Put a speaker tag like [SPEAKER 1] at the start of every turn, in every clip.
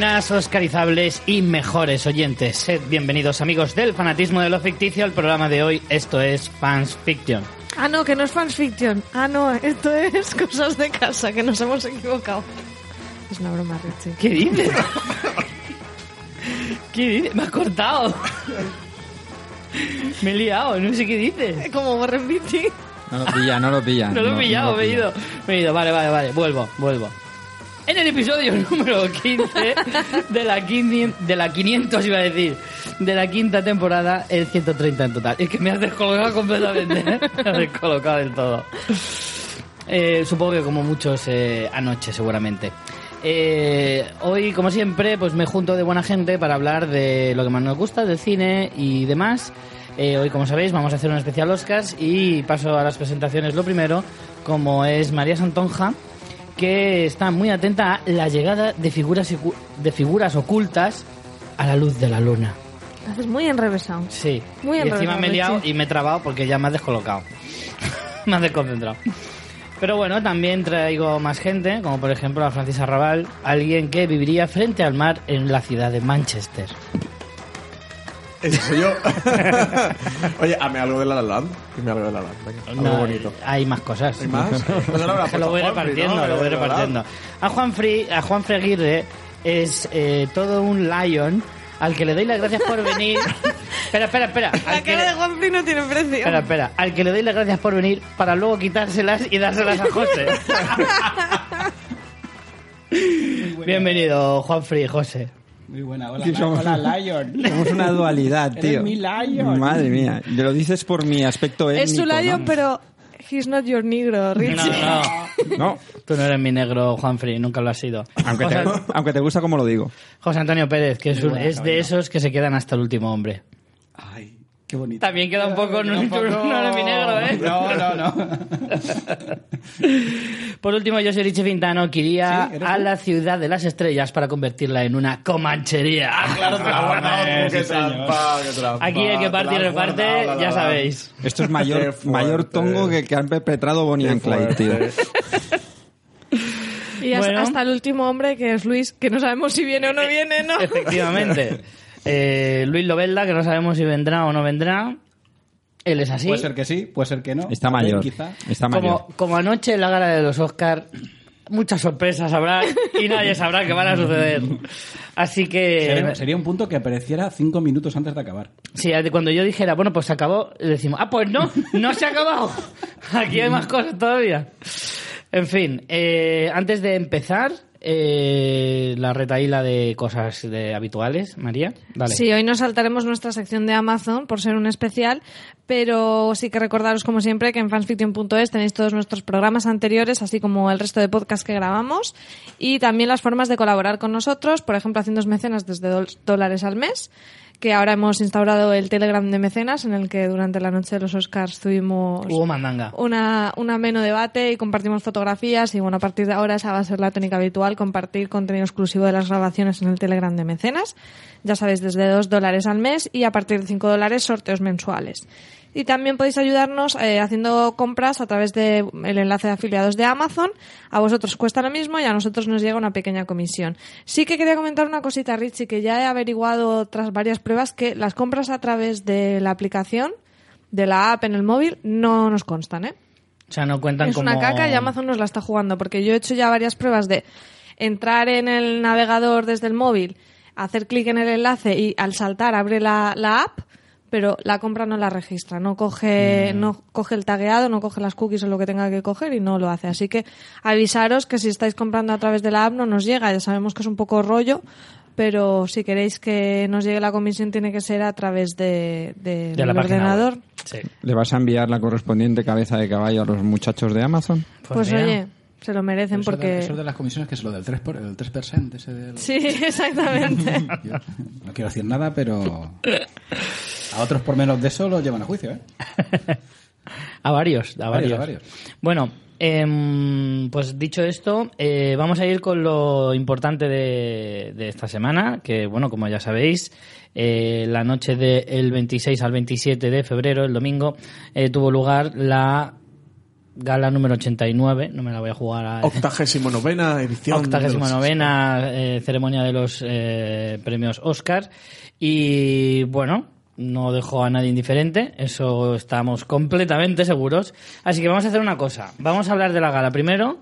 [SPEAKER 1] más oscarizables y mejores oyentes. Sed bienvenidos amigos del fanatismo de lo ficticio al programa de hoy. Esto es Fans Fiction.
[SPEAKER 2] Ah, no, que no es fanfiction. Ah, no, esto es cosas de casa, que nos hemos equivocado. Es una broma, Richie.
[SPEAKER 1] ¿Qué dices? ¿Qué dices? Me has cortado. Me he liado, no sé qué dices.
[SPEAKER 2] Como Warren Beatty.
[SPEAKER 3] No lo pilla, no lo pilla.
[SPEAKER 1] No lo he pillado,
[SPEAKER 3] no lo
[SPEAKER 1] me he
[SPEAKER 3] pilla.
[SPEAKER 1] ido. Me he ido, vale, vale, vale. Vuelvo, vuelvo. En el episodio número 15 de la, 15 de la 500, iba a decir, de la quinta temporada, el 130 en total. Es que me has descolocado completamente, ¿eh? me has descolocado del todo. Eh, supongo que como muchos eh, anoche, seguramente. Eh, hoy, como siempre, pues me junto de buena gente para hablar de lo que más nos gusta, del cine y demás. Eh, hoy, como sabéis, vamos a hacer un especial Oscars y paso a las presentaciones lo primero, como es María Santonja, que está muy atenta a la llegada de figuras, y cu- de figuras ocultas a la luz de la luna.
[SPEAKER 2] Lo haces muy enrevesado.
[SPEAKER 1] Sí.
[SPEAKER 2] Muy
[SPEAKER 1] y encima
[SPEAKER 2] enredado,
[SPEAKER 1] me he liado
[SPEAKER 2] Richie.
[SPEAKER 1] y me he trabado porque ya me has descolocado. me has desconcentrado. Pero bueno, también traigo más gente, como por ejemplo a Francis Arrabal, alguien que viviría frente al mar en la ciudad de Manchester.
[SPEAKER 4] Ese soy yo. Oye, hazme algo de La La Land. Hazme algo de La La Land. venga, algo
[SPEAKER 1] No,
[SPEAKER 4] bonito.
[SPEAKER 1] Hay más cosas.
[SPEAKER 4] eh, ¿Hay más? Pues no lo habrá
[SPEAKER 1] Que lo
[SPEAKER 4] puesto
[SPEAKER 1] voy
[SPEAKER 4] Juanpi,
[SPEAKER 1] repartiendo,
[SPEAKER 4] ¿no?
[SPEAKER 1] lo voy
[SPEAKER 4] De La La Land.
[SPEAKER 1] repartiendo. A Juan Fri, a Juan Aguirre es eh, todo un lion al que le doy las gracias por venir. espera, espera, espera.
[SPEAKER 2] La
[SPEAKER 1] Al que,
[SPEAKER 2] cara de Juanpi no tiene precio.
[SPEAKER 1] espera, espera. Al que le doy las gracias por venir para luego quitárselas y dárselas a José. Bienvenido, Juan Fri, José.
[SPEAKER 5] Muy buena, hola,
[SPEAKER 3] Sí, somos-
[SPEAKER 5] hola Lion.
[SPEAKER 3] Somos una dualidad,
[SPEAKER 5] Eres
[SPEAKER 3] tío.
[SPEAKER 5] mi lion.
[SPEAKER 3] Madre mía. Yo lo dices por mi aspecto étnico.
[SPEAKER 2] es su lion,
[SPEAKER 3] ¿no?
[SPEAKER 2] pero he's not your negro, Richie.
[SPEAKER 1] No, no,
[SPEAKER 3] No,
[SPEAKER 1] tú no eres mi negro, Juan Fri, nunca lo has sido.
[SPEAKER 3] aunque te,
[SPEAKER 1] José,
[SPEAKER 3] aunque te gusta como lo digo.
[SPEAKER 1] José Antonio Pérez, que es, un-
[SPEAKER 5] buena,
[SPEAKER 1] es de
[SPEAKER 5] caballero.
[SPEAKER 1] esos que se quedan hasta el último hombre.
[SPEAKER 5] Ay, qué bonito.
[SPEAKER 1] También queda un poco, no,
[SPEAKER 5] Queda un poco-
[SPEAKER 1] no era mi negro, ¿eh?
[SPEAKER 5] No, no, no.
[SPEAKER 1] Por último, yo soy Richie Fintano, que iría
[SPEAKER 5] Sí, eres
[SPEAKER 1] a
[SPEAKER 5] tú.
[SPEAKER 1] la ciudad de las estrellas para convertirla en una comanchería.
[SPEAKER 4] Ah, Claro, te la has guardado,
[SPEAKER 5] Ah, Sí,
[SPEAKER 4] qué
[SPEAKER 5] señor.
[SPEAKER 4] trampa, qué trampa.
[SPEAKER 1] Aquí el que
[SPEAKER 4] Te la
[SPEAKER 1] parte y
[SPEAKER 4] has
[SPEAKER 1] reparte,
[SPEAKER 4] guardado, La La
[SPEAKER 1] ya
[SPEAKER 4] Land.
[SPEAKER 1] sabéis.
[SPEAKER 3] Esto es
[SPEAKER 4] Qué
[SPEAKER 3] mayor,
[SPEAKER 4] fuerte.
[SPEAKER 3] mayor tongo que el que han perpetrado Bonnie
[SPEAKER 4] Qué
[SPEAKER 3] and Clyde, tío.
[SPEAKER 4] fuerte.
[SPEAKER 2] Y hasta,
[SPEAKER 1] Bueno.
[SPEAKER 2] hasta el último hombre, que es Luis, que no sabemos si viene o no viene, ¿no?
[SPEAKER 1] Efectivamente. Eh, Luis Lobelda, que no sabemos si vendrá o no vendrá. Él es así.
[SPEAKER 5] Puede ser que sí, puede ser que no.
[SPEAKER 3] Está
[SPEAKER 5] A ver,
[SPEAKER 3] mayor.
[SPEAKER 5] Quizá.
[SPEAKER 3] Está mayor.
[SPEAKER 1] Como, como anoche en la gala de los Oscar, muchas sorpresas habrá y nadie sabrá qué van a suceder. Así que...
[SPEAKER 5] Sería, sería un punto que apareciera cinco minutos antes de acabar.
[SPEAKER 1] Sí, cuando yo dijera, bueno, pues se acabó, le decimos, ah, pues no, no se ha acabado. Aquí hay más cosas todavía. En fin, eh, antes de empezar, eh, la retaíla de cosas de habituales, María. Dale.
[SPEAKER 2] Sí, hoy nos saltaremos nuestra sección de Amazon por ser un especial, pero sí que recordaros como siempre que en fansfiction.es tenéis todos nuestros programas anteriores, así como el resto de podcasts que grabamos y también las formas de colaborar con nosotros, por ejemplo, haciendo mecenas desde dol- dólares al mes, que ahora hemos instaurado el Telegram de mecenas en el que durante la noche de los Oscars tuvimos
[SPEAKER 1] Hubo mandanga.
[SPEAKER 2] una, un ameno debate y compartimos fotografías y bueno, a partir de ahora esa va a ser la tónica habitual, compartir contenido exclusivo de las grabaciones en el Telegram de mecenas. Ya sabéis, desde 2 dólares al mes y a partir de 5 dólares sorteos mensuales. Y también podéis ayudarnos eh, haciendo compras a través del enlace de afiliados de Amazon. A vosotros cuesta lo mismo y a nosotros nos llega una pequeña comisión. Sí que quería comentar una cosita, Richie, que ya he averiguado tras varias pruebas que las compras a través de la aplicación de la app en el móvil no nos constan, ¿eh?
[SPEAKER 1] O sea, no cuentan
[SPEAKER 2] es
[SPEAKER 1] como...
[SPEAKER 2] una caca y Amazon nos la está jugando, porque yo he hecho ya varias pruebas de entrar en el navegador desde el móvil, hacer clic en el enlace y al saltar abre la, la app, pero la compra no la registra, no coge,
[SPEAKER 1] Mm.
[SPEAKER 2] no coge el tagueado, no coge las cookies o lo que tenga que coger y no lo hace. Así que avisaros que si estáis comprando a través de la app no nos llega, ya sabemos que es un poco rollo. Pero si queréis que nos llegue la comisión tiene que ser a través de, de-
[SPEAKER 1] de
[SPEAKER 2] del
[SPEAKER 1] la página
[SPEAKER 2] ordenador.
[SPEAKER 1] web. Sí.
[SPEAKER 3] ¿Le vas a enviar la correspondiente cabeza de caballo a los muchachos de Amazon?
[SPEAKER 2] Pues,
[SPEAKER 1] mira.
[SPEAKER 2] oye, se lo merecen
[SPEAKER 5] Eso
[SPEAKER 2] porque...
[SPEAKER 5] de, eso de las comisiones que es lo del 3%, por- el 3% ese del...
[SPEAKER 2] Sí, exactamente.
[SPEAKER 5] Yo no quiero decir nada, pero a otros por menos de eso los llevan a juicio, ¿eh?
[SPEAKER 1] A varios, a varios.
[SPEAKER 5] varios, a varios.
[SPEAKER 1] Bueno, em, pues dicho esto, eh, vamos a ir con lo importante de, de esta semana, que bueno, como ya sabéis, eh, la noche del 26 al 27 de febrero, el domingo, eh, tuvo lugar la gala número 89, no me la voy a jugar a...
[SPEAKER 4] Octagésimo novena edición.
[SPEAKER 1] Octagésima
[SPEAKER 4] de los-
[SPEAKER 1] novena eh, ceremonia de los eh, premios Oscar y bueno no dejó a nadie indiferente eso estamos completamente seguros así que vamos a hacer una cosa vamos a hablar de la gala primero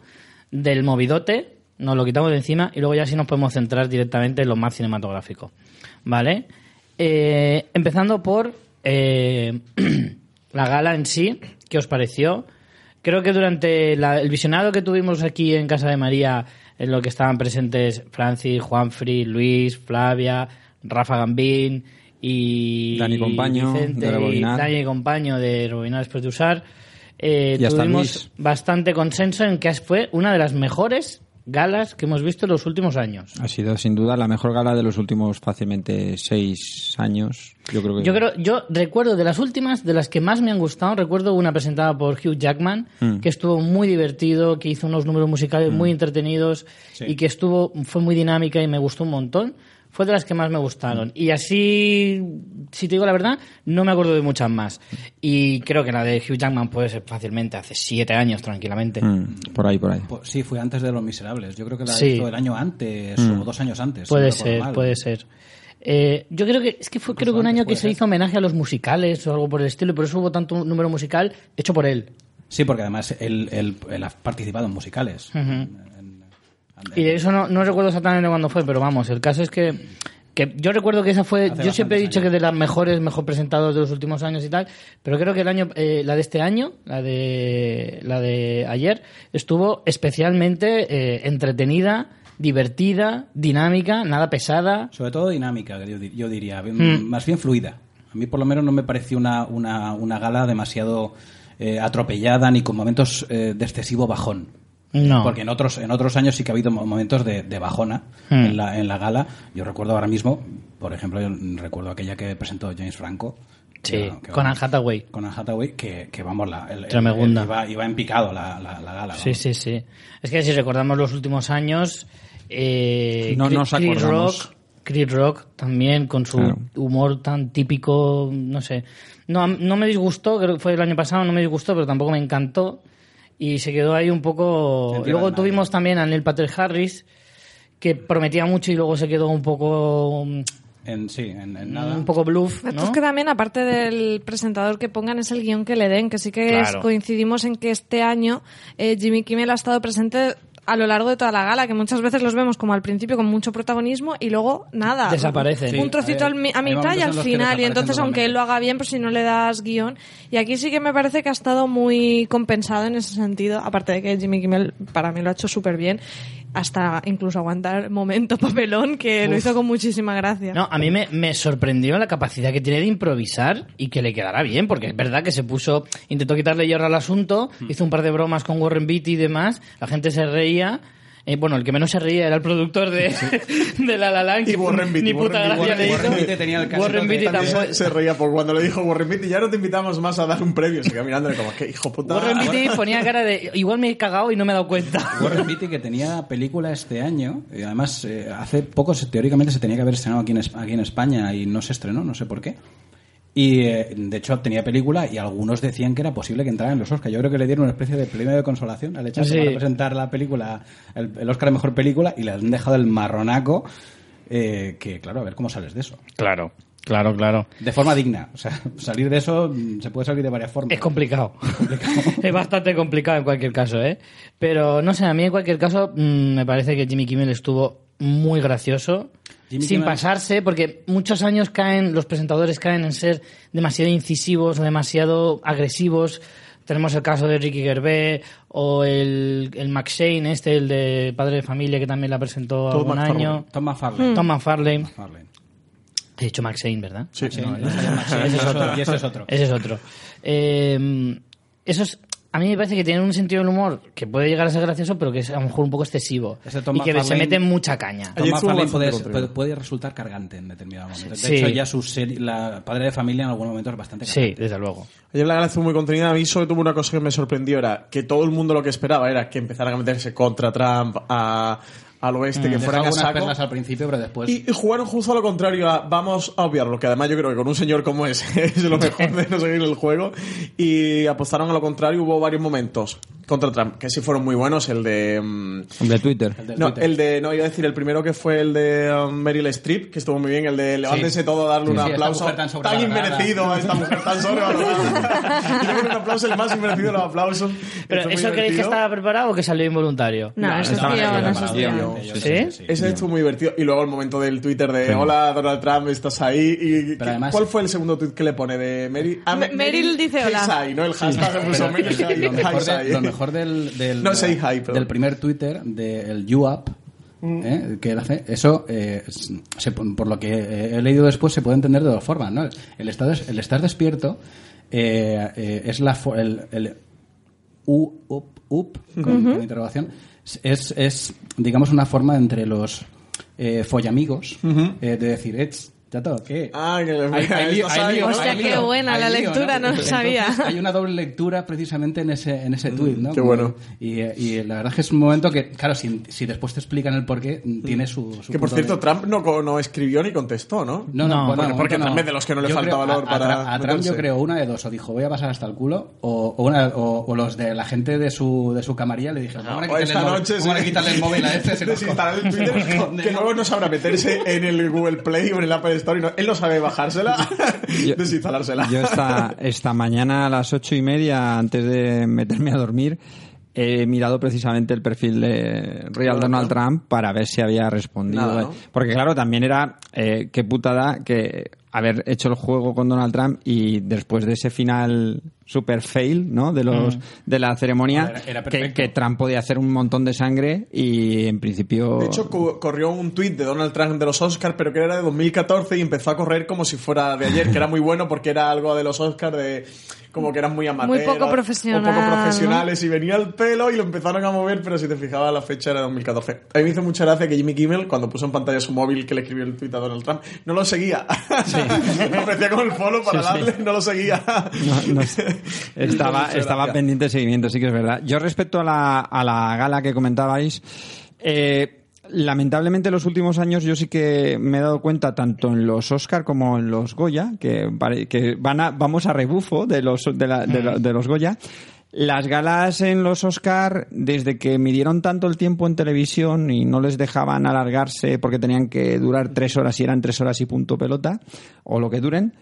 [SPEAKER 1] del movidote nos lo quitamos de encima y luego ya sí nos podemos centrar directamente en lo más cinematográfico vale Eh, empezando por eh, la gala en sí qué os pareció Creo que durante la- el visionado que tuvimos aquí en Casa de María, en lo que estaban presentes Francis, Juanfri, Luis, Flavia, Rafa Gambín y
[SPEAKER 3] Dani Compaño,
[SPEAKER 1] Vicente
[SPEAKER 3] de Rebobinar.
[SPEAKER 1] y Dani Compaño de Rebobinar después de usar, eh,
[SPEAKER 3] Y hasta
[SPEAKER 1] tuvimos
[SPEAKER 3] Luis.
[SPEAKER 1] bastante consenso en que fue una de las mejores galas que hemos visto en los últimos años.
[SPEAKER 3] Ha sido sin duda la mejor gala de los últimos fácilmente seis años. Yo creo que
[SPEAKER 1] Yo creo, yo recuerdo de las últimas, de las que más me han gustado, recuerdo una presentada por Hugh Jackman,
[SPEAKER 3] Mm.
[SPEAKER 1] que estuvo muy divertido, que hizo unos números musicales muy entretenidos y que estuvo, fue muy dinámica y me gustó un montón. Fue de las que más me gustaron.
[SPEAKER 3] Mm.
[SPEAKER 1] Y así, si te digo la verdad, no me acuerdo de muchas más. Y creo que la de Hugh Jackman puede ser fácilmente hace siete años, tranquilamente.
[SPEAKER 3] Mm, por ahí, por ahí.
[SPEAKER 5] Pues sí, fue antes de Los Miserables. Yo creo que la
[SPEAKER 1] Sí.
[SPEAKER 5] hizo el año antes
[SPEAKER 3] Mm.
[SPEAKER 5] o dos años antes.
[SPEAKER 1] Puede
[SPEAKER 5] si no recuerdo
[SPEAKER 1] ser,
[SPEAKER 5] mal.
[SPEAKER 1] puede ser. Eh, yo creo que es que fue creo que un
[SPEAKER 5] antes,
[SPEAKER 1] año que
[SPEAKER 5] puede
[SPEAKER 1] se
[SPEAKER 5] ser.
[SPEAKER 1] hizo homenaje a los musicales o algo por el estilo y por eso hubo tanto número musical hecho por él.
[SPEAKER 5] Sí, porque además él, él- él ha participado en musicales.
[SPEAKER 1] Y de eso no, no recuerdo exactamente cuándo fue, pero vamos, el caso es que, que yo recuerdo que esa fue, yo siempre he dicho que de las mejores, mejor presentados de los últimos años y tal, pero creo que el año, eh, la de este año, la de, la de ayer, estuvo especialmente eh, entretenida, divertida, dinámica, nada pesada.
[SPEAKER 5] Sobre todo dinámica, yo, di- yo diría,
[SPEAKER 1] Hmm.
[SPEAKER 5] bien- más bien fluida. A mí por lo menos no me pareció una, una, una gala demasiado eh, atropellada ni con momentos eh, de excesivo bajón.
[SPEAKER 1] No.
[SPEAKER 5] Porque en otros, en otros años sí que ha habido mo- momentos de, de bajona
[SPEAKER 1] Mm.
[SPEAKER 5] en, la, en la gala. Yo recuerdo ahora mismo, por ejemplo, yo recuerdo aquella que presentó James Franco.
[SPEAKER 1] Sí,
[SPEAKER 5] que- que-
[SPEAKER 1] con Anne Hathaway.
[SPEAKER 5] Con Anne Hathaway, que, que vamos, la, el- el-
[SPEAKER 1] Tremegunda.
[SPEAKER 5] iba, iba en picado la, la, la gala.
[SPEAKER 1] Sí,
[SPEAKER 5] vamos.
[SPEAKER 1] sí, sí. Es que si recordamos los últimos años, eh,
[SPEAKER 3] No
[SPEAKER 1] Cre-
[SPEAKER 3] nos
[SPEAKER 1] Chris
[SPEAKER 3] acordamos.
[SPEAKER 1] Rock, Chris Rock también con su
[SPEAKER 3] Claro.
[SPEAKER 1] humor tan típico, no sé. No, no me disgustó, creo que fue el año pasado, no me disgustó, pero tampoco me encantó. Y se quedó ahí un poco...
[SPEAKER 5] Entre
[SPEAKER 1] Y luego
[SPEAKER 5] las
[SPEAKER 1] tuvimos también a Neil Patrick Harris, que prometía mucho y luego se quedó un poco... mm,
[SPEAKER 5] En, sí, en, en nada.
[SPEAKER 1] Un poco bluff,
[SPEAKER 2] Esto
[SPEAKER 1] ¿no?
[SPEAKER 2] Pues es que también, aparte del presentador que pongan, es el guión que le den, que sí que es-
[SPEAKER 1] Claro.
[SPEAKER 2] coincidimos en que este año eh, Jimmy Kimmel ha estado presente a lo largo de toda la gala, que muchas veces los vemos como al principio con mucho protagonismo y luego nada.
[SPEAKER 1] Desaparecen.
[SPEAKER 2] Un
[SPEAKER 1] Sí,
[SPEAKER 2] trocito
[SPEAKER 5] hay-
[SPEAKER 2] al mi- a
[SPEAKER 5] hay
[SPEAKER 2] mitad
[SPEAKER 5] momentos
[SPEAKER 2] y
[SPEAKER 5] en
[SPEAKER 2] al
[SPEAKER 5] los que
[SPEAKER 2] final, y
[SPEAKER 5] desaparecen
[SPEAKER 2] entonces aunque él
[SPEAKER 5] totalmente.
[SPEAKER 2] lo haga bien, pues si no le das guión. Y aquí sí que me parece que ha estado muy compensado en ese sentido, aparte de que Jimmy Kimmel para mí lo ha hecho súper bien, hasta incluso aguantar momento papelón, que lo hizo con muchísima gracia.
[SPEAKER 1] No, a mí me, me sorprendió la capacidad que tiene de improvisar y que le quedará bien, porque es verdad que se puso, intentó quitarle hierro al asunto,
[SPEAKER 4] Mm.
[SPEAKER 1] hizo un par de bromas con Warren Beatty y demás, la gente se reía. eh, bueno, el que menos se reía era el productor de, de La La Land,
[SPEAKER 4] Y
[SPEAKER 1] que
[SPEAKER 4] Warren Beatty,
[SPEAKER 1] ni puta
[SPEAKER 4] Warren
[SPEAKER 1] gracia
[SPEAKER 4] Beatty,
[SPEAKER 1] le
[SPEAKER 4] Warren
[SPEAKER 1] hizo.
[SPEAKER 5] Beatty tenía el caso
[SPEAKER 1] Warren
[SPEAKER 5] de-
[SPEAKER 1] Beatty
[SPEAKER 5] también
[SPEAKER 1] tampoco-
[SPEAKER 4] Se, se reía por cuando le dijo Warren Beatty, ya no te invitamos más a dar un premio. Se quedó mirándole como, que hijo puta.
[SPEAKER 1] Warren Beatty ponía cara de, igual me he cagado y no me he dado cuenta.
[SPEAKER 5] Warren Beatty que tenía película este año y además eh, hace poco se- teóricamente se tenía que haber estrenado aquí en, Es- aquí en España y no se estrenó, no sé por qué. Y eh, de hecho tenía película y algunos decían que era posible que entrara en los Oscars. Yo creo que le dieron una especie de premio de consolación al echarse
[SPEAKER 1] Sí.
[SPEAKER 5] para presentar la película, el, el Oscar a mejor película y le han dejado el marronaco. eh, que claro, a ver cómo sales de eso.
[SPEAKER 1] Claro, claro, claro.
[SPEAKER 5] De forma digna. O sea, salir de eso mm, se puede salir de varias formas.
[SPEAKER 1] Es complicado. es bastante complicado en cualquier caso, ¿eh? Pero no sé, a mí en cualquier caso mm, me parece que Jimmy Kimmel estuvo muy gracioso.
[SPEAKER 5] Jimmy
[SPEAKER 1] sin
[SPEAKER 5] Kimmel-
[SPEAKER 1] pasarse, porque muchos años caen, los presentadores caen en ser demasiado incisivos o demasiado agresivos. Tenemos el caso de Ricky Gervais o el, el Max Shane, este, el de Padre de Familia, que también la presentó
[SPEAKER 4] Todo
[SPEAKER 1] algún
[SPEAKER 4] Max Farley.
[SPEAKER 1] año.
[SPEAKER 5] Toma Farley.
[SPEAKER 1] Tom McFarlane.
[SPEAKER 5] Farley.
[SPEAKER 1] He dicho Max Shane, ¿verdad?
[SPEAKER 4] Sí,
[SPEAKER 5] No, no se llama así, ese es otro, y ese es otro.
[SPEAKER 1] Ese es otro. Eh, eso es- a mí me parece que tienen un sentido del humor que puede llegar a ser gracioso, pero que es a lo mejor un poco excesivo.
[SPEAKER 5] Ese Tom
[SPEAKER 1] Y que se
[SPEAKER 5] McFarlane-
[SPEAKER 1] mete mucha caña.
[SPEAKER 4] Ayer
[SPEAKER 5] Tom
[SPEAKER 4] estuvo
[SPEAKER 5] Farley
[SPEAKER 4] bastante
[SPEAKER 5] puede,
[SPEAKER 4] contribuido.
[SPEAKER 5] puede- puede resultar cargante en determinado momento. De
[SPEAKER 1] Sí.
[SPEAKER 5] hecho, ya su serie, la padre de familia en algún momento es bastante
[SPEAKER 1] Sí,
[SPEAKER 5] cargante.
[SPEAKER 1] desde luego.
[SPEAKER 4] Ayer la gala estuvo muy contenida. A mí solo tuvo una cosa que me sorprendió. Era que todo el mundo lo que esperaba era que empezaran a meterse contra Trump, a, al oeste que
[SPEAKER 5] Dejó
[SPEAKER 4] fueran a
[SPEAKER 5] algunas
[SPEAKER 4] saco.
[SPEAKER 5] perlas al principio, pero después.
[SPEAKER 4] Y, y jugaron justo a lo contrario, a vamos a obviarlo, que además yo creo que con un señor como ese es lo mejor de no seguir el juego. Y apostaron a lo contrario, hubo varios momentos contra Trump, que sí fueron muy buenos, el de... mm,
[SPEAKER 3] Hombre, Twitter.
[SPEAKER 5] El del
[SPEAKER 4] no,
[SPEAKER 5] Twitter.
[SPEAKER 4] el de, no, iba a decir el primero que fue el de um, Meryl Streep, que estuvo muy bien, el de levántese todo, darle un
[SPEAKER 5] Sí, esta
[SPEAKER 4] aplauso
[SPEAKER 5] mujer tan
[SPEAKER 4] tan
[SPEAKER 5] sobrevalorada.
[SPEAKER 4] inmerecido a esta mujer tan sobrevalorada. Yo creo que un aplauso es el más inmerecido de los aplausos.
[SPEAKER 1] ¿Pero
[SPEAKER 4] Estuvo muy
[SPEAKER 1] eso creéis que
[SPEAKER 4] divertido.
[SPEAKER 1] estaba preparado o que salió involuntario?
[SPEAKER 2] No, eso es
[SPEAKER 5] estaba
[SPEAKER 2] tío,
[SPEAKER 5] preparado,
[SPEAKER 2] no, eso es
[SPEAKER 5] estaba
[SPEAKER 2] tío.
[SPEAKER 5] preparado.
[SPEAKER 1] ¿Sí?
[SPEAKER 4] Ese estuvo muy divertido. Y luego el momento del Twitter de Hola Donald Trump, estás ahí. Y,
[SPEAKER 5] Pero además-
[SPEAKER 4] ¿Cuál fue el segundo tweet que le pone de Meryl? Ah,
[SPEAKER 2] Me- Meryl dice
[SPEAKER 4] says
[SPEAKER 2] hola.
[SPEAKER 4] hi, Pues ¿no? El hashtag que puso
[SPEAKER 5] Pero
[SPEAKER 4] Meryl
[SPEAKER 5] es que lo mejor,
[SPEAKER 4] says
[SPEAKER 5] de-
[SPEAKER 4] hi.
[SPEAKER 5] lo mejor del, del,
[SPEAKER 4] No say hi, pero- Mm.
[SPEAKER 5] del primer Twitter del YouApp ¿eh? que él hace eso eh, es- se pon- por lo que eh, he leído después se puede entender de dos formas ¿no? el estar des- el estar despierto eh, eh, es la fo- el, el u- up, up, con, con interrogación es, es digamos una forma entre los eh, follamigos eh, de decir "Ets, chato, ¿qué?
[SPEAKER 4] Ah, que le- estás ahí, ¿no?
[SPEAKER 2] Hostia, qué buena la lectura, no lo
[SPEAKER 5] Entonces,
[SPEAKER 2] sabía.
[SPEAKER 5] Hay una doble lectura precisamente en ese, en ese tuit, ¿no?
[SPEAKER 4] Mm, qué bueno.
[SPEAKER 5] Y, eh, y la verdad es que es un momento que, claro, si, si después te explican el porqué, tiene su.
[SPEAKER 4] Mm.
[SPEAKER 5] su
[SPEAKER 4] Que por
[SPEAKER 5] punto
[SPEAKER 4] cierto,
[SPEAKER 5] de-
[SPEAKER 4] Trump no, co- no escribió ni contestó, ¿no?
[SPEAKER 5] No, no,
[SPEAKER 1] No,
[SPEAKER 5] bueno,
[SPEAKER 4] bueno, porque
[SPEAKER 5] momento
[SPEAKER 4] Trump es de los que no le
[SPEAKER 5] Yo
[SPEAKER 4] falta
[SPEAKER 5] creo-
[SPEAKER 4] valor
[SPEAKER 5] a-
[SPEAKER 4] para
[SPEAKER 5] A, Tra- a Trump yo
[SPEAKER 4] meterse.
[SPEAKER 5] creo una de dos, o dijo voy a pasar hasta el culo, o, o una- o- o los de la gente de su, de su camarilla le dijeron,
[SPEAKER 4] Ah,
[SPEAKER 5] vamos a
[SPEAKER 4] o
[SPEAKER 5] quitarle el
[SPEAKER 4] esta
[SPEAKER 5] móvil-
[SPEAKER 4] noche
[SPEAKER 5] vamos a
[SPEAKER 4] sí.
[SPEAKER 5] quitarle el móvil a este, se nos
[SPEAKER 4] desinstalar el Twitter,
[SPEAKER 5] Joder.
[SPEAKER 4] que luego no sabrá meterse en el Google Play o en el Apple Store. y no- él no sabe bajársela,
[SPEAKER 3] Yo-
[SPEAKER 4] desinstalársela.
[SPEAKER 3] Yo esta, esta mañana a las ocho y media, antes de meterme a dormir, he mirado precisamente el perfil de Real Donald Trump para ver si había respondido.
[SPEAKER 4] Nada, ¿no?
[SPEAKER 3] Porque claro, también era eh, qué putada que haber hecho el juego con Donald Trump y después de ese final super fail, ¿no? De
[SPEAKER 4] Mm.
[SPEAKER 3] los de la ceremonia
[SPEAKER 5] Era- era
[SPEAKER 3] que,
[SPEAKER 5] perfecto.
[SPEAKER 3] que Trump podía hacer un montón de sangre y en principio
[SPEAKER 4] De hecho, co- corrió un tuit de Donald Trump de los Oscars, pero que era de 2014 y empezó a correr como si fuera de ayer, que era muy bueno porque era algo de los Oscars de como que eran muy amateurs.
[SPEAKER 2] Muy poco profesional,
[SPEAKER 4] o poco profesionales y venía el pelo y lo empezaron a mover, pero si te fijabas la fecha era 2014. A mí me hizo mucha gracia que Jimmy Kimmel, cuando puso en pantalla su móvil que le escribió el tuit a Donald Trump, no lo seguía. Ofrecía como el follow para darle, no lo seguía.
[SPEAKER 3] No, no.
[SPEAKER 4] Me hizo
[SPEAKER 3] estaba
[SPEAKER 4] mucha
[SPEAKER 3] estaba
[SPEAKER 4] gracia.
[SPEAKER 3] pendiente de seguimiento, sí que es verdad. Yo respecto a la, a la gala que comentabais, eh, lamentablemente en los últimos años yo sí que me he dado cuenta, tanto en los Oscar como en los Goya, que, pare- que van a, vamos a rebufo de los, de, la- de la- de los Goya. Las galas en los Oscar, desde que midieron tanto el tiempo en televisión y no les dejaban alargarse porque tenían que durar tres horas y eran tres horas y punto pelota, o lo que duren,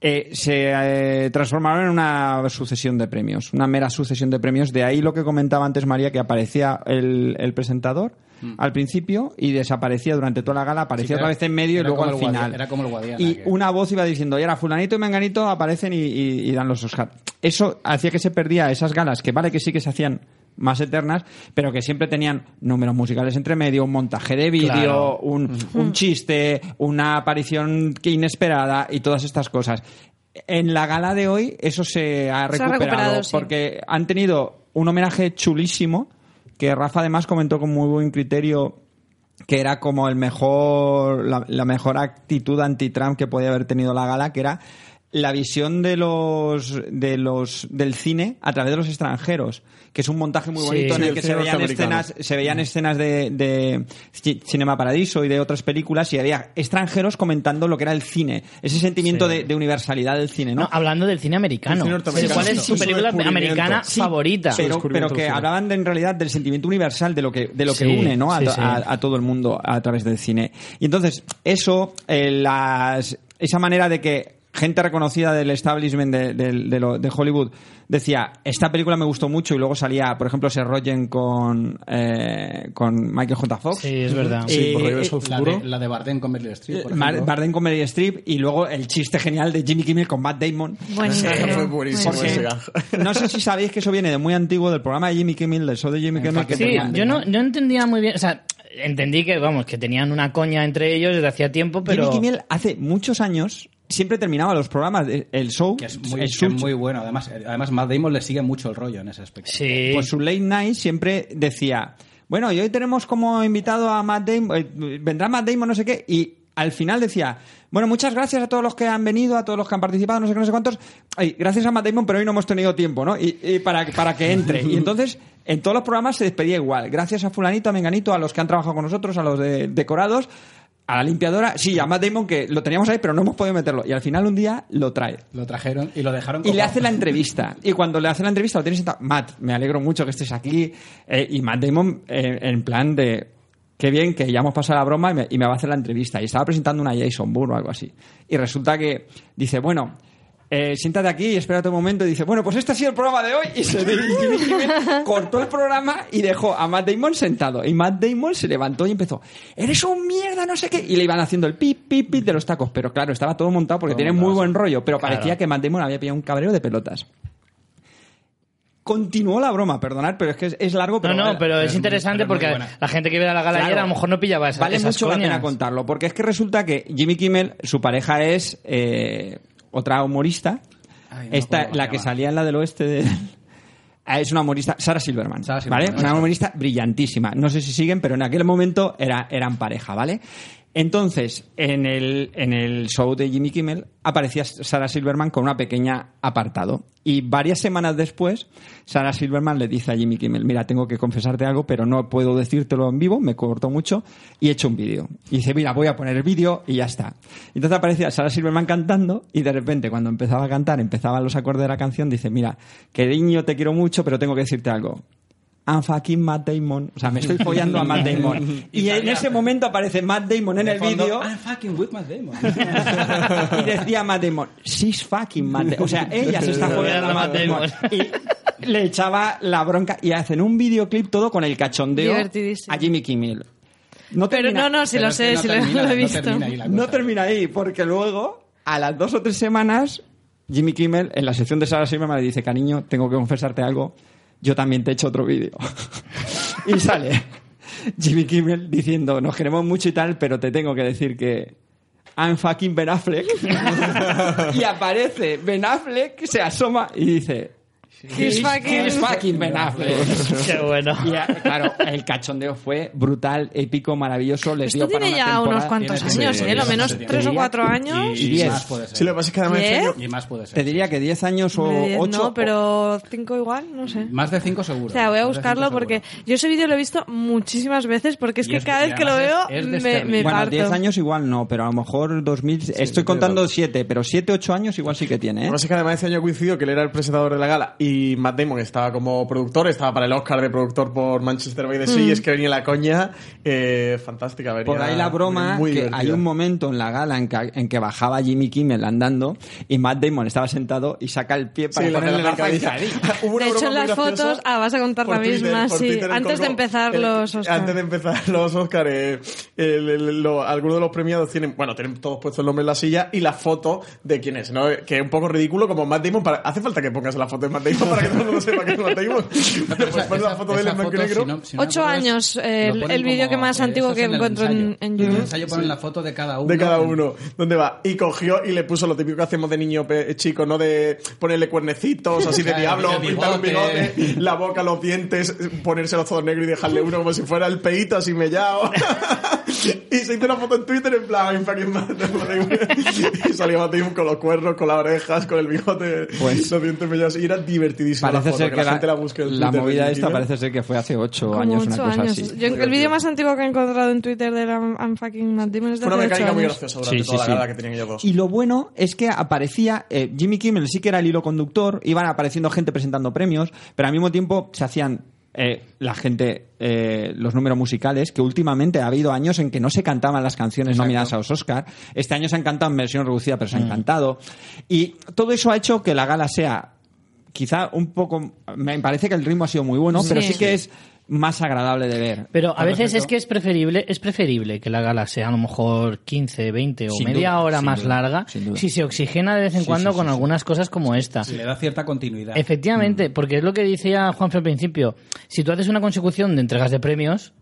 [SPEAKER 3] eh, se eh, transformaron en una sucesión de premios, una mera sucesión de premios. De ahí lo que comentaba antes María, que aparecía el, el presentador al principio y desaparecía durante toda la gala,
[SPEAKER 5] Mm. Sí,
[SPEAKER 3] aparecía
[SPEAKER 5] era-
[SPEAKER 3] otra vez en medio y
[SPEAKER 5] era
[SPEAKER 3] luego
[SPEAKER 5] como
[SPEAKER 3] al
[SPEAKER 5] el Guardi-
[SPEAKER 3] final.
[SPEAKER 5] era como el Guadiana,
[SPEAKER 3] Y
[SPEAKER 5] que-
[SPEAKER 3] una voz iba diciendo, y ahora fulanito y menganito aparecen y, y- y dan los Oscar. Eso hacía que se perdía esas galas, que vale que sí que se hacían más eternas, pero que siempre tenían números musicales entre medio, un montaje de vídeo,
[SPEAKER 1] Claro.
[SPEAKER 3] un, un chiste, una aparición que inesperada y todas estas cosas. En la gala de hoy eso se
[SPEAKER 2] Se
[SPEAKER 3] ha
[SPEAKER 2] ha
[SPEAKER 3] recuperado,
[SPEAKER 2] recuperado, sí.
[SPEAKER 3] porque han tenido un homenaje chulísimo que Rafa además comentó con muy buen criterio que era como el mejor la, la mejor actitud anti-Trump que podía haber tenido la gala, que era la visión de los de los del cine a través de los extranjeros, que es un montaje muy
[SPEAKER 1] Sí.
[SPEAKER 3] bonito en
[SPEAKER 4] Sí,
[SPEAKER 3] el
[SPEAKER 4] el
[SPEAKER 3] que
[SPEAKER 4] cine
[SPEAKER 3] se veían
[SPEAKER 4] norteamericano.
[SPEAKER 3] escenas se veían escenas de, de Ci- Cinema Paradiso y de otras películas y había extranjeros comentando lo que era el cine, ese sentimiento de, de universalidad del cine, ¿no?
[SPEAKER 1] Ah, No, hablando del cine americano.
[SPEAKER 4] El cine norteamericano.
[SPEAKER 1] ¿Cuál es
[SPEAKER 4] Sí,
[SPEAKER 1] su
[SPEAKER 4] su
[SPEAKER 1] película
[SPEAKER 4] descubrimiento.
[SPEAKER 1] americana
[SPEAKER 4] Sí,
[SPEAKER 1] favorita?
[SPEAKER 4] sí.
[SPEAKER 3] pero,
[SPEAKER 4] descubrimiento
[SPEAKER 3] pero que
[SPEAKER 4] del cine.
[SPEAKER 3] hablaban de, en realidad del sentimiento universal de lo que de lo que
[SPEAKER 1] Sí,
[SPEAKER 3] une ¿no? a,
[SPEAKER 1] sí,
[SPEAKER 3] to-
[SPEAKER 1] sí.
[SPEAKER 3] a- a todo el mundo a través del cine y entonces eso eh, las- esa manera de que gente reconocida del establishment de, de- de lo- de Hollywood decía esta película me gustó mucho y luego salía por ejemplo se rollen con eh, con Michael J Fox Eh,
[SPEAKER 1] Sí, es verdad.
[SPEAKER 3] Sí,
[SPEAKER 4] por regreso al
[SPEAKER 5] Eh, La
[SPEAKER 4] futuro.
[SPEAKER 5] de, la de Bardem con Meryl Streep. por
[SPEAKER 3] Eh, Mar-
[SPEAKER 5] ejemplo.
[SPEAKER 3] Barden con Meryl Streep y luego el chiste genial de Jimmy Kimmel con Matt Damon
[SPEAKER 2] Buenísimo.
[SPEAKER 4] Sí, fue
[SPEAKER 2] buenísimo.
[SPEAKER 4] buenísimo ese
[SPEAKER 3] porque
[SPEAKER 4] gag.
[SPEAKER 3] no sé si sabéis que eso viene de muy antiguo del programa de Jimmy Kimmel del show de Jimmy Kimmel que
[SPEAKER 5] Enfoque
[SPEAKER 1] Sí,
[SPEAKER 3] tenían-
[SPEAKER 5] Fernando,
[SPEAKER 1] yo no,
[SPEAKER 5] ¿no?
[SPEAKER 1] yo entendía muy bien, o sea, entendí que, vamos, que tenían una coña entre ellos desde hacía tiempo, pero...
[SPEAKER 3] Jimmy Kimmel hace muchos años siempre terminaba los programas, de- el show,
[SPEAKER 5] Que es muy,
[SPEAKER 3] el
[SPEAKER 5] que es
[SPEAKER 3] show,
[SPEAKER 5] muy bueno. Además, eh, además, Matt Damon le sigue mucho el rollo en ese aspecto.
[SPEAKER 1] Sí.
[SPEAKER 3] pues su late night siempre decía, bueno, y hoy tenemos como invitado a Matt Damon, eh, vendrá Matt Damon, no sé qué, y al final decía, bueno, muchas gracias a todos los que han venido, a todos los que han participado, no sé qué, no sé cuántos. Ay, gracias a Matt Damon, pero hoy no hemos tenido tiempo, ¿no? Y, y para, para que entre. Y entonces, en todos los programas se despedía igual. Gracias a fulanito, a menganito, a los que han trabajado con nosotros, a los de- decorados, a la limpiadora. Sí, a Matt Damon, que lo teníamos ahí, pero no hemos podido meterlo. Y al final un día lo trae.
[SPEAKER 5] Lo trajeron y lo dejaron
[SPEAKER 3] Y le
[SPEAKER 5] colgado.
[SPEAKER 3] hace la entrevista. Y cuando le hace la entrevista, lo tienes sentado. Matt, me alegro mucho que estés aquí. Eh, y Matt Damon, eh, en plan de. Qué bien que ya hemos pasado la broma y me, y me va a hacer la entrevista. Y estaba presentando una Jason Bourne o algo así. Y resulta que dice, bueno. eh, siéntate aquí y espérate un momento y dice bueno pues este ha sido el programa de hoy y se y Jimmy Kimmel cortó el programa y dejó a Matt Damon sentado y Matt Damon se levantó y empezó eres un mierda no sé qué y le iban haciendo el pip pip pip de los tacos pero claro estaba todo montado porque
[SPEAKER 5] Todo
[SPEAKER 3] tiene
[SPEAKER 5] montado,
[SPEAKER 3] muy
[SPEAKER 5] sí.
[SPEAKER 3] buen rollo pero
[SPEAKER 5] Claro.
[SPEAKER 3] parecía que Matt Damon había pillado un cabreo de pelotas continuó la broma, perdonar, pero es que es, es largo.
[SPEAKER 1] No,
[SPEAKER 3] Pero
[SPEAKER 1] no, pero
[SPEAKER 5] es
[SPEAKER 1] es
[SPEAKER 5] muy-
[SPEAKER 1] interesante
[SPEAKER 5] pero muy
[SPEAKER 1] porque
[SPEAKER 5] buena.
[SPEAKER 1] la gente que viera la gala
[SPEAKER 3] Claro.
[SPEAKER 1] ayer a lo mejor no pillaba esa,
[SPEAKER 3] vale
[SPEAKER 1] esas
[SPEAKER 3] mucho la pena
[SPEAKER 1] coñas.
[SPEAKER 3] contarlo, porque es que resulta que Jimmy Kimmel, su pareja es eh, otra humorista,
[SPEAKER 5] Ay, no me
[SPEAKER 3] esta,
[SPEAKER 5] acuerdo cómo
[SPEAKER 3] la
[SPEAKER 5] se
[SPEAKER 3] que
[SPEAKER 5] llama.
[SPEAKER 3] salía en la del oeste de... Ah, Es una humorista, Sara Silverman,
[SPEAKER 5] Sarah Silverman,
[SPEAKER 3] ¿vale?
[SPEAKER 5] ¿no?
[SPEAKER 3] Una humorista brillantísima. No sé si siguen, pero en aquel momento era, eran pareja, ¿vale? Entonces, en el, en el show de Jimmy Kimmel aparecía Sara Silverman con una pequeña apartado. Y varias semanas después, Sara Silverman le dice a Jimmy Kimmel, mira, tengo que confesarte algo, pero no puedo decírtelo en vivo, me cortó mucho, y he hecho un vídeo. Y dice, mira, voy a poner el vídeo y ya está. Entonces aparecía Sara Silverman cantando y de repente cuando empezaba a cantar, empezaban los acordes de la canción, dice, mira, cariño, te quiero mucho, pero tengo que decirte algo. I'm fucking Matt Damon. O sea, me estoy follando a Matt Damon. Y en ese momento aparece Matt Damon en
[SPEAKER 5] De
[SPEAKER 3] el
[SPEAKER 5] fondo,
[SPEAKER 3] vídeo
[SPEAKER 5] I'm fucking with my demon.
[SPEAKER 3] y decía Matt Damon, she's fucking Matt Damon. O sea, ella se está follando a Matt Damon. Y le echaba la bronca y hacen un videoclip todo con el cachondeo
[SPEAKER 2] Divertidísimo.
[SPEAKER 3] a Jimmy Kimmel. No
[SPEAKER 2] Pero
[SPEAKER 3] termina-
[SPEAKER 2] no, no, si
[SPEAKER 5] Pero
[SPEAKER 2] lo
[SPEAKER 5] es
[SPEAKER 2] sé,
[SPEAKER 5] que no
[SPEAKER 2] si lo-
[SPEAKER 5] termina-
[SPEAKER 2] lo he
[SPEAKER 5] no
[SPEAKER 2] visto.
[SPEAKER 5] termina ahí la
[SPEAKER 3] No
[SPEAKER 5] cosa.
[SPEAKER 3] termina ahí, porque luego, a las dos o tres semanas, Jimmy Kimmel, en la sección de Sara Silverman, le dice, cariño, tengo que confesarte algo, yo también te he hecho otro vídeo. y sale Jimmy Kimmel diciendo, nos queremos mucho y tal, pero te tengo que decir que... I'm fucking Ben Affleck. y aparece Ben Affleck, se asoma y dice...
[SPEAKER 2] He's fucking-
[SPEAKER 3] he's fucking Ben Affleck.
[SPEAKER 1] Qué bueno.
[SPEAKER 3] Y ah, claro, el cachondeo fue brutal, épico, maravilloso.
[SPEAKER 2] Pues
[SPEAKER 3] Les
[SPEAKER 2] Esto
[SPEAKER 3] dio para
[SPEAKER 2] tiene
[SPEAKER 3] una
[SPEAKER 2] ya unos
[SPEAKER 3] temporada.
[SPEAKER 2] cuantos
[SPEAKER 5] Tiene-
[SPEAKER 2] años,
[SPEAKER 5] sí,
[SPEAKER 2] ¿eh? Lo
[SPEAKER 5] sí,
[SPEAKER 2] menos
[SPEAKER 5] sí, sí.
[SPEAKER 2] tres o
[SPEAKER 3] Y-
[SPEAKER 2] cuatro años.
[SPEAKER 5] Y,
[SPEAKER 3] Diez.
[SPEAKER 5] más puede ser.
[SPEAKER 4] Sí, lo que pasa es que además este
[SPEAKER 2] ¿Diez?
[SPEAKER 4] yo-
[SPEAKER 5] Y más puede ser.
[SPEAKER 3] Te diría que 10 años o
[SPEAKER 2] Hombre, diez
[SPEAKER 3] 8.
[SPEAKER 2] no, pero cinco igual, no sé.
[SPEAKER 5] Más de cinco seguro.
[SPEAKER 2] O sea, voy a
[SPEAKER 5] Más de
[SPEAKER 2] buscarlo
[SPEAKER 5] cinco
[SPEAKER 2] porque
[SPEAKER 5] seguro.
[SPEAKER 2] yo ese vídeo lo he visto muchísimas veces porque es
[SPEAKER 5] Y
[SPEAKER 2] que
[SPEAKER 5] es-
[SPEAKER 2] cada
[SPEAKER 5] y
[SPEAKER 2] vez que lo veo
[SPEAKER 5] además es-
[SPEAKER 2] me,
[SPEAKER 5] es
[SPEAKER 2] me
[SPEAKER 5] desternillo.
[SPEAKER 3] Bueno,
[SPEAKER 2] parto.
[SPEAKER 3] 10 años igual no, pero a lo mejor 2000. estoy contando 7, pero 7, 8 años igual sí que tiene, ¿eh?
[SPEAKER 4] Lo que pasa es que además ese año coincidió que él era el presentador de la gala y Matt Damon estaba como productor, estaba para el Oscar de productor por Manchester by the Sea y es que venía la coña eh, fantástica. venía
[SPEAKER 3] Mm. Por ahí la broma,
[SPEAKER 4] muy
[SPEAKER 3] que
[SPEAKER 4] divertida.
[SPEAKER 3] hay un momento en la gala en que, en que bajaba Jimmy Kimmel andando y Matt Damon estaba sentado y saca el pie
[SPEAKER 4] Sí,
[SPEAKER 3] para
[SPEAKER 4] la
[SPEAKER 3] ponerle
[SPEAKER 4] de
[SPEAKER 3] la
[SPEAKER 4] la zancadilla.
[SPEAKER 3] zancadilla.
[SPEAKER 4] Hubo una
[SPEAKER 2] De hecho,
[SPEAKER 4] broma
[SPEAKER 2] en
[SPEAKER 4] muy
[SPEAKER 2] las
[SPEAKER 4] graciosa
[SPEAKER 2] fotos- ah, vas a contar
[SPEAKER 4] por
[SPEAKER 2] la misma,
[SPEAKER 4] por
[SPEAKER 2] sí.
[SPEAKER 4] el
[SPEAKER 2] Antes de
[SPEAKER 4] colgó-
[SPEAKER 2] empezar
[SPEAKER 4] el-
[SPEAKER 2] los Oscar.
[SPEAKER 4] Antes de empezar los Oscar, eh, el- el- lo- algunos de los premiados tienen, bueno, tienen todos puesto el nombre en la silla y la foto de quién es, ¿no? Que es un poco ridículo, como Matt Damon. para- hace falta que pongas la foto de Matt Damon para que todo el mundo sepa que es Matt Damon. Pero pues
[SPEAKER 5] Esa-
[SPEAKER 4] pon la
[SPEAKER 5] esa-
[SPEAKER 4] foto de él
[SPEAKER 5] esa
[SPEAKER 4] en blanco y
[SPEAKER 5] foto,
[SPEAKER 4] negro.
[SPEAKER 5] si no- si no
[SPEAKER 2] Ocho
[SPEAKER 5] recuerdas,
[SPEAKER 2] años,
[SPEAKER 5] lo
[SPEAKER 2] el-
[SPEAKER 5] ponen
[SPEAKER 2] el vídeo que
[SPEAKER 5] como,
[SPEAKER 2] más
[SPEAKER 5] eh,
[SPEAKER 2] antiguo
[SPEAKER 5] eso es
[SPEAKER 2] que
[SPEAKER 5] en el
[SPEAKER 2] encuentro
[SPEAKER 5] ensayo.
[SPEAKER 2] en- en
[SPEAKER 5] el
[SPEAKER 2] YouTube.
[SPEAKER 5] ensayo ponen la foto de cada uno.
[SPEAKER 4] De cada uno. ¿Dónde va? Y cogió y le puso lo típico que hacemos de niño pe- eh, chico, ¿no? De ponerle cuernecitos así de
[SPEAKER 5] Claro,
[SPEAKER 4] diablo,
[SPEAKER 5] el
[SPEAKER 4] pintar un
[SPEAKER 5] bigote.
[SPEAKER 4] bigote, la boca, los dientes, eh, ponérselos todos negros y dejarle uno como si fuera el peito así mellado. y se hizo una foto en Twitter en plan, "I'm fucking Matt Damon". y salió Matt Damon con los cuernos, con las orejas, con el bigote,
[SPEAKER 3] Pues-
[SPEAKER 4] los dientes mellados. Y era divertidísimo
[SPEAKER 3] Parece
[SPEAKER 4] la foto,
[SPEAKER 3] ser que
[SPEAKER 4] la,
[SPEAKER 3] la,
[SPEAKER 4] gente la busque en
[SPEAKER 3] la
[SPEAKER 4] Twitter,
[SPEAKER 3] movida
[SPEAKER 4] en
[SPEAKER 3] esta
[SPEAKER 4] Twitter.
[SPEAKER 3] parece ser que fue hace 8
[SPEAKER 2] Como
[SPEAKER 3] años, una
[SPEAKER 2] ocho
[SPEAKER 3] cosa
[SPEAKER 2] años.
[SPEAKER 3] así.
[SPEAKER 2] Yo- el vídeo más antiguo que he encontrado en Twitter de la I'm fucking Matt Damon es de
[SPEAKER 4] Fue una
[SPEAKER 2] hace
[SPEAKER 4] mecánica
[SPEAKER 2] ocho
[SPEAKER 4] muy
[SPEAKER 2] años.
[SPEAKER 4] graciosa durante
[SPEAKER 3] Sí, sí,
[SPEAKER 4] toda la
[SPEAKER 3] sí.
[SPEAKER 4] gala que tenían ellos dos.
[SPEAKER 3] Y lo bueno es que aparecía eh, Jimmy Kimmel, sí que era el hilo conductor, iban apareciendo gente presentando premios, pero al mismo tiempo se hacían eh, la gente, eh, los números musicales, que últimamente ha habido años en que no se cantaban las canciones nominadas a los Oscar. Este año se han cantado en versión reducida, pero se han cantado. Y todo eso ha hecho que la gala sea quizá un poco... Me parece que el ritmo ha sido muy bueno, pero
[SPEAKER 2] Sí.
[SPEAKER 3] sí que es más agradable de ver.
[SPEAKER 1] Pero a
[SPEAKER 3] Al
[SPEAKER 1] veces
[SPEAKER 3] respecto-
[SPEAKER 1] es que es preferible, es preferible que la gala sea a lo mejor 15, 20 o
[SPEAKER 3] Sin
[SPEAKER 1] media
[SPEAKER 3] duda,
[SPEAKER 1] hora
[SPEAKER 3] sin
[SPEAKER 1] más
[SPEAKER 3] duda,
[SPEAKER 1] larga
[SPEAKER 3] sin duda.
[SPEAKER 1] si se oxigena de vez en cuando con algunas cosas como esta. Mm.
[SPEAKER 5] Si le da cierta continuidad. Mm.
[SPEAKER 1] Efectivamente, porque es lo que decía Juanfe al principio. Si tú haces una consecución de entregas de premios,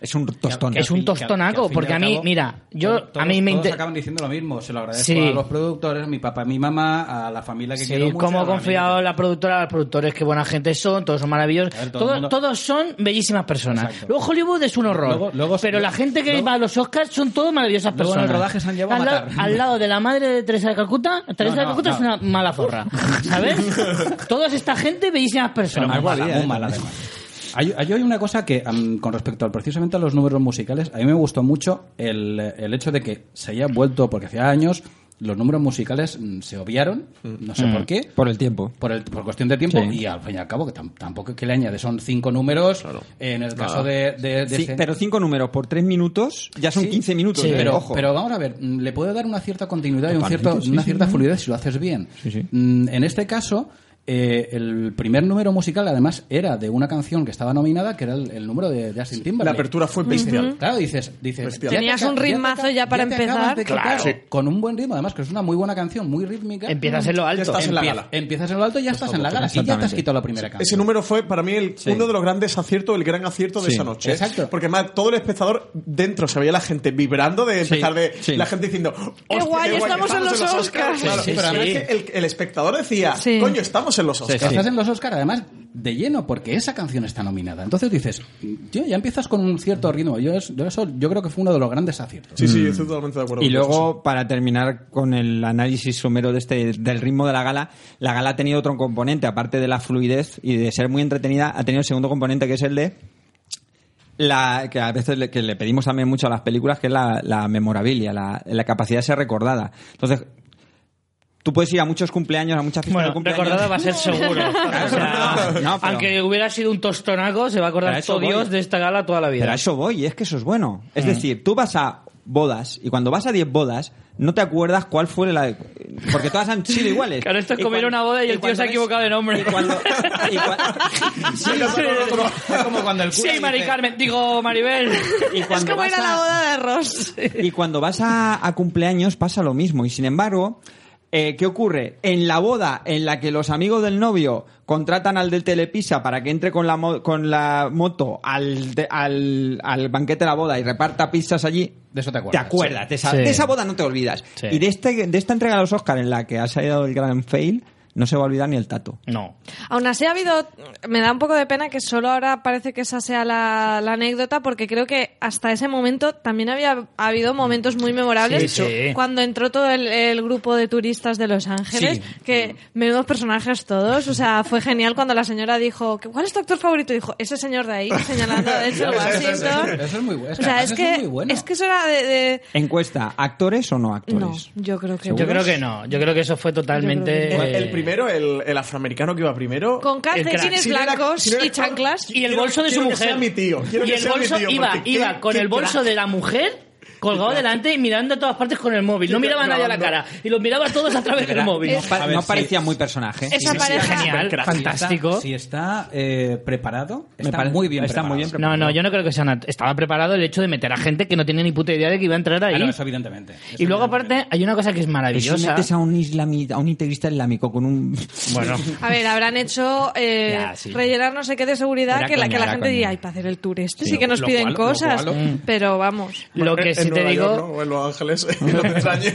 [SPEAKER 3] Es un tostón.
[SPEAKER 5] Que al
[SPEAKER 1] Es un
[SPEAKER 5] fin- que al-
[SPEAKER 1] tostonaco,
[SPEAKER 5] que al fin y
[SPEAKER 1] porque
[SPEAKER 5] al
[SPEAKER 1] a mí,
[SPEAKER 5] cabo,
[SPEAKER 1] mira, yo-
[SPEAKER 5] to- todos-
[SPEAKER 1] a mí me
[SPEAKER 5] todos
[SPEAKER 1] inte-
[SPEAKER 5] acaban diciendo lo mismo, se lo agradezco
[SPEAKER 1] Sí.
[SPEAKER 5] a los productores, a mi papá, a mi mamá, a la familia que
[SPEAKER 1] Sí,
[SPEAKER 5] quiero mucho.
[SPEAKER 1] cómo ha
[SPEAKER 5] realmente.
[SPEAKER 1] confiado la productora, los productores, qué buena gente son, todos son maravillosos.
[SPEAKER 5] A ver, todo el
[SPEAKER 1] todos,
[SPEAKER 5] mundo-
[SPEAKER 1] todos son bellísimas personas.
[SPEAKER 5] Exacto.
[SPEAKER 1] Luego Hollywood es un horror.
[SPEAKER 5] Luego- luego-
[SPEAKER 1] pero la gente que
[SPEAKER 5] luego-
[SPEAKER 1] va a los Oscars son todos maravillosas
[SPEAKER 5] Luego en el
[SPEAKER 1] personas.
[SPEAKER 5] rodaje se han llevado
[SPEAKER 1] al,
[SPEAKER 5] a
[SPEAKER 1] lado,
[SPEAKER 5] matar.
[SPEAKER 1] al lado de la madre de Teresa de Calcuta, Teresa
[SPEAKER 5] No,
[SPEAKER 1] de
[SPEAKER 5] no,
[SPEAKER 1] Calcuta
[SPEAKER 5] no.
[SPEAKER 1] es una mala zorra. ¿Sabes? Todas esta gente, bellísimas
[SPEAKER 5] Pero
[SPEAKER 1] personas.
[SPEAKER 5] muy mala,
[SPEAKER 3] valía,
[SPEAKER 5] muy
[SPEAKER 3] ¿eh?
[SPEAKER 5] mala, además. Hay, hay hoy una cosa que, am, con respecto al, precisamente a los números musicales, a mí me gustó mucho el, el hecho de que se haya vuelto, porque hacía años los números musicales mm, se obviaron, no
[SPEAKER 1] Mm.
[SPEAKER 5] sé por qué.
[SPEAKER 3] Por el tiempo.
[SPEAKER 5] Por, el- por cuestión de tiempo
[SPEAKER 3] Sí.
[SPEAKER 5] y al fin y al cabo que tam- tampoco que le añade son cinco números en el caso de, de- de
[SPEAKER 3] Sí,
[SPEAKER 5] ese-
[SPEAKER 3] pero cinco números por tres minutos ya son
[SPEAKER 5] Sí,
[SPEAKER 3] 15 minutos.
[SPEAKER 1] sí,
[SPEAKER 3] ¿eh?
[SPEAKER 5] pero,
[SPEAKER 3] Ojo.
[SPEAKER 5] pero vamos a ver, mm, le puede dar una cierta continuidad y un
[SPEAKER 3] Totalmente,
[SPEAKER 5] cierto,
[SPEAKER 3] sí,
[SPEAKER 5] una
[SPEAKER 3] sí,
[SPEAKER 5] cierta
[SPEAKER 3] sí.
[SPEAKER 5] fluidez si lo haces bien.
[SPEAKER 3] Sí, sí.
[SPEAKER 5] Mm, En este caso, eh, el primer número musical además era de una canción que estaba nominada, que era el, el número de, de Justin Timberlake.
[SPEAKER 4] La apertura fue bestial.
[SPEAKER 5] Claro, dices, dices
[SPEAKER 4] Bestial.
[SPEAKER 5] ya te
[SPEAKER 2] Tenías
[SPEAKER 5] ca-
[SPEAKER 2] un
[SPEAKER 5] te
[SPEAKER 2] ritmazo
[SPEAKER 5] ca-
[SPEAKER 2] ya para
[SPEAKER 5] te acabas
[SPEAKER 2] empezar.
[SPEAKER 5] de tocar
[SPEAKER 1] Claro.
[SPEAKER 5] Sí. Con un buen ritmo, además, que es una muy buena canción, muy rítmica.
[SPEAKER 1] Empiezas en lo alto.
[SPEAKER 4] estás en la
[SPEAKER 5] Empie-
[SPEAKER 4] gala.
[SPEAKER 5] Empiezas en lo alto y ya estás en la gala. Y ya te has
[SPEAKER 3] Exactamente.
[SPEAKER 5] quitado la primera canción.
[SPEAKER 4] Ese número fue para mí el- uno de los grandes aciertos, el gran acierto de
[SPEAKER 3] Sí,
[SPEAKER 4] esa noche.
[SPEAKER 5] exacto.
[SPEAKER 4] Porque más todo el espectador dentro se veía la gente vibrando de
[SPEAKER 3] Sí,
[SPEAKER 4] empezar de
[SPEAKER 3] sí.
[SPEAKER 4] la gente diciendo
[SPEAKER 2] Qué
[SPEAKER 4] "Hostia,
[SPEAKER 2] guay, estamos en los Oscars.
[SPEAKER 4] Claro,
[SPEAKER 1] Sí, sí,
[SPEAKER 4] pero además
[SPEAKER 1] sí.
[SPEAKER 4] que el, el espectador decía,
[SPEAKER 2] Sí.
[SPEAKER 4] coño, estamos en los Oscars.
[SPEAKER 5] Estás en los Oscar además de lleno porque esa canción está nominada. Entonces dices, tío, ya empiezas con un cierto ritmo. Yo, es- yo eso yo creo que fue uno de los grandes aciertos.
[SPEAKER 4] Sí, sí, estoy totalmente de acuerdo.
[SPEAKER 3] Y
[SPEAKER 4] con eso.
[SPEAKER 3] luego, para terminar con el análisis somero de este, del ritmo de la gala, la gala ha tenido otro componente, aparte de la fluidez y de ser muy entretenida, ha tenido el segundo componente que es el de la que a veces le, que le pedimos también mucho a las películas, que es la, la memorabilia, la, la capacidad de ser recordada. Entonces, tú puedes ir a muchos cumpleaños, a muchas fiestas de
[SPEAKER 1] Bueno,
[SPEAKER 3] cumpleaños.
[SPEAKER 1] recordada va a ser seguro. O sea,
[SPEAKER 3] No, pero-
[SPEAKER 1] Aunque hubiera sido un tostonaco, se va a
[SPEAKER 3] Pero a
[SPEAKER 1] acordar
[SPEAKER 3] eso
[SPEAKER 1] todo
[SPEAKER 3] voy.
[SPEAKER 1] Dios de esta gala toda la vida.
[SPEAKER 3] Pero a eso voy, es que eso es bueno.
[SPEAKER 1] Mm.
[SPEAKER 3] Es decir, tú vas a bodas y cuando vas a 10 bodas no te acuerdas cuál fue la... Porque todas han sido iguales.
[SPEAKER 1] Claro, esto es
[SPEAKER 3] Y
[SPEAKER 1] como ir a
[SPEAKER 3] cuando-
[SPEAKER 1] una boda y el tío
[SPEAKER 3] cuando
[SPEAKER 1] se ha equivocado de nombre.
[SPEAKER 3] Y cuando... y cua- Sí,
[SPEAKER 5] Es como cuando el cura
[SPEAKER 1] Sí,
[SPEAKER 5] dice-
[SPEAKER 1] Mari Carmen, digo Maribel.
[SPEAKER 3] y
[SPEAKER 2] Es
[SPEAKER 3] cuando
[SPEAKER 2] como ir
[SPEAKER 3] vas
[SPEAKER 2] a la
[SPEAKER 3] a-
[SPEAKER 2] boda de Ross.
[SPEAKER 3] y cuando vas a, a cumpleaños pasa lo mismo. Y sin embargo, eh, ¿qué ocurre? En la boda en la que los amigos del novio contratan al del Telepisa para que entre con la, mo- con la moto al, de- al, al banquete de la boda y reparta pizzas allí.
[SPEAKER 5] De eso te acuerdas.
[SPEAKER 3] Te acuerdas, de, esa,
[SPEAKER 1] Sí.
[SPEAKER 3] de esa boda no te olvidas.
[SPEAKER 1] Sí.
[SPEAKER 3] Y de, este, de esta entrega de los Oscar en la que ha salido el gran fail, no se va a olvidar ni el tato.
[SPEAKER 1] No.
[SPEAKER 2] Aún así ha habido, me da un poco de pena que solo ahora parece que esa sea la, la anécdota, porque creo que hasta ese momento también había ha habido momentos muy memorables
[SPEAKER 1] Sí, sí.
[SPEAKER 2] cuando entró todo el, el grupo de turistas de Los Ángeles, que menudos personajes todos, o sea, fue genial cuando la señora dijo, ¿cuál es tu actor favorito? Dijo, ese señor de ahí, señalando a Denzel Washington.
[SPEAKER 5] Eso es muy bueno. Es
[SPEAKER 2] O sea,
[SPEAKER 5] que además
[SPEAKER 2] es
[SPEAKER 5] eso es
[SPEAKER 2] que,
[SPEAKER 5] muy bueno.
[SPEAKER 2] es que eso era de... de-
[SPEAKER 3] Encuesta, ¿actores o no
[SPEAKER 2] No,
[SPEAKER 3] actores?
[SPEAKER 2] yo creo que...
[SPEAKER 1] Yo
[SPEAKER 2] no.
[SPEAKER 1] creo que no. Yo creo que eso fue totalmente.
[SPEAKER 2] Yo
[SPEAKER 4] El- el
[SPEAKER 1] eh,
[SPEAKER 4] primero, el, el afroamericano que iba primero.
[SPEAKER 2] Con
[SPEAKER 1] crack.
[SPEAKER 2] calcetines
[SPEAKER 4] Si no era-
[SPEAKER 2] blancos
[SPEAKER 4] si no era
[SPEAKER 2] y
[SPEAKER 4] Hulk,
[SPEAKER 2] chanclas.
[SPEAKER 1] Y el
[SPEAKER 4] Quiero-
[SPEAKER 1] bolso de su
[SPEAKER 4] quiero que
[SPEAKER 1] mujer.
[SPEAKER 4] sea mi tío, quiero
[SPEAKER 1] Y
[SPEAKER 4] que
[SPEAKER 1] el
[SPEAKER 4] sea mi
[SPEAKER 1] bolso
[SPEAKER 4] tío,
[SPEAKER 1] iba,
[SPEAKER 4] porque
[SPEAKER 1] iba
[SPEAKER 4] qué-
[SPEAKER 1] con
[SPEAKER 4] qué
[SPEAKER 1] el bolso
[SPEAKER 4] crack.
[SPEAKER 1] de la mujer colgado delante y mirando a todas partes con el móvil. No
[SPEAKER 4] Qué
[SPEAKER 1] miraba a nadie a la cara.
[SPEAKER 4] grabando.
[SPEAKER 1] Y los miraba a todos a través del móvil.
[SPEAKER 3] No, pa-
[SPEAKER 5] A ver,
[SPEAKER 3] no
[SPEAKER 5] sí.
[SPEAKER 3] parecía muy personaje.
[SPEAKER 2] Esa pareja...
[SPEAKER 1] Genial,
[SPEAKER 4] Supercrack.
[SPEAKER 1] fantástico.
[SPEAKER 5] Si está, eh, preparado,
[SPEAKER 3] Me
[SPEAKER 5] está
[SPEAKER 3] pare-
[SPEAKER 5] muy bien
[SPEAKER 3] está muy bien
[SPEAKER 5] preparado.
[SPEAKER 1] No, no, yo no creo que sea una- Estaba preparado el hecho de meter a gente que no tiene ni puta idea de que iba a entrar ahí.
[SPEAKER 5] Claro, Ah, eso evidentemente.
[SPEAKER 1] y luego, aparte, hay una cosa que es
[SPEAKER 3] Que si
[SPEAKER 1] maravillosa.
[SPEAKER 3] metes a un, islami- a un integrista islámico con un...
[SPEAKER 1] Bueno,
[SPEAKER 2] A ver, habrán hecho eh,
[SPEAKER 1] Ya, sí.
[SPEAKER 2] rellenar no sé qué de seguridad
[SPEAKER 3] Era
[SPEAKER 2] que, la,
[SPEAKER 3] coña,
[SPEAKER 2] que la
[SPEAKER 3] era
[SPEAKER 2] gente
[SPEAKER 3] coña. Mm.
[SPEAKER 2] diría, ay, para hacer el tour este sí,
[SPEAKER 5] Sí,
[SPEAKER 2] que nos
[SPEAKER 5] lo
[SPEAKER 2] piden
[SPEAKER 5] cual- lo
[SPEAKER 2] cosas,
[SPEAKER 5] cual-
[SPEAKER 2] pero vamos.
[SPEAKER 1] lo
[SPEAKER 4] En-
[SPEAKER 1] que sí
[SPEAKER 4] en
[SPEAKER 1] te
[SPEAKER 4] Nueva
[SPEAKER 1] digo.
[SPEAKER 4] York, ¿no? O en Los Ángeles, no te extrañe.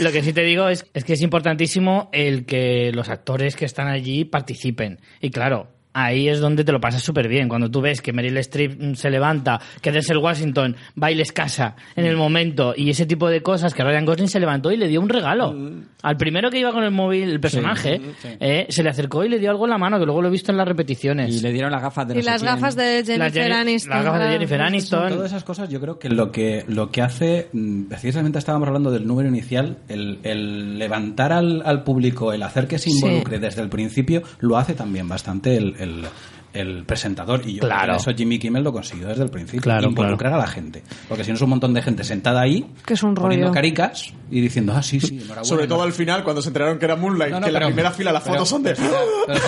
[SPEAKER 1] Lo que sí te digo es, es que es importantísimo el que los actores que están allí participen. Y claro, ahí es donde te lo pasas súper bien. Cuando tú ves que Meryl Streep mm, se levanta, que Denzel Washington bailes casa en el momento y ese tipo de cosas, que Ryan Gosling se levantó y le dio un regalo. Al primero que iba con el móvil, el personaje, eh, se le acercó y le dio algo en la mano, que luego lo he visto en las repeticiones.
[SPEAKER 3] Y le dieron las gafas de
[SPEAKER 2] Y
[SPEAKER 3] no sé
[SPEAKER 2] las
[SPEAKER 3] quién.
[SPEAKER 2] gafas de Jennifer
[SPEAKER 1] Las Jenny-
[SPEAKER 2] Aniston.
[SPEAKER 1] las gafas de
[SPEAKER 2] claro.
[SPEAKER 1] Jennifer Aniston.
[SPEAKER 5] Todas esas cosas, yo creo que lo que lo que hace, mm, precisamente estábamos hablando del número inicial, el, el levantar al, al público, el hacer que se
[SPEAKER 2] Sí.
[SPEAKER 5] involucre desde el principio, lo hace también bastante el, el- el presentador. Y yo creo que
[SPEAKER 1] Claro.
[SPEAKER 5] eso Jimmy Kimmel lo consiguió desde el principio,
[SPEAKER 1] Claro,
[SPEAKER 5] involucrar a la gente. Porque si no es un montón de gente sentada ahí,
[SPEAKER 2] Que es un
[SPEAKER 5] poniendo
[SPEAKER 2] rollo.
[SPEAKER 5] caricas y diciendo, ah, sí, sí, enhorabuena.
[SPEAKER 4] Sobre todo al final, cuando se enteraron que era Moonlight,
[SPEAKER 5] No, no,
[SPEAKER 4] que en la
[SPEAKER 5] pero-
[SPEAKER 4] primera fila las
[SPEAKER 5] pero-
[SPEAKER 4] fotos son de...
[SPEAKER 5] Pero sí, pero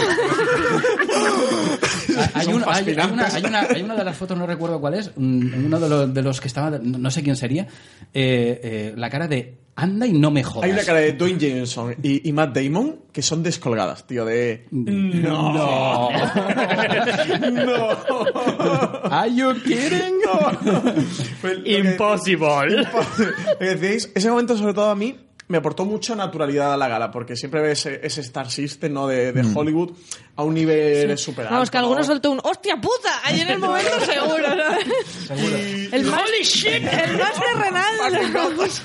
[SPEAKER 5] sí. hay,
[SPEAKER 4] Son
[SPEAKER 5] un- hay- hay una,
[SPEAKER 4] fascinantes.
[SPEAKER 5] hay una- hay una de las fotos, no recuerdo cuál es, mm, uno de los, de los que estaba, no no sé quién sería, eh, eh, la cara de Anda y no me jodas.
[SPEAKER 4] Hay una cara de Dwayne Johnson y, y Matt Damon que son descolgadas, tío, de...
[SPEAKER 5] No.
[SPEAKER 4] ¡No!
[SPEAKER 5] Are you kidding?
[SPEAKER 4] Pues lo que-
[SPEAKER 1] Impossible.
[SPEAKER 4] Lo que decíais, ese momento sobre todo a mí me aportó mucha naturalidad a la gala, porque siempre ves ese, ese Star System ¿no? de, de Hollywood a un nivel súper alto.
[SPEAKER 2] Vamos, que alguno
[SPEAKER 4] ¿no?
[SPEAKER 2] soltó un ¡Hostia puta! Ahí en el momento seguro, ¿no? El más,
[SPEAKER 1] ¡Holy shit!
[SPEAKER 2] el más
[SPEAKER 1] Ah,
[SPEAKER 2] terrenal. ¿no?
[SPEAKER 1] pues.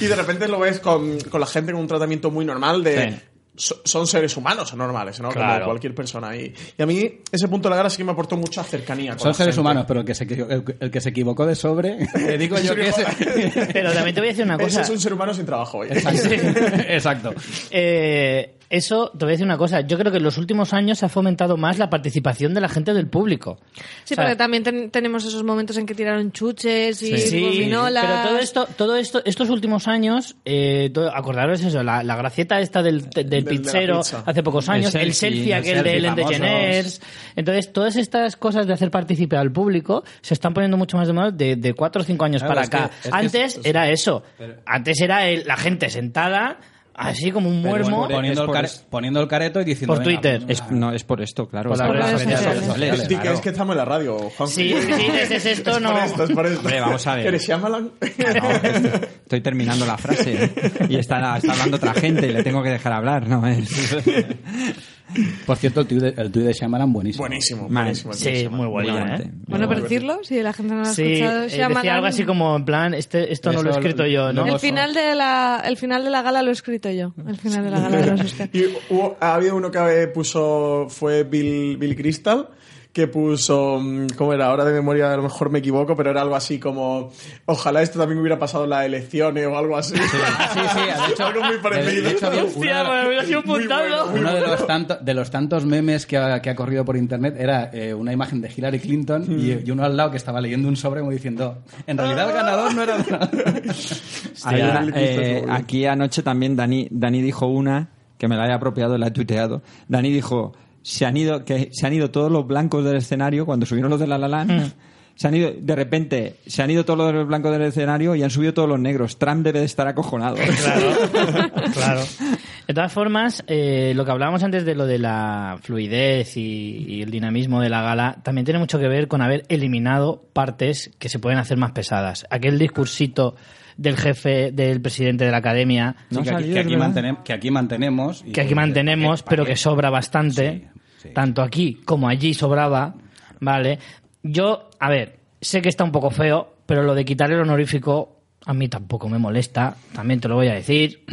[SPEAKER 4] y de repente lo ves con, con la gente con un tratamiento muy normal de...
[SPEAKER 1] Sí.
[SPEAKER 4] so- Son seres humanos, son normales, ¿no?
[SPEAKER 1] Claro.
[SPEAKER 4] Como cualquier persona. Y, y a mí ese punto de la gala sí que me aportó mucha cercanía. con
[SPEAKER 5] Son
[SPEAKER 4] la
[SPEAKER 5] seres
[SPEAKER 4] gente. Eh,
[SPEAKER 5] humanos, pero el que se, equivo- el, el que se equivocó de sobre, te digo yo que ese...
[SPEAKER 1] Pero también te voy a decir una
[SPEAKER 4] Ese
[SPEAKER 1] cosa.
[SPEAKER 4] es un ser humano sin trabajo hoy.
[SPEAKER 5] Exacto. Exacto.
[SPEAKER 1] Eh, eso, te voy a decir una cosa. Yo creo que en los últimos años se ha fomentado más la participación de la gente del público.
[SPEAKER 2] Sí,
[SPEAKER 1] O sea,
[SPEAKER 2] porque también ten- tenemos esos momentos en que tiraron chuches y
[SPEAKER 1] Sí,
[SPEAKER 2] gominolas.
[SPEAKER 1] pero todo esto, todo esto, estos últimos años, eh, todo- acordaros eso, la, la gracieta esta
[SPEAKER 5] Eh,
[SPEAKER 1] del, te- del
[SPEAKER 4] Del- de la
[SPEAKER 1] pizzero
[SPEAKER 4] pizza.
[SPEAKER 1] hace pocos
[SPEAKER 5] El
[SPEAKER 1] años, el
[SPEAKER 5] selfie,
[SPEAKER 1] selfie,
[SPEAKER 5] el
[SPEAKER 1] aquel
[SPEAKER 5] selfie
[SPEAKER 1] de Ellen
[SPEAKER 5] famoso.
[SPEAKER 1] DeGeneres. Entonces, todas estas cosas de hacer participar al público se están poniendo mucho más de moda de, de cuatro o cinco años
[SPEAKER 5] Claro,
[SPEAKER 1] para
[SPEAKER 5] es que-
[SPEAKER 1] acá.
[SPEAKER 5] es que es-
[SPEAKER 1] Antes
[SPEAKER 5] es-
[SPEAKER 1] era eso. Antes era el- la gente sentada, así como un muermo.
[SPEAKER 3] por-
[SPEAKER 5] Poniendo,
[SPEAKER 3] es
[SPEAKER 5] el care-
[SPEAKER 3] eso.
[SPEAKER 5] poniendo el careto y diciendo...
[SPEAKER 1] Por
[SPEAKER 5] "Venga,
[SPEAKER 1] Twitter.
[SPEAKER 5] venga".
[SPEAKER 3] Es- no, es por esto, claro.
[SPEAKER 1] Por
[SPEAKER 3] Es
[SPEAKER 1] las
[SPEAKER 3] por
[SPEAKER 1] redes
[SPEAKER 3] las redes
[SPEAKER 1] sociales.
[SPEAKER 3] sociales.
[SPEAKER 4] Sí, que es que estamos en la radio, Juan.
[SPEAKER 1] Sí, sí, es esto,
[SPEAKER 4] Es
[SPEAKER 1] no.
[SPEAKER 4] por esto, es por esto.
[SPEAKER 3] Hombre, vamos a ver.
[SPEAKER 4] ¿Eres Shyamalan?
[SPEAKER 3] No, esto- estoy terminando la frase ¿eh? y está, está hablando otra gente y le tengo que dejar hablar, ¿no? Es,
[SPEAKER 5] Por cierto, el tuit de, el tuit de Shyamalan buenísimo.
[SPEAKER 4] Buenísimo,
[SPEAKER 3] Mal.
[SPEAKER 4] buenísimo. el
[SPEAKER 1] Sí,
[SPEAKER 4] Shyamalan.
[SPEAKER 1] muy bueno,
[SPEAKER 3] brillante.
[SPEAKER 1] ¿eh?
[SPEAKER 2] Bueno, pero decirlo, si la gente no lo ha
[SPEAKER 1] Sí,
[SPEAKER 2] escuchado.
[SPEAKER 1] eh,
[SPEAKER 2] Shyamalan-
[SPEAKER 1] decía algo así como en plan, este, esto no
[SPEAKER 5] Eso
[SPEAKER 1] lo he escrito
[SPEAKER 5] lo-
[SPEAKER 1] yo, ¿no?
[SPEAKER 5] lo-
[SPEAKER 2] El final, de la, el final de la gala lo he escrito yo. El final de la gala de los Oscars.
[SPEAKER 4] Y hubo, ha habido uno que eh, puso, fue Bill, Bill Crystal, que puso, mm, ¿cómo era? Ahora de memoria a lo mejor me equivoco, pero era algo así como, ojalá esto también hubiera pasado en las elecciones o algo así.
[SPEAKER 5] Sí, sí, de hecho,
[SPEAKER 4] Algo muy parecido.
[SPEAKER 5] de hecho, uno de
[SPEAKER 1] Hostia,
[SPEAKER 5] la-
[SPEAKER 1] me hubiera sido un
[SPEAKER 4] Muy
[SPEAKER 1] puntazo.
[SPEAKER 4] bueno,
[SPEAKER 5] Uno de los, tanto- de los tantos memes que ha, que ha corrido por internet era eh, una imagen de Hillary Clinton
[SPEAKER 3] Mm.
[SPEAKER 5] y, y uno al lado que estaba leyendo un sobre como diciendo, en realidad el ganador no era Donald".
[SPEAKER 3] Hay
[SPEAKER 1] Hostia.
[SPEAKER 3] una, eh, aquí anoche también Dani, Dani dijo una que me la he apropiado, la he tuiteado. Dani dijo se han ido que se han ido todos los blancos del escenario cuando subieron los de la La
[SPEAKER 1] Mm.
[SPEAKER 3] Land. Se han ido, de repente, se han ido todos los blancos del escenario y han subido todos los negros. Trump debe de estar acojonado.
[SPEAKER 1] Claro, claro. De todas formas, eh, lo que hablábamos antes de lo de la fluidez y, y el dinamismo de la gala, también tiene mucho que ver con haber eliminado partes que se pueden hacer más pesadas. Aquel discursito del jefe, del presidente de la academia,
[SPEAKER 3] No
[SPEAKER 5] Sí, que,
[SPEAKER 3] ha salido,
[SPEAKER 5] aquí, que
[SPEAKER 3] es
[SPEAKER 5] aquí
[SPEAKER 3] verdad.
[SPEAKER 5] mantenem- que aquí mantenemos. y
[SPEAKER 1] que aquí mantenemos,
[SPEAKER 5] ¿para qué?
[SPEAKER 1] pero que sobra bastante,
[SPEAKER 5] Sí, sí.
[SPEAKER 1] tanto aquí como allí sobraba, ¿vale? Yo, a ver, sé que está un poco feo, pero lo de quitar el honorífico a mí tampoco me molesta, también te lo voy a decir,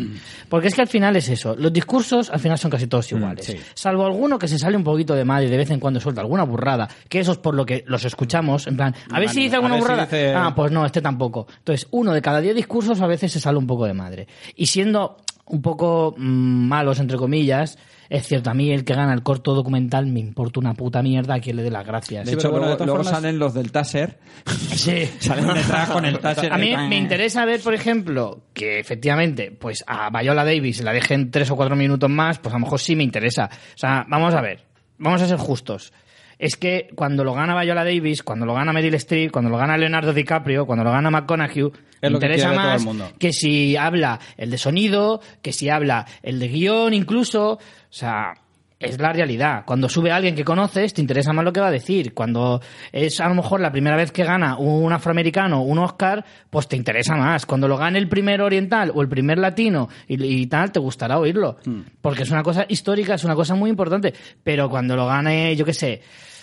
[SPEAKER 1] porque es que al final es eso, los discursos al final son casi todos iguales,
[SPEAKER 5] Mm, sí.
[SPEAKER 1] salvo alguno que se sale un poquito de madre y de vez en cuando suelta alguna burrada, que eso es por lo que los escuchamos, en plan, a ver
[SPEAKER 5] Mm, Vale,
[SPEAKER 1] si dice
[SPEAKER 5] a
[SPEAKER 1] alguna
[SPEAKER 5] ver si
[SPEAKER 1] burrada,
[SPEAKER 5] dice-
[SPEAKER 1] ah, pues no, este tampoco. Entonces, uno de cada diez discursos a veces se sale un poco de madre. Y siendo un poco mm, malos, entre comillas, es cierto, a mí el que gana el corto documental me importa una puta mierda a quien le dé las gracias.
[SPEAKER 3] De
[SPEAKER 5] Sí,
[SPEAKER 3] hecho,
[SPEAKER 5] pero bueno, de
[SPEAKER 3] luego,
[SPEAKER 5] todas
[SPEAKER 3] luego
[SPEAKER 5] formas-
[SPEAKER 3] salen los del Taser.
[SPEAKER 1] Sí.
[SPEAKER 3] Salen detrás con el Taser.
[SPEAKER 1] A mí
[SPEAKER 3] ahí,
[SPEAKER 1] me interesa ver, por ejemplo, que efectivamente, pues a Viola Davis la dejen tres o cuatro minutos más, pues a lo mejor sí me interesa. O sea, vamos a ver, vamos a ser justos. Es que cuando lo gana Viola Davis, cuando lo gana Meryl Streep, cuando lo gana Leonardo DiCaprio, cuando lo gana McConaughey, me
[SPEAKER 5] lo que
[SPEAKER 1] interesa
[SPEAKER 5] quiere todo el
[SPEAKER 1] más
[SPEAKER 5] mundo.
[SPEAKER 1] que si habla el de sonido, que si habla el de guión incluso, o sea, es la realidad. Cuando sube alguien que conoces, te interesa más lo que va a decir. Cuando es a lo mejor la primera vez que gana un afroamericano un Oscar, pues te interesa más. Cuando lo gane el primer oriental o el primer latino y, y tal, te gustará oírlo.
[SPEAKER 5] Hmm.
[SPEAKER 1] Porque es una cosa histórica, es una cosa muy importante. Pero cuando lo gane, yo qué sé,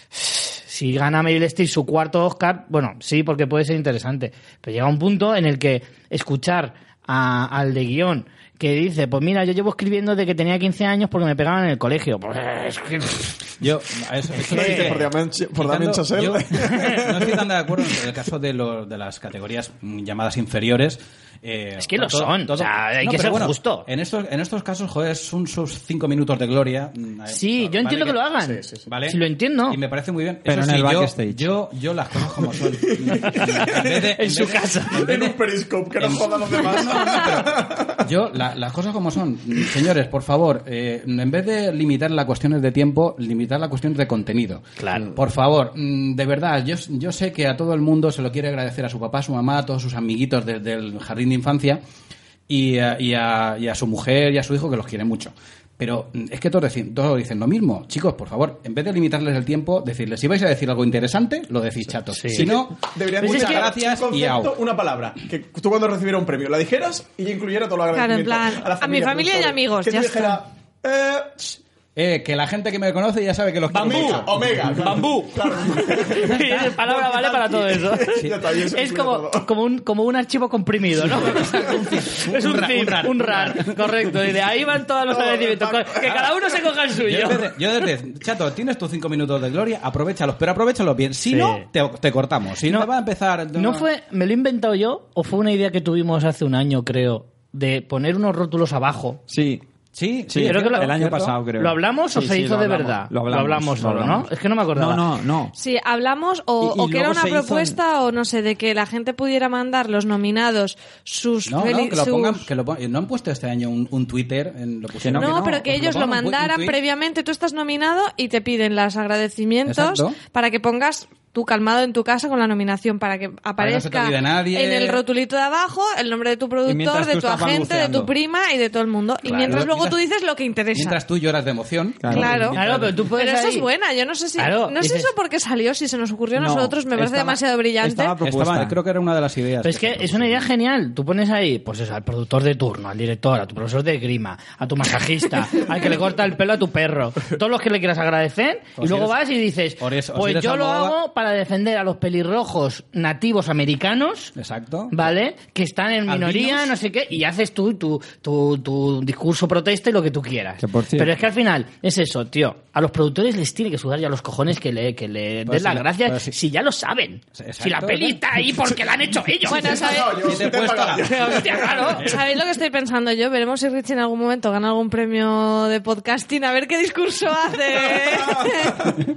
[SPEAKER 1] si gana Meryl Streep su cuarto Oscar, bueno, sí, porque puede ser interesante. Pero llega un punto en el que escuchar a- al de guión que dice, pues mira, yo llevo escribiendo desde que tenía 15 años porque me pegaban en el colegio. Pues, es que-
[SPEAKER 5] Yo, a eso, eso
[SPEAKER 4] Lo
[SPEAKER 5] lo
[SPEAKER 4] dice
[SPEAKER 5] dije-
[SPEAKER 4] por Damien- por Damien
[SPEAKER 5] quitando-
[SPEAKER 4] Chazelle.
[SPEAKER 5] yo no estoy tan de acuerdo en el caso de, lo- de las categorías mm, llamadas inferiores. eh,
[SPEAKER 1] Es que lo
[SPEAKER 5] to-
[SPEAKER 1] son, o sea, hay que
[SPEAKER 5] pero
[SPEAKER 1] ser justo.
[SPEAKER 5] En estos, en estos casos, joder, son sus cinco minutos de gloria. mm,
[SPEAKER 1] sí,
[SPEAKER 5] vale
[SPEAKER 1] yo entiendo que, lo hagan.
[SPEAKER 4] sí, sí, sí.
[SPEAKER 5] ¿Vale?
[SPEAKER 1] Si lo entiendo.
[SPEAKER 5] Y me parece muy bien. Eso
[SPEAKER 3] Pero en
[SPEAKER 5] sí,
[SPEAKER 3] el
[SPEAKER 5] yo-
[SPEAKER 3] backstage.
[SPEAKER 5] Yo, yo, las conozco como son. En, su casa.
[SPEAKER 4] En un periscope, que no jodan los demás.
[SPEAKER 5] Yo, la- las cosas como son. Señores, por favor, eh, en vez de limitar las cuestiones de tiempo, limitar las cuestiones de contenido.
[SPEAKER 1] Claro.
[SPEAKER 5] Por favor, mm, de verdad, yo, yo sé que a todo el mundo se lo quiere agradecer a su papá, a su mamá, a todos sus amiguitos desde el jardín de infancia. y a, y a- y a su mujer y a su hijo que los quiere mucho. Pero mm, es que todos dicen, todos dicen lo mismo. Chicos, por favor, en vez de limitarles el tiempo, decirles, si vais a decir algo interesante, lo decís chato. Si no,
[SPEAKER 4] Debería
[SPEAKER 1] Pues es
[SPEAKER 4] muchas
[SPEAKER 1] que-
[SPEAKER 5] gracias
[SPEAKER 4] gracias un
[SPEAKER 5] y
[SPEAKER 4] concepto,
[SPEAKER 5] au.
[SPEAKER 4] una palabra. Que tú cuando recibiera un premio la dijeras y ya incluyera todo lo
[SPEAKER 2] Claro, en
[SPEAKER 4] agradecimiento
[SPEAKER 2] plan, a mi familia
[SPEAKER 4] pero
[SPEAKER 2] y amigos,
[SPEAKER 4] Que
[SPEAKER 2] ya
[SPEAKER 4] tú dijera, eh,
[SPEAKER 5] eh, que la gente que me conoce ya sabe que los quiero
[SPEAKER 4] omega,
[SPEAKER 5] mucho.
[SPEAKER 4] omega. claro.
[SPEAKER 1] Bambú.
[SPEAKER 4] Claro.
[SPEAKER 1] Esa palabra vale para todo eso.
[SPEAKER 4] Ya está, y eso
[SPEAKER 1] Es
[SPEAKER 4] incluye
[SPEAKER 1] como,
[SPEAKER 4] todo.
[SPEAKER 1] como, un, como un archivo comprimido, ¿no? O sea, un zip. es un,
[SPEAKER 5] Un ra-
[SPEAKER 1] zip,
[SPEAKER 5] un rar,
[SPEAKER 1] un rar, correcto. Y de ahí van todos los
[SPEAKER 4] Todo,
[SPEAKER 1] agradecimientos.
[SPEAKER 4] exacto.
[SPEAKER 1] Que cada uno se coja el
[SPEAKER 5] Yo
[SPEAKER 1] suyo.
[SPEAKER 5] desde, yo desde- chato, tienes tus cinco minutos de gloria, aprovechalos, pero aprovechalos bien. Si
[SPEAKER 1] Sí.
[SPEAKER 5] no, te, te cortamos. Si no, va a empezar.
[SPEAKER 1] ¿No fue, me lo he inventado yo o fue una idea que tuvimos hace un año, creo, de poner unos rótulos abajo?
[SPEAKER 3] Sí.
[SPEAKER 5] Sí,
[SPEAKER 3] Sí,
[SPEAKER 5] sí.
[SPEAKER 1] creo que lo-
[SPEAKER 3] el año
[SPEAKER 5] ¿cierto?
[SPEAKER 3] pasado, creo.
[SPEAKER 1] ¿Lo hablamos o
[SPEAKER 3] Sí,
[SPEAKER 1] se
[SPEAKER 3] sí,
[SPEAKER 1] hizo
[SPEAKER 3] lo
[SPEAKER 1] de
[SPEAKER 3] hablamos,
[SPEAKER 1] verdad?
[SPEAKER 3] Lo hablamos, lo
[SPEAKER 1] solo, ¿no?
[SPEAKER 3] hablamos.
[SPEAKER 1] Es que no me acordaba.
[SPEAKER 3] No, no, no.
[SPEAKER 2] Sí, hablamos o,
[SPEAKER 3] Y- y
[SPEAKER 2] o que era
[SPEAKER 3] luego
[SPEAKER 2] una
[SPEAKER 3] se hizo en-
[SPEAKER 2] propuesta o no sé, de que la gente pudiera mandar los nominados sus...
[SPEAKER 5] No, no,
[SPEAKER 2] feli-
[SPEAKER 5] que lo
[SPEAKER 2] sus-
[SPEAKER 5] pongan, que lo pon- no han puesto este año un, un Twitter, en, lo pusieron.
[SPEAKER 3] No,
[SPEAKER 2] No,
[SPEAKER 3] que no,
[SPEAKER 2] pero que
[SPEAKER 5] pues
[SPEAKER 2] ellos lo
[SPEAKER 5] pongan un tweet-
[SPEAKER 2] mandaran
[SPEAKER 5] un tweet.
[SPEAKER 2] previamente. Tú estás nominado y te piden los agradecimientos
[SPEAKER 5] Exacto.
[SPEAKER 2] para que pongas tu calmado en tu casa con la nominación para que
[SPEAKER 5] que no se te
[SPEAKER 2] aparezca
[SPEAKER 5] olvide nadie.
[SPEAKER 2] en el rotulito de abajo el nombre de tu
[SPEAKER 3] mientras
[SPEAKER 2] productor,
[SPEAKER 3] tú
[SPEAKER 2] de tu
[SPEAKER 3] estás
[SPEAKER 2] agente, de
[SPEAKER 3] balbuceando.
[SPEAKER 2] tu prima y de todo el mundo. y mientras luego
[SPEAKER 5] Mientras-
[SPEAKER 2] tú dices lo que interesa.
[SPEAKER 5] Mientras tú lloras de emoción.
[SPEAKER 3] Claro.
[SPEAKER 2] Claro.
[SPEAKER 1] Claro, pero tú puedes
[SPEAKER 2] Pero eso
[SPEAKER 1] ahí-
[SPEAKER 2] es buena, yo no sé si
[SPEAKER 1] Claro,
[SPEAKER 2] no sé
[SPEAKER 1] dices-
[SPEAKER 2] eso por qué salió, si se nos ocurrió a
[SPEAKER 3] No,
[SPEAKER 2] nosotros, me parece
[SPEAKER 3] estaba-
[SPEAKER 2] demasiado brillante.
[SPEAKER 3] estaba- propuesta.
[SPEAKER 5] Estaba- creo que era una de las ideas.
[SPEAKER 1] Pero es que es una idea genial. Tú pones ahí, pues eso, al productor de turno, al director, a tu profesor de grima, a tu masajista, al que le corta el pelo a tu perro, todos los que le quieras agradecer, y
[SPEAKER 3] Pues
[SPEAKER 5] Osiris-
[SPEAKER 1] luego vas y dices,
[SPEAKER 5] Osiris-
[SPEAKER 1] pues
[SPEAKER 5] Osiris
[SPEAKER 1] yo lo
[SPEAKER 5] Almodóvar.
[SPEAKER 1] hago para defender a los pelirrojos nativos americanos.
[SPEAKER 5] Exacto.
[SPEAKER 1] ¿Vale? Que están en
[SPEAKER 5] Albinos.
[SPEAKER 1] minoría, no sé qué, y haces tú tu, tu, tu discurso protesta y lo que tú quieras.
[SPEAKER 3] Que por cierto-
[SPEAKER 1] Pero es que al final es eso, tío. A los productores les tiene que sudar ya los cojones que le, que le
[SPEAKER 5] Pero
[SPEAKER 3] Pues
[SPEAKER 1] des
[SPEAKER 5] si
[SPEAKER 1] las
[SPEAKER 5] la- pero
[SPEAKER 1] gracias
[SPEAKER 5] si-
[SPEAKER 1] si, ya lo saben.
[SPEAKER 5] Exacto,
[SPEAKER 1] si la peli
[SPEAKER 5] ¿verdad?
[SPEAKER 1] está ahí porque la han hecho ellos.
[SPEAKER 2] Bueno, ¿sabes?
[SPEAKER 4] No, yo
[SPEAKER 5] Si te he
[SPEAKER 4] te he
[SPEAKER 5] puesto
[SPEAKER 4] pagado.
[SPEAKER 5] la-
[SPEAKER 1] Hostia, claro.
[SPEAKER 2] ¿Sabéis lo que estoy pensando yo? Veremos si Richie en algún momento gana algún premio de podcasting, a ver qué discurso hace.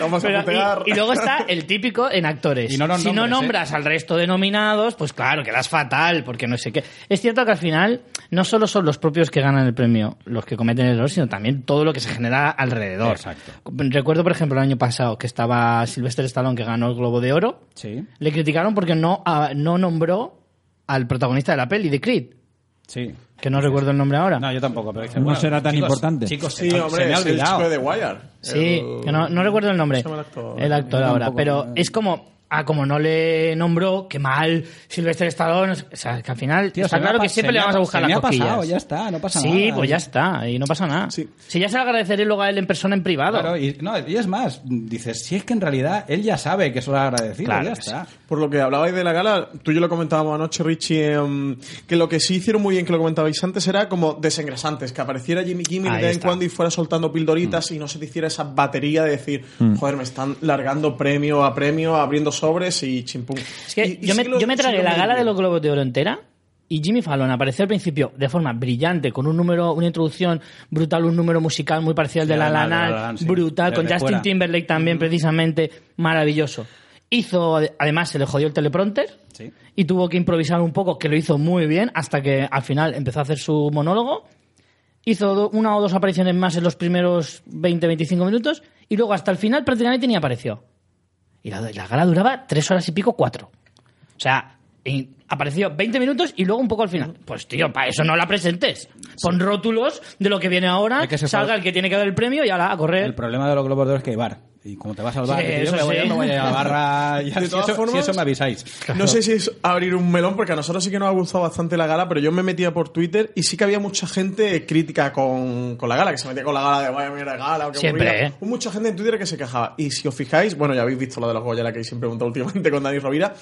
[SPEAKER 4] Vamos a
[SPEAKER 1] Pero-
[SPEAKER 4] putear.
[SPEAKER 1] y, y luego está el típico en actores.
[SPEAKER 5] Y no nos
[SPEAKER 1] si no
[SPEAKER 5] nombres, ¿eh?
[SPEAKER 1] nombras al resto de nominados, pues claro, quedas fatal, porque no sé qué. Es cierto que al final no solo son los propios que ganan el premio los que cometen el error, sino también todo lo que se genera alrededor.
[SPEAKER 5] Exacto.
[SPEAKER 1] Recuerdo, por ejemplo, el año pasado que estaba Sylvester Stallone, que ganó el Globo de Oro.
[SPEAKER 5] Sí,
[SPEAKER 1] Le criticaron porque no, ah, no nombró al protagonista de la peli, de Creed,
[SPEAKER 5] sí.
[SPEAKER 1] que no recuerdo el nombre ahora.
[SPEAKER 5] No, yo tampoco, pero dije,
[SPEAKER 3] No
[SPEAKER 5] bueno,
[SPEAKER 3] será tan
[SPEAKER 5] chicos,
[SPEAKER 3] importante.
[SPEAKER 5] Chicos,
[SPEAKER 4] Pues
[SPEAKER 1] Ah,
[SPEAKER 4] Sí,
[SPEAKER 5] se, me- se
[SPEAKER 4] hombre,
[SPEAKER 5] me ha
[SPEAKER 4] es el chico
[SPEAKER 5] olvidado.
[SPEAKER 4] de The Wire.
[SPEAKER 1] Sí,
[SPEAKER 4] El-
[SPEAKER 1] que no, no recuerdo el nombre.
[SPEAKER 4] se llama el actor?
[SPEAKER 1] El actor
[SPEAKER 5] Yo
[SPEAKER 1] ahora.
[SPEAKER 5] tampoco,
[SPEAKER 1] Pero
[SPEAKER 5] no.
[SPEAKER 1] es como. Ah, como no le nombró, qué mal, Sylvester Stallone. O sea, que al final
[SPEAKER 5] Tío, se
[SPEAKER 1] está
[SPEAKER 5] me
[SPEAKER 1] claro
[SPEAKER 5] ha
[SPEAKER 1] que
[SPEAKER 5] pa-
[SPEAKER 1] siempre
[SPEAKER 5] se
[SPEAKER 1] le
[SPEAKER 5] me ha-
[SPEAKER 1] vamos a buscar
[SPEAKER 5] se me
[SPEAKER 1] las
[SPEAKER 5] ha pasado,
[SPEAKER 1] cosquillas.
[SPEAKER 5] ya está, no pasa
[SPEAKER 1] Sí,
[SPEAKER 5] nada.
[SPEAKER 1] pues ya está, y no pasa nada.
[SPEAKER 4] Sí.
[SPEAKER 1] Si ya se lo agradeceré luego a él en persona, en privado.
[SPEAKER 5] Claro, y, no, y es más, dices, si es que en realidad él ya sabe que eso lo ha agradecido,
[SPEAKER 1] Claro
[SPEAKER 5] ya
[SPEAKER 1] que sí.
[SPEAKER 5] está.
[SPEAKER 4] Por lo que hablabais de la gala, tú y yo lo comentábamos anoche, Richie, em, que lo que sí hicieron muy bien, que lo comentabais antes, era como desengrasantes, que apareciera Jimmy Kimmel
[SPEAKER 1] Ahí
[SPEAKER 4] de vez en
[SPEAKER 1] está. Mm.
[SPEAKER 4] cuando y fuera soltando pildoritas y no se te hiciera esa batería de decir, joder, me están largando premio a premio, abriendo sobres y chimpum.
[SPEAKER 1] Es que yo, me, yo me tragué la gala de los Globos de Oro entera y Jimmy Fallon apareció al principio de forma brillante, con un número, una introducción brutal, un número musical muy parecido al
[SPEAKER 5] Sí,
[SPEAKER 1] de La
[SPEAKER 5] además,
[SPEAKER 1] La
[SPEAKER 5] La La
[SPEAKER 1] Land,
[SPEAKER 5] Land, sí.
[SPEAKER 1] brutal, con
[SPEAKER 5] Desde
[SPEAKER 1] Justin
[SPEAKER 5] fuera.
[SPEAKER 1] Timberlake también, precisamente, maravilloso. Hizo, además, se le jodió el teleprompter
[SPEAKER 5] Sí.
[SPEAKER 1] y tuvo que improvisar un poco, que lo hizo muy bien, hasta que al final empezó a hacer su monólogo. Hizo do- una o dos apariciones más en los primeros 20-25 minutos y luego hasta el final prácticamente ni apareció. Y la, la gala duraba tres horas y pico, cuatro. O sea, y apareció 20 minutos y luego un poco al final. Pues tío, para eso no la presentes. Pon rótulos de lo que viene ahora,
[SPEAKER 5] Es que se
[SPEAKER 1] salga
[SPEAKER 5] fue-
[SPEAKER 1] el que tiene que dar el premio y ahora a correr.
[SPEAKER 5] El problema de los globos de oro es que hay bar. Y como te vas al bar,
[SPEAKER 1] Sí,
[SPEAKER 5] y te digo,
[SPEAKER 1] eso
[SPEAKER 5] me voy,
[SPEAKER 1] sí.
[SPEAKER 5] a- me voy a ir a la barra. ya,
[SPEAKER 4] De
[SPEAKER 5] si,
[SPEAKER 4] todas
[SPEAKER 5] eso,
[SPEAKER 4] formas-
[SPEAKER 5] si eso me avisáis.
[SPEAKER 4] No sé si es abrir un melón, porque a nosotros sí que nos ha gustado bastante la gala, pero yo me metía por Twitter y sí que había mucha gente crítica con, con la gala, que se metía con la gala de vaya mierda de gala o qué
[SPEAKER 1] Siempre,
[SPEAKER 4] aburrida".
[SPEAKER 1] ¿eh?
[SPEAKER 4] Hubo mucha gente en Twitter que se quejaba. Y si os fijáis, bueno, ya habéis visto lo de los Goya, la que habéis preguntado últimamente con Dani Rovira.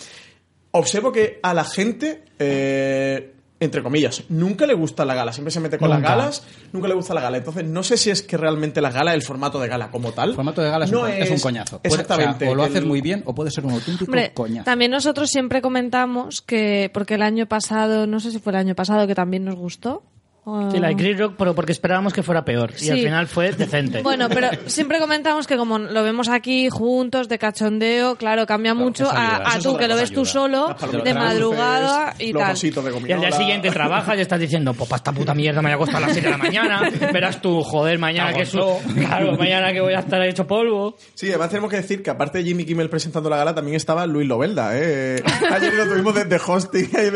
[SPEAKER 4] Observo que a la gente, eh, entre comillas, nunca le gusta la gala. Siempre se mete con
[SPEAKER 1] Nunca.
[SPEAKER 4] las galas, nunca le gusta la gala. Entonces, no sé si es que realmente la gala, el formato de gala como tal.
[SPEAKER 5] El formato de gala es,
[SPEAKER 4] no
[SPEAKER 5] un, co- es un coñazo. Puede- o sea,
[SPEAKER 4] Exactamente.
[SPEAKER 5] O, lo haces
[SPEAKER 4] El-
[SPEAKER 5] muy bien o puede ser un auténtico
[SPEAKER 2] Hombre,
[SPEAKER 5] coñazo.
[SPEAKER 2] también nosotros siempre comentamos que, porque el año pasado, no sé si fue el año pasado que también nos gustó, Ah.
[SPEAKER 1] Sí, la de Chris Rock, pero porque esperábamos que fuera peor. Y al
[SPEAKER 2] Sí.
[SPEAKER 1] final fue decente.
[SPEAKER 2] Ah. Bueno, pero siempre comentamos que como lo vemos aquí juntos, de cachondeo, claro, cambia mucho
[SPEAKER 5] eso
[SPEAKER 2] a-
[SPEAKER 5] ayuda,
[SPEAKER 2] a,
[SPEAKER 5] eso
[SPEAKER 2] tú
[SPEAKER 5] sobre
[SPEAKER 2] que lo
[SPEAKER 5] todo
[SPEAKER 2] ves tú
[SPEAKER 5] ayuda.
[SPEAKER 2] solo,
[SPEAKER 4] Las palomitas
[SPEAKER 2] de
[SPEAKER 4] dulces,
[SPEAKER 2] madrugada y
[SPEAKER 4] los
[SPEAKER 2] tal.
[SPEAKER 4] ositos de
[SPEAKER 1] Y al día
[SPEAKER 4] gominola.
[SPEAKER 1] siguiente trabajas y estás diciendo, pues para esta puta mierda me voy a acostar a las 7 de la mañana. Verás tú, joder, mañana que, su... claro, mañana que voy a estar hecho polvo.
[SPEAKER 4] Sí, además tenemos que decir que aparte de Jimmy Kimmel presentando la gala, también estaba Luis Lobelda. ¿eh? Ayer lo tuvimos de, de hosting y de,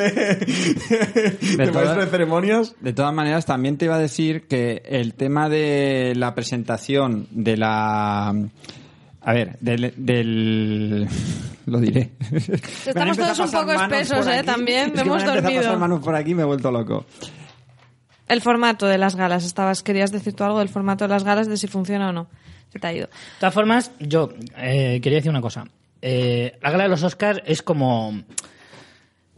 [SPEAKER 4] de
[SPEAKER 3] todas-
[SPEAKER 4] maestro de ceremonias.
[SPEAKER 3] De todas maneras, también te iba a decir que el tema de la presentación de la... A ver, del... del- Lo diré. Me han
[SPEAKER 2] Estamos
[SPEAKER 3] empezado
[SPEAKER 2] todos
[SPEAKER 3] a
[SPEAKER 2] un
[SPEAKER 3] pasar
[SPEAKER 2] poco
[SPEAKER 3] manos
[SPEAKER 2] espesos,
[SPEAKER 3] por
[SPEAKER 2] ¿eh?
[SPEAKER 3] aquí.
[SPEAKER 2] También
[SPEAKER 3] Es que
[SPEAKER 2] hemos
[SPEAKER 3] me han empezado a pasar
[SPEAKER 2] dormido.
[SPEAKER 3] manos por aquí y me he vuelto loco.
[SPEAKER 2] El formato de las galas, estabas, querías decir tú algo del formato de las galas, de si funciona o no. Se te ha ido.
[SPEAKER 1] De todas formas, yo eh, quería decir una cosa. Eh, la gala de los Oscars es como...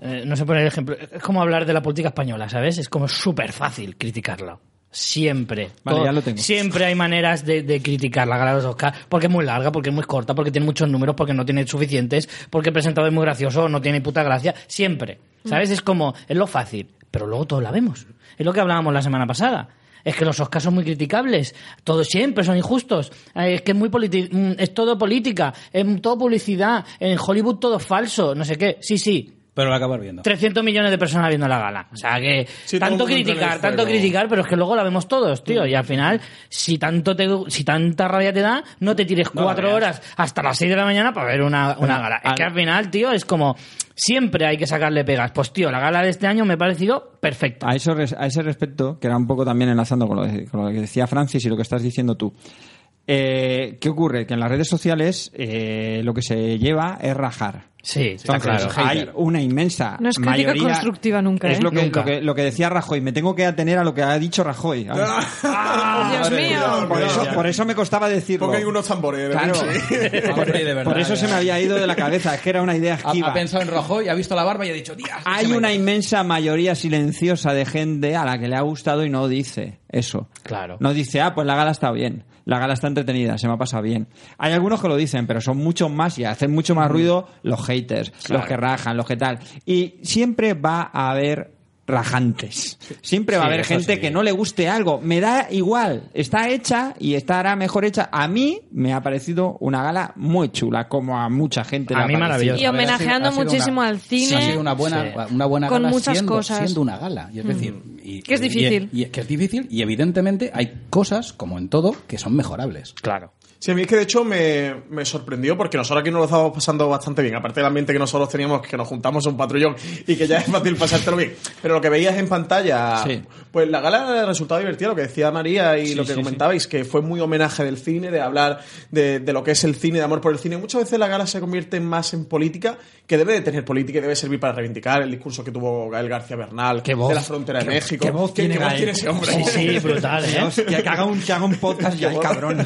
[SPEAKER 1] eh, no sé poner el ejemplo. Es como hablar de la política española, ¿sabes? Es como súper fácil criticarla. Siempre.
[SPEAKER 3] Vale,
[SPEAKER 1] Todo-
[SPEAKER 3] ya lo tengo.
[SPEAKER 1] Siempre hay maneras de, de criticar la gala de los Oscars porque es muy larga, porque es muy corta, porque tiene muchos números, porque no tiene suficientes, porque el presentador es muy gracioso, no tiene puta gracia. Siempre. ¿Sabes? Es como, es lo fácil, pero luego todos la vemos. Es lo que hablábamos la semana pasada. Es que los Oscars son muy criticables, todos siempre son injustos, Eh, es que es muy politi- mm, es todo política, es todo publicidad, en Hollywood todo falso, no sé qué. Sí, sí,
[SPEAKER 5] Pero lo acabas viendo.
[SPEAKER 1] 300 millones de personas viendo la gala. O sea que
[SPEAKER 4] Sí, todo
[SPEAKER 1] tanto
[SPEAKER 4] el mundo entra en
[SPEAKER 1] criticar,
[SPEAKER 4] el
[SPEAKER 1] tanto
[SPEAKER 4] juego.
[SPEAKER 1] criticar, pero es que luego la vemos todos, tío. Y al final, si tanto te, si tanta rabia te da, no te tires
[SPEAKER 5] No la
[SPEAKER 1] cuatro
[SPEAKER 5] veas.
[SPEAKER 1] horas hasta las seis de la mañana para ver una, una gala. Es
[SPEAKER 3] al-
[SPEAKER 1] que al final, tío, es como siempre hay que sacarle pegas. Pues tío, la gala de este año me ha parecido perfecta.
[SPEAKER 3] A, eso, res- a ese respecto, que era un poco también enlazando con lo, de- con lo que decía Francis y lo que estás diciendo tú. Eh, ¿Qué ocurre? Que en las redes sociales eh, lo que se lleva es rajar.
[SPEAKER 1] Sí, está
[SPEAKER 3] Entonces,
[SPEAKER 1] claro.
[SPEAKER 3] hay una inmensa
[SPEAKER 2] No es crítica
[SPEAKER 3] mayoría.
[SPEAKER 2] constructiva nunca,
[SPEAKER 3] Es
[SPEAKER 2] ¿eh?
[SPEAKER 3] lo que,
[SPEAKER 1] Nunca.
[SPEAKER 3] Lo, que, lo que decía Rajoy. Me tengo que atener a lo que ha dicho Rajoy.
[SPEAKER 4] Ah,
[SPEAKER 2] Ah, Dios
[SPEAKER 4] Madre
[SPEAKER 2] mío.
[SPEAKER 4] mía.
[SPEAKER 3] por, eso,
[SPEAKER 4] ya.
[SPEAKER 3] por eso me costaba decirlo.
[SPEAKER 4] Pongan unos tambores.
[SPEAKER 3] Claro.
[SPEAKER 4] Sí.
[SPEAKER 5] Hombre, de verdad,
[SPEAKER 3] por eso
[SPEAKER 5] ya.
[SPEAKER 3] se me había ido de la cabeza. Es que era una idea
[SPEAKER 5] Ha,
[SPEAKER 3] esquiva.
[SPEAKER 5] ha pensado en rojo y ha visto la barba y ha dicho, "Dios, se
[SPEAKER 3] Hay
[SPEAKER 5] me ha
[SPEAKER 3] una
[SPEAKER 5] ido".
[SPEAKER 3] inmensa mayoría silenciosa de gente a la que le ha gustado y no dice eso.
[SPEAKER 1] Claro.
[SPEAKER 3] No dice, ah, pues la gala está bien, la gala está entretenida, se me ha pasado bien. Hay algunos que lo dicen, pero son muchos más y hacen mucho más ruido los haters, los que rajan, los que tal. Y siempre va a haber rajantes. Siempre va a
[SPEAKER 5] Sí,
[SPEAKER 3] haber
[SPEAKER 5] eso
[SPEAKER 3] gente
[SPEAKER 5] sí.
[SPEAKER 3] que no le guste algo. Me da igual, está hecha y estará mejor hecha. A mí me ha parecido una gala muy chula, como a mucha gente. le
[SPEAKER 1] A
[SPEAKER 3] ha
[SPEAKER 1] mí
[SPEAKER 3] parecido.
[SPEAKER 1] maravilloso.
[SPEAKER 2] Y
[SPEAKER 5] A ver, ha sido-
[SPEAKER 2] homenajeando
[SPEAKER 5] ha sido
[SPEAKER 2] muchísimo
[SPEAKER 5] una-
[SPEAKER 2] al
[SPEAKER 5] Ha
[SPEAKER 2] cine.
[SPEAKER 5] sido una buena, una buena
[SPEAKER 2] Con
[SPEAKER 5] gala
[SPEAKER 2] muchas
[SPEAKER 5] siendo,
[SPEAKER 2] cosas.
[SPEAKER 5] siendo una gala. Y es decir, y-
[SPEAKER 2] Que es
[SPEAKER 5] y-
[SPEAKER 2] difícil.
[SPEAKER 5] y- y- que es difícil y evidentemente hay cosas, como en todo, que son mejorables.
[SPEAKER 1] Claro.
[SPEAKER 4] Sí, a mí es que de hecho me, me sorprendió porque nosotros aquí nos lo estábamos pasando bastante bien. Aparte del ambiente que nosotros teníamos, que nos juntamos en un patrullón y que ya es fácil pasártelo bien. Pero lo que veías en pantalla,
[SPEAKER 3] Sí.
[SPEAKER 4] pues la gala resultado divertida, lo que decía María y lo que comentabais, que fue muy homenaje del cine, de hablar de, de lo que es el cine, de amor por el cine. Muchas veces la gala se convierte más en política, que debe de tener política y debe servir para reivindicar el discurso que tuvo Gael García Bernal
[SPEAKER 1] Qué voz.
[SPEAKER 4] de la frontera de México.
[SPEAKER 3] qué voz tiene Gael.
[SPEAKER 4] ese hombre?
[SPEAKER 1] Sí, sí, brutal, ¿eh?
[SPEAKER 3] Dios, que haga un, que haga un podcast ya, el cabrón.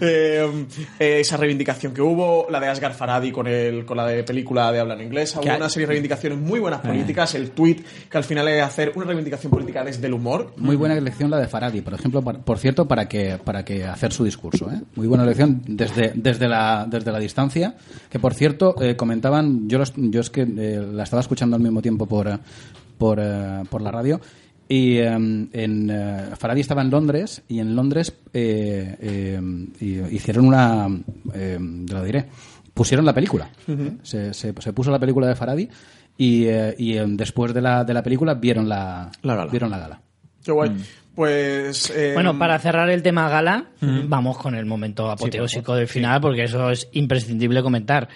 [SPEAKER 4] Eh, eh, esa reivindicación que hubo, la de Asghar Farhadi con, el, con la de película de habla en inglesa, hubo
[SPEAKER 3] Que Eh. hay-
[SPEAKER 4] una serie de reivindicaciones muy buenas políticas, el tweet que al final es hacer una reivindicación política desde el humor.
[SPEAKER 5] Muy buena elección la de Faradi, por ejemplo, por, por cierto, para que para que hacer su discurso. ¿eh? Muy buena elección desde desde la desde la distancia. Que por cierto eh, comentaban, yo los- yo es que eh, la estaba escuchando al mismo tiempo por eh, por, eh, por la radio y eh, en eh, Faradi estaba en Londres y en Londres eh, eh, y- hicieron una eh, te lo diré pusieron la película. se, se- se puso la película de Faradi y, eh, y eh, después de la, de la película vieron la,
[SPEAKER 4] La gala.
[SPEAKER 5] vieron la gala.
[SPEAKER 4] Qué guay.
[SPEAKER 3] Mm.
[SPEAKER 4] Pues. eh,
[SPEAKER 1] Bueno, para cerrar el tema gala, vamos con el momento apoteósico del final, porque eso es imprescindible comentar.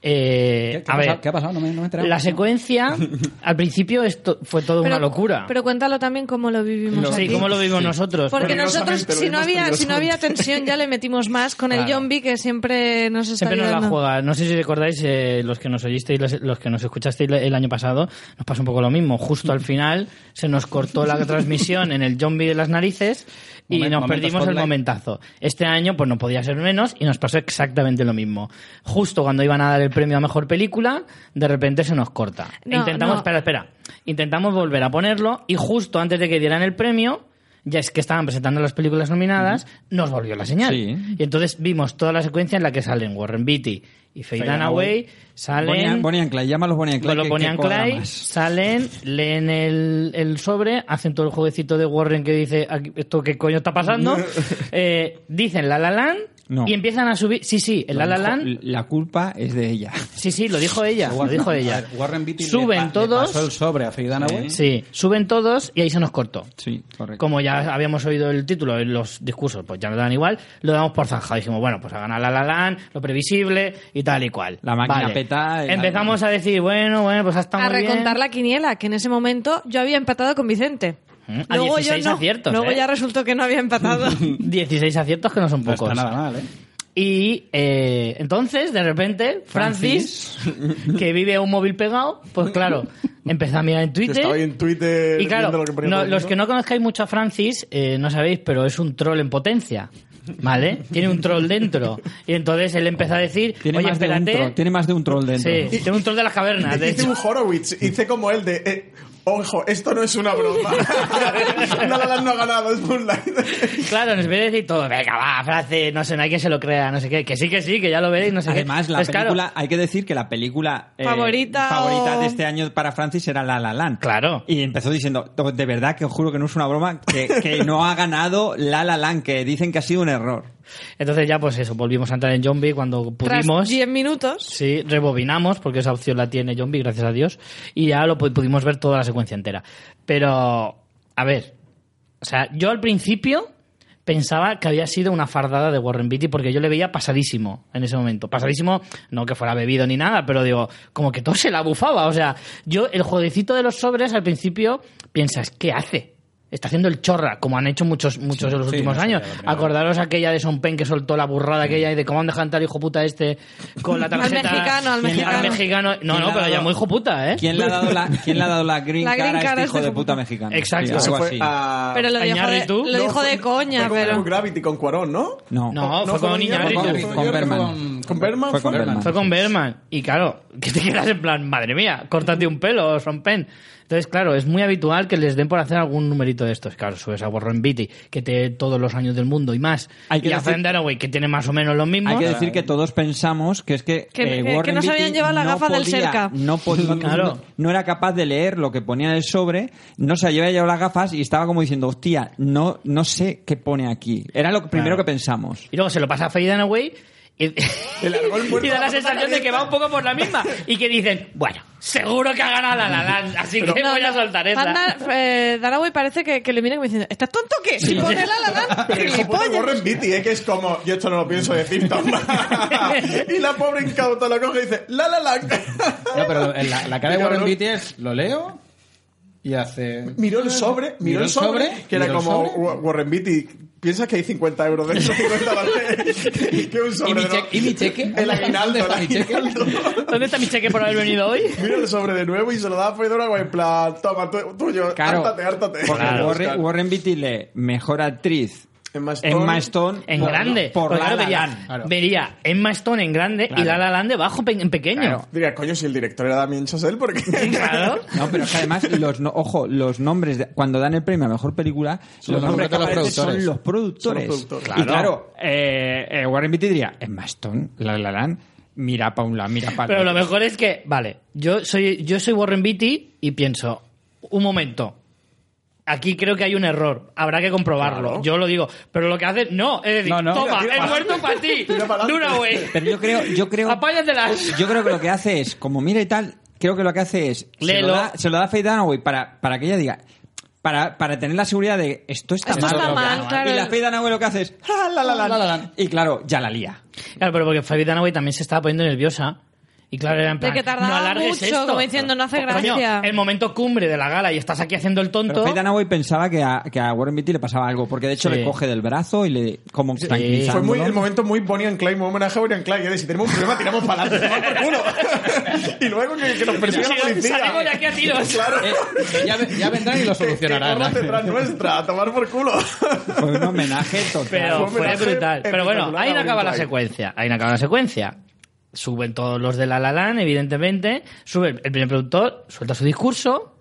[SPEAKER 1] Eh,
[SPEAKER 5] ¿Qué, qué
[SPEAKER 1] a
[SPEAKER 5] ha
[SPEAKER 1] ver,
[SPEAKER 5] pasado? ¿Qué ha pasado? No me, no me he enterado.
[SPEAKER 1] La secuencia, al principio esto fue todo una locura.
[SPEAKER 2] Pero cuéntalo también cómo lo vivimos
[SPEAKER 3] Lo-
[SPEAKER 2] aquí.
[SPEAKER 1] sí, ¿cómo lo vivimos nosotros?
[SPEAKER 2] Porque
[SPEAKER 1] Bueno,
[SPEAKER 2] nosotros,
[SPEAKER 4] Curiosamente, lo
[SPEAKER 2] si no,
[SPEAKER 4] vimos
[SPEAKER 2] había, si no
[SPEAKER 4] curiosamente.
[SPEAKER 2] había tensión, ya le metimos más con el
[SPEAKER 1] Claro.
[SPEAKER 2] zombie que siempre nos está
[SPEAKER 1] siempre nos la
[SPEAKER 2] ayudando.
[SPEAKER 1] juega. No sé si recordáis, eh, los que nos oísteis, los, los que nos escuchasteis el año pasado, nos pasó un poco lo mismo. Justo al final se nos cortó la transmisión en el zombie de las narices y
[SPEAKER 5] Momen-
[SPEAKER 1] nos
[SPEAKER 5] momento
[SPEAKER 1] perdimos el
[SPEAKER 5] spotlight.
[SPEAKER 1] momentazo. Este año, pues no podía ser menos y nos pasó exactamente lo mismo. Justo cuando iban a dar el premio a mejor película, de repente se nos corta. E
[SPEAKER 2] No,
[SPEAKER 1] intentamos,
[SPEAKER 2] no.
[SPEAKER 1] espera, espera. Intentamos volver a ponerlo y justo antes de que dieran el premio. ya es que estaban presentando las películas nominadas, nos volvió la señal.
[SPEAKER 3] Sí.
[SPEAKER 1] Y entonces vimos toda la secuencia en la que salen Warren Beatty y Faye
[SPEAKER 3] Faye
[SPEAKER 1] Dunaway, salen...
[SPEAKER 3] Bonnie, Bonnie and Clyde, llámalos Bonnie and Clyde.
[SPEAKER 1] Bueno,
[SPEAKER 3] que-
[SPEAKER 1] lo
[SPEAKER 3] que
[SPEAKER 1] ponían
[SPEAKER 3] cuadra
[SPEAKER 1] Clay,
[SPEAKER 3] más.
[SPEAKER 1] salen, leen el, el sobre, hacen todo el jueguecito de Warren que dice "Aquí- esto qué coño está pasando, eh, dicen la la land
[SPEAKER 3] No.
[SPEAKER 1] y empiezan a subir. Sí, sí, el la la
[SPEAKER 3] Lo dijo-
[SPEAKER 1] land.
[SPEAKER 3] La culpa es de ella.
[SPEAKER 1] Sí, sí, lo dijo ella, lo
[SPEAKER 5] Warren-
[SPEAKER 1] dijo
[SPEAKER 5] a
[SPEAKER 1] ella.
[SPEAKER 5] ver, Warren Beatty le
[SPEAKER 1] Suben
[SPEAKER 5] pa- le
[SPEAKER 1] todos.
[SPEAKER 5] pasó el sobre a Faye Dunaway.
[SPEAKER 1] Sí, suben todos y ahí se nos cortó.
[SPEAKER 3] Sí, correcto.
[SPEAKER 1] Como ya habíamos oído el título en los discursos, pues ya no dan igual, lo damos por zanjado. Dijimos, bueno, pues a ganar la La Land, lo previsible y tal y cual.
[SPEAKER 3] La máquina
[SPEAKER 1] Vale.
[SPEAKER 3] peta y-
[SPEAKER 1] Empezamos a decir, bueno, bueno, pues hasta
[SPEAKER 2] a
[SPEAKER 1] muy bien.
[SPEAKER 2] recontar la quiniela, que en ese momento yo había empatado con Vicente.
[SPEAKER 1] Mm, a 16
[SPEAKER 2] yo no.
[SPEAKER 1] aciertos,
[SPEAKER 2] Luego
[SPEAKER 1] ¿eh?
[SPEAKER 2] ya resultó que no había empatado.
[SPEAKER 1] 16 aciertos que no son
[SPEAKER 5] No está
[SPEAKER 1] pocos.
[SPEAKER 5] nada mal, ¿eh?
[SPEAKER 1] Y eh, entonces, de repente, Francis, que vive a un móvil pegado, pues claro, empezó a mirar en
[SPEAKER 4] Yo estaba ahí
[SPEAKER 1] Twitter.
[SPEAKER 4] en Twitter
[SPEAKER 1] Y claro,
[SPEAKER 4] viendo lo que ponía
[SPEAKER 1] no-
[SPEAKER 4] todo el
[SPEAKER 1] los
[SPEAKER 4] mundo.
[SPEAKER 1] que no conozcáis mucho a Francis, eh, no sabéis, pero es un troll en potencia. ¿Vale? Tiene un troll dentro. Y entonces él empezó a decir,
[SPEAKER 3] Tiene,
[SPEAKER 1] oye,
[SPEAKER 3] más de un
[SPEAKER 1] espérate.
[SPEAKER 3] troll, tiene más de un troll dentro.
[SPEAKER 1] Sí, tiene un troll de las cavernas. De
[SPEAKER 4] Hice
[SPEAKER 1] hecho.
[SPEAKER 4] un Horowitz, hice como el de. eh, Ojo, esto no es una broma. La La Land no ha ganado, es Moonlight.
[SPEAKER 1] Claro, nos vez de decir todo, venga, va, Francis, no sé, no hay quien se lo crea, no sé qué, que sí, que sí, que ya lo veréis, no sé
[SPEAKER 3] Además,
[SPEAKER 1] qué.
[SPEAKER 3] la
[SPEAKER 1] Pues claro,
[SPEAKER 3] película, hay que decir que la película eh,
[SPEAKER 2] Favorita
[SPEAKER 3] favorita
[SPEAKER 2] o-
[SPEAKER 3] de este año para Francis era La La Land.
[SPEAKER 1] Claro.
[SPEAKER 3] Y empezó diciendo, "Oh, de verdad que os juro que no es una broma, que, que no ha ganado La La Land, que dicen que ha sido un error.
[SPEAKER 1] Entonces ya pues eso, volvimos a entrar en Zombie cuando
[SPEAKER 2] Tras
[SPEAKER 1] pudimos.
[SPEAKER 2] 10 minutos.
[SPEAKER 1] Sí, rebobinamos porque esa opción la tiene Zombie, gracias a Dios, y ya lo pu- pudimos ver toda la secuencia entera. Pero a ver, o sea, yo al principio pensaba que había sido una fardada de Warren Beatty porque yo le veía pasadísimo en ese momento. Pasadísimo, no que fuera bebido ni nada, pero digo, como que todo se la bufaba. O sea, yo el jueguecito de los sobres al principio piensas, ¿qué hace? Está haciendo el chorra, como han hecho muchos muchos en los
[SPEAKER 5] sí,
[SPEAKER 1] últimos
[SPEAKER 5] no sé,
[SPEAKER 1] años.
[SPEAKER 5] la primera
[SPEAKER 1] Acordaros aquella de Son Pen que soltó la burrada aquella y de cómo han dejado entrar el hijo puta este con la tarjeta.
[SPEAKER 2] mexicano, al mexicano.
[SPEAKER 1] mexicano. No,
[SPEAKER 3] ¿Quién
[SPEAKER 1] no,
[SPEAKER 3] le ha
[SPEAKER 1] pero
[SPEAKER 3] dado-
[SPEAKER 1] ya muy hijo puta, ¿eh?
[SPEAKER 3] ¿Quién le ha dado la, quién le ha dado la green,
[SPEAKER 2] La green
[SPEAKER 3] cara a
[SPEAKER 2] cara
[SPEAKER 3] este
[SPEAKER 2] a
[SPEAKER 3] hijo
[SPEAKER 2] este
[SPEAKER 3] de
[SPEAKER 2] hijo
[SPEAKER 3] puta mexicano?
[SPEAKER 1] Exacto.
[SPEAKER 3] Sí, algo
[SPEAKER 1] Eso
[SPEAKER 4] Fue
[SPEAKER 3] así.
[SPEAKER 4] a-
[SPEAKER 2] Pero lo
[SPEAKER 1] ¿A
[SPEAKER 2] dijo, de,
[SPEAKER 1] Iñárritu?
[SPEAKER 2] lo
[SPEAKER 4] Ah, No,
[SPEAKER 2] dijo
[SPEAKER 4] fue-
[SPEAKER 2] de coña,
[SPEAKER 4] fue con-
[SPEAKER 2] pero...
[SPEAKER 4] con Gravity, con Cuarón, ¿no?
[SPEAKER 3] No.
[SPEAKER 1] No, fue con Iñárritu.
[SPEAKER 3] Con- con Berman.
[SPEAKER 4] Con Berman.
[SPEAKER 3] Fue con
[SPEAKER 4] fue?
[SPEAKER 3] Berman.
[SPEAKER 1] Fue con Berman. Y claro, que te quedas en plan, madre mía, córtate un pelo, son pen. Entonces, claro, es muy habitual que les den por hacer algún numerito de estos. Claro, subes a Warren Beatty, que tiene todos los años del mundo y más.
[SPEAKER 3] Hay que
[SPEAKER 1] y a
[SPEAKER 3] decir-
[SPEAKER 1] Fran Dunaway, que tiene más o menos Ah. los mismos.
[SPEAKER 3] Hay que decir que todos pensamos que es que,
[SPEAKER 2] Que-
[SPEAKER 3] eh,
[SPEAKER 2] que- que
[SPEAKER 3] Warren
[SPEAKER 2] no se
[SPEAKER 3] Beatty
[SPEAKER 2] habían llevado la
[SPEAKER 3] no
[SPEAKER 2] gafa del
[SPEAKER 3] podía-
[SPEAKER 2] Cerca.
[SPEAKER 3] No, podía-
[SPEAKER 1] Claro.
[SPEAKER 3] no- no era capaz de leer lo que ponía en el sobre, no se había llevado las gafas y estaba como diciendo, hostia, no, no sé qué pone aquí. Era lo primero que pensamos.
[SPEAKER 1] Y luego se lo pasa a Faye Dunaway y,
[SPEAKER 4] Le largó el muerto
[SPEAKER 1] y da
[SPEAKER 4] a
[SPEAKER 1] la
[SPEAKER 4] la
[SPEAKER 1] sensación de que va un poco por la misma. Y que dicen, bueno, seguro que ha ganado la la Land, así que
[SPEAKER 2] No,
[SPEAKER 1] voy a
[SPEAKER 2] no.
[SPEAKER 1] soltar esa.
[SPEAKER 2] Manda- eh, Dunaway parece que, que le mira como diciendo, ¿estás tonto o qué? Con el alalán,
[SPEAKER 4] Pero el hijo puta
[SPEAKER 2] gilipollas".
[SPEAKER 4] Warren Beatty, ¿eh? que es como, yo esto no lo pienso decir tan mal. y la pobre incauta lo coge y dice, la la la.
[SPEAKER 5] No, pero en la, la cara de
[SPEAKER 4] Mira,
[SPEAKER 5] Warren
[SPEAKER 4] lo-
[SPEAKER 5] Beatty es, lo leo y hace...
[SPEAKER 4] Miró el sobre, miró, el sobre, que era
[SPEAKER 5] miró el
[SPEAKER 4] como
[SPEAKER 5] sobre.
[SPEAKER 4] "Wa- Warren Beatty. Piensas que hay 50 euros dentro, 50 dólares. que un sobre
[SPEAKER 5] ¿Y mi,
[SPEAKER 4] de no-
[SPEAKER 5] cheque, ¿Y mi cheque?
[SPEAKER 4] El
[SPEAKER 5] ¿Dónde
[SPEAKER 4] aguinaldo, el
[SPEAKER 5] está mi cheque?
[SPEAKER 4] aguinaldo.
[SPEAKER 1] ¿Dónde está mi cheque por haber venido hoy?
[SPEAKER 4] Mira el sobre de nuevo y se lo da a Fedora como en plan, toma, tu- tuyo,
[SPEAKER 3] Claro.
[SPEAKER 4] hártate, hártate.
[SPEAKER 3] Porque
[SPEAKER 1] Claro,
[SPEAKER 3] Warren, Warren Beatty lee mejor actriz
[SPEAKER 4] Emma Stone.
[SPEAKER 3] en Stone
[SPEAKER 1] En
[SPEAKER 3] por-
[SPEAKER 1] grande.
[SPEAKER 3] por
[SPEAKER 1] Porque
[SPEAKER 3] la,
[SPEAKER 1] claro,
[SPEAKER 3] La
[SPEAKER 1] vería,
[SPEAKER 3] Land.
[SPEAKER 5] Claro.
[SPEAKER 1] vería Emma Stone en grande y La La Land debajo pe- en pequeño.
[SPEAKER 3] Claro.
[SPEAKER 4] Diría, coño, si el director era Damien Chazelle, ¿por qué?
[SPEAKER 1] Claro.
[SPEAKER 3] No, pero es que además, los no- ojo, los nombres, de- cuando dan el premio a mejor película,
[SPEAKER 5] Son
[SPEAKER 3] los
[SPEAKER 5] los
[SPEAKER 3] nombres
[SPEAKER 5] nombres
[SPEAKER 3] que
[SPEAKER 5] de los
[SPEAKER 3] aparecen son
[SPEAKER 5] productores.
[SPEAKER 3] los productores.
[SPEAKER 4] Son los productores.
[SPEAKER 3] Y claro, eh, eh, Warren Beatty diría, en Maston, la la Land, mira pa' un lado, mira para
[SPEAKER 1] Pero lo mejor es que, vale, yo soy, yo soy Warren Beatty y pienso, un momento, aquí creo que hay un error, habrá que comprobarlo.
[SPEAKER 4] Claro.
[SPEAKER 1] Yo lo digo, pero lo que hace, no, es decir,
[SPEAKER 5] No, no.
[SPEAKER 1] toma,
[SPEAKER 4] Tira, tira
[SPEAKER 1] el
[SPEAKER 4] pa-
[SPEAKER 1] muerto para ti,
[SPEAKER 4] Tira pa' adelante.
[SPEAKER 1] dura güey,
[SPEAKER 3] Pero yo creo, yo creo,
[SPEAKER 1] apáñatelas.
[SPEAKER 3] yo creo que lo que hace es, como mira y tal, creo que lo que hace es, se
[SPEAKER 1] Léelo.
[SPEAKER 3] lo, da, se lo da a Faye Dunaway para, para que ella diga, para, para tener la seguridad de esto está
[SPEAKER 2] Esto
[SPEAKER 3] mal.
[SPEAKER 2] está
[SPEAKER 3] lo que
[SPEAKER 2] mal,
[SPEAKER 3] hago".
[SPEAKER 2] claro.
[SPEAKER 3] Y la Faye Dunaway lo que hace es, "Ah, la, la, la,
[SPEAKER 5] La, la,
[SPEAKER 3] Land".
[SPEAKER 5] la.
[SPEAKER 3] Y claro, ya la lía.
[SPEAKER 1] Claro, pero porque Fabi Dunaway también se estaba poniendo nerviosa. Y claro, era en plan,
[SPEAKER 2] que tardaba
[SPEAKER 1] no alargues
[SPEAKER 2] mucho,
[SPEAKER 1] esto.
[SPEAKER 2] como diciendo, no hace
[SPEAKER 1] Coño,
[SPEAKER 2] gracia.
[SPEAKER 1] el momento cumbre de la gala y estás aquí haciendo el tonto.
[SPEAKER 3] Pero Faye Dunaway pensaba que a, que a Warren Beatty le pasaba algo, porque de hecho
[SPEAKER 1] Sí.
[SPEAKER 3] le coge del brazo y le como
[SPEAKER 4] Fue
[SPEAKER 3] tranquilizándolo.
[SPEAKER 4] muy, el momento muy Bonnie and Clyde, muy homenaje a Bonnie and Clyde. ¿eh? De, Si tenemos un problema, tiramos para adelante. tomar por culo. y luego que, que nos persiga la
[SPEAKER 1] Sí,
[SPEAKER 4] policía.
[SPEAKER 1] salimos de aquí a tiros.
[SPEAKER 4] Claro.
[SPEAKER 5] Eh, que ya, ve- ya vendrán y lo
[SPEAKER 4] Que- que corran
[SPEAKER 5] solucionarán.
[SPEAKER 4] detrás nuestra, a tomar por culo.
[SPEAKER 3] Fue un homenaje total.
[SPEAKER 1] Pero
[SPEAKER 4] Fue un
[SPEAKER 1] fue
[SPEAKER 4] homenaje
[SPEAKER 1] brutal. Pero bueno,
[SPEAKER 4] espectacular
[SPEAKER 1] ahí
[SPEAKER 4] a
[SPEAKER 1] no acaba
[SPEAKER 4] Bonnie
[SPEAKER 1] la
[SPEAKER 4] Clyde.
[SPEAKER 1] secuencia. Ahí no acaba la secuencia. Suben todos los de La La Land, evidentemente. Sube el primer productor, suelta su discurso.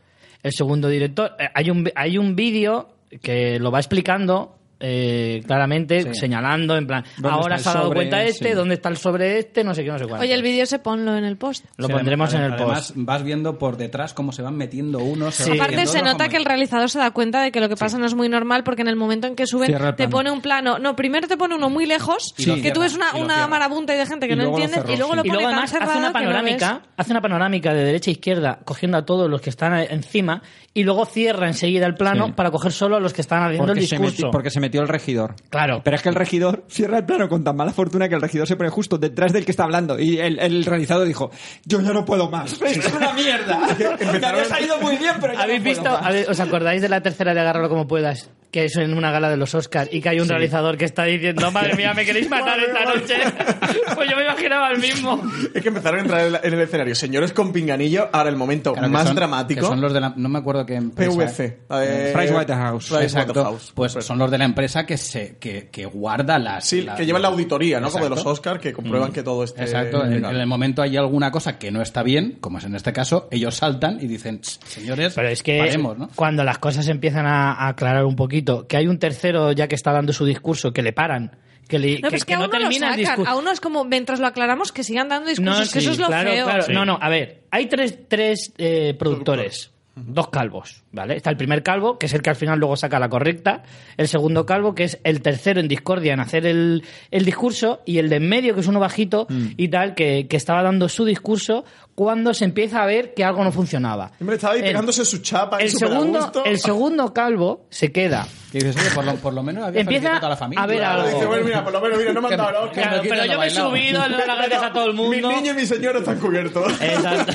[SPEAKER 1] El segundo director. eh, Hay un, hay un vídeo que lo va explicando eh, claramente,
[SPEAKER 3] Sí.
[SPEAKER 1] señalando, en plan,
[SPEAKER 3] ¿Dónde
[SPEAKER 1] ahora se
[SPEAKER 3] está
[SPEAKER 1] ha
[SPEAKER 3] el
[SPEAKER 1] dado
[SPEAKER 3] sobre?
[SPEAKER 1] cuenta este,
[SPEAKER 3] Sí.
[SPEAKER 1] dónde está el sobre este, no sé qué, no sé cuál.
[SPEAKER 2] Oye, el vídeo se ponlo en el post.
[SPEAKER 1] Lo
[SPEAKER 5] Sí,
[SPEAKER 1] pondremos
[SPEAKER 5] además-
[SPEAKER 1] en el
[SPEAKER 5] además
[SPEAKER 1] post.
[SPEAKER 5] vas viendo por detrás cómo se van metiendo unos.
[SPEAKER 1] Sí.
[SPEAKER 2] Aparte se nota que el realizador se da cuenta de que lo que pasa no es muy normal porque en el momento en que suben
[SPEAKER 3] Cierra el
[SPEAKER 2] te
[SPEAKER 3] plano.
[SPEAKER 2] pone un plano. No, primero te pone uno muy lejos,
[SPEAKER 5] Y lo
[SPEAKER 2] que
[SPEAKER 5] cierra,
[SPEAKER 2] tú ves una,
[SPEAKER 5] y lo
[SPEAKER 2] una
[SPEAKER 5] cierra.
[SPEAKER 2] marabunta y de gente que
[SPEAKER 3] Y
[SPEAKER 2] no
[SPEAKER 3] luego lo
[SPEAKER 2] entiende
[SPEAKER 3] cerró,
[SPEAKER 2] y luego lo
[SPEAKER 1] Y
[SPEAKER 2] pone
[SPEAKER 1] luego
[SPEAKER 2] tan
[SPEAKER 1] además hace
[SPEAKER 2] cerrado
[SPEAKER 1] una
[SPEAKER 2] que no
[SPEAKER 1] panorámica, hace una panorámica de derecha a izquierda, cogiendo a todos los que están eh, encima, y luego cierra enseguida el plano
[SPEAKER 3] Sí.
[SPEAKER 1] para coger solo a los que están haciendo el
[SPEAKER 3] Porque se,
[SPEAKER 1] discurso.
[SPEAKER 3] metió, porque se metió el regidor.
[SPEAKER 1] Claro.
[SPEAKER 3] Pero es que el regidor cierra el plano con tan mala fortuna que el regidor se pone justo detrás del que está hablando. Y el, el realizado dijo, yo ya no puedo más. Esto es una mierda. Me había salido muy bien, pero ya
[SPEAKER 1] ¿Habéis
[SPEAKER 3] no puedo
[SPEAKER 1] visto?
[SPEAKER 3] más".
[SPEAKER 1] a ver, ¿Os acordáis de la tercera de Agárralo como puedas? Que es en una gala de los Oscars y que hay un realizador que está diciendo, madre mía, me queréis matar esta noche. pues yo me imaginaba el mismo.
[SPEAKER 4] Es que empezaron a entrar en la- en el escenario. Señores con pinganillo, ahora el momento
[SPEAKER 5] Claro, que
[SPEAKER 4] más
[SPEAKER 5] son-
[SPEAKER 4] dramático.
[SPEAKER 5] que son los de la, no me acuerdo qué empresa.
[SPEAKER 4] PVC. la de-
[SPEAKER 3] Pricewaterhouse.
[SPEAKER 5] Exacto.
[SPEAKER 4] Pricewaterhouse.
[SPEAKER 5] Pues son los de la empresa que se que, que guarda las
[SPEAKER 4] Sí,
[SPEAKER 5] la-
[SPEAKER 4] que llevan la auditoría, ¿no? Como de los
[SPEAKER 5] Exacto. Mm.
[SPEAKER 4] Oscars, que comprueban que todo esté
[SPEAKER 5] Exacto, en,
[SPEAKER 4] legal.
[SPEAKER 5] en el momento hay alguna cosa que no está bien, como es en este caso, ellos saltan y dicen, "Ch, señores,
[SPEAKER 1] Pero es que
[SPEAKER 5] paremos, ¿no?
[SPEAKER 1] cuando las cosas empiezan a, a aclarar un poquito, que hay un tercero ya que está dando su discurso, que le paran, que, le-
[SPEAKER 2] ves. No,
[SPEAKER 1] que-
[SPEAKER 2] pero es que,
[SPEAKER 1] que
[SPEAKER 2] a
[SPEAKER 1] no
[SPEAKER 2] uno lo
[SPEAKER 1] termina el
[SPEAKER 2] sacan.
[SPEAKER 1] discurso.
[SPEAKER 2] A uno es como, mientras lo aclaramos, que sigan dando discursos, que
[SPEAKER 1] sí,
[SPEAKER 2] eso es lo
[SPEAKER 1] claro,
[SPEAKER 2] feo.
[SPEAKER 1] claro. No, no, a ver, hay tres, tres eh, productores, dos calvos, ¿vale? Está el primer calvo, que es el que al final luego saca la correcta, el segundo calvo, que es el tercero en discordia en hacer el, el discurso, y el de en medio, que es uno bajito
[SPEAKER 4] Mm.
[SPEAKER 1] y tal, que, que estaba dando su discurso cuando se empieza a ver que algo no funcionaba.
[SPEAKER 4] Hombre, estaba ahí
[SPEAKER 1] El-
[SPEAKER 4] pegándose su chapa.
[SPEAKER 1] el,
[SPEAKER 4] ahí súper a
[SPEAKER 1] segundo,
[SPEAKER 4] gusto.
[SPEAKER 1] el segundo calvo se queda.
[SPEAKER 5] Que dices, "Oye, por lo, por lo menos había
[SPEAKER 1] Empieza
[SPEAKER 5] felicitado a toda la familia.
[SPEAKER 1] a ver
[SPEAKER 5] o-
[SPEAKER 1] algo.
[SPEAKER 4] Dice, bueno, mira, por lo menos, mira, no me han dado la
[SPEAKER 5] Que
[SPEAKER 4] Oscar.
[SPEAKER 5] me quito la bailao.
[SPEAKER 1] le doy las gracias a todo el Eh,
[SPEAKER 4] Mi niño y mi señora están cubiertos.
[SPEAKER 1] Exacto.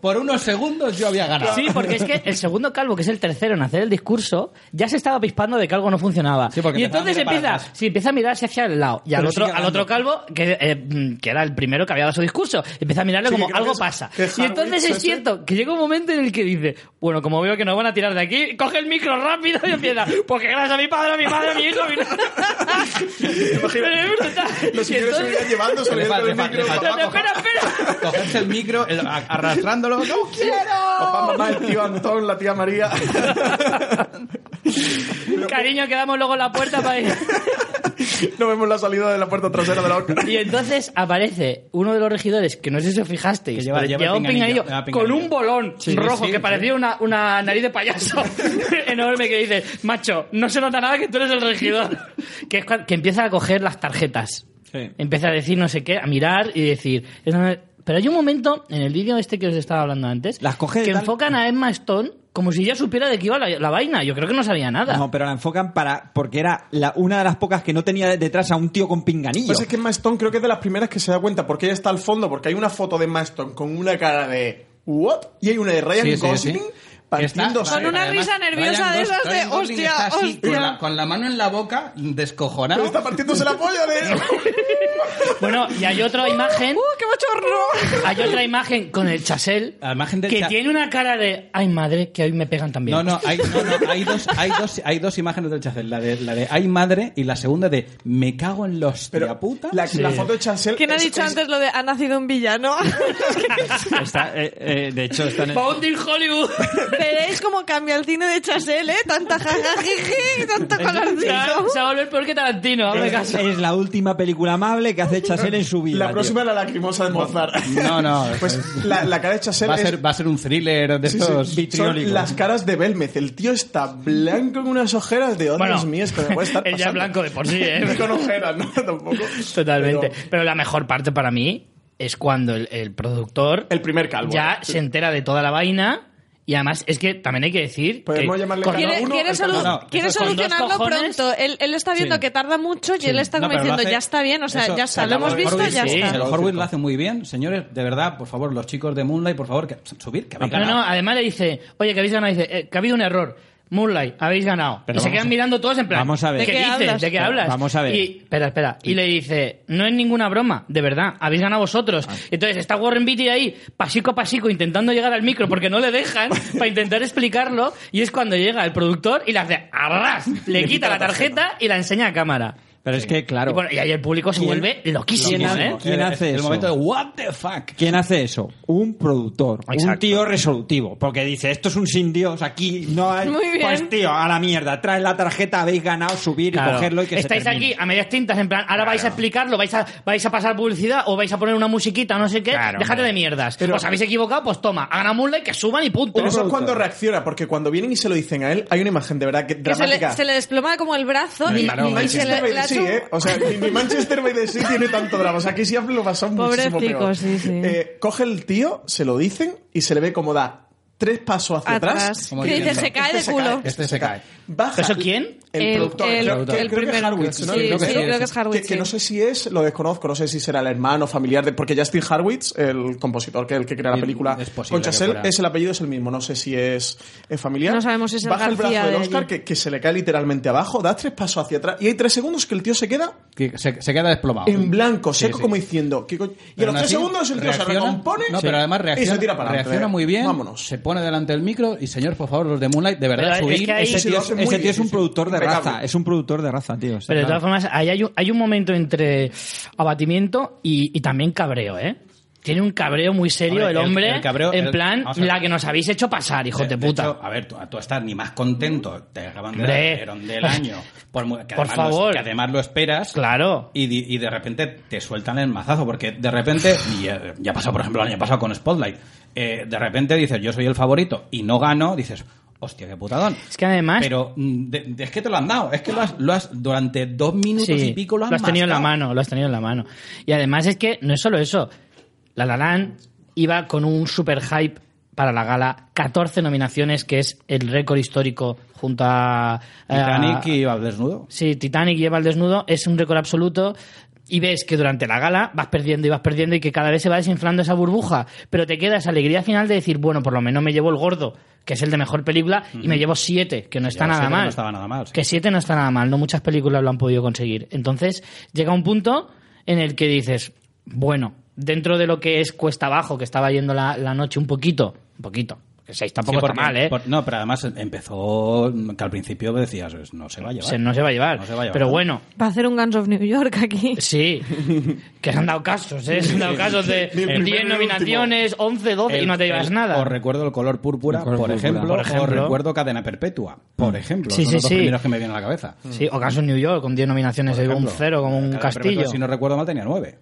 [SPEAKER 5] Por unos segundos yo había ganado.
[SPEAKER 1] Sí, porque es que el segundo calvo, que es el tercero en hacer el discurso, ya se estaba pispando de que algo no funcionaba.
[SPEAKER 5] Sí, porque
[SPEAKER 1] y
[SPEAKER 5] empezaba a
[SPEAKER 1] entonces
[SPEAKER 5] mirar para
[SPEAKER 1] empieza,
[SPEAKER 5] atrás.
[SPEAKER 1] sí, empieza a mirarse hacia el lado. Y al
[SPEAKER 5] Pero
[SPEAKER 1] otro,
[SPEAKER 5] sigue
[SPEAKER 1] al otro calvo, que, eh, mm, que era el primero que había dado su discurso, empieza a mirarle
[SPEAKER 4] Sí,
[SPEAKER 1] como
[SPEAKER 4] que creo
[SPEAKER 1] algo
[SPEAKER 4] que es-
[SPEAKER 1] pasa.
[SPEAKER 4] que es
[SPEAKER 1] Y entonces
[SPEAKER 4] Harwitz
[SPEAKER 1] es
[SPEAKER 4] ese.
[SPEAKER 1] cierto que llega un momento en el que dice, bueno, como veo que nos van a tirar de aquí, coge el micro rápido y empieza, porque gracias a mi padre, a mi madre, a mi hijo, a mi... Pero es brutal.
[SPEAKER 4] Los
[SPEAKER 1] Y
[SPEAKER 4] señores se
[SPEAKER 1] entonces-
[SPEAKER 4] venían llevando, se
[SPEAKER 5] Le
[SPEAKER 4] venían con
[SPEAKER 5] falta-
[SPEAKER 4] el
[SPEAKER 5] le falta-
[SPEAKER 4] micro.
[SPEAKER 5] le falta-
[SPEAKER 4] Papá,
[SPEAKER 1] Espera, espera.
[SPEAKER 5] Cogerse el micro, el- a- arrastrándolo. ¡No
[SPEAKER 4] papá, mamá, el tío Antón, la tía María.
[SPEAKER 1] Cariño, quedamos luego en la puerta para ir.
[SPEAKER 4] No vemos la salida de la puerta trasera de la Oscar.
[SPEAKER 1] Y entonces aparece uno de los regidores, que no sé si os fijasteis,
[SPEAKER 5] Que lleva-
[SPEAKER 1] pero
[SPEAKER 5] lleva
[SPEAKER 1] llevaba un
[SPEAKER 5] pinganillo,
[SPEAKER 1] pinganillo
[SPEAKER 5] lleva
[SPEAKER 1] con
[SPEAKER 5] pinganillo.
[SPEAKER 1] un bolón rojo
[SPEAKER 5] sí,
[SPEAKER 1] que
[SPEAKER 5] sí.
[SPEAKER 1] parecía una, una nariz de payaso enorme que dice, macho, no se nota nada que tú eres el regidor. Que, es cua- que empieza a coger las tarjetas.
[SPEAKER 3] Sí.
[SPEAKER 1] Empieza a decir no sé qué, a mirar y decir... "Es una-". Pero hay un momento en el vídeo este que os estaba hablando antes
[SPEAKER 3] Las coge de
[SPEAKER 1] que
[SPEAKER 3] tal-
[SPEAKER 1] enfocan a Emma Stone como si ya supiera de qué iba la, la vaina. Yo creo que no sabía nada.
[SPEAKER 3] No, pero la enfocan para porque era la, una de las pocas que no tenía detrás a un tío con pinganillo.
[SPEAKER 4] Pues es que Emma Stone creo que es de las primeras que se da cuenta porque ella está al fondo, porque hay una foto de Emma Stone con una cara de ¿what? y hay una de Ryan
[SPEAKER 5] Sí, sí,
[SPEAKER 4] Gosling
[SPEAKER 5] sí.
[SPEAKER 4] partiéndose.
[SPEAKER 5] Está-
[SPEAKER 2] Con una risa nerviosa de
[SPEAKER 5] Gos-
[SPEAKER 2] esas de,
[SPEAKER 5] Ryan Gosling
[SPEAKER 2] "Hostia,
[SPEAKER 5] está así,
[SPEAKER 2] hostia".
[SPEAKER 5] Con la, con la mano en la boca, descojonado.
[SPEAKER 4] Está partiéndose la polla de...
[SPEAKER 1] Bueno, y hay otra imagen...
[SPEAKER 2] ¡Uh, qué bochorno!
[SPEAKER 1] Hay otra imagen con el chasel
[SPEAKER 5] La imagen del
[SPEAKER 1] que
[SPEAKER 5] cha-
[SPEAKER 1] tiene una cara de ay madre que hoy me pegan también.
[SPEAKER 5] No, no, hay, no, no, hay, dos, hay, dos, hay dos imágenes del chacel. La de, la de ay madre y la segunda de me cago en los tía
[SPEAKER 4] Pero
[SPEAKER 5] puta.
[SPEAKER 4] la,
[SPEAKER 1] Sí.
[SPEAKER 4] la foto de Chancel...
[SPEAKER 2] ¿Quién ha
[SPEAKER 4] es-
[SPEAKER 2] dicho
[SPEAKER 4] es-
[SPEAKER 2] antes lo de ha nacido un villano?
[SPEAKER 3] Está, eh, eh, de hecho, está en el-
[SPEAKER 1] Bound in Hollywood.
[SPEAKER 2] Veréis cómo cambia el cine de Chasel, ¿eh? Tanta jajajiji, tanto
[SPEAKER 1] Se va-
[SPEAKER 2] colorcito.
[SPEAKER 1] se va a volver peor que Tarantino, hazme
[SPEAKER 3] es,
[SPEAKER 1] caso.
[SPEAKER 3] es la última película amable que hace Chasel en su vida.
[SPEAKER 4] La
[SPEAKER 3] tío.
[SPEAKER 4] próxima es la lacrimosa de Mozart.
[SPEAKER 5] No, no.
[SPEAKER 4] Pues la, la cara de Chassel
[SPEAKER 5] va, a
[SPEAKER 4] es...
[SPEAKER 5] ser, va a ser un thriller de
[SPEAKER 4] sí, sí,
[SPEAKER 5] estos.
[SPEAKER 4] son
[SPEAKER 3] vitriólico.
[SPEAKER 4] las caras de Belmez. El tío está blanco con unas ojeras de... Oh,
[SPEAKER 1] Bueno,
[SPEAKER 4] Dios mío, esto me puede estar
[SPEAKER 1] él ya es
[SPEAKER 4] pasando".
[SPEAKER 1] blanco de por sí, ¿eh?
[SPEAKER 4] Con ojeras, ¿no? Tampoco.
[SPEAKER 1] Totalmente.
[SPEAKER 4] Pero
[SPEAKER 1] Pero, la mejor parte para mí es cuando el, el productor
[SPEAKER 4] el primer calvo. ¿eh?
[SPEAKER 1] ya se entera de toda la vaina y además es que también hay que decir
[SPEAKER 4] Podemos
[SPEAKER 1] que
[SPEAKER 4] llamarle
[SPEAKER 1] con-
[SPEAKER 4] calvo.
[SPEAKER 2] Quiere,
[SPEAKER 4] uno,
[SPEAKER 2] quiere
[SPEAKER 4] el
[SPEAKER 2] solu-
[SPEAKER 5] calor. No, no,
[SPEAKER 2] quiere
[SPEAKER 5] eso es con
[SPEAKER 1] dos
[SPEAKER 2] solucionarlo
[SPEAKER 1] cojones.
[SPEAKER 2] pronto. Él, él está viendo
[SPEAKER 5] Sí.
[SPEAKER 2] que tarda mucho y él está
[SPEAKER 5] No,
[SPEAKER 2] como
[SPEAKER 5] pero lo
[SPEAKER 2] diciendo,
[SPEAKER 5] hace-
[SPEAKER 2] ya está bien, o sea,
[SPEAKER 5] eso-
[SPEAKER 2] ya
[SPEAKER 5] o
[SPEAKER 2] está,
[SPEAKER 5] sea,
[SPEAKER 2] lo hemos
[SPEAKER 5] Howard
[SPEAKER 2] visto,
[SPEAKER 5] Hawks-
[SPEAKER 2] ya
[SPEAKER 1] sí,
[SPEAKER 5] El
[SPEAKER 2] está.
[SPEAKER 5] Horwitz lo hace muy bien. Señores, de verdad, por favor, los chicos de Moonlight, por favor, que, subir, que habéis
[SPEAKER 1] No, no,
[SPEAKER 5] ganado.
[SPEAKER 1] además le dice, oye, que habéis ganado, dice, eh, que ha habido un error. Moonlight, habéis ganado.
[SPEAKER 3] Pero
[SPEAKER 1] y se
[SPEAKER 3] vamos
[SPEAKER 1] quedan
[SPEAKER 3] a-
[SPEAKER 1] mirando todos en plan.
[SPEAKER 3] vamos a ver.
[SPEAKER 1] ¿Qué,
[SPEAKER 2] ¿De qué
[SPEAKER 1] dices?
[SPEAKER 2] hablas?
[SPEAKER 1] ¿De qué
[SPEAKER 3] Pero
[SPEAKER 1] hablas?
[SPEAKER 3] vamos a ver.
[SPEAKER 1] Y, espera, espera. Y le dice, no es ninguna broma, de verdad, habéis ganado
[SPEAKER 3] Ah.
[SPEAKER 1] vosotros. Entonces está Warren Beatty ahí, pasico a pasico, intentando llegar al micro porque no le dejan, para intentar explicarlo. Y es cuando llega el productor y le hace, arras, le, quita la tarjeta y la enseña a cámara.
[SPEAKER 3] Pero es que, claro.
[SPEAKER 1] Y, bueno, y ahí el público se
[SPEAKER 3] ¿Quién-
[SPEAKER 1] vuelve loquísimo,
[SPEAKER 3] quién
[SPEAKER 1] ¿eh?
[SPEAKER 3] hace- ¿Quién hace
[SPEAKER 5] el
[SPEAKER 3] eso?
[SPEAKER 5] momento de what the fuck.
[SPEAKER 3] ¿Quién hace eso? Un productor, un
[SPEAKER 1] Exacto.
[SPEAKER 3] tío resolutivo, porque dice, esto es un sin Dios, aquí no hay...
[SPEAKER 2] Muy bien.
[SPEAKER 3] Pues tío, a la mierda, trae la tarjeta, habéis ganado, subir y
[SPEAKER 1] Claro.
[SPEAKER 3] cogerlo y que
[SPEAKER 1] Estáis
[SPEAKER 3] se termine.
[SPEAKER 1] aquí a medias tintas, en plan, ahora vais a explicarlo, vais a, vais a pasar publicidad o vais a poner una musiquita, no sé qué.
[SPEAKER 3] Claro,
[SPEAKER 1] Déjate
[SPEAKER 3] hombre.
[SPEAKER 1] de mierdas. Os habéis equivocado, pues toma, hagan a Moonlight que suban y punto.
[SPEAKER 4] Pero eso es cuando reacciona, porque cuando vienen y se lo dicen a él, hay una imagen de verdad que
[SPEAKER 2] Que se
[SPEAKER 4] dramática.
[SPEAKER 2] le, se le desploma como el brazo
[SPEAKER 5] Ni-
[SPEAKER 2] y,
[SPEAKER 5] claro,
[SPEAKER 2] y
[SPEAKER 5] ni
[SPEAKER 2] se
[SPEAKER 4] Manchester
[SPEAKER 2] le,
[SPEAKER 4] by
[SPEAKER 2] le
[SPEAKER 4] the
[SPEAKER 2] hace
[SPEAKER 4] Sea,
[SPEAKER 2] un-
[SPEAKER 4] ¿eh? O sea, ni- ni Manchester by the Sea tiene tanto drama. O sea, aquí sí lo pasó muchísimo
[SPEAKER 2] Pobrecico,
[SPEAKER 4] peor.
[SPEAKER 2] sí, sí.
[SPEAKER 4] Eh, coge el tío, se lo dicen y se le ve como da tres pasos hacia atrás.
[SPEAKER 2] atrás.
[SPEAKER 5] como
[SPEAKER 2] Que dice,
[SPEAKER 5] diciendo,
[SPEAKER 2] se cae de
[SPEAKER 4] se
[SPEAKER 2] culo.
[SPEAKER 4] cae.
[SPEAKER 5] Este se cae.
[SPEAKER 4] Baja.
[SPEAKER 1] ¿Eso quién?
[SPEAKER 4] El,
[SPEAKER 2] El-
[SPEAKER 4] productor.
[SPEAKER 2] el-
[SPEAKER 4] Creo-
[SPEAKER 5] el
[SPEAKER 4] creo- creo que
[SPEAKER 5] primero.
[SPEAKER 4] es Harwitz,
[SPEAKER 2] Sí,
[SPEAKER 4] ¿no?
[SPEAKER 5] creo
[SPEAKER 2] sí,
[SPEAKER 5] que sí,
[SPEAKER 2] creo que
[SPEAKER 5] sí.
[SPEAKER 2] es
[SPEAKER 4] Que,
[SPEAKER 2] Harwich.
[SPEAKER 4] que no sé si es, lo desconozco, no sé si será el hermano, familiar, de, porque Justin Harwitz, el compositor que el que crea la
[SPEAKER 5] Y
[SPEAKER 4] película
[SPEAKER 5] es posible
[SPEAKER 4] con
[SPEAKER 5] que
[SPEAKER 4] Chazelle,
[SPEAKER 5] fuera.
[SPEAKER 4] es el apellido es el mismo, no sé si es, es familiar.
[SPEAKER 2] No sabemos si es el
[SPEAKER 4] Baja el
[SPEAKER 2] García
[SPEAKER 4] brazo del
[SPEAKER 2] de
[SPEAKER 4] Oscar,
[SPEAKER 2] allí.
[SPEAKER 4] que, que se le cae literalmente abajo, da tres pasos hacia atrás y hay tres segundos que el tío se queda
[SPEAKER 5] Que Se, se queda desplomado.
[SPEAKER 4] en blanco,
[SPEAKER 5] Ah, Sí,
[SPEAKER 4] seco,
[SPEAKER 5] sí.
[SPEAKER 4] como diciendo. ¿qué coño? Y a
[SPEAKER 5] Pero
[SPEAKER 4] los
[SPEAKER 5] aún
[SPEAKER 4] tres
[SPEAKER 5] así,
[SPEAKER 4] segundos el tío se
[SPEAKER 5] reacciona-
[SPEAKER 4] recompone
[SPEAKER 5] No, pero además reacciona,
[SPEAKER 4] y se tira para adelante.
[SPEAKER 5] reacciona muy bien.
[SPEAKER 4] Vámonos.
[SPEAKER 5] Se pone delante del micro y, señor, por favor, los de Moonlight, de verdad,
[SPEAKER 1] Pero es
[SPEAKER 5] subid.
[SPEAKER 1] que ahí-
[SPEAKER 5] ese
[SPEAKER 4] Sí,
[SPEAKER 5] tío
[SPEAKER 4] lo
[SPEAKER 5] es-
[SPEAKER 4] hace muy
[SPEAKER 3] Ese tío es un
[SPEAKER 4] difícil,
[SPEAKER 3] productor de
[SPEAKER 4] impecable.
[SPEAKER 3] raza, es un productor de raza, tío. está
[SPEAKER 1] Pero de
[SPEAKER 3] claro.
[SPEAKER 1] todas formas, ahí hay un, hay un momento entre abatimiento y, y también cabreo, ¿eh? Tiene un cabreo muy serio
[SPEAKER 5] Hombre,
[SPEAKER 1] el
[SPEAKER 5] el-
[SPEAKER 1] hombre,
[SPEAKER 5] el cabreo-
[SPEAKER 1] en
[SPEAKER 5] el-
[SPEAKER 1] plan,
[SPEAKER 5] vamos a ver.
[SPEAKER 1] la que nos habéis hecho pasar, hijos de,
[SPEAKER 5] de
[SPEAKER 1] puta.
[SPEAKER 5] hecho, a ver, tú, tú estás ni más contento, te acaban de
[SPEAKER 1] Hombre.
[SPEAKER 5] dar el Herón del año. Por, mu- que
[SPEAKER 1] Por
[SPEAKER 5] además lo-
[SPEAKER 1] favor.
[SPEAKER 5] que además lo esperas.
[SPEAKER 1] claro.
[SPEAKER 5] Y, di- y de repente te sueltan el mazazo, porque de repente, y ya, ya pasó, por ejemplo, el año pasado con Spotlight, eh, de repente dices, yo soy el favorito y no gano, dices, hostia, qué putadón.
[SPEAKER 1] Es que además-
[SPEAKER 5] Pero mm, de- de- es que te lo han dado, es que lo has, lo has- durante dos minutos
[SPEAKER 1] Sí,
[SPEAKER 5] y pico lo, han
[SPEAKER 1] has tenido en la
[SPEAKER 5] mascado.
[SPEAKER 1] mano, lo has tenido en la mano. Y además es que no es solo eso. La La Land iba con un super hype para la gala, 14 nominaciones, que es el récord histórico junto a...
[SPEAKER 5] Titanic
[SPEAKER 1] a-
[SPEAKER 5] y al desnudo.
[SPEAKER 1] Ah, Sí, Titanic lleva al desnudo, es un récord absoluto. Y ves que durante la gala vas perdiendo y vas perdiendo y que cada vez se va desinflando esa burbuja. Pero te queda esa alegría final de decir, bueno, por lo menos me llevo el gordo, que es el de mejor película, y me llevo siete, que no está
[SPEAKER 5] lleva
[SPEAKER 1] nada
[SPEAKER 5] siete,
[SPEAKER 1] mal.
[SPEAKER 5] no estaba nada mal, sí.
[SPEAKER 1] Que siete no está nada mal, no muchas películas lo han podido conseguir. Entonces llega un punto en el que dices, bueno, dentro de lo que es cuesta abajo, que estaba yendo la, la noche un poquito, un poquito, que seis tampoco
[SPEAKER 5] Sí,
[SPEAKER 1] está
[SPEAKER 5] porque-
[SPEAKER 1] mal, ¿eh?
[SPEAKER 5] por- no, pero además empezó mm, que al principio decías, "Es- no se va a llevar.
[SPEAKER 1] Se- no se va a llevar.
[SPEAKER 5] No se va a llevar.
[SPEAKER 1] Pero bueno,
[SPEAKER 2] Va a hacer un Guns of New York aquí.
[SPEAKER 1] Sí, que se han dado casos, ¿eh? Se han dado casos de
[SPEAKER 4] Ni el
[SPEAKER 1] 10
[SPEAKER 4] primero ni el
[SPEAKER 1] nominaciones, 11, 12 y
[SPEAKER 5] El-
[SPEAKER 1] no te llevas
[SPEAKER 5] el-
[SPEAKER 1] nada.
[SPEAKER 5] Os recuerdo el color púrpura,
[SPEAKER 3] El color
[SPEAKER 5] por,
[SPEAKER 3] púrpura.
[SPEAKER 5] Ejemplo,
[SPEAKER 1] Por ejemplo. Mm.
[SPEAKER 5] Os recuerdo cadena perpetua, por ejemplo.
[SPEAKER 1] Sí,
[SPEAKER 5] Son
[SPEAKER 1] sí,
[SPEAKER 5] los dos
[SPEAKER 1] sí.
[SPEAKER 5] primeros que me vienen a la cabeza.
[SPEAKER 3] Mm.
[SPEAKER 1] Sí, o caso en New York, con 10 nominaciones,
[SPEAKER 5] Por
[SPEAKER 1] digo, un
[SPEAKER 5] ejemplo,
[SPEAKER 1] cero, como un
[SPEAKER 5] Cadena
[SPEAKER 1] castillo.
[SPEAKER 5] Perpetua, si no recuerdo mal, tenía nueve.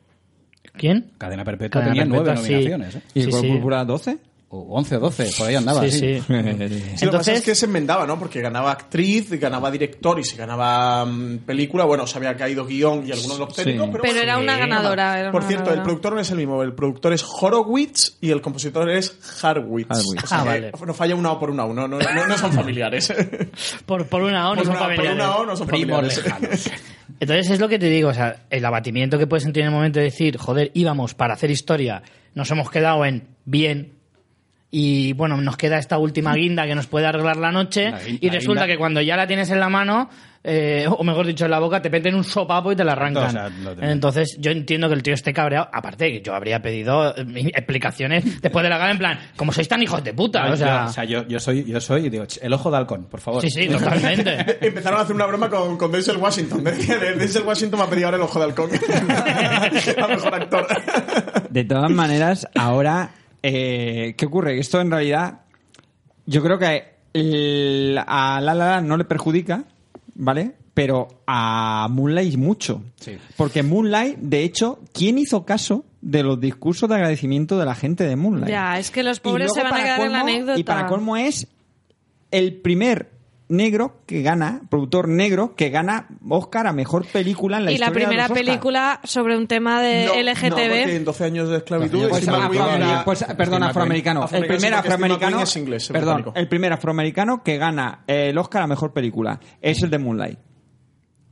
[SPEAKER 1] ¿Quién?
[SPEAKER 5] Cadena Perpetua
[SPEAKER 1] Cadena
[SPEAKER 5] tenía nueve
[SPEAKER 1] Perpetua, sí.
[SPEAKER 5] nominaciones. ¿eh?
[SPEAKER 3] ¿Y
[SPEAKER 1] Sí,
[SPEAKER 3] con
[SPEAKER 1] sí.
[SPEAKER 3] Púrpura 12?
[SPEAKER 5] O once o doce, por ahí andaba.
[SPEAKER 1] Sí, sí.
[SPEAKER 5] sí.
[SPEAKER 4] Sí, lo que pasa
[SPEAKER 1] Entonces-
[SPEAKER 4] es que se enmendaba, ¿no? Porque ganaba actriz, ganaba director y se ganaba mm, película. Bueno, se había caído guión y algunos de los técnicos, pero,
[SPEAKER 2] Pero
[SPEAKER 4] bueno,
[SPEAKER 2] era una
[SPEAKER 1] Sí.
[SPEAKER 2] ganadora. era
[SPEAKER 4] Por
[SPEAKER 2] una
[SPEAKER 4] cierto, el
[SPEAKER 2] ganadora.
[SPEAKER 4] productor no es el mismo. El productor es Horowitz y el compositor es Harwitz.
[SPEAKER 3] Harwitz.
[SPEAKER 4] O sea
[SPEAKER 1] Ah,
[SPEAKER 4] que
[SPEAKER 1] vale.
[SPEAKER 4] no falla una O por una O. No, no, no, no son familiares.
[SPEAKER 1] Por, por una O no
[SPEAKER 4] Por
[SPEAKER 1] son
[SPEAKER 4] una- por
[SPEAKER 1] familiares.
[SPEAKER 4] una O no son
[SPEAKER 5] Primos
[SPEAKER 4] familiares.
[SPEAKER 5] lejanos.
[SPEAKER 1] Entonces es lo que te digo, o sea, el abatimiento que puedes sentir en el momento de decir, joder, íbamos para hacer historia, nos hemos quedado en bien. Y bueno, nos queda esta última guinda que nos puede arreglar la noche.
[SPEAKER 5] La guin-
[SPEAKER 1] y
[SPEAKER 5] la
[SPEAKER 1] resulta
[SPEAKER 5] guinda-
[SPEAKER 1] que cuando ya la tienes en la mano, eh, o mejor dicho, en la boca, te meten un sopapo y te la arrancan.
[SPEAKER 5] O sea, lo de-
[SPEAKER 1] Entonces yo entiendo que el tío esté cabreado. Aparte, que yo habría pedido eh, explicaciones después de la gala, en plan, como sois tan hijos de puta.
[SPEAKER 5] Yo-
[SPEAKER 1] o sea,
[SPEAKER 5] yo, o sea, yo, yo soy, yo soy, digo, "Ch, el ojo de halcón, por favor.
[SPEAKER 1] sí, sí, totalmente.
[SPEAKER 4] Empezaron a hacer una broma con, con Denzel Washington. Denzel Washington me ha pedido ahora el ojo de halcón. Al mejor actor.
[SPEAKER 3] De todas maneras, ahora, eh, ¿qué ocurre? Esto en realidad, yo creo que el- a La La Land no le perjudica, ¿vale? Pero a Moonlight mucho.
[SPEAKER 5] Sí.
[SPEAKER 3] Porque Moonlight, de hecho, ¿quién hizo caso de los discursos de agradecimiento de la gente de Moonlight?
[SPEAKER 2] Ya, es que los
[SPEAKER 3] Y
[SPEAKER 2] pobres
[SPEAKER 3] luego
[SPEAKER 2] se van a
[SPEAKER 3] para
[SPEAKER 2] quedar en la
[SPEAKER 3] colmo-
[SPEAKER 2] anécdota.
[SPEAKER 3] Y para colmo es el primer negro que gana, productor negro que gana Oscar a mejor película en la
[SPEAKER 2] y la
[SPEAKER 3] historia. de
[SPEAKER 2] primera
[SPEAKER 3] los Oscar.
[SPEAKER 2] película sobre un tema de
[SPEAKER 4] No, No, porque
[SPEAKER 2] LGTB.
[SPEAKER 4] en 12 años de esclavitud...
[SPEAKER 5] Pues,
[SPEAKER 3] Pues,
[SPEAKER 4] Steve
[SPEAKER 5] afroameri-
[SPEAKER 4] McQueen
[SPEAKER 3] afroamericano,
[SPEAKER 4] era-
[SPEAKER 3] pues, perdón, afroamericano. El
[SPEAKER 4] Afroamericano,
[SPEAKER 3] primer
[SPEAKER 4] porque Steve
[SPEAKER 3] afroamericano.
[SPEAKER 4] McQueen es inglés, es
[SPEAKER 3] Perdón,
[SPEAKER 4] británico.
[SPEAKER 3] el primer afroamericano que gana eh, el Oscar a mejor película es el de Moonlight.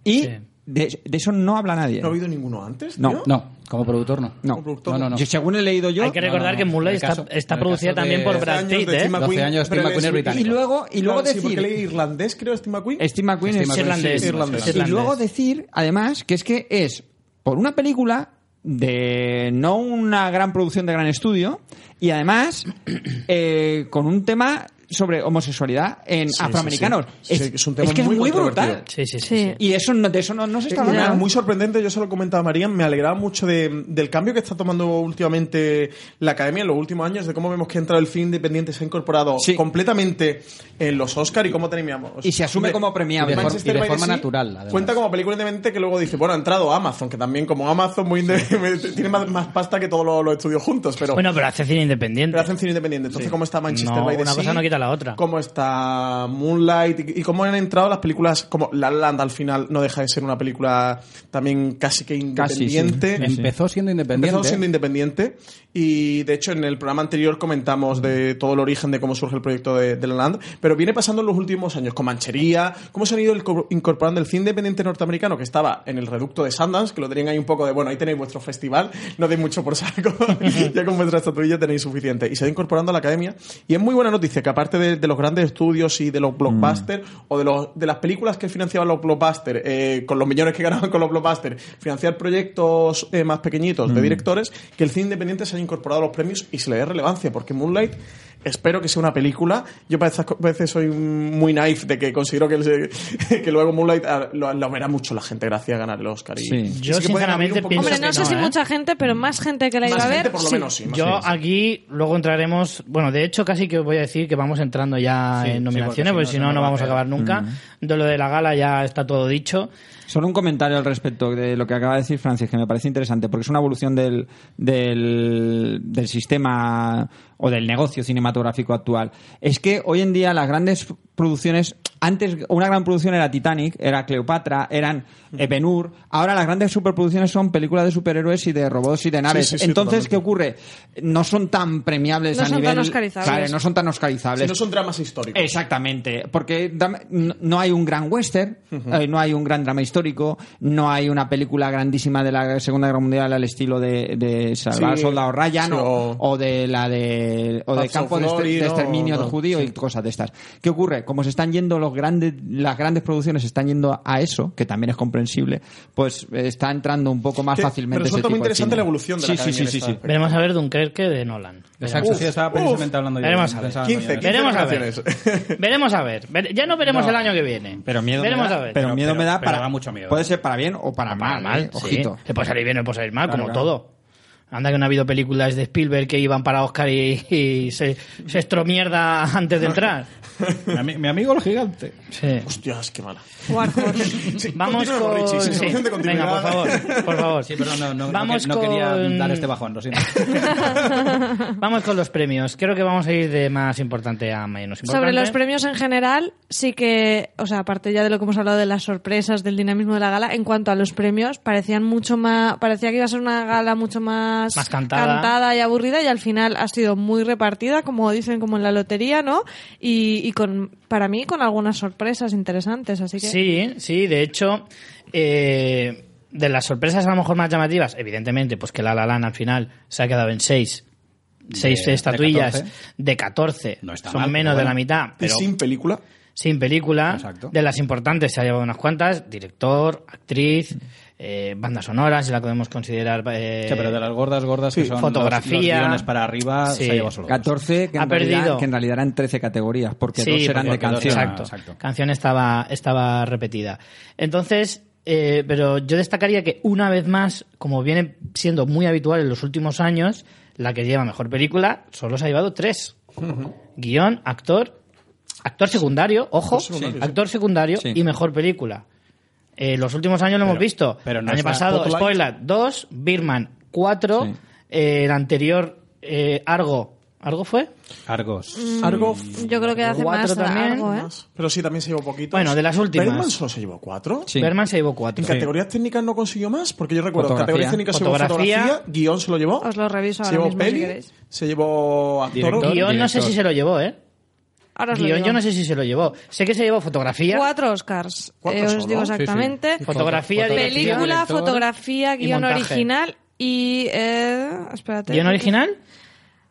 [SPEAKER 3] Y
[SPEAKER 1] Sí.
[SPEAKER 3] de, de eso no habla nadie.
[SPEAKER 4] ¿No ha habido ninguno antes,
[SPEAKER 3] No,
[SPEAKER 4] tío?
[SPEAKER 5] No, como productor no.
[SPEAKER 3] No.
[SPEAKER 4] Como productor.
[SPEAKER 5] no, no. no.
[SPEAKER 3] Yo, según he leído yo.
[SPEAKER 1] Hay que
[SPEAKER 5] no,
[SPEAKER 1] recordar
[SPEAKER 5] no,
[SPEAKER 1] que
[SPEAKER 5] no.
[SPEAKER 1] Moonlight
[SPEAKER 5] En el
[SPEAKER 1] está,
[SPEAKER 5] caso-
[SPEAKER 1] está
[SPEAKER 5] en el
[SPEAKER 1] producida
[SPEAKER 5] caso
[SPEAKER 1] también
[SPEAKER 5] de-
[SPEAKER 1] por
[SPEAKER 5] Doce
[SPEAKER 1] Brad
[SPEAKER 4] años de
[SPEAKER 1] Pitt,
[SPEAKER 4] Steve
[SPEAKER 1] ¿eh?
[SPEAKER 4] McQueen,
[SPEAKER 5] 12 años, Steve
[SPEAKER 4] pero
[SPEAKER 5] McQueen
[SPEAKER 4] es
[SPEAKER 5] es
[SPEAKER 4] británico.
[SPEAKER 3] y luego, y luego
[SPEAKER 4] Claro, sí,
[SPEAKER 3] decir.
[SPEAKER 4] porque él es irlandés, creo, Steve McQueen.
[SPEAKER 3] Steve McQueen
[SPEAKER 5] Steve
[SPEAKER 3] es
[SPEAKER 5] McQueen,
[SPEAKER 1] irlandés,
[SPEAKER 5] sí,
[SPEAKER 4] irlandés.
[SPEAKER 1] es irlandés.
[SPEAKER 3] Y luego decir, además, que es que es por una película de no una gran producción de gran estudio y además eh, con un tema sobre homosexualidad en
[SPEAKER 4] Sí, sí,
[SPEAKER 3] afroamericanos.
[SPEAKER 4] sí. Sí,
[SPEAKER 3] Es,
[SPEAKER 4] es un tema
[SPEAKER 3] es que es
[SPEAKER 4] muy
[SPEAKER 3] muy
[SPEAKER 4] controvertido.
[SPEAKER 3] brutal.
[SPEAKER 1] Sí, sí, sí.
[SPEAKER 2] Sí.
[SPEAKER 3] Y eso no- de eso no, no se está
[SPEAKER 4] Eh,
[SPEAKER 3] hablando.
[SPEAKER 4] nada, muy sorprendente, yo se lo comentaba a María, me alegraba mucho de- del cambio que está tomando últimamente la academia en los últimos años, de cómo vemos que ha entrado el cine independiente, se ha incorporado
[SPEAKER 3] Sí.
[SPEAKER 4] completamente en los Oscar y cómo terminamos.
[SPEAKER 3] Y se asume
[SPEAKER 4] De-
[SPEAKER 3] como premiable.
[SPEAKER 4] de
[SPEAKER 3] Y de
[SPEAKER 4] Manchester by the
[SPEAKER 5] forma
[SPEAKER 4] Sea
[SPEAKER 5] natural, además.
[SPEAKER 4] Cuenta como película independiente que luego dice, bueno, ha entrado Amazon, que también como Amazon muy inde- tiene más, más pasta que todos los, los estudios juntos, pero...
[SPEAKER 1] Bueno, pero hace cine independiente.
[SPEAKER 4] pero hacen cine independiente. Entonces, ¿cómo está Manchester
[SPEAKER 1] No,
[SPEAKER 4] by the
[SPEAKER 1] una cosa
[SPEAKER 4] Sea?
[SPEAKER 1] no quita la otra.
[SPEAKER 4] ¿Cómo está Moonlight? Y, y cómo han entrado las películas como La La Land al final no deja de ser una película también casi que
[SPEAKER 3] Casi, sí.
[SPEAKER 4] independiente.
[SPEAKER 5] Ah, Empezó siendo independiente.
[SPEAKER 4] Empezó siendo independiente y de hecho en el programa anterior comentamos de todo el origen de cómo surge el proyecto de, de La Land, pero viene pasando en los últimos años con Manchería, cómo se han ido el- incorporando el cine independiente norteamericano que estaba en el reducto de Sundance, que lo tenían ahí un poco de, bueno, ahí tenéis vuestro festival, no deis mucho por saco, ya con vuestra estatuilla tenéis suficiente. Y se ha ido incorporando a la academia y es muy buena noticia que aparte de, de los grandes estudios y de los blockbusters
[SPEAKER 3] Mm.
[SPEAKER 4] o de, los, de las películas que financiaban los blockbusters, eh, con los millones que ganaban con los blockbusters, financiar proyectos eh, más pequeñitos
[SPEAKER 3] Mm.
[SPEAKER 4] de directores, que el cine independiente se haya incorporado a los premios y se le dé relevancia, porque Moonlight espero que sea una película. Yo para estas co- veces soy muy naif de que considero que, el- que luego Moonlight ah, lo, lo verá mucho la gente gracias a ganar el Oscar. Y,
[SPEAKER 3] Sí.
[SPEAKER 4] y sí
[SPEAKER 1] Yo,
[SPEAKER 4] que pueden abrir
[SPEAKER 1] sinceramente,
[SPEAKER 4] un poco
[SPEAKER 1] pienso
[SPEAKER 2] Hombre,
[SPEAKER 1] que
[SPEAKER 2] no sé
[SPEAKER 1] no,
[SPEAKER 2] si
[SPEAKER 1] ¿eh?
[SPEAKER 2] mucha gente, pero más gente que la iba
[SPEAKER 4] más
[SPEAKER 2] a ver.
[SPEAKER 4] gente, por lo
[SPEAKER 2] sí.
[SPEAKER 4] menos, sí, más
[SPEAKER 1] Yo
[SPEAKER 4] gente, sí.
[SPEAKER 1] aquí luego entraremos, bueno, de hecho casi que os voy a decir que vamos entrando ya
[SPEAKER 5] Sí, sí,
[SPEAKER 1] en nominaciones,
[SPEAKER 5] porque
[SPEAKER 1] porque
[SPEAKER 5] si
[SPEAKER 1] si
[SPEAKER 5] no,
[SPEAKER 1] no,
[SPEAKER 5] no
[SPEAKER 1] no
[SPEAKER 5] va a
[SPEAKER 1] vamos a
[SPEAKER 5] hacer.
[SPEAKER 1] acabar nunca. De lo de la gala ya está todo dicho.
[SPEAKER 3] Solo un comentario al respecto de lo que acaba de decir Francis, que me parece interesante, porque es una evolución del, del, del sistema o del negocio cinematográfico actual. Es que hoy en día las grandes producciones, antes una gran producción era Titanic, era Cleopatra, eran Ben Hur, ahora las grandes superproducciones son películas de superhéroes y de robots y de naves.
[SPEAKER 4] sí, sí,
[SPEAKER 3] Entonces,
[SPEAKER 4] totalmente.
[SPEAKER 3] ¿qué ocurre? No son tan premiables
[SPEAKER 2] No
[SPEAKER 3] a
[SPEAKER 2] son
[SPEAKER 3] nivel...
[SPEAKER 2] tan oscarizables.
[SPEAKER 3] Claro, no son tan oscarizables.
[SPEAKER 4] Si no son dramas históricos.
[SPEAKER 3] Eh, Exactamente, porque dam- no no hay un gran western, eh, no hay un gran drama histórico, no hay una película grandísima de la Segunda Guerra Mundial al estilo de, de Salvar al
[SPEAKER 4] Sí.
[SPEAKER 3] Soldado Ryan
[SPEAKER 4] Sí,
[SPEAKER 3] o,
[SPEAKER 4] o-
[SPEAKER 3] o de la de o de
[SPEAKER 4] House
[SPEAKER 3] Campo
[SPEAKER 4] of
[SPEAKER 3] de, este-
[SPEAKER 4] Glory,
[SPEAKER 3] de
[SPEAKER 4] ¿no?
[SPEAKER 3] exterminio de
[SPEAKER 4] No,
[SPEAKER 3] judío y cosas de estas. ¿Qué ocurre? Como se están yendo los grandes las grandes producciones se están yendo a eso, que también es comprensible, pues eh, está entrando un poco más
[SPEAKER 4] Que
[SPEAKER 3] fácilmente ese
[SPEAKER 4] resulta muy
[SPEAKER 3] tipo de
[SPEAKER 4] interesante
[SPEAKER 3] cine.
[SPEAKER 4] la evolución de la
[SPEAKER 3] Sí,
[SPEAKER 4] academia
[SPEAKER 3] sí,
[SPEAKER 4] en
[SPEAKER 3] sí, sí,
[SPEAKER 4] esta-
[SPEAKER 3] sí.
[SPEAKER 1] Veremos a ver Dunkerque de Nolan.
[SPEAKER 5] Exacto,
[SPEAKER 4] Uf,
[SPEAKER 5] sí, estaba
[SPEAKER 4] uf.
[SPEAKER 5] precisamente hablando yo.
[SPEAKER 1] Veremos a ver.
[SPEAKER 5] Pensaba
[SPEAKER 4] 15,
[SPEAKER 5] yo.
[SPEAKER 4] 15
[SPEAKER 1] Veremos a ver.
[SPEAKER 4] nominaciones.
[SPEAKER 1] Veremos a ver. Ver- Ya no veremos
[SPEAKER 5] No.
[SPEAKER 1] el año que viene.
[SPEAKER 3] Pero miedo
[SPEAKER 1] veremos
[SPEAKER 3] me da,
[SPEAKER 1] a ver.
[SPEAKER 3] Pero, miedo
[SPEAKER 5] pero-
[SPEAKER 3] me da
[SPEAKER 5] pero
[SPEAKER 3] para
[SPEAKER 5] da mucho miedo.
[SPEAKER 3] Puede ser para bien o para,
[SPEAKER 1] Para
[SPEAKER 3] mal, ¿eh?
[SPEAKER 1] mal, sí. pues
[SPEAKER 3] ojito.
[SPEAKER 1] Le puede salir bien o le puede salir mal,
[SPEAKER 3] Claro,
[SPEAKER 1] como
[SPEAKER 3] claro.
[SPEAKER 1] todo. Anda que no ha habido películas de Spielberg que iban para Oscar y, y se, se estromierda antes de entrar.
[SPEAKER 5] Mi, ami- mi amigo el gigante.
[SPEAKER 1] Sí.
[SPEAKER 4] Hostias, qué mala.
[SPEAKER 2] Warhorse.
[SPEAKER 4] Sí,
[SPEAKER 1] Vamos
[SPEAKER 4] continúa,
[SPEAKER 1] con...
[SPEAKER 4] Richie, sin
[SPEAKER 1] sí.
[SPEAKER 4] solución de
[SPEAKER 1] Venga, por
[SPEAKER 4] continuidad.
[SPEAKER 1] favor, por favor.
[SPEAKER 5] Sí, pero no, no, no
[SPEAKER 1] Vamos
[SPEAKER 5] que- no quería
[SPEAKER 1] con-
[SPEAKER 5] dar este bajón, lo siento.
[SPEAKER 1] Vamos con los premios. Creo que vamos a ir de más importante a menos importante.
[SPEAKER 2] Sobre los premios en general, sí que, o sea, aparte ya de lo que hemos hablado de las sorpresas, del dinamismo de la gala, en cuanto a los premios, parecían mucho más, parecía que iba a ser una gala mucho más,
[SPEAKER 1] Más cantada.
[SPEAKER 2] y aburrida y al final ha sido muy repartida, como dicen, como en la lotería, ¿no? Y, y con, para mí, con algunas sorpresas interesantes, así que.
[SPEAKER 1] Sí, sí, de hecho, eh, de las sorpresas a lo mejor más llamativas, evidentemente, pues que la La Land al final se ha quedado en seis. Seis
[SPEAKER 5] de
[SPEAKER 1] estatuillas
[SPEAKER 5] 14.
[SPEAKER 1] de 14.
[SPEAKER 5] No está
[SPEAKER 1] Son
[SPEAKER 5] mal,
[SPEAKER 1] menos
[SPEAKER 5] pero
[SPEAKER 1] de la
[SPEAKER 5] bueno.
[SPEAKER 1] mitad,
[SPEAKER 4] Y
[SPEAKER 1] pero sin,
[SPEAKER 4] sin película.
[SPEAKER 1] película.
[SPEAKER 5] Exacto.
[SPEAKER 1] De las importantes se ha llevado unas cuantas. Director, actriz, eh, bandas sonoras, si la podemos considerar... eh,
[SPEAKER 5] Mm. Sí, pero de las gordas, gordas que
[SPEAKER 4] Sí,
[SPEAKER 5] son
[SPEAKER 1] fotografía.
[SPEAKER 5] los, los guiones para arriba,
[SPEAKER 1] Sí.
[SPEAKER 5] se ha llevado solo dos.
[SPEAKER 3] 14 que
[SPEAKER 1] Ha
[SPEAKER 3] en, realidad,
[SPEAKER 1] perdido.
[SPEAKER 3] que en realidad eran 13 categorías, porque dos eran de
[SPEAKER 5] porque dos
[SPEAKER 3] canción.
[SPEAKER 5] eran-
[SPEAKER 1] Exacto.
[SPEAKER 5] Exacto.
[SPEAKER 1] Canción estaba, estaba repetida. Entonces, eh, pero yo destacaría que una vez más, como viene siendo muy habitual en los últimos años, la que lleva mejor película solo se ha llevado tres. Guión, actor, actor secundario, ojo,
[SPEAKER 4] Actor secundario, sí.
[SPEAKER 1] actor secundario
[SPEAKER 3] Sí.
[SPEAKER 1] y mejor película. Eh, los últimos años lo hemos visto.
[SPEAKER 5] pero no
[SPEAKER 1] el año
[SPEAKER 5] está
[SPEAKER 1] pasado,
[SPEAKER 5] Spotlight.
[SPEAKER 1] Spoiler 2, Birman 4,
[SPEAKER 3] Sí.
[SPEAKER 1] eh, el anterior, eh, Argo. ¿Argo fue?
[SPEAKER 5] Argos.
[SPEAKER 1] Mm.
[SPEAKER 4] Argo.
[SPEAKER 2] Yo creo que hace
[SPEAKER 1] Cuatro
[SPEAKER 2] más
[SPEAKER 1] también.
[SPEAKER 2] algo, ¿eh?
[SPEAKER 4] Pero sí, también se llevó poquito.
[SPEAKER 1] Bueno, de las últimas.
[SPEAKER 4] Bergman solo se llevó cuatro.
[SPEAKER 3] Sí.
[SPEAKER 1] Berman se llevó 4.
[SPEAKER 4] En categorías técnicas no consiguió más, porque yo recuerdo, en
[SPEAKER 3] Fotografía.
[SPEAKER 4] categorías técnicas se llevó
[SPEAKER 1] Fotografía.
[SPEAKER 4] fotografía, guión se lo llevó.
[SPEAKER 2] Os lo reviso
[SPEAKER 4] se
[SPEAKER 2] ahora
[SPEAKER 4] llevó
[SPEAKER 2] mismo, si
[SPEAKER 4] peli,
[SPEAKER 2] queréis.
[SPEAKER 4] se llevó actor.
[SPEAKER 5] Director.
[SPEAKER 1] Guión no sé
[SPEAKER 5] director.
[SPEAKER 1] si se lo llevó, ¿eh?
[SPEAKER 2] Ahora os lo
[SPEAKER 1] Guión
[SPEAKER 2] digo.
[SPEAKER 1] yo no sé si se lo llevó. Sé que se llevó fotografía,
[SPEAKER 2] Cuatro Oscars,
[SPEAKER 4] Cuatro
[SPEAKER 2] eh, os
[SPEAKER 4] solo.
[SPEAKER 2] digo
[SPEAKER 4] Sí, sí.
[SPEAKER 2] exactamente.
[SPEAKER 1] fotografía,
[SPEAKER 5] Foto-
[SPEAKER 1] dirección,
[SPEAKER 2] Película,
[SPEAKER 5] director
[SPEAKER 2] fotografía,
[SPEAKER 1] y
[SPEAKER 2] guión
[SPEAKER 1] montaje.
[SPEAKER 2] original y... Eh, espérate.
[SPEAKER 1] guión original.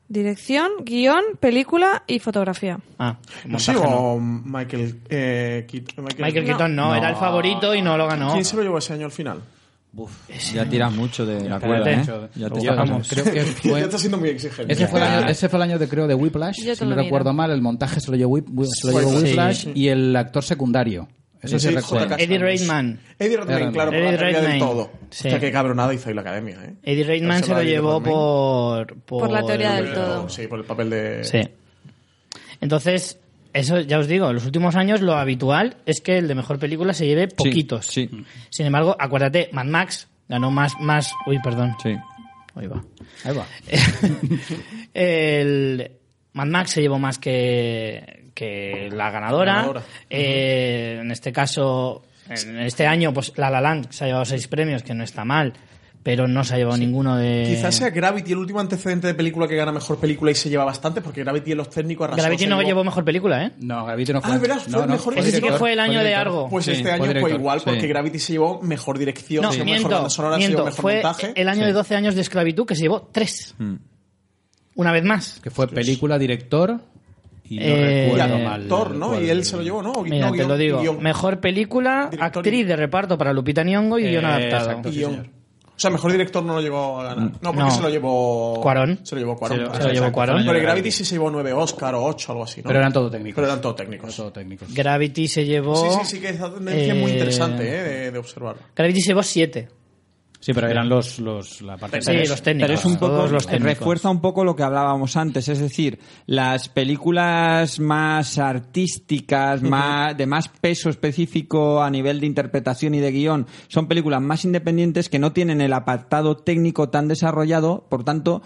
[SPEAKER 2] Dirección, guión, película y fotografía.
[SPEAKER 1] Ah,
[SPEAKER 4] No
[SPEAKER 1] montaje
[SPEAKER 4] sé,
[SPEAKER 1] no.
[SPEAKER 4] o Michael, eh, Keat- Michael,
[SPEAKER 1] Michael Keaton no, era el favorito y no lo ganó.
[SPEAKER 4] ¿Quién se lo llevó ese año al final?
[SPEAKER 5] Buf.
[SPEAKER 3] Ya tiras mucho de la cuerda,
[SPEAKER 1] espérate.
[SPEAKER 3] ¿eh?
[SPEAKER 5] Yo-
[SPEAKER 3] Ya
[SPEAKER 5] yo-
[SPEAKER 3] tiras
[SPEAKER 6] vamos,
[SPEAKER 3] mucho.
[SPEAKER 6] creo que
[SPEAKER 4] Ya
[SPEAKER 6] fue...
[SPEAKER 4] está siendo muy exigente.
[SPEAKER 6] Ese fue, el año, ese fue el año de creo de Whiplash,
[SPEAKER 2] Yo te
[SPEAKER 6] si
[SPEAKER 2] lo
[SPEAKER 6] no
[SPEAKER 2] miro.
[SPEAKER 6] recuerdo mal, el montaje se lo llevó, Whip- se lo llevó
[SPEAKER 1] Sí.
[SPEAKER 6] Whiplash y el actor secundario. Eso sí,
[SPEAKER 4] Pues Sí,
[SPEAKER 6] recuerdo.
[SPEAKER 4] J.K.
[SPEAKER 1] Eddie
[SPEAKER 4] Sanders.
[SPEAKER 1] Redmayne.
[SPEAKER 4] Eddie Redmayne,
[SPEAKER 6] Redmayne.
[SPEAKER 4] claro, por
[SPEAKER 1] Eddie
[SPEAKER 4] la calidad del
[SPEAKER 1] Redmayne.
[SPEAKER 4] todo.
[SPEAKER 1] Sí.
[SPEAKER 4] Hostia, qué cabronada hizo hoy la academia, ¿eh?
[SPEAKER 1] Eddie Redmayne se
[SPEAKER 4] Dárselo
[SPEAKER 1] lo
[SPEAKER 4] a Eddie
[SPEAKER 1] llevó
[SPEAKER 4] Redmayne.
[SPEAKER 1] por, por...
[SPEAKER 2] Por la teoría del
[SPEAKER 4] Sí,
[SPEAKER 2] todo.
[SPEAKER 4] Sí, por el papel de...
[SPEAKER 1] Sí. Entonces, eso ya os digo, en los últimos años lo habitual es que el de mejor película se lleve poquitos.
[SPEAKER 3] sí.
[SPEAKER 1] Sin embargo, acuérdate, Mad Max ganó más, más. Uy, perdón.
[SPEAKER 3] Sí.
[SPEAKER 1] Ahí va.
[SPEAKER 6] Ahí va.
[SPEAKER 1] el Mad Max se llevó más que, que la ganadora.
[SPEAKER 4] Ganadora.
[SPEAKER 1] Eh, en este caso, en este año, pues La La Land se ha llevado seis premios, que no está mal, pero no se ha llevado ninguno de.
[SPEAKER 6] Eh,
[SPEAKER 4] Quizás sea Gravity el último antecedente de película que gana mejor película y se lleva bastante, porque Gravity en los técnicos arrasó.
[SPEAKER 1] Gravity
[SPEAKER 4] se
[SPEAKER 1] no llevó mejor película, ¿eh?
[SPEAKER 6] No, Gravity no fue.
[SPEAKER 4] Ah, verás, fue
[SPEAKER 6] no,
[SPEAKER 4] el
[SPEAKER 6] no,
[SPEAKER 4] mejor
[SPEAKER 1] Ese sí que
[SPEAKER 6] director,
[SPEAKER 1] fue el año de
[SPEAKER 6] director.
[SPEAKER 1] Argo.
[SPEAKER 4] Pues
[SPEAKER 6] Sí,
[SPEAKER 4] este año
[SPEAKER 6] fue
[SPEAKER 4] fue
[SPEAKER 6] director,
[SPEAKER 4] igual,
[SPEAKER 6] sí.
[SPEAKER 4] porque Gravity se llevó mejor dirección,
[SPEAKER 1] No,
[SPEAKER 4] se llevó mejor
[SPEAKER 1] miento,
[SPEAKER 4] banda sonora, se llevó
[SPEAKER 1] miento.
[SPEAKER 4] mejor
[SPEAKER 1] Fue
[SPEAKER 4] montaje.
[SPEAKER 1] el año de 12 años de esclavitud que se llevó 3. Una vez más.
[SPEAKER 6] Que fue película, director y no
[SPEAKER 1] Eh,
[SPEAKER 4] y
[SPEAKER 6] recuerdo
[SPEAKER 1] eh,
[SPEAKER 6] mal.
[SPEAKER 4] actor, ¿no?
[SPEAKER 6] cuál-
[SPEAKER 4] Y él se lo llevó, ¿no? O gui-
[SPEAKER 1] Mira,
[SPEAKER 4] no,
[SPEAKER 1] te
[SPEAKER 4] guión-
[SPEAKER 1] lo digo.
[SPEAKER 4] guión.
[SPEAKER 1] Mejor película,
[SPEAKER 4] Director y-
[SPEAKER 1] actriz de reparto para Lupita Nyong'o y
[SPEAKER 6] Eh,
[SPEAKER 1] guión adaptado.
[SPEAKER 6] exacto.
[SPEAKER 4] Y
[SPEAKER 6] Sí,
[SPEAKER 4] guión.
[SPEAKER 6] señor. Mm,
[SPEAKER 4] O sea, mejor director no lo llevó a ganar. No, porque
[SPEAKER 1] No.
[SPEAKER 4] se lo llevó.
[SPEAKER 1] Cuarón.
[SPEAKER 4] Se lo llevó Cuarón.
[SPEAKER 6] Se lo-
[SPEAKER 4] Ah,
[SPEAKER 6] se lo
[SPEAKER 1] llevó
[SPEAKER 4] exacto.
[SPEAKER 1] Cuarón.
[SPEAKER 4] Pero el Gravity sí se llevó nueve Oscar o ocho, algo así, ¿no?
[SPEAKER 6] Pero eran todo técnicos.
[SPEAKER 4] Pero eran todos
[SPEAKER 6] Eran
[SPEAKER 4] técnicos.
[SPEAKER 6] todo técnicos.
[SPEAKER 1] Gravity se llevó.
[SPEAKER 4] Sí, sí, sí, que es una tendencia muy
[SPEAKER 1] eh,
[SPEAKER 4] interesante, ¿eh? De, de observar.
[SPEAKER 1] Gravity se llevó 7.
[SPEAKER 6] Sí, pero eran los, los la parte
[SPEAKER 1] Sí, los técnicos.
[SPEAKER 3] Pero es un poco, eh,
[SPEAKER 1] Todos los técnicos.
[SPEAKER 3] refuerza un poco lo que hablábamos antes, es decir, las películas más artísticas, más, de más peso específico a nivel de interpretación y de guión, son películas más independientes que no tienen el apartado técnico tan desarrollado, por tanto,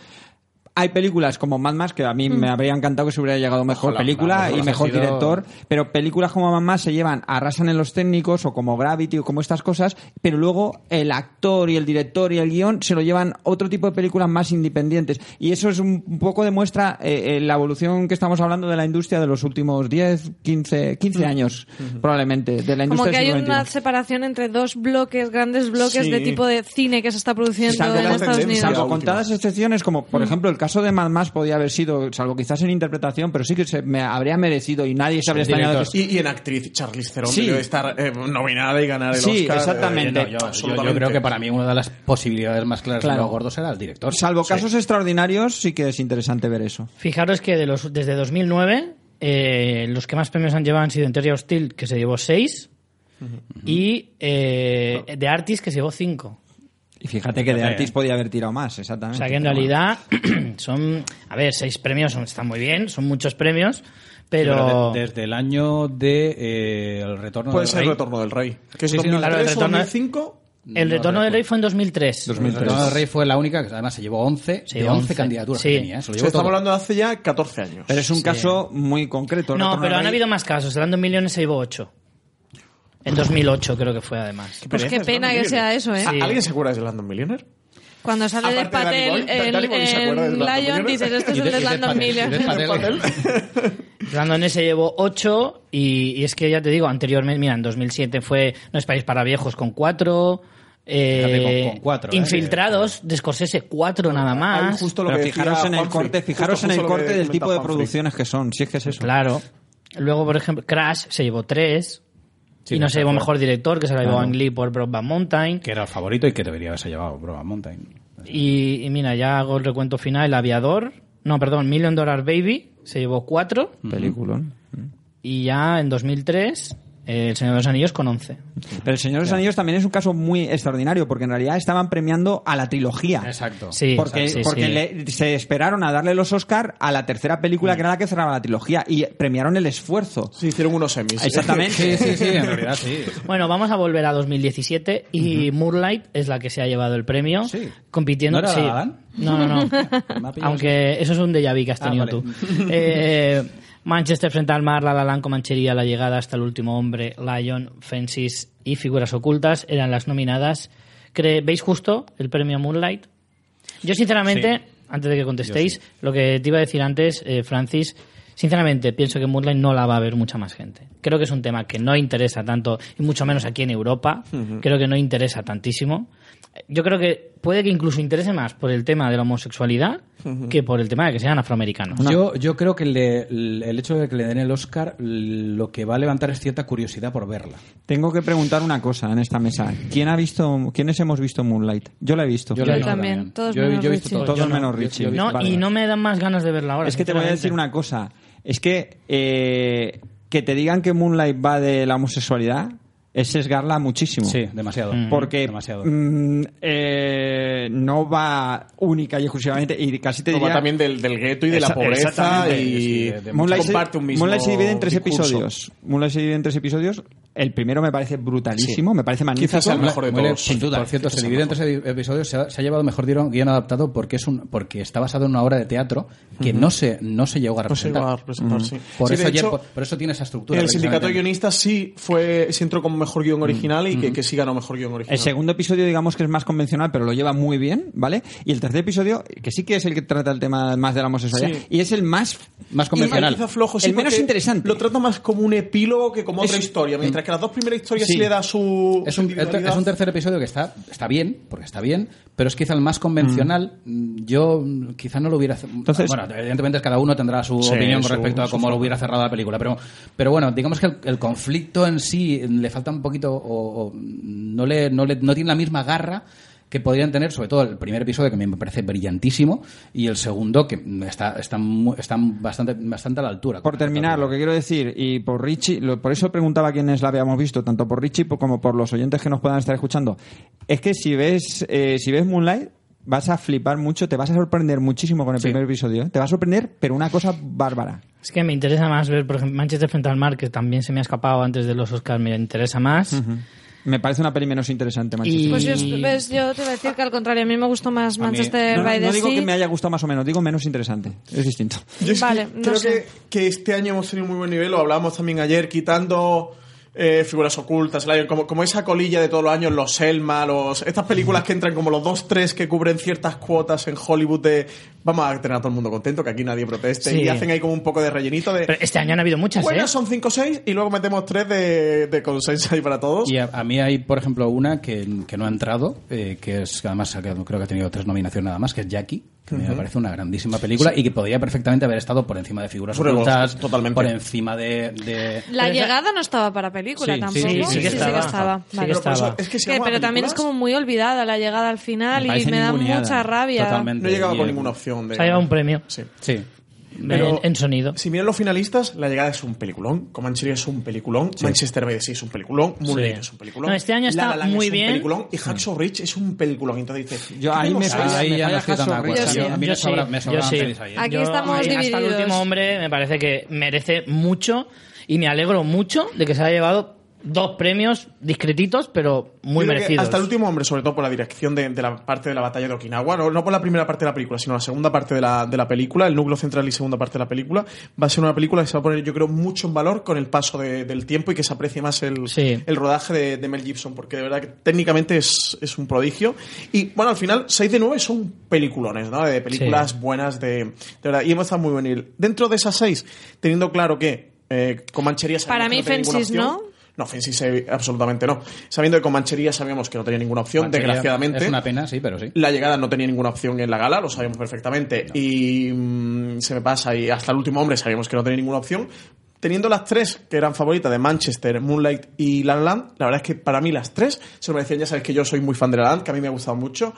[SPEAKER 3] hay películas como Mad Max que a mí me habría encantado que se hubiera llegado mejor
[SPEAKER 6] Mm. Ojalá,
[SPEAKER 3] película
[SPEAKER 6] claro,
[SPEAKER 3] y
[SPEAKER 6] hubiese
[SPEAKER 3] mejor
[SPEAKER 6] sido-
[SPEAKER 3] director, pero películas como Mad Max se llevan, arrasan en los técnicos o como Gravity o como estas cosas, pero luego el actor y el director y el guión se lo llevan otro tipo de películas más independientes. Y eso es un un poco demuestra eh, eh, la evolución que estamos hablando de la industria de los últimos 10, 15, 15 años probablemente, de la
[SPEAKER 2] Mm. Como
[SPEAKER 3] industria
[SPEAKER 2] que hay
[SPEAKER 3] del siglo
[SPEAKER 2] una
[SPEAKER 3] XXI.
[SPEAKER 2] separación entre dos bloques, grandes bloques
[SPEAKER 4] Sí.
[SPEAKER 2] de tipo de cine que se está produciendo
[SPEAKER 3] Salvo
[SPEAKER 2] en
[SPEAKER 3] las
[SPEAKER 2] Estados
[SPEAKER 4] tendencias.
[SPEAKER 2] Unidos.
[SPEAKER 3] Salvo
[SPEAKER 4] última.
[SPEAKER 3] contadas excepciones, como
[SPEAKER 2] Mm.
[SPEAKER 3] por ejemplo el caso de Mad Max podía haber sido, salvo quizás en interpretación, pero sí que se me habría merecido y nadie se habría
[SPEAKER 6] Sí,
[SPEAKER 3] extrañado que
[SPEAKER 6] director.
[SPEAKER 4] Y, y en actriz, Charlize Theron
[SPEAKER 3] Sí.
[SPEAKER 4] debió estar eh, nominada y ganar el
[SPEAKER 3] Sí,
[SPEAKER 4] Oscar. eh,
[SPEAKER 3] exactamente.
[SPEAKER 6] No, yo, yo, yo creo que para mí una de las posibilidades más claras
[SPEAKER 3] Claro.
[SPEAKER 6] de los gordos era el director.
[SPEAKER 3] este Salvo casos extraordinarios, sí que es interesante ver eso.
[SPEAKER 1] Fijaros que de los, desde 2009 eh, los que más premios han llevado han sido Enteria Hostil, que se llevó 6, y eh, The Artist, que se llevó 5.
[SPEAKER 3] Y fíjate que de
[SPEAKER 6] Fíjate,
[SPEAKER 3] Artis
[SPEAKER 6] eh.
[SPEAKER 3] podía haber tirado más, exactamente.
[SPEAKER 1] O
[SPEAKER 6] Ah,
[SPEAKER 1] sea que en
[SPEAKER 3] Pero bueno.
[SPEAKER 1] realidad son, a ver, seis premios son, están muy bien, son muchos premios, pero...
[SPEAKER 6] Pero de- desde el año de eh, el retorno
[SPEAKER 4] Puede
[SPEAKER 6] del
[SPEAKER 4] ser
[SPEAKER 6] Rey.
[SPEAKER 4] el Retorno del Rey. Que es
[SPEAKER 6] Sí, sí, no,
[SPEAKER 4] 2003
[SPEAKER 1] claro, el
[SPEAKER 4] o
[SPEAKER 1] Retorno-
[SPEAKER 4] 2005.
[SPEAKER 1] el retorno del rey fue en 2003.
[SPEAKER 6] El retorno del Rey fue la única que además se llevó 11
[SPEAKER 1] Sí,
[SPEAKER 6] de 11,
[SPEAKER 1] 11.
[SPEAKER 6] candidaturas
[SPEAKER 1] Sí.
[SPEAKER 6] que tenía. ¿eh? Se lo
[SPEAKER 4] O
[SPEAKER 6] llevó
[SPEAKER 4] sea, estamos
[SPEAKER 6] todo.
[SPEAKER 4] hablando de hace ya 14 años.
[SPEAKER 3] Pero es un caso muy concreto. el
[SPEAKER 1] No,
[SPEAKER 3] retorno
[SPEAKER 1] pero
[SPEAKER 3] del
[SPEAKER 1] han
[SPEAKER 3] rey.
[SPEAKER 1] habido más casos. El Dando Millones se llevó 8. En 2008 creo que fue además.
[SPEAKER 2] Pues qué
[SPEAKER 4] pereza,
[SPEAKER 2] pena
[SPEAKER 4] Landon
[SPEAKER 2] que sea
[SPEAKER 4] Millionaire.
[SPEAKER 2] eso, ¿eh?
[SPEAKER 4] ¿A-
[SPEAKER 1] Sí.
[SPEAKER 4] ¿Alguien se acuerda de Landon Millionaire?
[SPEAKER 2] Cuando sale de
[SPEAKER 4] Aparte de
[SPEAKER 2] Patel
[SPEAKER 4] Danny Boyle,
[SPEAKER 2] en,
[SPEAKER 4] Danny Boyle se acuerda del
[SPEAKER 2] en
[SPEAKER 4] Landon
[SPEAKER 2] Lion,
[SPEAKER 4] Millionaire.
[SPEAKER 2] dices, este es
[SPEAKER 6] Y
[SPEAKER 2] el
[SPEAKER 6] de-
[SPEAKER 2] de
[SPEAKER 6] y de
[SPEAKER 2] Landon
[SPEAKER 6] Patel, y de
[SPEAKER 2] Miller.
[SPEAKER 6] Patel.
[SPEAKER 1] Landon se llevó 8 y, y es que ya te digo, anteriormente, mira, en 2007 fue No es país para viejos con 4.
[SPEAKER 6] Fíjate, con- con cuatro, ¿eh?
[SPEAKER 1] infiltrados de Scorsese 4 nada
[SPEAKER 4] Ahí
[SPEAKER 1] más.
[SPEAKER 4] justo lo
[SPEAKER 3] Ah. Pero
[SPEAKER 4] que decía
[SPEAKER 3] fijaros en el
[SPEAKER 4] Humphrey.
[SPEAKER 3] corte, fijaros
[SPEAKER 4] Justo,
[SPEAKER 3] en el
[SPEAKER 4] justo lo
[SPEAKER 3] corte
[SPEAKER 4] que
[SPEAKER 3] del tipo de
[SPEAKER 4] comentaba Humphrey.
[SPEAKER 3] producciones que son, si es que es eso.
[SPEAKER 1] Claro. Luego, por ejemplo, Crash se llevó 3
[SPEAKER 6] Sí, Ah,
[SPEAKER 1] y no
[SPEAKER 6] no
[SPEAKER 1] se llevó
[SPEAKER 6] está
[SPEAKER 1] mejor director, que se la llevó
[SPEAKER 6] Claro.
[SPEAKER 1] Ang Lee por Broadband Mountain.
[SPEAKER 6] Que era el favorito y que debería haberse llevado Broba Mountain.
[SPEAKER 1] Y, y mira, ya hago el recuento final. El aviador, no, perdón, Million Dollar Baby se llevó 4
[SPEAKER 3] Película.
[SPEAKER 1] y ya en 2003 eh, El Señor de los Anillos con 11.
[SPEAKER 3] Pero El Señor de los Anillos también es un caso muy extraordinario, porque en realidad estaban premiando a la trilogía.
[SPEAKER 6] Exacto.
[SPEAKER 1] Sí,
[SPEAKER 3] porque
[SPEAKER 1] sí,
[SPEAKER 3] porque
[SPEAKER 1] sí.
[SPEAKER 3] le- se esperaron a darle los Oscar a la tercera película,
[SPEAKER 1] Mm.
[SPEAKER 3] que era la que cerraba la trilogía, y premiaron el esfuerzo.
[SPEAKER 4] Sí, hicieron unos semis. ¿eh?
[SPEAKER 6] Sí,
[SPEAKER 3] Exactamente.
[SPEAKER 6] sí, sí, en realidad sí.
[SPEAKER 1] Bueno, vamos a volver a 2017 y Moonlight es la que se ha llevado el premio.
[SPEAKER 6] Sí.
[SPEAKER 1] Compitiendo.
[SPEAKER 6] ¿No era
[SPEAKER 1] sí.
[SPEAKER 6] La La Land?
[SPEAKER 1] No, no, no.
[SPEAKER 6] Me ha pillado
[SPEAKER 1] Aunque eso es un déjà vu que has
[SPEAKER 6] Ah,
[SPEAKER 1] tenido
[SPEAKER 6] vale.
[SPEAKER 1] tú. Eh, Manchester frente al mar, La La Land, Comanchería, La Llegada hasta el último hombre, Lion, Fences y Figuras Ocultas eran las nominadas. Cre- ¿Veis justo el premio Moonlight? Yo, sinceramente, antes de que contestéis, lo que te iba a decir antes, eh, Francis, sinceramente pienso que Moonlight no la va a ver mucha más gente. Creo que es un tema que no interesa tanto, y mucho menos aquí en Europa. Creo que no interesa tantísimo. Yo creo que puede que incluso interese más por el tema de la homosexualidad que por el tema de que sean afroamericanos.
[SPEAKER 5] Yo, yo creo que le- el hecho de que le den el Oscar lo que va a levantar es cierta curiosidad por verla.
[SPEAKER 3] Tengo que preguntar una cosa en esta mesa. ¿Quién ha visto, quiénes hemos visto Moonlight? Yo la he visto.
[SPEAKER 2] la he
[SPEAKER 5] la
[SPEAKER 2] visto también. Todos menos Richie.
[SPEAKER 5] todo.
[SPEAKER 3] Todos
[SPEAKER 5] Yo
[SPEAKER 3] menos Richie.
[SPEAKER 5] yo he visto-
[SPEAKER 1] No,
[SPEAKER 5] vale.
[SPEAKER 1] y no me dan más ganas de verla ahora.
[SPEAKER 3] es que te voy a decir
[SPEAKER 1] sinceramente.
[SPEAKER 3] una cosa. Es que eh, que te digan que Moonlight va de la homosexualidad es sesgarla muchísimo.
[SPEAKER 5] Sí, demasiado.
[SPEAKER 3] Porque
[SPEAKER 5] demasiado.
[SPEAKER 3] mm, eh, no va única y exclusivamente, y casi te
[SPEAKER 4] Como
[SPEAKER 3] diría...
[SPEAKER 4] también del, del gueto y de la
[SPEAKER 3] Esa-
[SPEAKER 4] pobreza
[SPEAKER 3] exactamente.
[SPEAKER 4] y
[SPEAKER 5] Sí, de- de
[SPEAKER 3] Moonlight se,
[SPEAKER 4] comparte un mismo
[SPEAKER 3] Moonlight se divide en tres
[SPEAKER 4] discurso.
[SPEAKER 3] episodios. Moonlight se divide en tres episodios. El primero me parece brutalísimo, me parece magnífico.
[SPEAKER 4] Quizás sea el mejor de
[SPEAKER 5] Muy le-
[SPEAKER 4] todos.
[SPEAKER 5] Sin duda. Por cierto, se divide en tres edi- episodios. Se ha, se ha llevado mejor guión, guión adaptado porque es un porque está basado en una obra de teatro que no se no se llegó a
[SPEAKER 4] No se
[SPEAKER 5] representar.
[SPEAKER 4] va a representar, sí.
[SPEAKER 5] Por,
[SPEAKER 4] Sí, de
[SPEAKER 5] eso ya-
[SPEAKER 4] hecho,
[SPEAKER 5] por, por eso tiene esa estructura.
[SPEAKER 4] el sindicato de
[SPEAKER 5] precisamente.
[SPEAKER 4] guionistas sí fue sí entró como mejor guión original y que, que sí ganó mejor guión original.
[SPEAKER 3] El segundo episodio, digamos que es más convencional, pero lo lleva muy bien, ¿vale? Y el tercer episodio, que sí que es el que trata el tema más de la homosexualidad,
[SPEAKER 4] Sí.
[SPEAKER 3] y es el más.
[SPEAKER 5] Más convencional.
[SPEAKER 4] Y quizá flojo, sí,
[SPEAKER 3] El menos
[SPEAKER 4] porque
[SPEAKER 3] interesante.
[SPEAKER 4] Lo trata más como un epílogo que como otra
[SPEAKER 3] Es-
[SPEAKER 4] historia, mientras que las dos primeras historias
[SPEAKER 3] Sí.
[SPEAKER 4] sí, le da su.
[SPEAKER 5] Es
[SPEAKER 4] su
[SPEAKER 5] un,
[SPEAKER 4] individualidad.
[SPEAKER 5] es un tercer episodio que está, está bien, porque está bien, pero es quizá el más convencional. Yo mm, quizá no lo hubiera...
[SPEAKER 3] Entonces-
[SPEAKER 5] bueno, evidentemente cada uno tendrá su opinión con
[SPEAKER 4] su-
[SPEAKER 5] respecto a
[SPEAKER 4] su
[SPEAKER 5] cómo lo hubiera cerrado la película, pero, pero bueno, digamos que el, el conflicto en sí mm, le falta un poquito o, o, mm, no, le, no, le- no tiene la misma garra que podrían tener, sobre todo el primer episodio que me parece brillantísimo y el segundo que mm, está, está, mu- está bastante, bastante a la altura.
[SPEAKER 3] Por terminar, lo que quiero decir, y por Richie, lo- por eso preguntaba quiénes la habíamos visto, tanto por Richie po- como por los oyentes que nos puedan estar escuchando, es que si ves, eh, si ves Moonlight, vas a flipar mucho, te vas a sorprender muchísimo con el primer episodio, ¿eh? te va a sorprender, pero una cosa bárbara.
[SPEAKER 1] Es que me interesa más ver, por ejemplo, Manchester frente al mar, que también se me ha escapado antes de los Oscars, me interesa más.
[SPEAKER 3] Me parece una peli menos interesante, Manchester.
[SPEAKER 1] Y-
[SPEAKER 2] Pues yo, es- ves, yo te voy a decir que al contrario, a mí me gustó más Manchester
[SPEAKER 3] No, no
[SPEAKER 2] by the
[SPEAKER 3] digo
[SPEAKER 2] Sea.
[SPEAKER 3] que me haya gustado más o menos, digo menos interesante. Es distinto.
[SPEAKER 4] Yo es que
[SPEAKER 2] Vale, no
[SPEAKER 4] creo
[SPEAKER 2] sé.
[SPEAKER 4] que, que este año hemos tenido muy buen nivel, lo hablábamos también ayer, quitando eh, figuras ocultas, el- como, como esa colilla de todos los años, los Selma, los, estas películas que entran como los dos, tres que cubren ciertas cuotas en Hollywood de vamos a tener a todo el mundo contento, que aquí nadie proteste,
[SPEAKER 1] Sí.
[SPEAKER 4] y hacen ahí como un poco de rellenito de...
[SPEAKER 1] Pero este año han habido muchas,
[SPEAKER 4] bueno,
[SPEAKER 1] ¿eh?
[SPEAKER 4] son cinco o seis y luego metemos tres de, de consenso ahí para todos.
[SPEAKER 5] Y a, a mí hay, por ejemplo, una que, que no ha entrado, eh, que es que además ha quedado- creo que ha tenido tres nominaciones nada más, que es Jackie, que me parece una grandísima película y que podría perfectamente haber estado por encima de figuras
[SPEAKER 4] Por el-
[SPEAKER 5] ocultas,
[SPEAKER 4] totalmente.
[SPEAKER 5] por encima de... de-
[SPEAKER 2] La
[SPEAKER 1] Pero esa-
[SPEAKER 2] llegada no estaba para película
[SPEAKER 5] Sí,
[SPEAKER 2] tampoco.
[SPEAKER 1] sí, sí, sí que estaba. Sí que
[SPEAKER 2] Vale.
[SPEAKER 4] Pero por eso,
[SPEAKER 1] estaba.
[SPEAKER 3] pues
[SPEAKER 4] es que si
[SPEAKER 2] Que-
[SPEAKER 4] vamos a
[SPEAKER 2] pero también es
[SPEAKER 4] películas,
[SPEAKER 2] como muy olvidada la llegada al final
[SPEAKER 3] Me
[SPEAKER 2] y
[SPEAKER 3] parece
[SPEAKER 2] me da
[SPEAKER 3] ninguneada.
[SPEAKER 2] mucha rabia.
[SPEAKER 5] Totalmente.
[SPEAKER 4] No llegaba
[SPEAKER 5] Y,
[SPEAKER 4] con
[SPEAKER 5] eh,
[SPEAKER 4] ninguna opción. De,
[SPEAKER 1] Se ha llevado un premio
[SPEAKER 4] Sí.
[SPEAKER 5] Sí.
[SPEAKER 1] en-
[SPEAKER 4] Pero-
[SPEAKER 1] en sonido.
[SPEAKER 4] Si miran los finalistas, La Llegada es un peliculón, Comanchería es un peliculón, Manchester by the Sea es un peliculón, Moonlight
[SPEAKER 1] Sí.
[SPEAKER 4] es un peliculón.
[SPEAKER 1] No, este año está
[SPEAKER 4] La La Land
[SPEAKER 1] muy
[SPEAKER 4] es un
[SPEAKER 1] bien.
[SPEAKER 4] peliculón y Hacksaw Ridge es un peliculón. Entonces dices,
[SPEAKER 3] Yo
[SPEAKER 4] ¿qué
[SPEAKER 3] ahí me
[SPEAKER 4] tenemos
[SPEAKER 3] falla,
[SPEAKER 5] Ahí
[SPEAKER 3] me
[SPEAKER 5] ya no
[SPEAKER 3] falla
[SPEAKER 5] estoy tan de
[SPEAKER 3] Hasso
[SPEAKER 5] acuerdo.
[SPEAKER 3] Ridge.
[SPEAKER 2] Yo
[SPEAKER 5] Yo- A mí me
[SPEAKER 1] sí,
[SPEAKER 5] sobra, me
[SPEAKER 1] yo
[SPEAKER 5] sobran
[SPEAKER 1] sí.
[SPEAKER 5] pelis ahí. ¿eh?
[SPEAKER 2] Aquí
[SPEAKER 1] Yo,
[SPEAKER 2] estamos
[SPEAKER 1] ahí, Hasta el
[SPEAKER 2] divididos.
[SPEAKER 1] último hombre me parece que merece mucho y me alegro mucho de que se haya llevado dos premios discretitos, pero muy
[SPEAKER 4] Yo creo que
[SPEAKER 1] merecidos.
[SPEAKER 4] Hasta el último hombre, sobre todo por la dirección de, de la parte de la batalla de Okinawa, no, no por la primera parte de la película, sino la segunda parte de la, de la película, el núcleo central y segunda parte de la película, va a ser una película que se va a poner, yo creo, mucho en valor con el paso de- del tiempo y que se aprecie más el,
[SPEAKER 1] Sí.
[SPEAKER 4] el rodaje de, de Mel Gibson, porque de verdad que técnicamente es, es un prodigio. Y bueno, al final, 6 de 9 son peliculones, ¿no? De películas buenas, de, de verdad, y hemos estado muy buen nivel. Dentro de esas 6, teniendo claro que eh, Comanchería sabemos
[SPEAKER 2] Para
[SPEAKER 4] que
[SPEAKER 2] mí
[SPEAKER 4] tenía ninguna
[SPEAKER 2] Fences,
[SPEAKER 4] opción.
[SPEAKER 2] ¿no?
[SPEAKER 4] No, Fences eh, absolutamente no. Sabiendo que con Manchería sabíamos que no tenía ninguna opción,
[SPEAKER 5] Manchería
[SPEAKER 4] desgraciadamente.
[SPEAKER 5] Es una pena, sí, pero sí.
[SPEAKER 4] La llegada no tenía ninguna opción en la gala, lo sabíamos perfectamente. Y mm, se me pasa, y hasta el último hombre sabíamos que no tenía ninguna opción. Teniendo las tres que eran favoritas de Manchester, Moonlight y La La Land, la verdad es que para mí las tres se lo merecían. Ya sabéis que yo soy muy fan de La La Land, que a mí me ha gustado mucho.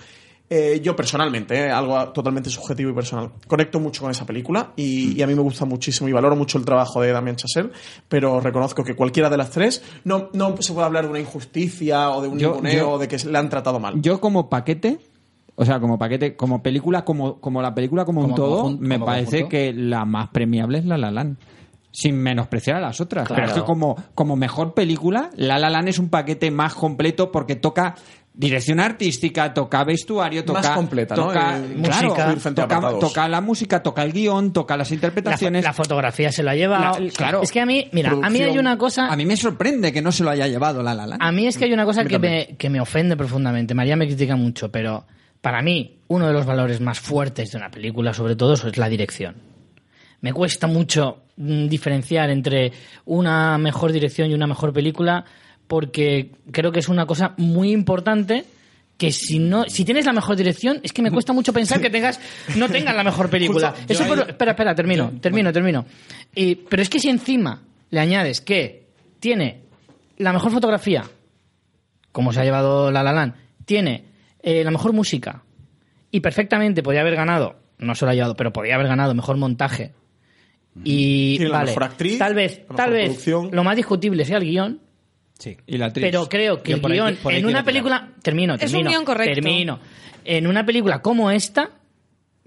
[SPEAKER 4] Eh, yo personalmente, eh, algo totalmente subjetivo y personal, conecto mucho con esa película y,
[SPEAKER 3] Mm.
[SPEAKER 4] y a mí me gusta muchísimo y valoro mucho el trabajo de Damien Chazelle, pero reconozco que cualquiera de las tres no, no se puede hablar de una injusticia o de un
[SPEAKER 3] Yo-
[SPEAKER 4] ninguneo
[SPEAKER 3] yo-
[SPEAKER 4] o de que la han tratado mal.
[SPEAKER 3] Yo como paquete, o sea, como paquete, como película, como, como la película como, un
[SPEAKER 5] Como
[SPEAKER 3] todo,
[SPEAKER 5] conjun-
[SPEAKER 3] me
[SPEAKER 5] como
[SPEAKER 3] parece
[SPEAKER 5] conjunto.
[SPEAKER 3] que la más premiable es La La Land. Sin menospreciar a las otras. Pero es que como, como mejor película, La La Land es un paquete más completo porque toca dirección artística, toca vestuario, toca...
[SPEAKER 4] Más completa, ¿no?
[SPEAKER 3] toca,
[SPEAKER 4] Eh,
[SPEAKER 3] claro,
[SPEAKER 1] música.
[SPEAKER 4] Frente a
[SPEAKER 3] toca,
[SPEAKER 4] apartados.
[SPEAKER 3] toca la música, toca el guión, toca las
[SPEAKER 1] La, fo-
[SPEAKER 3] interpretaciones.
[SPEAKER 1] la fotografía se lo ha llevado.
[SPEAKER 3] La- el- claro.
[SPEAKER 1] Es que a mí, mira, a mí hay
[SPEAKER 4] Producción.
[SPEAKER 1] una cosa
[SPEAKER 3] a mí me sorprende que no se lo haya llevado La La Land.
[SPEAKER 1] A mí es que hay una cosa que me, que me ofende profundamente. María me critica mucho, pero para mí uno de los valores más fuertes de una película, sobre todo, eso es la dirección. Me cuesta mucho mm, diferenciar entre una mejor dirección y una mejor película porque creo que es una cosa muy importante que si no si tienes la mejor dirección es que me cuesta mucho pensar que tengas no tengas la mejor película
[SPEAKER 4] Justo, yo
[SPEAKER 1] eso
[SPEAKER 4] ahí-
[SPEAKER 1] por- espera espera termino
[SPEAKER 5] Yo-
[SPEAKER 1] termino termino Y- pero es que si encima le añades que tiene la mejor fotografía como se ha llevado La La Land tiene eh, la mejor música y perfectamente podía haber ganado no se lo ha llevado pero podía haber ganado mejor montaje y
[SPEAKER 4] Tiene la
[SPEAKER 1] vale,
[SPEAKER 4] mejor actriz,
[SPEAKER 1] tal vez
[SPEAKER 4] la
[SPEAKER 1] tal
[SPEAKER 4] mejor
[SPEAKER 1] vez
[SPEAKER 4] producción.
[SPEAKER 1] lo más discutible sea el guión
[SPEAKER 5] Sí.
[SPEAKER 3] Y la actriz.
[SPEAKER 1] pero creo que
[SPEAKER 5] Yo
[SPEAKER 1] el
[SPEAKER 5] por ahí-
[SPEAKER 1] guión
[SPEAKER 5] por ahí
[SPEAKER 1] en
[SPEAKER 5] quiero
[SPEAKER 1] una
[SPEAKER 5] tirar.
[SPEAKER 1] película. Termino,
[SPEAKER 2] Es un
[SPEAKER 1] termino.
[SPEAKER 2] guión correcto.
[SPEAKER 1] Termino. En una película como esta,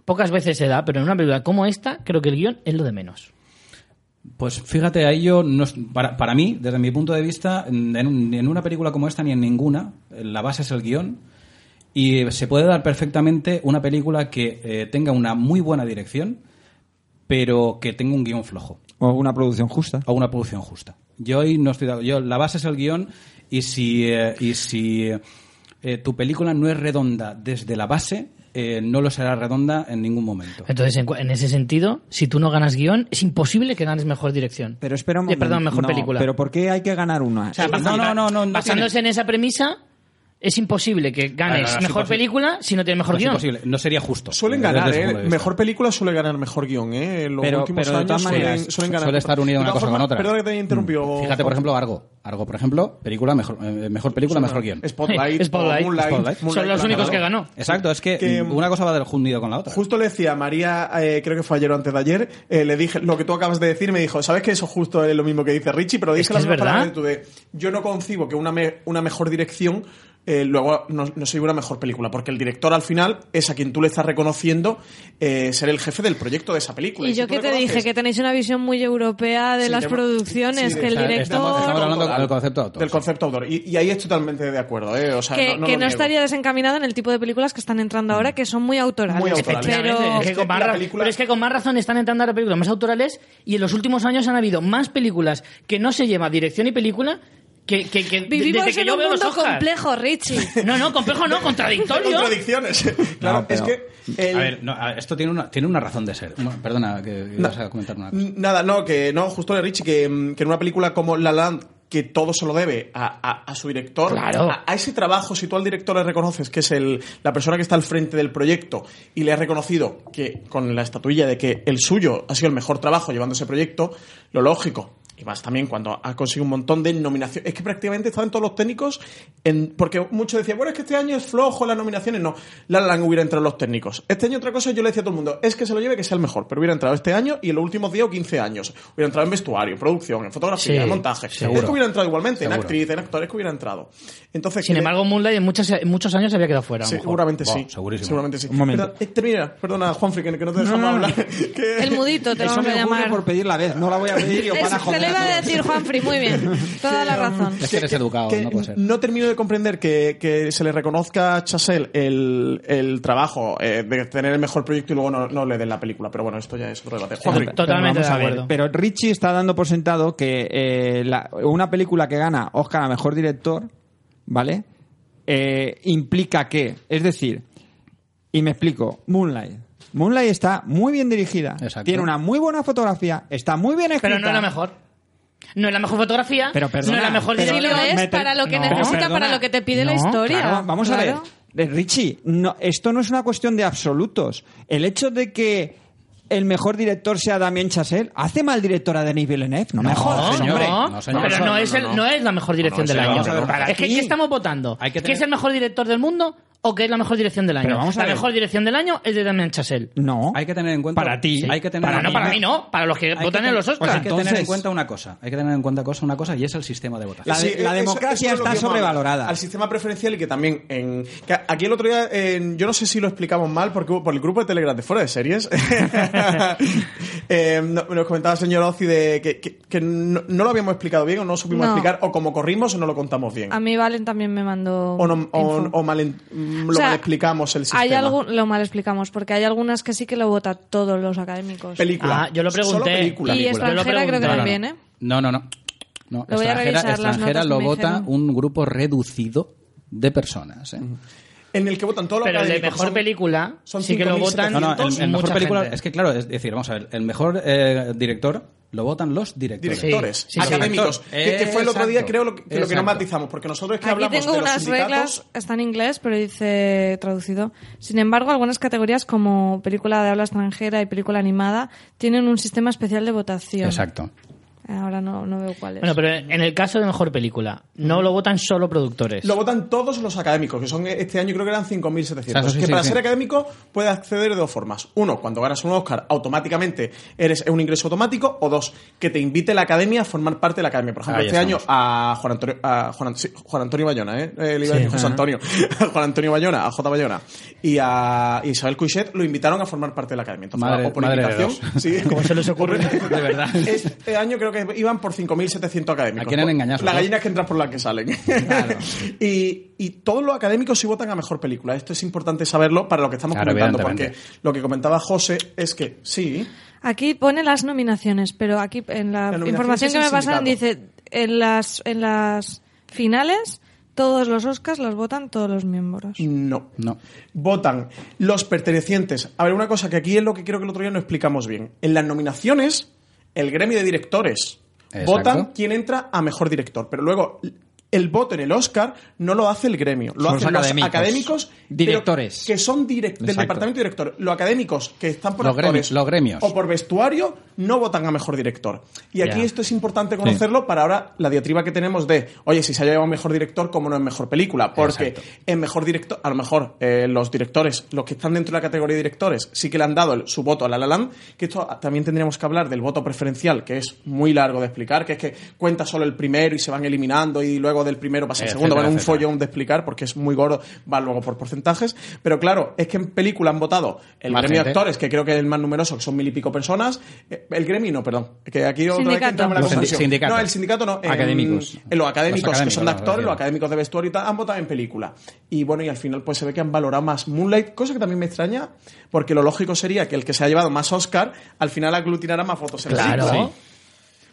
[SPEAKER 1] pocas veces se da, pero en una película como esta, creo que el guión es lo de menos.
[SPEAKER 5] Pues fíjate, ahí yo, no es- para, para mí, desde mi punto de vista, en, un- en una película como esta ni en ninguna, eh, la base es el guión. Y se puede dar perfectamente una película que eh, tenga una muy buena dirección, pero que tenga un guión flojo
[SPEAKER 3] O una producción justa.
[SPEAKER 5] o una producción justa. Yo ahí no estoy de acuerdo. Yo, la base es el guión y si, eh, y si eh, tu película no es redonda desde la base, eh, no lo será redonda en ningún momento.
[SPEAKER 1] Entonces, en, cu- en ese sentido, si tú no ganas guión, es imposible que ganes mejor dirección.
[SPEAKER 3] Pero espera un
[SPEAKER 1] Eh,
[SPEAKER 3] momento.
[SPEAKER 1] perdón, mejor
[SPEAKER 3] No,
[SPEAKER 1] película.
[SPEAKER 3] Pero ¿por qué hay que ganar una?
[SPEAKER 1] O sea,
[SPEAKER 5] No,
[SPEAKER 1] basa-
[SPEAKER 5] no, no, no, no
[SPEAKER 1] basándose en esa premisa, es imposible que ganes
[SPEAKER 5] Ah, no, no, es
[SPEAKER 1] mejor
[SPEAKER 5] imposible.
[SPEAKER 1] película si no tienes mejor
[SPEAKER 5] No es
[SPEAKER 1] guión.
[SPEAKER 5] imposible, no sería justo.
[SPEAKER 4] Suelen
[SPEAKER 5] desde
[SPEAKER 4] ganar,
[SPEAKER 5] ese
[SPEAKER 4] ¿eh?
[SPEAKER 5] punto de vista.
[SPEAKER 4] Mejor película suele ganar mejor guión, ¿eh? En los
[SPEAKER 3] Pero-
[SPEAKER 4] últimos
[SPEAKER 3] pero de
[SPEAKER 4] años
[SPEAKER 3] todas
[SPEAKER 4] suelen,
[SPEAKER 3] maneras,
[SPEAKER 4] suelen ganar.
[SPEAKER 5] suele estar unida
[SPEAKER 4] De
[SPEAKER 5] una
[SPEAKER 4] todas
[SPEAKER 5] cosa con
[SPEAKER 4] formas,
[SPEAKER 5] otra. Mm.
[SPEAKER 4] Perdón que te haya interrumpido.
[SPEAKER 5] Fíjate, por ejemplo, Argo. Argo, por ejemplo, película mejor, eh, mejor película, mejor guión.
[SPEAKER 4] Spotlight,
[SPEAKER 1] Spotlight.
[SPEAKER 4] o Moonlight, Moonlight,
[SPEAKER 5] Spotlight.
[SPEAKER 1] Son los
[SPEAKER 4] claro.
[SPEAKER 1] únicos que ganó.
[SPEAKER 5] Exacto, es que,
[SPEAKER 4] Que-
[SPEAKER 5] una cosa va del jundido con la otra.
[SPEAKER 4] Justo le decía a María, eh, creo que fue ayer o antes de ayer, eh, le dije lo que tú acabas de decir, me dijo, ¿sabes que eso justo es lo mismo que dice Richie? Pero
[SPEAKER 1] Es
[SPEAKER 4] dije
[SPEAKER 1] que
[SPEAKER 4] la
[SPEAKER 1] es
[SPEAKER 4] misma palabra
[SPEAKER 1] verdad.
[SPEAKER 4] que tú de, yo no concibo que una, me- una mejor dirección eh, luego no, no sea una mejor película, porque el director al final es a quien tú le estás reconociendo eh, ser el jefe del proyecto de esa película.
[SPEAKER 2] Y
[SPEAKER 4] si
[SPEAKER 2] yo
[SPEAKER 4] tú
[SPEAKER 2] que te
[SPEAKER 4] reconoces-
[SPEAKER 2] dije que tenéis una visión muy europea de
[SPEAKER 4] Sí,
[SPEAKER 2] las
[SPEAKER 4] tema-
[SPEAKER 2] producciones,
[SPEAKER 4] sí, de-
[SPEAKER 2] que el
[SPEAKER 4] o sea,
[SPEAKER 2] director...
[SPEAKER 5] estamos- estamos hablando del concepto autor,
[SPEAKER 4] Del
[SPEAKER 5] sí.
[SPEAKER 4] concepto autor. Y, y ahí es totalmente de acuerdo, ¿eh? O sea,
[SPEAKER 2] que,
[SPEAKER 4] no, no
[SPEAKER 2] que no
[SPEAKER 4] lo niego.
[SPEAKER 2] estaría desencaminado en el tipo de películas que están entrando ahora, que son muy autorales.
[SPEAKER 4] Muy autorales.
[SPEAKER 1] Efectivamente, es que
[SPEAKER 2] Pero
[SPEAKER 4] Es que
[SPEAKER 1] con más
[SPEAKER 4] la
[SPEAKER 1] ra-
[SPEAKER 4] película-
[SPEAKER 1] pero es que con más razón están entrando ahora películas más autorales y en los últimos años han habido más películas que no se lleva dirección y película que, que, que-
[SPEAKER 2] vivimos
[SPEAKER 1] desde que
[SPEAKER 2] en
[SPEAKER 1] yo
[SPEAKER 2] un
[SPEAKER 1] veo los
[SPEAKER 2] mundo
[SPEAKER 1] Oscars.
[SPEAKER 2] complejo, Richie.
[SPEAKER 1] No, no, complejo no, contradictorio.
[SPEAKER 4] Contradicciones. claro,
[SPEAKER 3] No, pero-
[SPEAKER 4] es que... el-
[SPEAKER 5] A ver, no, a ver, esto tiene una, tiene una razón de ser. No, perdona, que ibas a comentar una cosa.
[SPEAKER 4] N- Nada, no, que no, justo de Richie, que, mm, que en una película como La La Land, que todo se lo debe a, a- a su director,
[SPEAKER 1] Claro.
[SPEAKER 4] a, a ese trabajo, si tú al director le reconoces que es el, la persona que está al frente del proyecto y le has reconocido que con la estatuilla de que el suyo ha sido el mejor trabajo llevando ese proyecto, lo lógico. Y más también cuando ha conseguido un montón de nominaciones. Es que prácticamente estaban todos los técnicos en. Porque muchos decían, bueno, es que este año es flojo las nominaciones. No, La La Land hubiera entrado en los técnicos. Este año otra cosa, yo le decía a todo el mundo, es que se lo lleve que sea el mejor. Pero hubiera entrado este año y en los últimos 10 o 15 años. Hubiera entrado en vestuario, en producción, en fotografía,
[SPEAKER 1] Sí,
[SPEAKER 4] en montaje. Es que
[SPEAKER 5] seguro.
[SPEAKER 4] hubiera entrado igualmente, en
[SPEAKER 5] Seguro.
[SPEAKER 4] actriz, en actores que hubiera entrado. Entonces,
[SPEAKER 1] Sin
[SPEAKER 4] que-
[SPEAKER 1] embargo, Moonlight en, muchas, en muchos años se había quedado fuera. a lo
[SPEAKER 4] Sí,
[SPEAKER 1] mejor.
[SPEAKER 4] seguramente
[SPEAKER 5] Buah,
[SPEAKER 4] sí.
[SPEAKER 5] segurísimo.
[SPEAKER 4] Seguramente sí.
[SPEAKER 3] Un momento.
[SPEAKER 4] Perdón, eh, termina, perdona, Juanfri, que que no te dejamos hablar. Que-
[SPEAKER 2] El mudito, te
[SPEAKER 3] Eso
[SPEAKER 2] vamos a
[SPEAKER 3] me ocurre
[SPEAKER 2] llamar.
[SPEAKER 3] por pedir la vez. No la voy a pedir y os van a
[SPEAKER 2] Es- Te lo
[SPEAKER 3] joder.
[SPEAKER 2] iba a decir, Juanfri, muy bien. Toda la razón.
[SPEAKER 5] Es que eres educado,
[SPEAKER 4] que
[SPEAKER 5] no puede ser.
[SPEAKER 4] no termino de comprender que, que se le reconozca a Chasel el, el trabajo eh, de tener el mejor proyecto y luego no, no le den la película. Pero bueno, esto ya es otro debate. Juanfri,
[SPEAKER 1] Total- Totalmente
[SPEAKER 3] Pero vamos
[SPEAKER 1] de
[SPEAKER 3] a ver,
[SPEAKER 1] acuerdo.
[SPEAKER 3] Pero Richie está dando por sentado que eh, la- una película que gana Oscar a mejor director, ¿vale? Eh, implica que, es decir, y me explico, Moonlight. Moonlight está muy bien dirigida,
[SPEAKER 5] Exacto.
[SPEAKER 3] tiene una muy buena fotografía, está muy bien escrita.
[SPEAKER 1] Pero no es la mejor. No es la mejor fotografía.
[SPEAKER 3] Pero perdona,
[SPEAKER 1] no es la mejor
[SPEAKER 3] pero-
[SPEAKER 2] Sí lo
[SPEAKER 1] dirección.
[SPEAKER 2] es
[SPEAKER 3] Meter-
[SPEAKER 2] para lo que
[SPEAKER 3] No,
[SPEAKER 2] necesita,
[SPEAKER 3] perdona.
[SPEAKER 2] para lo que te pide la
[SPEAKER 1] No,
[SPEAKER 2] historia.
[SPEAKER 3] Claro, vamos
[SPEAKER 2] Claro.
[SPEAKER 3] a ver. Eh, Richie, no, esto no es una cuestión de absolutos. El hecho de que el mejor director sea Damien Chazelle hace mal director a Denis Villeneuve. No, me
[SPEAKER 1] No,
[SPEAKER 3] jodas,
[SPEAKER 1] no,
[SPEAKER 3] hombre.
[SPEAKER 5] No, señor.
[SPEAKER 1] pero
[SPEAKER 5] No,
[SPEAKER 1] no
[SPEAKER 5] no,
[SPEAKER 1] es, el- no es la mejor dirección
[SPEAKER 5] No,
[SPEAKER 1] del
[SPEAKER 5] no, eso
[SPEAKER 1] año.
[SPEAKER 5] vamos a ver, para
[SPEAKER 1] es que
[SPEAKER 3] ti.
[SPEAKER 1] ¿qué estamos votando?
[SPEAKER 5] Hay que
[SPEAKER 1] ¿Qué
[SPEAKER 5] tener-
[SPEAKER 1] es el mejor director del mundo o qué es la mejor dirección del año?
[SPEAKER 3] Pero vamos a
[SPEAKER 1] la
[SPEAKER 3] ver.
[SPEAKER 1] mejor dirección del año es de Damien Chazelle.
[SPEAKER 3] No.
[SPEAKER 5] Hay que tener en cuenta.
[SPEAKER 3] Para ti.
[SPEAKER 5] Hay que tener
[SPEAKER 1] Para,
[SPEAKER 5] en
[SPEAKER 1] no, para
[SPEAKER 5] cuenta-
[SPEAKER 1] mí no, para los que
[SPEAKER 5] hay que
[SPEAKER 1] votan en
[SPEAKER 5] ten-
[SPEAKER 1] los
[SPEAKER 5] pues
[SPEAKER 1] Oscars.
[SPEAKER 5] hay que tener
[SPEAKER 3] Entonces-
[SPEAKER 5] en cuenta una cosa. Hay que tener en cuenta cosa, una cosa y es el sistema de votación.
[SPEAKER 3] La- de- democracia
[SPEAKER 4] es lo
[SPEAKER 3] está
[SPEAKER 4] que yo hablo,
[SPEAKER 3] sobrevalorada.
[SPEAKER 4] Al sistema preferencial y que también. En, que aquí el otro día, en- yo no sé si lo explicamos mal porque hubo- por el grupo de Telegram de Fuera de Series. eh, no- nos comentaba el señor Ozzy de que, que- que no, no lo habíamos explicado bien o no supimos
[SPEAKER 2] No.
[SPEAKER 4] explicar, o como corrimos o no lo contamos bien.
[SPEAKER 2] A mí Valen también me mandó
[SPEAKER 4] O, no- o-
[SPEAKER 2] info.
[SPEAKER 4] o mal, en- lo
[SPEAKER 2] O sea,
[SPEAKER 4] mal explicamos el sistema.
[SPEAKER 2] Hay algo, lo mal explicamos, porque hay algunas que sí que lo vota todos los académicos.
[SPEAKER 4] Película.
[SPEAKER 1] Ah, yo lo
[SPEAKER 4] Solo
[SPEAKER 1] pregunté.
[SPEAKER 4] película.
[SPEAKER 2] y
[SPEAKER 1] película. Yo
[SPEAKER 2] extranjera
[SPEAKER 1] lo
[SPEAKER 2] creo que
[SPEAKER 1] pregunto.
[SPEAKER 2] también, ¿eh?
[SPEAKER 5] No, no, no. No,
[SPEAKER 2] Lo voy a
[SPEAKER 5] extranjera,
[SPEAKER 2] revisar las notas
[SPEAKER 5] extranjera
[SPEAKER 2] que
[SPEAKER 5] lo
[SPEAKER 2] me
[SPEAKER 5] vota
[SPEAKER 2] dijeron.
[SPEAKER 5] un grupo reducido de personas. ¿eh?
[SPEAKER 4] En el que votan todos los
[SPEAKER 1] Pero el de
[SPEAKER 4] académicos.
[SPEAKER 1] mejor
[SPEAKER 4] Son-
[SPEAKER 1] película
[SPEAKER 4] son
[SPEAKER 1] sí que lo votan
[SPEAKER 4] 5.700.
[SPEAKER 5] No, no, el, el
[SPEAKER 1] mucha
[SPEAKER 5] mejor película.
[SPEAKER 1] gente.
[SPEAKER 5] Es que, claro, es decir, vamos a ver, el mejor eh, director Lo votan los directores.
[SPEAKER 4] directores
[SPEAKER 1] Sí, sí, sí.
[SPEAKER 4] académicos. Que, que fue el otro día,
[SPEAKER 5] Exacto.
[SPEAKER 4] creo, lo que, lo que no
[SPEAKER 5] Exacto.
[SPEAKER 4] matizamos, porque nosotros es que
[SPEAKER 2] Aquí
[SPEAKER 4] hablamos
[SPEAKER 2] tengo
[SPEAKER 4] de los
[SPEAKER 2] unas
[SPEAKER 4] sindicatos-
[SPEAKER 2] reglas, está en inglés, pero dice traducido. Sin embargo, algunas categorías como película de habla extranjera y película animada tienen un sistema especial de votación.
[SPEAKER 5] Exacto.
[SPEAKER 2] Ahora no, no veo cuál es.
[SPEAKER 1] Bueno, pero en el caso de mejor película, no lo votan solo productores.
[SPEAKER 5] Pues
[SPEAKER 4] Lo votan todos los académicos, que son este año creo que eran 5.700.
[SPEAKER 5] O sea, eso Ah, sí,
[SPEAKER 4] que
[SPEAKER 5] sí,
[SPEAKER 4] para
[SPEAKER 5] sí.
[SPEAKER 4] ser académico puedes acceder de dos formas. Uno, cuando ganas un Oscar, automáticamente eres un ingreso automático. O dos, que te invite la academia a formar parte de la academia. Por ejemplo,
[SPEAKER 5] Ahí
[SPEAKER 4] este
[SPEAKER 5] Ah, estamos.
[SPEAKER 4] año a Juan Antonio, a Juan, Ant- sí, Juan Antonio Bayona, ¿eh? Eh, le iba a
[SPEAKER 1] Sí,
[SPEAKER 4] decir José
[SPEAKER 1] ajá.
[SPEAKER 4] Antonio. A Juan Antonio Bayona, a J. Bayona y a Isabel Cuixet lo invitaron a formar parte de la academia. Entonces,
[SPEAKER 5] Madre-
[SPEAKER 4] o por
[SPEAKER 5] madre de
[SPEAKER 4] invitación.
[SPEAKER 5] dos.
[SPEAKER 4] sí.
[SPEAKER 1] Como se les ocurre, de verdad.
[SPEAKER 4] Este año creo que iban por 5.700 académicos.
[SPEAKER 5] ¿A quién han
[SPEAKER 4] Por-
[SPEAKER 5] engañado?
[SPEAKER 4] Las gallinas que entran por las que salen. y, y todos los académicos sí votan a mejor película. Esto es importante saberlo para lo que estamos
[SPEAKER 5] Claro,
[SPEAKER 4] comentando, porque
[SPEAKER 5] evidentemente.
[SPEAKER 4] lo que comentaba José es que sí,
[SPEAKER 2] Aquí pone las nominaciones, pero aquí en la,
[SPEAKER 4] La nominación
[SPEAKER 2] información
[SPEAKER 4] es
[SPEAKER 2] que
[SPEAKER 4] el
[SPEAKER 2] me pasaron
[SPEAKER 4] sindicato.
[SPEAKER 2] dice en las en las finales todos los Oscars los votan todos los miembros.
[SPEAKER 4] no.
[SPEAKER 5] No.
[SPEAKER 4] Votan los pertenecientes. A ver, una cosa que aquí es lo que creo que el otro día no explicamos bien. En las nominaciones, el gremio de directores
[SPEAKER 5] Exacto.
[SPEAKER 4] votan quién entra a mejor director, pero luego el voto en el Oscar no lo hace el gremio, lo
[SPEAKER 3] Son
[SPEAKER 4] hacen
[SPEAKER 3] los
[SPEAKER 4] los
[SPEAKER 3] académicos.
[SPEAKER 4] académicos pero
[SPEAKER 3] Directores.
[SPEAKER 4] que son direct- del
[SPEAKER 3] Exacto.
[SPEAKER 4] departamento director. Los académicos que están por
[SPEAKER 5] Los gremios-
[SPEAKER 4] actores
[SPEAKER 5] los gremios.
[SPEAKER 4] o por vestuario no votan a mejor director. Y aquí
[SPEAKER 1] Ya.
[SPEAKER 4] esto es importante conocerlo para ahora la diatriba que tenemos de, oye, si se ha llevado mejor director, ¿cómo no es mejor película? Porque
[SPEAKER 5] Exacto.
[SPEAKER 4] en mejor director, a lo mejor eh, los directores, los que están dentro de la categoría de directores, sí que le han dado el- su voto a La La Land, que esto ah, también tendríamos que hablar del voto preferencial, que es muy largo de explicar, que es que cuenta solo el primero y se van eliminando y luego del primero pasa el
[SPEAKER 5] Etcétera,
[SPEAKER 4] segundo, bueno, un
[SPEAKER 5] etcétera.
[SPEAKER 4] follón de explicar porque es muy gordo, va luego por porcentajes, pero claro, es que en película han votado el
[SPEAKER 5] Más
[SPEAKER 4] gremio de
[SPEAKER 5] gente.
[SPEAKER 4] actores, que creo que es el más numeroso, que son mil y pico personas, eh, el gremio no, perdón, que aquí otra vez que
[SPEAKER 2] Sindicato.
[SPEAKER 4] entramos en la
[SPEAKER 5] Los sindi-
[SPEAKER 4] confusión.
[SPEAKER 5] sindicatos.
[SPEAKER 4] No, el sindicato no, en-
[SPEAKER 3] Académicos.
[SPEAKER 4] en los académicos,
[SPEAKER 5] Los
[SPEAKER 4] que son de
[SPEAKER 5] académicos,
[SPEAKER 4] actores, los
[SPEAKER 5] los
[SPEAKER 4] académicos de vestuario y tal, han votado en película. Y bueno, y al final pues se ve que han valorado más Moonlight, cosa que también me extraña, porque lo lógico sería que el que se ha llevado más Oscar, al final aglutinara más votos en el
[SPEAKER 1] Claro.
[SPEAKER 4] sitio.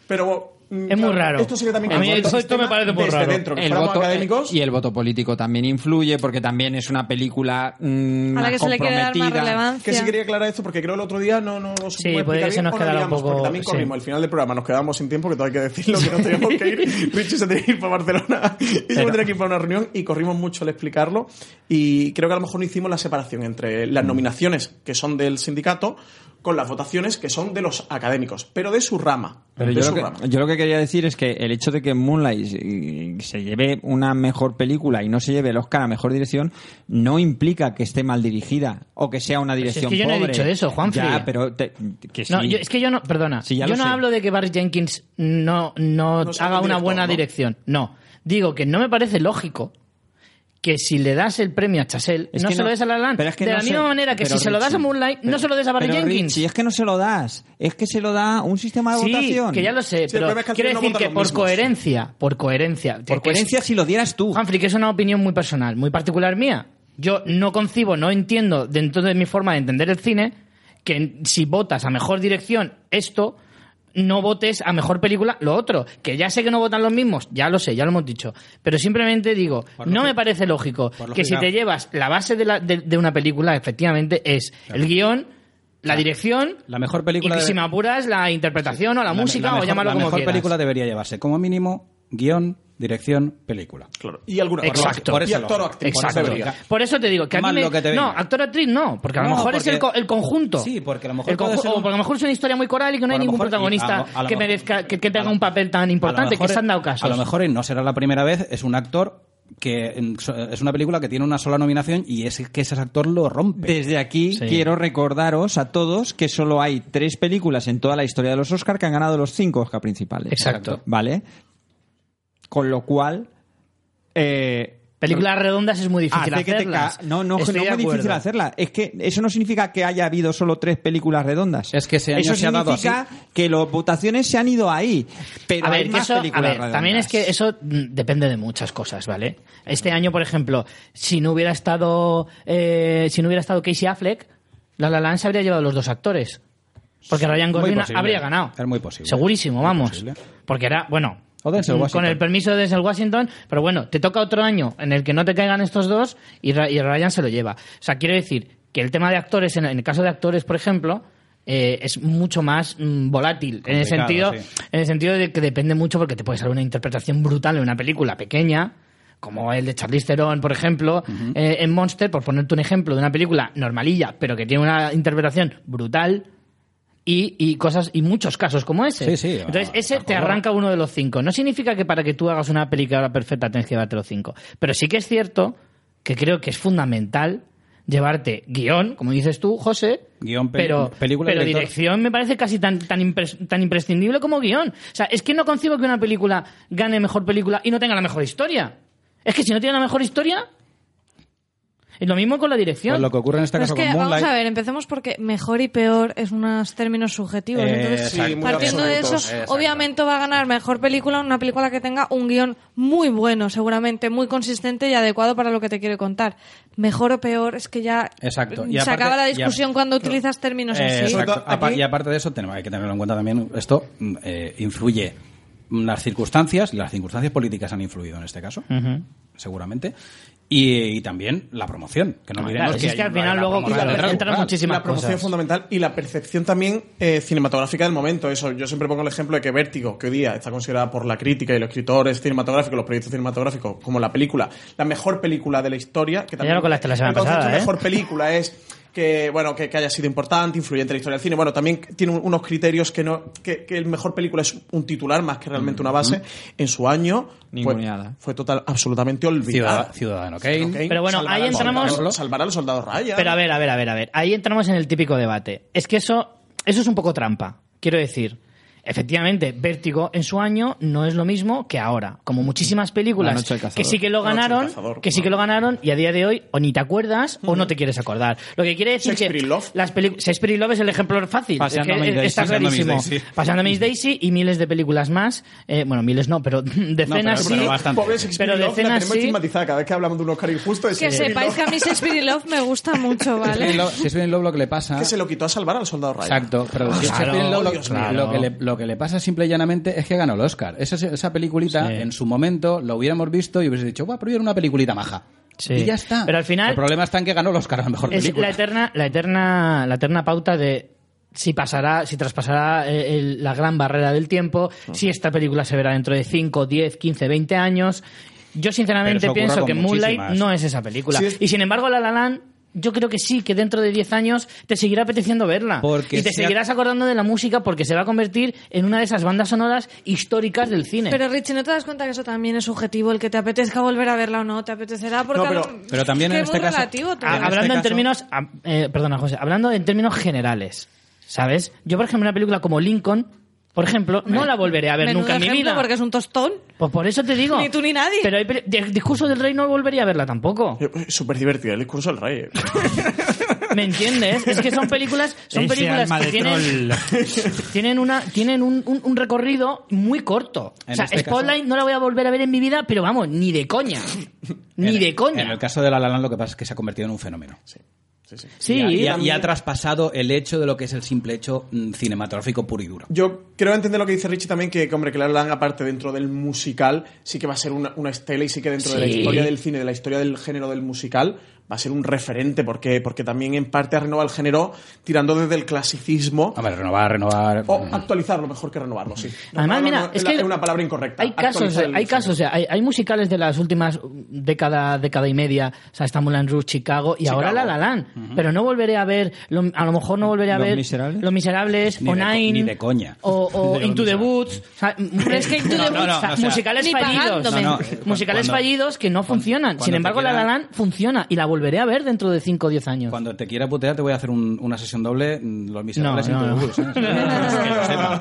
[SPEAKER 4] Pero... mm,
[SPEAKER 1] Es muy raro.
[SPEAKER 4] Esto sí que también
[SPEAKER 1] A mí
[SPEAKER 4] cambia
[SPEAKER 1] esto-
[SPEAKER 4] el
[SPEAKER 1] esto me
[SPEAKER 4] sistema
[SPEAKER 1] parece muy
[SPEAKER 4] desde
[SPEAKER 1] raro.
[SPEAKER 4] dentro, que
[SPEAKER 3] El
[SPEAKER 4] fuéramos
[SPEAKER 3] voto,
[SPEAKER 4] académicos,
[SPEAKER 3] Y el voto político también influye porque también es una película mm,
[SPEAKER 2] A la
[SPEAKER 3] más
[SPEAKER 2] que se le quiere dar más
[SPEAKER 3] comprometida.
[SPEAKER 2] relevancia.
[SPEAKER 4] Que sí quería aclarar esto porque creo el otro día no, no lo supe explicar
[SPEAKER 1] puede que se
[SPEAKER 4] bien,
[SPEAKER 1] nos
[SPEAKER 4] o lo
[SPEAKER 1] quedara un
[SPEAKER 4] digamos,
[SPEAKER 1] poco-
[SPEAKER 4] porque también
[SPEAKER 1] sí.
[SPEAKER 4] corrimos el final del programa, nos quedamos sin tiempo, que todavía hay que decirlo, que no teníamos que ir. Richie se tenía que ir para Barcelona y yo me tenía que ir para una reunión y corrimos mucho al explicarlo. Y creo que a lo mejor no hicimos la separación entre las
[SPEAKER 1] Mm.
[SPEAKER 4] nominaciones que son del sindicato con las votaciones que son de los académicos, pero de su rama.
[SPEAKER 3] Pero
[SPEAKER 4] de
[SPEAKER 3] yo
[SPEAKER 4] su
[SPEAKER 3] lo,
[SPEAKER 4] rama.
[SPEAKER 3] que, yo lo que quería decir es que el hecho de que Moonlight eh, se lleve una mejor película y no se lleve el Oscar a mejor dirección no implica que esté mal dirigida o que sea una
[SPEAKER 1] es que
[SPEAKER 3] dirección
[SPEAKER 1] yo no he
[SPEAKER 3] pobre.
[SPEAKER 1] dicho eso, Juanfri.
[SPEAKER 3] Ya, pero te- que sí.
[SPEAKER 1] No, yo- es que yo no, perdona,
[SPEAKER 3] Sí, ya
[SPEAKER 1] yo
[SPEAKER 3] lo
[SPEAKER 1] no
[SPEAKER 3] sé.
[SPEAKER 1] hablo de que Barry Jenkins no, no,
[SPEAKER 4] No sea
[SPEAKER 1] haga
[SPEAKER 4] buen
[SPEAKER 1] una
[SPEAKER 4] director,
[SPEAKER 1] buena
[SPEAKER 4] ¿no?
[SPEAKER 1] dirección. No, digo que no me parece lógico que si le das el premio a Chasel,
[SPEAKER 3] Es
[SPEAKER 1] no
[SPEAKER 3] que
[SPEAKER 1] se lo des a La La Land.
[SPEAKER 3] pero es que
[SPEAKER 1] de
[SPEAKER 3] no
[SPEAKER 1] la
[SPEAKER 3] sé.
[SPEAKER 1] misma manera que si
[SPEAKER 3] Pero
[SPEAKER 1] se lo das a
[SPEAKER 3] Richie,
[SPEAKER 1] Moonlight, no
[SPEAKER 3] pero-
[SPEAKER 1] se lo des a Barry
[SPEAKER 3] pero
[SPEAKER 1] Jenkins.
[SPEAKER 3] Richie, es que no se lo das, es que se lo da un sistema de
[SPEAKER 1] sí,
[SPEAKER 3] votación.
[SPEAKER 1] que ya lo sé,
[SPEAKER 4] Sí, el
[SPEAKER 1] pero
[SPEAKER 4] problema es que al
[SPEAKER 1] quiero
[SPEAKER 4] final no
[SPEAKER 1] decir
[SPEAKER 4] votan
[SPEAKER 1] que
[SPEAKER 4] los
[SPEAKER 1] por
[SPEAKER 4] mismos.
[SPEAKER 1] coherencia, por coherencia,
[SPEAKER 3] Por coherencia, si lo dieras tú.
[SPEAKER 1] Humphrey, que es una opinión muy personal, muy particular mía. Yo no concibo, no entiendo dentro de mi forma de entender el cine que en- si votas a mejor dirección esto, no votes a mejor película lo otro. Que ya sé que no votan los mismos, ya lo sé, ya lo hemos dicho. Pero simplemente digo, no me parece lógico que si te llevas la base de, la- de- de una película, efectivamente, es el guión, la dirección.
[SPEAKER 5] La mejor película
[SPEAKER 1] Y
[SPEAKER 5] de-
[SPEAKER 1] si me apuras, la interpretación o la, música
[SPEAKER 5] mejor-
[SPEAKER 1] o llámalo
[SPEAKER 5] la
[SPEAKER 1] como
[SPEAKER 5] mejor
[SPEAKER 1] quieras.
[SPEAKER 5] película debería llevarse como mínimo guión, dirección, película.
[SPEAKER 4] Claro. Y alguna
[SPEAKER 1] Exacto.
[SPEAKER 4] y
[SPEAKER 5] Por eso
[SPEAKER 4] actor o
[SPEAKER 5] lo-
[SPEAKER 4] actriz. por
[SPEAKER 1] Exacto.
[SPEAKER 4] eso debería.
[SPEAKER 1] Por eso te digo que a mí
[SPEAKER 5] Más
[SPEAKER 1] me-
[SPEAKER 5] lo que te
[SPEAKER 1] no,
[SPEAKER 5] venga.
[SPEAKER 1] actor actriz no, porque a lo
[SPEAKER 5] No,
[SPEAKER 1] mejor es
[SPEAKER 5] porque-
[SPEAKER 1] el, co- el conjunto.
[SPEAKER 5] Sí, porque a lo mejor
[SPEAKER 1] El
[SPEAKER 5] puede
[SPEAKER 1] conju-
[SPEAKER 5] ser
[SPEAKER 1] o
[SPEAKER 5] un-
[SPEAKER 1] porque a lo mejor es una historia muy coral y que no
[SPEAKER 5] A
[SPEAKER 1] hay
[SPEAKER 5] lo
[SPEAKER 1] ningún
[SPEAKER 5] mejor- y a lo-
[SPEAKER 1] protagonista
[SPEAKER 5] a lo
[SPEAKER 1] que
[SPEAKER 5] mejor-
[SPEAKER 1] merezca que, que
[SPEAKER 5] a
[SPEAKER 1] tenga
[SPEAKER 5] lo-
[SPEAKER 1] un papel tan importante
[SPEAKER 5] a lo mejor-
[SPEAKER 1] que se han dado casos.
[SPEAKER 5] A lo mejor y no será la primera vez, es un actor que en- so- es una película que tiene una sola nominación y es que ese actor lo rompe.
[SPEAKER 3] Desde aquí
[SPEAKER 1] Sí.
[SPEAKER 3] quiero recordaros a todos que solo hay tres películas en toda la historia de los Oscar que han ganado los cinco Oscar principales.
[SPEAKER 1] Exacto.
[SPEAKER 3] ¿Vale? Con lo cual. eh,
[SPEAKER 1] Películas redondas es muy difícil
[SPEAKER 3] hace que te
[SPEAKER 1] hacerlas.
[SPEAKER 3] ca- No, no, no
[SPEAKER 1] Estoy de
[SPEAKER 3] es muy difícil
[SPEAKER 1] acuerdo.
[SPEAKER 3] hacerla. Es que eso no significa que haya habido solo tres películas redondas.
[SPEAKER 5] Es que ese año
[SPEAKER 3] eso
[SPEAKER 5] se ha dado
[SPEAKER 3] significa que las votaciones se han ido ahí. Pero
[SPEAKER 1] a
[SPEAKER 3] hay
[SPEAKER 1] ver, que
[SPEAKER 3] más
[SPEAKER 1] eso, a
[SPEAKER 3] películas
[SPEAKER 1] ver,
[SPEAKER 3] redondas.
[SPEAKER 1] también es que eso mm, depende de muchas cosas, ¿vale? Este año, por ejemplo, si no hubiera estado eh, si no hubiera estado Casey Affleck, La La Land se habría llevado los dos actores. Porque Ryan
[SPEAKER 5] muy
[SPEAKER 1] Gosling
[SPEAKER 5] posible.
[SPEAKER 1] habría ganado.
[SPEAKER 5] Es muy posible.
[SPEAKER 1] Segurísimo,
[SPEAKER 5] Muy
[SPEAKER 1] vamos.
[SPEAKER 5] posible.
[SPEAKER 1] Porque era, bueno,
[SPEAKER 5] O
[SPEAKER 1] mm,
[SPEAKER 5] Denzel
[SPEAKER 1] con
[SPEAKER 5] Washington.
[SPEAKER 1] el permiso de Denzel Washington, pero bueno, te toca otro año en el que no te caigan estos dos y, Ra- y Ryan se lo lleva. O sea, quiero decir que el tema de actores, en el en el caso de actores, por ejemplo, eh, es mucho más mm, volátil. En el, sentido,
[SPEAKER 6] Complicado,
[SPEAKER 1] en el sentido de que depende mucho porque te puede salir una interpretación brutal en una película pequeña, como el de Charlize Theron, por ejemplo, eh, en Monster, por ponerte un ejemplo de una película normalilla, pero que tiene una interpretación brutal. Y, y cosas y muchos casos como ese.
[SPEAKER 6] Sí, Ah, sí,
[SPEAKER 1] Entonces,
[SPEAKER 6] a-
[SPEAKER 1] ese
[SPEAKER 6] a
[SPEAKER 1] te
[SPEAKER 6] jugar.
[SPEAKER 1] arranca uno de los cinco. No significa que para que tú hagas una película perfecta tengas que llevarte los cinco. Pero sí que es cierto que creo que es fundamental llevarte guión, como dices tú, José.
[SPEAKER 6] Guión, pe-
[SPEAKER 1] pero,
[SPEAKER 6] película,
[SPEAKER 1] pero
[SPEAKER 6] director.
[SPEAKER 1] dirección me parece casi tan, tan, impres- tan imprescindible como guión. O sea, es que no concibo que una película gane mejor película y no tenga la mejor historia. Es que si no tiene la mejor historia. Es lo mismo con la dirección.
[SPEAKER 6] Pues lo que ocurre en este caso
[SPEAKER 2] Pero es que,
[SPEAKER 6] con
[SPEAKER 2] vamos
[SPEAKER 6] Moonlight.
[SPEAKER 2] a ver, empecemos porque mejor y peor es unos términos subjetivos.
[SPEAKER 6] Eh,
[SPEAKER 2] Entonces,
[SPEAKER 4] sí, muy
[SPEAKER 2] partiendo de eso,
[SPEAKER 4] absolutos.
[SPEAKER 2] obviamente va a ganar mejor película una película que tenga un guión muy bueno, seguramente muy consistente y adecuado para lo que te quiere contar. Mejor o peor es que ya
[SPEAKER 6] Exacto.
[SPEAKER 2] mm,
[SPEAKER 6] Y
[SPEAKER 2] se
[SPEAKER 6] aparte-
[SPEAKER 2] acaba la
[SPEAKER 6] y a-
[SPEAKER 2] discusión cuando utilizas términos
[SPEAKER 6] Eh,
[SPEAKER 2] así.
[SPEAKER 6] exacto.
[SPEAKER 4] Sobre todo
[SPEAKER 6] Apa-
[SPEAKER 4] aquí-
[SPEAKER 6] Y aparte de eso, tenemos, hay que tenerlo en cuenta también, esto mm, eh, influye mm, las circunstancias, y las circunstancias políticas han influido en este caso, seguramente, y, y también la promoción, que no
[SPEAKER 1] Ah,
[SPEAKER 6] olvidemos
[SPEAKER 1] claro, si es que
[SPEAKER 6] hay
[SPEAKER 1] al
[SPEAKER 6] una-
[SPEAKER 1] final
[SPEAKER 6] la
[SPEAKER 1] luego
[SPEAKER 6] promoción
[SPEAKER 1] claro,
[SPEAKER 6] detrás,
[SPEAKER 1] entran
[SPEAKER 6] brutal.
[SPEAKER 1] muchísimas
[SPEAKER 4] la promoción
[SPEAKER 1] cosas.
[SPEAKER 4] es fundamental y la percepción también eh, cinematográfica del momento. Eso, yo siempre pongo el ejemplo de que Vértigo, que hoy día está considerada por la crítica y los escritores cinematográficos, los proyectos cinematográficos, como la película, la mejor película de la historia. Que también,
[SPEAKER 1] lo colaste la semana
[SPEAKER 4] el concepto
[SPEAKER 1] pasada, ¿eh?
[SPEAKER 4] mejor película es que bueno que, que haya sido importante, influyente en la historia del cine. Bueno, también tiene un- unos criterios que no que, que el mejor película es un titular más que realmente una base. En su año fue,
[SPEAKER 3] Ninguneada.
[SPEAKER 4] fue total absolutamente
[SPEAKER 6] Ciudad-
[SPEAKER 4] olvidada.
[SPEAKER 6] Ciudadano Kane.
[SPEAKER 4] Ok,
[SPEAKER 1] Pero bueno,
[SPEAKER 4] salvar
[SPEAKER 1] ahí
[SPEAKER 4] al soldado-
[SPEAKER 1] entramos-
[SPEAKER 4] salvar a los soldados Ryan.
[SPEAKER 1] Pero a ver, a ver, a ver, a ver. Ahí entramos en el típico debate. Es que eso, eso es un poco trampa. Quiero decir, efectivamente, Vértigo en su año no es lo mismo que ahora. Como muchísimas
[SPEAKER 3] La
[SPEAKER 1] películas
[SPEAKER 3] noche del cazador.
[SPEAKER 1] que sí que lo
[SPEAKER 4] La noche del
[SPEAKER 1] ganaron,
[SPEAKER 4] cazador,
[SPEAKER 1] que sí que lo ganaron y a día de hoy o ni te acuerdas o no te quieres acordar. Lo que quiere decir
[SPEAKER 4] Shakespeare
[SPEAKER 1] que
[SPEAKER 4] in Love.
[SPEAKER 1] las películas Shakespeare in Love es el ejemplo fácil. Es
[SPEAKER 3] Paseando
[SPEAKER 1] que
[SPEAKER 3] Miss Daisy,
[SPEAKER 1] está
[SPEAKER 6] Paseando Miss
[SPEAKER 1] clarísimo.
[SPEAKER 6] Daisy.
[SPEAKER 1] Pasando Miss Daisy y miles de películas más. Eh, bueno, miles no, pero decenas
[SPEAKER 6] pero-
[SPEAKER 1] sí.
[SPEAKER 6] pero bastante.
[SPEAKER 4] Pobre Shakespeare
[SPEAKER 1] Pero
[SPEAKER 4] in Love,
[SPEAKER 1] decenas
[SPEAKER 4] la tenemos
[SPEAKER 1] sí.
[SPEAKER 4] estigmatizada. Cada vez que hablamos de un Oscar injusto es
[SPEAKER 2] que
[SPEAKER 4] Shakespeare in
[SPEAKER 2] sepáis que
[SPEAKER 4] Love,
[SPEAKER 2] a mí Shakespeare in Love me gusta mucho,
[SPEAKER 6] Shakespeare in
[SPEAKER 2] ¿vale?
[SPEAKER 6] Love- Shakespeare in Love lo que le pasa...
[SPEAKER 4] que se lo quitó a salvar al soldado Ryan.
[SPEAKER 6] Exacto, pero si
[SPEAKER 1] claro,
[SPEAKER 6] Shakespeare in Love lo,
[SPEAKER 1] Dios mío.
[SPEAKER 6] lo que le, lo que le pasa simple y llanamente es que ganó el Oscar. Esa, esa peliculita,
[SPEAKER 1] Sí.
[SPEAKER 6] en su momento, lo hubiéramos visto y hubiese dicho, va, pero era una peliculita maja.
[SPEAKER 1] Sí.
[SPEAKER 6] Y ya está.
[SPEAKER 1] Pero al final-
[SPEAKER 6] El problema está en que ganó el Oscar a la mejor
[SPEAKER 1] es
[SPEAKER 6] película.
[SPEAKER 1] la eterna la eterna la eterna pauta de si pasará si traspasará eh, el- la gran barrera del tiempo si esta película se verá dentro de 5 10 15 20 años yo
[SPEAKER 6] Pero eso
[SPEAKER 1] sinceramente
[SPEAKER 6] ocurre
[SPEAKER 1] pienso
[SPEAKER 6] con
[SPEAKER 1] que Moonlight
[SPEAKER 6] muchísimas.
[SPEAKER 1] no es esa película
[SPEAKER 4] Sí, es-
[SPEAKER 1] y sin embargo La La Land yo creo que sí, que dentro de 10 años te seguirá apeteciendo verla.
[SPEAKER 6] Porque
[SPEAKER 1] y te
[SPEAKER 6] sea-
[SPEAKER 1] seguirás acordando de la música porque se va a convertir en una de esas bandas sonoras históricas del cine.
[SPEAKER 2] Pero Richie, ¿no te das cuenta que eso también es subjetivo? El que te apetezca volver a verla o no, te apetecerá porque...
[SPEAKER 4] No, pero-
[SPEAKER 2] a lo-
[SPEAKER 6] pero también
[SPEAKER 2] es que
[SPEAKER 6] en
[SPEAKER 2] es
[SPEAKER 6] este
[SPEAKER 2] muy
[SPEAKER 6] caso-
[SPEAKER 2] relativo todo.
[SPEAKER 1] Ah,
[SPEAKER 6] En este
[SPEAKER 1] hablando en
[SPEAKER 6] caso-
[SPEAKER 1] términos, ah, eh, perdona José, hablando en términos generales, ¿sabes? Yo, por ejemplo, una película como Lincoln, por ejemplo, no la volveré a ver
[SPEAKER 2] Menudo
[SPEAKER 1] nunca en mi
[SPEAKER 2] ejemplo,
[SPEAKER 1] vida.
[SPEAKER 2] porque es un tostón.
[SPEAKER 1] Pues por eso te digo.
[SPEAKER 2] Ni tú ni nadie.
[SPEAKER 1] Pero hay peli- de- discurso del rey no volvería a verla tampoco.
[SPEAKER 4] Eh, Súper divertido el discurso del rey. eh.
[SPEAKER 1] ¿Me entiendes? Es que son películas, son
[SPEAKER 3] Ese
[SPEAKER 1] películas
[SPEAKER 3] alma
[SPEAKER 1] que
[SPEAKER 3] de
[SPEAKER 1] tienen, tienen una, tienen un, un- un recorrido muy corto.
[SPEAKER 6] En
[SPEAKER 1] o sea,
[SPEAKER 6] este
[SPEAKER 1] Spotlight no la voy a volver a ver en mi vida, pero vamos, ni de coña, ni
[SPEAKER 6] En-
[SPEAKER 1] de coña.
[SPEAKER 6] En el caso de La La Land lo que pasa es que se ha convertido en un fenómeno.
[SPEAKER 4] Sí, sí.
[SPEAKER 1] sí,
[SPEAKER 6] Y, ha- y ha- y ha traspasado el hecho de lo que es el simple hecho mm, cinematográfico puro y duro.
[SPEAKER 4] Yo creo entender lo que dice Richie también, que, que, hombre, que la La Land, aparte dentro del musical, sí que va a ser una, una estela y sí que dentro de la
[SPEAKER 1] Sí.
[SPEAKER 4] historia del cine, de la historia del género del musical, va a ser un referente, porque, porque también en parte ha renovado el género tirando desde el clasicismo.
[SPEAKER 6] Hombre, renovar, renovar. mm.
[SPEAKER 4] O actualizarlo mejor que renovarlo, sí.
[SPEAKER 1] Además,
[SPEAKER 4] Renovarlo
[SPEAKER 1] mira,
[SPEAKER 4] no-
[SPEAKER 1] es
[SPEAKER 4] la-
[SPEAKER 1] que
[SPEAKER 4] es una palabra incorrecta.
[SPEAKER 1] Hay casos,
[SPEAKER 4] Actualizar el
[SPEAKER 1] hay
[SPEAKER 4] género.
[SPEAKER 1] casos, o sea, hay, hay musicales de las últimas mm, década, década y media, o sea, está Moulin Rouge, Chicago y ahora La La Land, pero no volveré a ver, lo- a lo mejor no volveré a
[SPEAKER 3] ¿Los
[SPEAKER 1] ver
[SPEAKER 3] Miserables?
[SPEAKER 1] Los Miserables
[SPEAKER 6] Ni
[SPEAKER 1] o
[SPEAKER 6] de co-
[SPEAKER 1] Nine
[SPEAKER 6] ni de coña.
[SPEAKER 1] o, o
[SPEAKER 6] Los
[SPEAKER 1] Into the
[SPEAKER 6] Miserables.
[SPEAKER 1] Woods, o sea,
[SPEAKER 2] Pero es que Into the
[SPEAKER 6] No, no,
[SPEAKER 2] Woods
[SPEAKER 6] no,
[SPEAKER 1] o sea,
[SPEAKER 6] o sea,
[SPEAKER 1] musicales
[SPEAKER 2] ni
[SPEAKER 1] fallidos,
[SPEAKER 2] pagándome.
[SPEAKER 6] No, no,
[SPEAKER 1] musicales
[SPEAKER 6] cuando-
[SPEAKER 1] fallidos que no funcionan.
[SPEAKER 6] cuando
[SPEAKER 1] Sin
[SPEAKER 6] te
[SPEAKER 1] embargo, La La
[SPEAKER 6] quieran-
[SPEAKER 1] Land funciona y la volveré a ver dentro de 5 o 10 años.
[SPEAKER 6] Cuando te quiera putear, te voy a hacer un- una sesión doble, mm, los miserables
[SPEAKER 1] No,
[SPEAKER 6] en
[SPEAKER 1] no,
[SPEAKER 6] tu
[SPEAKER 1] no.
[SPEAKER 6] bus, ¿eh? Que lo sepa.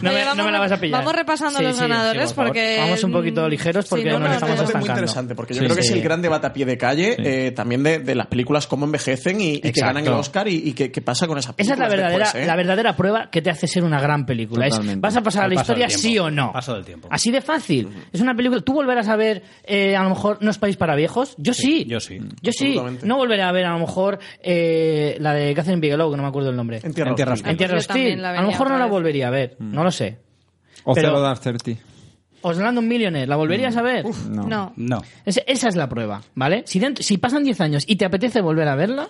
[SPEAKER 1] No me,
[SPEAKER 2] Oye,
[SPEAKER 1] no me la vas a pillar.
[SPEAKER 2] Vamos repasando
[SPEAKER 1] Sí,
[SPEAKER 2] los
[SPEAKER 1] sí,
[SPEAKER 2] ganadores
[SPEAKER 1] sí, por favor.
[SPEAKER 2] porque. mm,
[SPEAKER 1] Vamos un poquito ligeros porque
[SPEAKER 2] si no,
[SPEAKER 1] nos
[SPEAKER 2] no,
[SPEAKER 1] estamos
[SPEAKER 4] Eso es muy
[SPEAKER 1] estancando.
[SPEAKER 4] interesante porque yo
[SPEAKER 1] Sí,
[SPEAKER 4] creo que
[SPEAKER 1] sí.
[SPEAKER 4] es el gran debate a pie de calle eh, también de, de las películas cómo envejecen y, y que
[SPEAKER 1] Exacto.
[SPEAKER 4] ganan el Oscar y, y qué qué pasa con esas
[SPEAKER 1] Esa es
[SPEAKER 4] películas
[SPEAKER 1] la verdadera,
[SPEAKER 4] después, ¿eh?
[SPEAKER 1] la verdadera prueba que te hace ser una gran película. Es,
[SPEAKER 3] Totalmente.
[SPEAKER 1] ¿Vas a pasar a
[SPEAKER 6] Al
[SPEAKER 1] la
[SPEAKER 6] paso del
[SPEAKER 1] historia
[SPEAKER 6] tiempo.
[SPEAKER 1] sí o no?
[SPEAKER 6] Al paso del tiempo.
[SPEAKER 1] Así de fácil. Es una película... ¿Tú volverás a ver, eh, a lo mejor, No es país para viejos? Yo sí.
[SPEAKER 6] yo sí.
[SPEAKER 1] Yo sí.
[SPEAKER 4] Absolutamente.
[SPEAKER 1] No volveré a ver, a lo mejor, eh, la de Catherine Bigelow, que no me acuerdo el nombre.
[SPEAKER 4] En tierra
[SPEAKER 6] En tierra
[SPEAKER 4] hostil.
[SPEAKER 1] En Tierra
[SPEAKER 2] Yo
[SPEAKER 1] Hostil.
[SPEAKER 2] también la
[SPEAKER 1] A lo
[SPEAKER 2] vería
[SPEAKER 1] mejor no
[SPEAKER 2] otra
[SPEAKER 1] la
[SPEAKER 2] vez.
[SPEAKER 1] volveré a ver.
[SPEAKER 6] Mm.
[SPEAKER 1] No lo sé.
[SPEAKER 3] O
[SPEAKER 1] Pero-
[SPEAKER 3] Zero Dark Thirty.
[SPEAKER 1] Orlando Millionaire, ¿la volverías
[SPEAKER 6] Mm.
[SPEAKER 1] a ver?
[SPEAKER 3] No.
[SPEAKER 2] No.
[SPEAKER 6] No.
[SPEAKER 1] Es- esa es la prueba, ¿vale? Si, dentro- si pasan 10 años y te apetece volver a verla,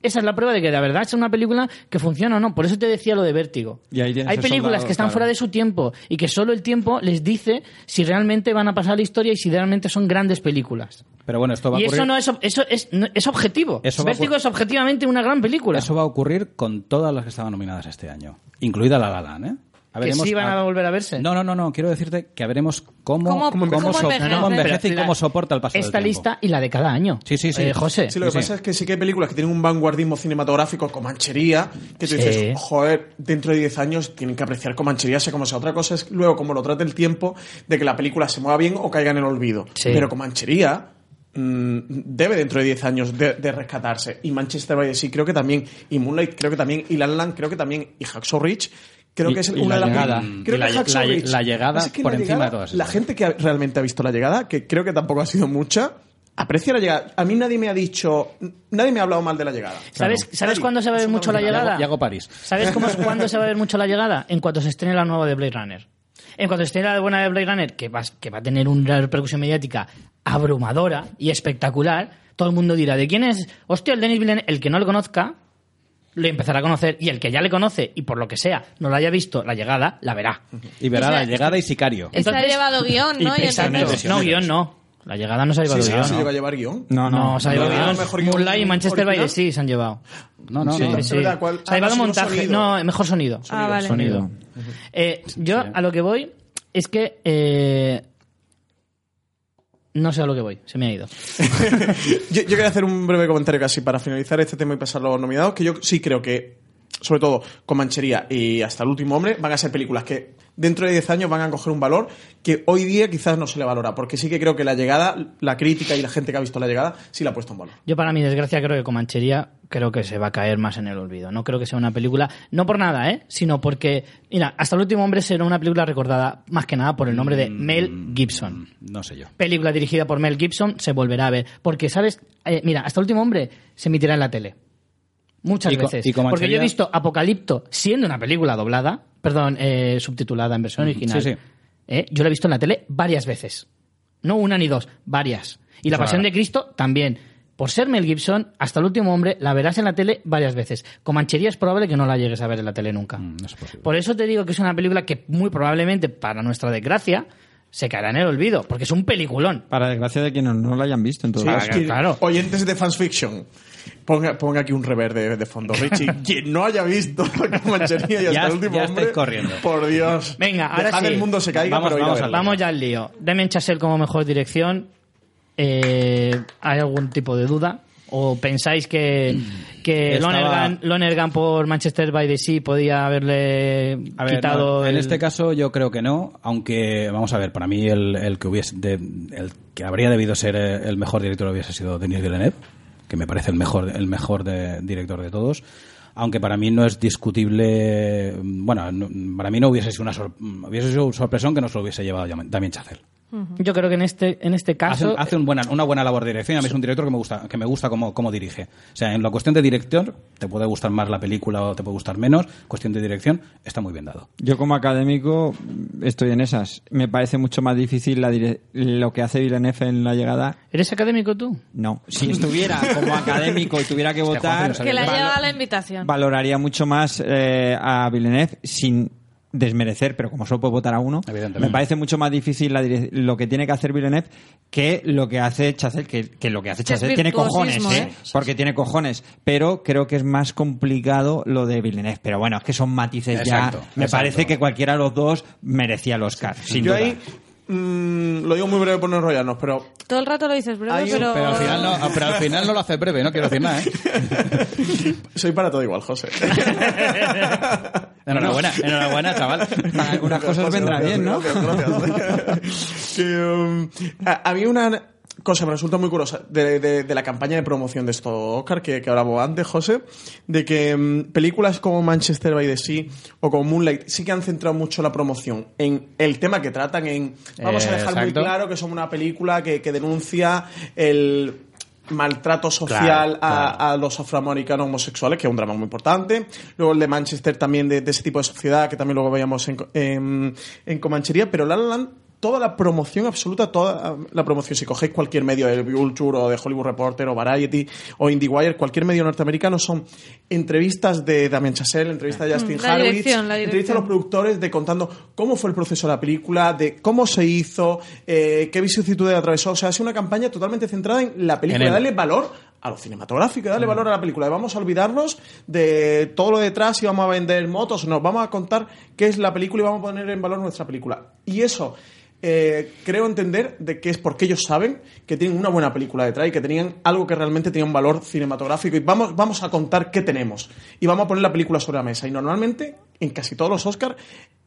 [SPEAKER 1] Esa es la prueba de que la verdad es una película que funciona o no. Por eso te decía lo de vértigo.
[SPEAKER 3] Y ahí tienes
[SPEAKER 1] Hay
[SPEAKER 3] el
[SPEAKER 1] películas
[SPEAKER 3] soldado,
[SPEAKER 1] que están
[SPEAKER 3] claro.
[SPEAKER 1] fuera de su tiempo y que solo el tiempo les dice si realmente van a pasar la historia y si realmente son grandes películas.
[SPEAKER 5] Pero bueno, esto va a
[SPEAKER 1] Y
[SPEAKER 5] ocurrir.
[SPEAKER 1] eso no es ob- eso es, no- es objetivo.
[SPEAKER 5] Eso va a
[SPEAKER 1] Vértigo
[SPEAKER 5] ocurrir-
[SPEAKER 1] es objetivamente una gran película.
[SPEAKER 5] Eso va a ocurrir con todas las que estaban nominadas este año, incluida La La Land, ¿eh? A
[SPEAKER 1] que
[SPEAKER 5] veremos-
[SPEAKER 1] sí van a volver a verse.
[SPEAKER 5] No, no, no, no. Quiero decirte que veremos cómo,
[SPEAKER 2] ¿Cómo-
[SPEAKER 5] cómo,
[SPEAKER 2] cómo
[SPEAKER 5] so-
[SPEAKER 2] envejece?
[SPEAKER 5] cómo envejece y
[SPEAKER 1] Pero
[SPEAKER 5] cómo
[SPEAKER 1] la-
[SPEAKER 5] soporta el paso del
[SPEAKER 1] Esta
[SPEAKER 5] tiempo.
[SPEAKER 1] lista y la de cada año.
[SPEAKER 5] Sí, sí, sí.
[SPEAKER 1] Eh, José.
[SPEAKER 4] Sí, lo que
[SPEAKER 5] Sí.
[SPEAKER 4] pasa es que sí que hay películas que tienen un vanguardismo cinematográfico, Comanchería, que tú
[SPEAKER 1] Sí.
[SPEAKER 4] dices, joder, dentro de 10 años tienen que apreciar Comanchería, sea como sea. Otra cosa es luego cómo lo trate el tiempo de que la película se mueva bien o caiga en el olvido.
[SPEAKER 1] Sí.
[SPEAKER 4] Pero Comanchería mm, debe dentro de 10 años de, de rescatarse. Y Manchester by the Sea creo que también, y Moonlight creo que también, y La La Land creo que también, y Hacksaw Ridge creo
[SPEAKER 5] Y-
[SPEAKER 4] que es
[SPEAKER 5] y
[SPEAKER 4] una
[SPEAKER 5] La
[SPEAKER 4] de las
[SPEAKER 5] Llegada.
[SPEAKER 4] Creo
[SPEAKER 5] Y
[SPEAKER 4] que
[SPEAKER 5] La-
[SPEAKER 4] Hacksaw
[SPEAKER 5] La-
[SPEAKER 4] Ridge.
[SPEAKER 5] La Llegada
[SPEAKER 4] Es que
[SPEAKER 5] por
[SPEAKER 4] La
[SPEAKER 5] encima de
[SPEAKER 4] Llegada,
[SPEAKER 5] todas
[SPEAKER 4] La
[SPEAKER 5] esas.
[SPEAKER 4] gente que ha- realmente ha visto la llegada, que creo que tampoco ha sido mucha, aprecia la llegada. A mí nadie me ha dicho, n- nadie me ha hablado mal de la llegada.
[SPEAKER 1] ¿Sabes, ¿sabes
[SPEAKER 4] Nadie.
[SPEAKER 1] cuándo se va a ver
[SPEAKER 4] Eso
[SPEAKER 1] mucho la
[SPEAKER 4] también.
[SPEAKER 1] llegada?
[SPEAKER 5] Y hago París.
[SPEAKER 1] ¿Sabes cómo es cuándo se va a ver mucho la llegada? En cuanto se estrene la nueva de Blade Runner. En cuanto se estrene la de buena de Blade Runner, que va, que va a tener una repercusión mediática abrumadora y espectacular, todo el mundo dirá, ¿de quién es? Hostia, el Denis Villeneuve, el que no lo conozca, lo empezará a conocer, y el que ya le conoce, y por lo que sea, no lo haya visto, la llegada, la verá.
[SPEAKER 5] Y verá
[SPEAKER 2] O sea,
[SPEAKER 5] La Llegada y Sicario.
[SPEAKER 1] Entonces-
[SPEAKER 2] Está llevado guión, ¿no? Y
[SPEAKER 1] Exacto.
[SPEAKER 2] entonces-
[SPEAKER 1] No, guión no. La llegada no se ha llevado
[SPEAKER 4] Sí, sí,
[SPEAKER 1] guión.
[SPEAKER 4] se
[SPEAKER 1] no.
[SPEAKER 4] llega a llevar guión.
[SPEAKER 3] No, no.
[SPEAKER 1] No, se ha llevado
[SPEAKER 4] No,
[SPEAKER 1] guión.
[SPEAKER 4] mejor guión
[SPEAKER 1] Moonlight y Manchester by
[SPEAKER 4] original.
[SPEAKER 1] the Sea se han llevado.
[SPEAKER 5] No, no,
[SPEAKER 4] Sí,
[SPEAKER 5] no.
[SPEAKER 4] es verdad, ¿cuál?
[SPEAKER 1] Se ha
[SPEAKER 4] Ah,
[SPEAKER 1] llevado
[SPEAKER 4] no, sino
[SPEAKER 1] montaje.
[SPEAKER 4] sonido.
[SPEAKER 1] No, mejor sonido.
[SPEAKER 2] Ah, vale.
[SPEAKER 3] Sonido.
[SPEAKER 1] Eh, yo a lo que voy es que. eh, no sé a lo que voy, se me ha ido.
[SPEAKER 4] Yo, yo quería hacer un breve comentario casi para finalizar este tema y pasar a los nominados, que yo sí creo que, sobre todo con Manchería y hasta el último hombre, van a ser películas que dentro de 10 años van a coger un valor que hoy día quizás no se le valora, porque sí que creo que la llegada, la crítica y la gente que ha visto la llegada, sí la ha puesto en valor.
[SPEAKER 1] Yo, para mi desgracia, creo que Comanchería creo que se va a caer más en el olvido. No creo que sea una película, no por nada, ¿eh? Sino porque, mira, hasta el último hombre será una película recordada más que nada por el nombre
[SPEAKER 5] Mm,
[SPEAKER 1] de Mel Gibson.
[SPEAKER 5] No sé yo.
[SPEAKER 1] película dirigida por Mel Gibson se volverá a ver. Porque, ¿sabes? Eh, mira, hasta el último hombre se emitirá en la tele. Muchas
[SPEAKER 5] Y co-
[SPEAKER 1] veces.
[SPEAKER 5] y como
[SPEAKER 1] porque yo he
[SPEAKER 5] anterior-
[SPEAKER 1] visto Apocalipto siendo una película doblada, perdón, eh, subtitulada en versión original.
[SPEAKER 5] sí.
[SPEAKER 1] Eh, yo la he visto en la tele varias veces. No una ni dos, varias. Y La
[SPEAKER 5] Claro.
[SPEAKER 1] Pasión de Cristo también. Por ser Mel Gibson, hasta el último hombre la verás en la tele varias veces. Comanchería es probable que no la llegues a ver en la tele nunca.
[SPEAKER 5] Mm, No es posible.
[SPEAKER 1] Por eso te digo que es una película que muy probablemente, para nuestra desgracia, se caerá en el olvido, porque es un peliculón.
[SPEAKER 3] Para desgracia de quienes no la hayan visto, en todo
[SPEAKER 4] Sí,
[SPEAKER 3] caso.
[SPEAKER 4] es que
[SPEAKER 1] claro.
[SPEAKER 4] Oyentes de Fans Fiction. Ponga, ponga aquí un rever de, de fondo, Richie. Quien no haya visto la manchería y hasta
[SPEAKER 5] Ya-
[SPEAKER 4] el último
[SPEAKER 5] ya estáis
[SPEAKER 4] hombre.
[SPEAKER 5] corriendo.
[SPEAKER 4] Por Dios.
[SPEAKER 1] Venga, ahora
[SPEAKER 4] Dejad
[SPEAKER 1] sí.
[SPEAKER 4] el mundo se caiga,
[SPEAKER 5] Vamos-
[SPEAKER 4] pero ir a
[SPEAKER 5] vamos
[SPEAKER 4] verla.
[SPEAKER 1] Vamos ya al lío. Damien Chazelle como mejor dirección. Eh, ¿Hay algún tipo de duda? ¿O pensáis que, que
[SPEAKER 5] Estaba-
[SPEAKER 1] Lonergan, Lonergan por Manchester by the Sea podía haberle
[SPEAKER 5] A ver,
[SPEAKER 1] quitado
[SPEAKER 5] no, en
[SPEAKER 1] el-
[SPEAKER 5] este caso yo creo que no, aunque vamos a ver, para mí el, el que hubiese de- el que habría debido ser eh, el mejor director hubiese sido Denis Villeneuve, que me parece el mejor el mejor de- director de todos, aunque para mí no es discutible, mm, bueno, no- para mí no hubiese sido una sor- mm, hubiese sido un sorpresón que nos lo hubiese llevado también Chazelle.
[SPEAKER 1] Yo creo que en este, en este
[SPEAKER 5] Hace,
[SPEAKER 1] caso...
[SPEAKER 5] hace un buena, una buena labor de dirección. A mí es un director que me gusta, que me gusta cómo, cómo dirige. O sea, en la cuestión de director, te puede gustar más la película o te puede gustar menos. Cuestión de dirección, está muy bien dado.
[SPEAKER 3] Yo como académico estoy en esas. Me parece mucho más difícil la dire- lo que hace Villeneuve en la llegada.
[SPEAKER 1] ¿Eres académico tú?
[SPEAKER 3] No. Si estuviera como académico y tuviera que votar,
[SPEAKER 2] Que la
[SPEAKER 3] valo-
[SPEAKER 2] lleva a la invitación.
[SPEAKER 3] valoraría mucho más eh, a Villeneuve sin desmerecer, pero como solo puedo votar a uno,
[SPEAKER 5] Evidentemente.
[SPEAKER 3] me parece mucho más difícil la dire- lo que tiene que hacer Villeneuve que lo que hace Chazelle, que, que lo que hace
[SPEAKER 2] Que es
[SPEAKER 3] Chazelle tiene cojones,
[SPEAKER 2] virtuosismo,
[SPEAKER 3] ¿eh?
[SPEAKER 2] ¿eh?
[SPEAKER 3] porque tiene cojones, pero creo que es más complicado lo de Villeneuve, pero bueno, es que son matices
[SPEAKER 5] Exacto,
[SPEAKER 3] ya, me
[SPEAKER 5] exacto.
[SPEAKER 3] parece que cualquiera de los dos merecía el Oscar, sin
[SPEAKER 4] Yo
[SPEAKER 3] duda.
[SPEAKER 4] ahí. mm, lo digo muy breve por no enrollarnos, pero
[SPEAKER 2] Todo el rato lo dices, bro,
[SPEAKER 4] Ahí-
[SPEAKER 2] pero...
[SPEAKER 5] Pero al final no, ah, pero al final no lo hace breve, no quiero decir nada, ¿eh?
[SPEAKER 4] soy para todo igual, José.
[SPEAKER 5] Enhorabuena, enhorabuena, chaval.
[SPEAKER 3] Para algunas cosas
[SPEAKER 4] Gracias,
[SPEAKER 3] vendrá
[SPEAKER 4] gracias,
[SPEAKER 3] bien, ¿no?
[SPEAKER 4] gracias, gracias. Que, um, a, a mí una cosa me resulta muy curiosa de, de- de la campaña de promoción de esto, Oscar, que, que hablábamos antes, José, de que um, películas como Manchester by the Sea o como Moonlight sí que han centrado mucho la promoción en el tema que tratan, en vamos a
[SPEAKER 5] Eh,
[SPEAKER 4] dejar muy
[SPEAKER 5] exacto.
[SPEAKER 4] claro que somos una película que, que denuncia el maltrato social
[SPEAKER 5] Claro,
[SPEAKER 4] a,
[SPEAKER 5] claro.
[SPEAKER 4] a los afroamericanos homosexuales, que es un drama muy importante. Luego el de Manchester también, de, de ese tipo de sociedad, que también luego veíamos en, co- en, en Comanchería. Pero La La Land toda la promoción absoluta, toda la promoción. Si cogéis cualquier medio de Vulture o de Hollywood Reporter o Variety o IndieWire, cualquier medio norteamericano, son entrevistas de Damien Chazelle, entrevistas de Justin
[SPEAKER 2] Mm, la
[SPEAKER 4] Harwich,
[SPEAKER 2] dirección, la
[SPEAKER 4] entrevistas a los
[SPEAKER 2] dirección.
[SPEAKER 4] productores de contando cómo fue el proceso de la película, de cómo se hizo, eh, qué vicisitudes atravesó. O sea, es una campaña totalmente centrada en la película,
[SPEAKER 6] En él. Mm.
[SPEAKER 4] darle valor a lo cinematográfico, darle valor a la película. Vamos a olvidarnos de todo lo detrás y vamos a vender motos, nos vamos a contar qué es la película y vamos a poner en valor nuestra película. Y eso eh, creo entender de que es porque ellos saben que tienen una buena película detrás y que tenían algo que realmente tenía un valor cinematográfico y vamos, vamos a contar qué tenemos y vamos a poner la película sobre la mesa. Y normalmente, en casi todos los Oscars,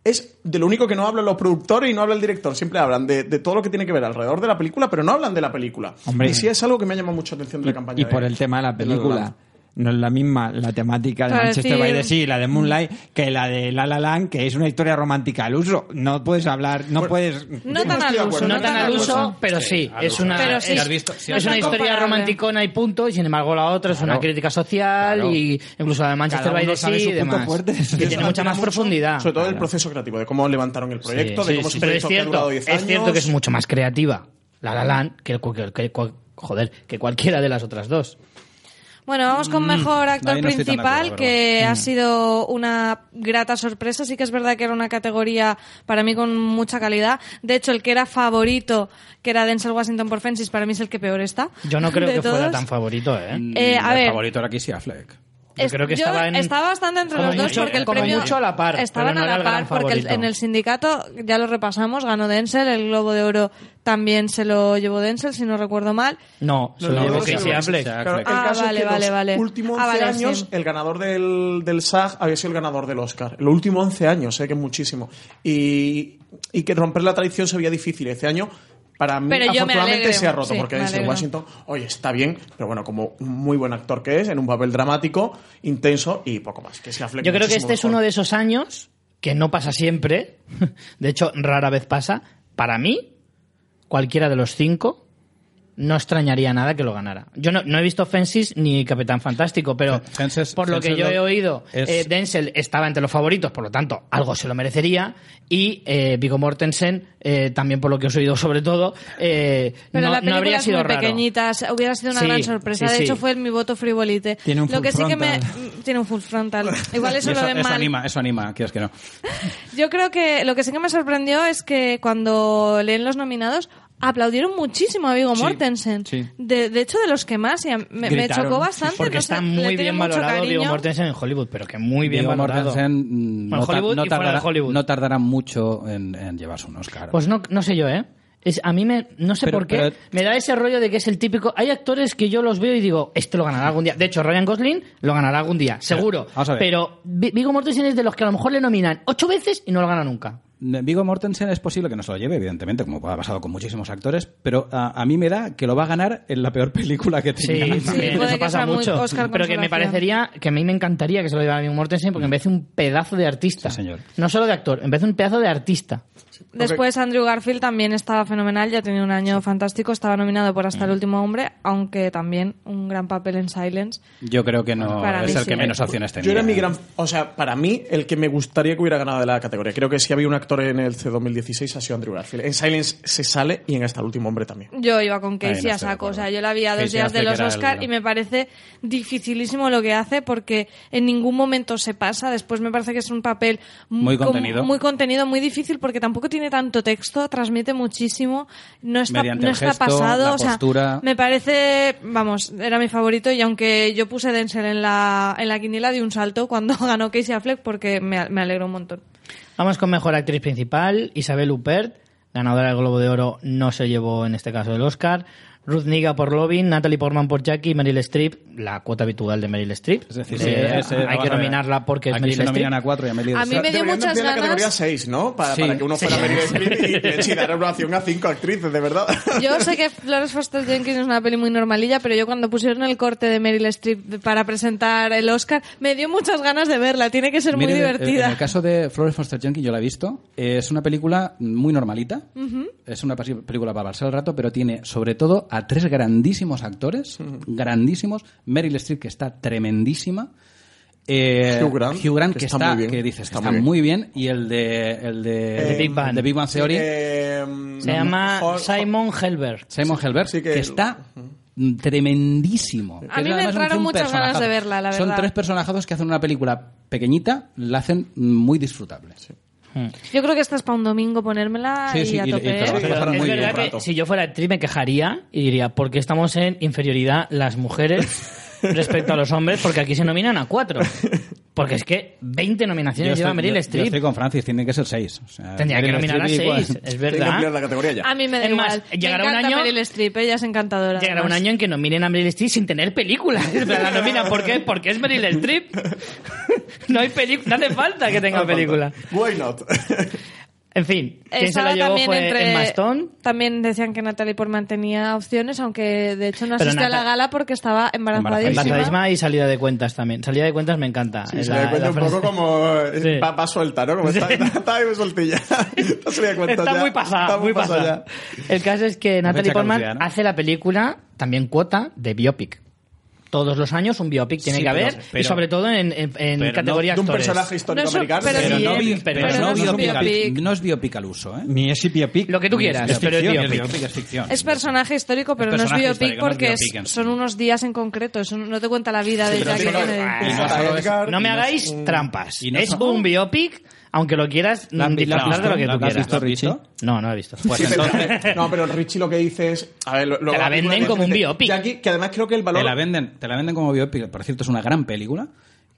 [SPEAKER 4] es de lo único que no hablan los productores y no habla el director. Siempre hablan de, de todo lo que tiene que ver alrededor de la película, pero no hablan de la película.
[SPEAKER 3] Hombre.
[SPEAKER 4] Y sí es algo que me ha llamado mucho la atención de la campaña.
[SPEAKER 3] Y por
[SPEAKER 4] de-
[SPEAKER 3] el tema de la
[SPEAKER 4] de Nolan.
[SPEAKER 3] película. No es la misma la temática de
[SPEAKER 2] Claro,
[SPEAKER 3] Manchester
[SPEAKER 2] sí.
[SPEAKER 3] by the Sea, la de Moonlight, que la de La La Land, que es una historia romántica al uso. No puedes hablar, no puedes...
[SPEAKER 2] Pues No tan
[SPEAKER 4] Estoy
[SPEAKER 2] al
[SPEAKER 4] de
[SPEAKER 2] uso.
[SPEAKER 4] acuerdo.
[SPEAKER 1] Pues No tan al uso, pero sí.
[SPEAKER 6] al
[SPEAKER 1] Es
[SPEAKER 6] uso.
[SPEAKER 1] una,
[SPEAKER 2] Pero sí,
[SPEAKER 1] es,
[SPEAKER 2] has visto, sí,
[SPEAKER 1] es una
[SPEAKER 2] no es
[SPEAKER 1] historia
[SPEAKER 2] comparable.
[SPEAKER 1] romanticona y punto, y sin embargo la otra es una crítica social
[SPEAKER 6] Claro.
[SPEAKER 1] y incluso la de Manchester
[SPEAKER 6] Cada
[SPEAKER 1] by
[SPEAKER 6] uno
[SPEAKER 1] the Sea
[SPEAKER 6] sabe su
[SPEAKER 1] y
[SPEAKER 6] punto
[SPEAKER 1] demás.
[SPEAKER 6] fuerte.
[SPEAKER 1] Que tiene mucha más profundidad.
[SPEAKER 4] Sobre todo el proceso creativo, de cómo levantaron el proyecto, de
[SPEAKER 1] Sí,
[SPEAKER 4] cómo
[SPEAKER 1] sí,
[SPEAKER 4] se
[SPEAKER 1] pero es
[SPEAKER 4] que ha durado
[SPEAKER 1] cierto,
[SPEAKER 4] 10
[SPEAKER 1] es cierto que es
[SPEAKER 4] años.
[SPEAKER 1] mucho más creativa la La Land que, el cu- que- que- cu- joder, que cualquiera de las otras dos.
[SPEAKER 2] Bueno, vamos con mejor actor
[SPEAKER 6] Mm, ahí no estoy tan de
[SPEAKER 2] principal,
[SPEAKER 6] acuerdo, Mm.
[SPEAKER 2] que ha sido una grata sorpresa. Sí que es verdad que era una categoría para mí con mucha calidad. De hecho, el que era favorito, que era Denzel Washington por Fences, para mí es el que peor está.
[SPEAKER 1] Yo no creo
[SPEAKER 2] de
[SPEAKER 1] que fuera
[SPEAKER 2] todos.
[SPEAKER 1] tan favorito,
[SPEAKER 4] Mm.
[SPEAKER 1] ¿eh?
[SPEAKER 2] Eh, a
[SPEAKER 6] Mm, el
[SPEAKER 2] ver.
[SPEAKER 6] favorito era Casey Affleck.
[SPEAKER 1] Yo
[SPEAKER 2] Es-
[SPEAKER 1] creo que estaba en-
[SPEAKER 2] estaba bastante entre
[SPEAKER 1] como
[SPEAKER 2] los dos
[SPEAKER 1] mucho-
[SPEAKER 2] porque el
[SPEAKER 1] como
[SPEAKER 2] premio
[SPEAKER 1] mucho a la par,
[SPEAKER 2] estaban
[SPEAKER 1] pero no
[SPEAKER 2] a
[SPEAKER 1] era
[SPEAKER 2] la
[SPEAKER 1] el
[SPEAKER 2] par
[SPEAKER 1] gran
[SPEAKER 2] porque el-
[SPEAKER 1] favorito.
[SPEAKER 2] en el sindicato ya lo repasamos ganó Denzel el Globo de Oro también se lo llevó Denzel si no recuerdo mal
[SPEAKER 1] No, se lo
[SPEAKER 4] no,
[SPEAKER 1] llevó
[SPEAKER 4] no,
[SPEAKER 1] Casey
[SPEAKER 4] no,
[SPEAKER 1] Affleck.
[SPEAKER 6] no, no,
[SPEAKER 4] Claro, el
[SPEAKER 2] Ah,
[SPEAKER 4] caso
[SPEAKER 2] vale,
[SPEAKER 4] es que
[SPEAKER 2] vale,
[SPEAKER 4] los
[SPEAKER 2] vale.
[SPEAKER 4] últimos
[SPEAKER 2] Ah,
[SPEAKER 4] 11
[SPEAKER 2] vale,
[SPEAKER 4] años
[SPEAKER 2] sí.
[SPEAKER 4] el ganador del, del SAG había sido el ganador del Oscar. Los últimos 11 años, eh, que es muchísimo. Y, y que romper la tradición se veía difícil. Este año, para mí,
[SPEAKER 2] Pero yo me
[SPEAKER 4] afortunadamente
[SPEAKER 2] alegro,
[SPEAKER 4] se ha roto,
[SPEAKER 2] sí,
[SPEAKER 4] porque
[SPEAKER 2] me
[SPEAKER 4] Denzel
[SPEAKER 2] alegro.
[SPEAKER 4] Washington, oye, está bien, pero bueno, como un muy buen actor que es, en un papel dramático, intenso y poco más. Que se afle
[SPEAKER 1] Yo creo que este es uno de esos años que no pasa siempre. De hecho, rara vez pasa. Para mí, cualquiera de los cinco, no extrañaría nada que lo ganara. Yo no, no he visto Fences ni Capitán Fantástico, pero
[SPEAKER 6] Fe- Fences-
[SPEAKER 1] por lo
[SPEAKER 6] Fences
[SPEAKER 1] que yo
[SPEAKER 6] lo-
[SPEAKER 1] he oído,
[SPEAKER 6] es-
[SPEAKER 1] eh, Denzel estaba entre los favoritos, por lo tanto, algo se lo merecería. Y eh, Viggo Mortensen, eh, también por lo que os he oído sobre todo, eh,
[SPEAKER 2] pero
[SPEAKER 1] no,
[SPEAKER 2] la
[SPEAKER 1] no
[SPEAKER 2] película
[SPEAKER 1] habría
[SPEAKER 2] es
[SPEAKER 1] sido
[SPEAKER 2] muy
[SPEAKER 1] raro.
[SPEAKER 2] pequeñita se- hubiera sido una
[SPEAKER 1] Sí,
[SPEAKER 2] gran sorpresa
[SPEAKER 1] sí,
[SPEAKER 2] de
[SPEAKER 1] sí.
[SPEAKER 2] hecho fue mi voto frivolite
[SPEAKER 3] Tiene un
[SPEAKER 2] lo
[SPEAKER 3] full
[SPEAKER 2] que sí que me
[SPEAKER 3] frontal.
[SPEAKER 2] tiene un full frontal igual eso,
[SPEAKER 6] Y eso,
[SPEAKER 2] lo ven
[SPEAKER 6] eso
[SPEAKER 2] mal
[SPEAKER 6] anima, eso anima, quieres que no.
[SPEAKER 2] Yo creo que lo que sí que me sorprendió es que cuando leen los nominados aplaudieron muchísimo a Vigo Mortensen.
[SPEAKER 3] sí.
[SPEAKER 2] De, de hecho, de los que más. Y a- me, me
[SPEAKER 3] Gritaron.
[SPEAKER 2] chocó bastante.
[SPEAKER 1] Porque
[SPEAKER 2] no sé,
[SPEAKER 1] está
[SPEAKER 2] le
[SPEAKER 1] muy
[SPEAKER 2] tiene
[SPEAKER 1] bien
[SPEAKER 2] mucho
[SPEAKER 1] valorado Viggo
[SPEAKER 2] cariño.
[SPEAKER 1] Mortensen en Hollywood, pero que muy bien
[SPEAKER 6] Viggo
[SPEAKER 1] valorado.
[SPEAKER 6] Mortensen, mm, no,
[SPEAKER 1] Bueno,
[SPEAKER 6] ta-
[SPEAKER 1] Hollywood
[SPEAKER 6] no
[SPEAKER 1] y fuera de
[SPEAKER 6] tardará,
[SPEAKER 1] Hollywood.
[SPEAKER 6] no tardará mucho en, en llevarse un Oscar.
[SPEAKER 1] Pues no, no sé yo, ¿eh? Es, a mí me, no sé
[SPEAKER 6] Pero-
[SPEAKER 1] por qué,
[SPEAKER 6] pero-
[SPEAKER 1] me da ese rollo de que es el típico... Hay actores que yo los veo y digo, este lo ganará algún día. De hecho, Ryan Gosling lo ganará algún día, seguro.
[SPEAKER 6] vamos a ver.
[SPEAKER 1] Pero Vi- Viggo Mortensen es de los que a lo mejor le nominan ocho veces y no lo gana nunca.
[SPEAKER 6] Vigo Mortensen es posible que no se lo lleve, evidentemente, como ha pasado con muchísimos actores, pero a, a mí me da que lo va a ganar en la peor película que
[SPEAKER 1] Sí,
[SPEAKER 6] tenga.
[SPEAKER 1] también,
[SPEAKER 2] puede
[SPEAKER 1] eso
[SPEAKER 2] que
[SPEAKER 1] pasa
[SPEAKER 2] sea muy
[SPEAKER 1] mucho.
[SPEAKER 2] Oscar
[SPEAKER 1] Pero que me
[SPEAKER 2] consolación.
[SPEAKER 1] parecería, que a mí me encantaría que se lo llevara Viggo Mortensen porque me parece un pedazo de artista.
[SPEAKER 6] Sí, señor.
[SPEAKER 1] No solo de actor, me parece un pedazo de artista.
[SPEAKER 2] Después, Andrew Garfield también estaba fenomenal. Ya tenía un año fantástico. Estaba nominado por
[SPEAKER 1] Mm.
[SPEAKER 2] Hasta el último hombre, aunque también un gran papel en Silence.
[SPEAKER 6] Yo creo que no
[SPEAKER 2] Para
[SPEAKER 6] es
[SPEAKER 2] mí
[SPEAKER 6] el que
[SPEAKER 2] sí.
[SPEAKER 6] menos opciones tenía.
[SPEAKER 4] Yo era mi gran. O sea, para mí, el que me gustaría que hubiera ganado de la categoría. Creo que si había un actor en el C2016 ha sido Andrew Garfield. En Silence se sale y en Hasta el último hombre también.
[SPEAKER 2] Yo iba con
[SPEAKER 6] Ahí
[SPEAKER 2] Casey
[SPEAKER 6] no
[SPEAKER 2] a
[SPEAKER 6] estoy de
[SPEAKER 2] saco, o sea,
[SPEAKER 6] acuerdo.
[SPEAKER 2] yo la vi a dos
[SPEAKER 6] Casey
[SPEAKER 2] días de
[SPEAKER 6] Affleck
[SPEAKER 2] los
[SPEAKER 6] era
[SPEAKER 2] Oscar
[SPEAKER 6] el-
[SPEAKER 2] y me parece dificilísimo lo que hace porque en ningún momento se pasa. Después me parece que es un papel
[SPEAKER 6] Muy
[SPEAKER 2] con-
[SPEAKER 6] contenido.
[SPEAKER 2] muy contenido, muy difícil porque tampoco tiene tanto texto, transmite muchísimo, no está,
[SPEAKER 6] Mediante
[SPEAKER 2] no
[SPEAKER 6] el
[SPEAKER 2] está
[SPEAKER 6] gesto,
[SPEAKER 2] pasado,
[SPEAKER 6] la
[SPEAKER 2] o sea,
[SPEAKER 6] postura.
[SPEAKER 2] me parece, vamos, era mi favorito y aunque yo puse Denzel en la en la quiniela de un salto cuando ganó Casey Affleck porque me, me alegró un montón.
[SPEAKER 1] Vamos con mejor actriz principal, Isabel Huppert, ganadora del Globo de Oro, no se llevó en este caso el Oscar. Ruth Niga por Lovin, Natalie Portman por Jackie, Meryl Streep, la cuota habitual de Meryl Streep.
[SPEAKER 6] Es decir,
[SPEAKER 1] Eh,
[SPEAKER 6] sí, es, eh,
[SPEAKER 1] hay
[SPEAKER 6] vamos
[SPEAKER 1] que
[SPEAKER 6] a ver.
[SPEAKER 1] nominarla porque es
[SPEAKER 6] Aquí
[SPEAKER 1] Meryl
[SPEAKER 6] se nominan a
[SPEAKER 1] Streep.
[SPEAKER 6] cuatro y a Meryl
[SPEAKER 2] A mí
[SPEAKER 6] Streep.
[SPEAKER 2] me dio
[SPEAKER 4] Deberían de
[SPEAKER 2] muchas
[SPEAKER 4] ampliar
[SPEAKER 2] ganas.
[SPEAKER 4] la categoría 6, ¿no? Para,
[SPEAKER 6] Sí.
[SPEAKER 4] para que uno fuera Meryl Streep y que sí, dar una opción a cinco actrices, de verdad.
[SPEAKER 2] Yo sé que Flores Foster Jenkins es una peli muy normalilla, pero yo cuando pusieron el corte de Meryl Streep para presentar el Oscar, me dio muchas ganas de verla. Tiene que ser muy
[SPEAKER 6] Miren, en-
[SPEAKER 2] divertida.
[SPEAKER 6] En el caso de Flores Foster Jenkins, yo la he visto. eh, Es una película muy normalita. Es una pasi- película para pasar el rato, pero tiene sobre todo a tres grandísimos actores. Grandísimos. Meryl Streep, que está tremendísima.
[SPEAKER 5] eh,
[SPEAKER 4] Hugh Grant,
[SPEAKER 5] Grant,
[SPEAKER 4] que
[SPEAKER 5] que
[SPEAKER 4] está
[SPEAKER 5] está,
[SPEAKER 4] muy bien.
[SPEAKER 5] que dices, que
[SPEAKER 4] Está
[SPEAKER 5] está
[SPEAKER 4] muy bien.
[SPEAKER 5] muy bien, y el de el de,
[SPEAKER 1] El de Big Bang.
[SPEAKER 5] de Big Bang Theory,
[SPEAKER 4] Eh, mm,
[SPEAKER 1] Se llama
[SPEAKER 4] Hor-
[SPEAKER 1] Simon Helberg.
[SPEAKER 5] Simon Helberg,
[SPEAKER 4] sí que-
[SPEAKER 5] que, está tremendísimo.
[SPEAKER 2] A
[SPEAKER 5] Que
[SPEAKER 2] mí
[SPEAKER 5] es,
[SPEAKER 2] me
[SPEAKER 5] además, un
[SPEAKER 2] entraron
[SPEAKER 5] film
[SPEAKER 2] muchas ganas
[SPEAKER 5] personajazo.
[SPEAKER 2] de verla, la
[SPEAKER 5] Son
[SPEAKER 2] verdad.
[SPEAKER 5] tres personajazos que hacen una película pequeñita, la hacen muy disfrutable.
[SPEAKER 2] Yo creo que esta es para un domingo ponérmela
[SPEAKER 5] Sí, sí,
[SPEAKER 2] y a
[SPEAKER 5] y- y
[SPEAKER 2] tope. ¿eh?
[SPEAKER 5] te la vas a
[SPEAKER 1] Pero
[SPEAKER 5] pasar
[SPEAKER 1] es
[SPEAKER 5] muy bien.
[SPEAKER 1] verdad
[SPEAKER 4] un rato.
[SPEAKER 1] que si yo fuera actriz me quejaría y diría, ¿por qué estamos en inferioridad las mujeres respecto a los hombres? Porque aquí se nominan a cuatro. Porque es que 20 nominaciones lleva Meryl
[SPEAKER 5] yo- yo
[SPEAKER 1] Streep.
[SPEAKER 5] estoy con Francis, tienen que ser seis. O sea,
[SPEAKER 1] Tendría que
[SPEAKER 5] Meryl
[SPEAKER 1] nominar a
[SPEAKER 5] Streep igual.
[SPEAKER 1] seis, es
[SPEAKER 4] Tiene que ampliar la
[SPEAKER 1] verdad.
[SPEAKER 4] categoría ya.
[SPEAKER 2] A mí me da
[SPEAKER 1] Es más,
[SPEAKER 2] igual. Me
[SPEAKER 1] llegará un
[SPEAKER 2] encanta
[SPEAKER 1] año-
[SPEAKER 2] Meryl Streep, ¿eh? ella es encantadora.
[SPEAKER 1] Llegará un
[SPEAKER 2] además.
[SPEAKER 1] año en que nominen a Meryl Streep sin tener películas. En plan, La nominan ¿por qué? porque es Meryl Streep. No hay película, no hace falta que tenga película.
[SPEAKER 4] Why not?
[SPEAKER 1] Ah, En fin, quien se
[SPEAKER 2] Estaba
[SPEAKER 1] la llevó
[SPEAKER 2] también
[SPEAKER 1] fue
[SPEAKER 2] entre-
[SPEAKER 1] en Mastón.
[SPEAKER 2] También decían que Natalie Portman tenía opciones, aunque de hecho no
[SPEAKER 1] Pero
[SPEAKER 2] asistió a la
[SPEAKER 1] Nata-
[SPEAKER 2] gala porque estaba embarazadísima.
[SPEAKER 1] Embarazadisma y salida de cuentas también. Salida de cuentas me encanta.
[SPEAKER 4] Sí,
[SPEAKER 1] Es
[SPEAKER 4] se
[SPEAKER 1] la-
[SPEAKER 4] da cuenta
[SPEAKER 1] la
[SPEAKER 4] un poco
[SPEAKER 1] frase.
[SPEAKER 4] como
[SPEAKER 1] Sí.
[SPEAKER 4] va, va suelta, ¿no? Como está,
[SPEAKER 1] Sí.
[SPEAKER 4] está, está muy sueltilla. No se da cuenta
[SPEAKER 1] Está
[SPEAKER 4] ya.
[SPEAKER 1] muy pasada,
[SPEAKER 4] Está
[SPEAKER 1] muy, pasada. El caso es que Natalie
[SPEAKER 5] fecha
[SPEAKER 1] Portman
[SPEAKER 5] caducidad, ¿no?
[SPEAKER 1] hace la película, también cuota, de biopic. Todos los años un biopic tiene
[SPEAKER 5] Sí,
[SPEAKER 1] que
[SPEAKER 5] pero-
[SPEAKER 1] haber, y
[SPEAKER 5] pero-
[SPEAKER 1] sobre todo en, en, en
[SPEAKER 5] pero no
[SPEAKER 1] categoría
[SPEAKER 4] Ya. De un
[SPEAKER 1] actores.
[SPEAKER 4] personaje histórico
[SPEAKER 2] No, eso-
[SPEAKER 4] americano.
[SPEAKER 2] pero
[SPEAKER 5] Pero,
[SPEAKER 2] sí,
[SPEAKER 5] no, bi-
[SPEAKER 1] pero
[SPEAKER 5] pero
[SPEAKER 1] no es
[SPEAKER 5] no
[SPEAKER 2] un
[SPEAKER 5] biopic,
[SPEAKER 2] biopic.
[SPEAKER 5] al- no es biopic al uso, ¿eh?
[SPEAKER 3] Ni es biopic.
[SPEAKER 1] Lo que tú quieras,
[SPEAKER 5] Es
[SPEAKER 1] pero es
[SPEAKER 5] ficción,
[SPEAKER 1] biopic.
[SPEAKER 5] es ficción.
[SPEAKER 2] Es personaje histórico, pero
[SPEAKER 5] Es
[SPEAKER 2] no es
[SPEAKER 5] personaje
[SPEAKER 2] biopic
[SPEAKER 5] histórico, no es
[SPEAKER 2] porque es-
[SPEAKER 5] biopic en sí.
[SPEAKER 2] son unos días en concreto. Eso no te cuenta la vida de
[SPEAKER 4] pero
[SPEAKER 2] Jackie
[SPEAKER 4] sí, no,
[SPEAKER 5] eh,
[SPEAKER 2] Kennedy.
[SPEAKER 4] ah,
[SPEAKER 1] No me hagáis trampas.
[SPEAKER 5] y no
[SPEAKER 1] es
[SPEAKER 5] son-
[SPEAKER 1] un biopic, aunque lo quieras
[SPEAKER 5] ¿La has-
[SPEAKER 1] mm,
[SPEAKER 5] la has
[SPEAKER 1] disfrazar de lo que
[SPEAKER 5] visto?
[SPEAKER 1] tú
[SPEAKER 5] ¿La has
[SPEAKER 1] quieras.
[SPEAKER 5] visto, Richie?
[SPEAKER 1] No, no lo he visto.
[SPEAKER 5] Pues
[SPEAKER 4] Sí, pero-
[SPEAKER 5] entonces,
[SPEAKER 4] no, pero Richie lo que dice es. A ver, lo, lo-
[SPEAKER 1] Te la venden
[SPEAKER 4] película
[SPEAKER 1] como un
[SPEAKER 4] de-
[SPEAKER 1] biopic.
[SPEAKER 4] Jackie, que además creo que el valor.
[SPEAKER 5] Te la venden, te la venden como biopic, por cierto, es una gran película.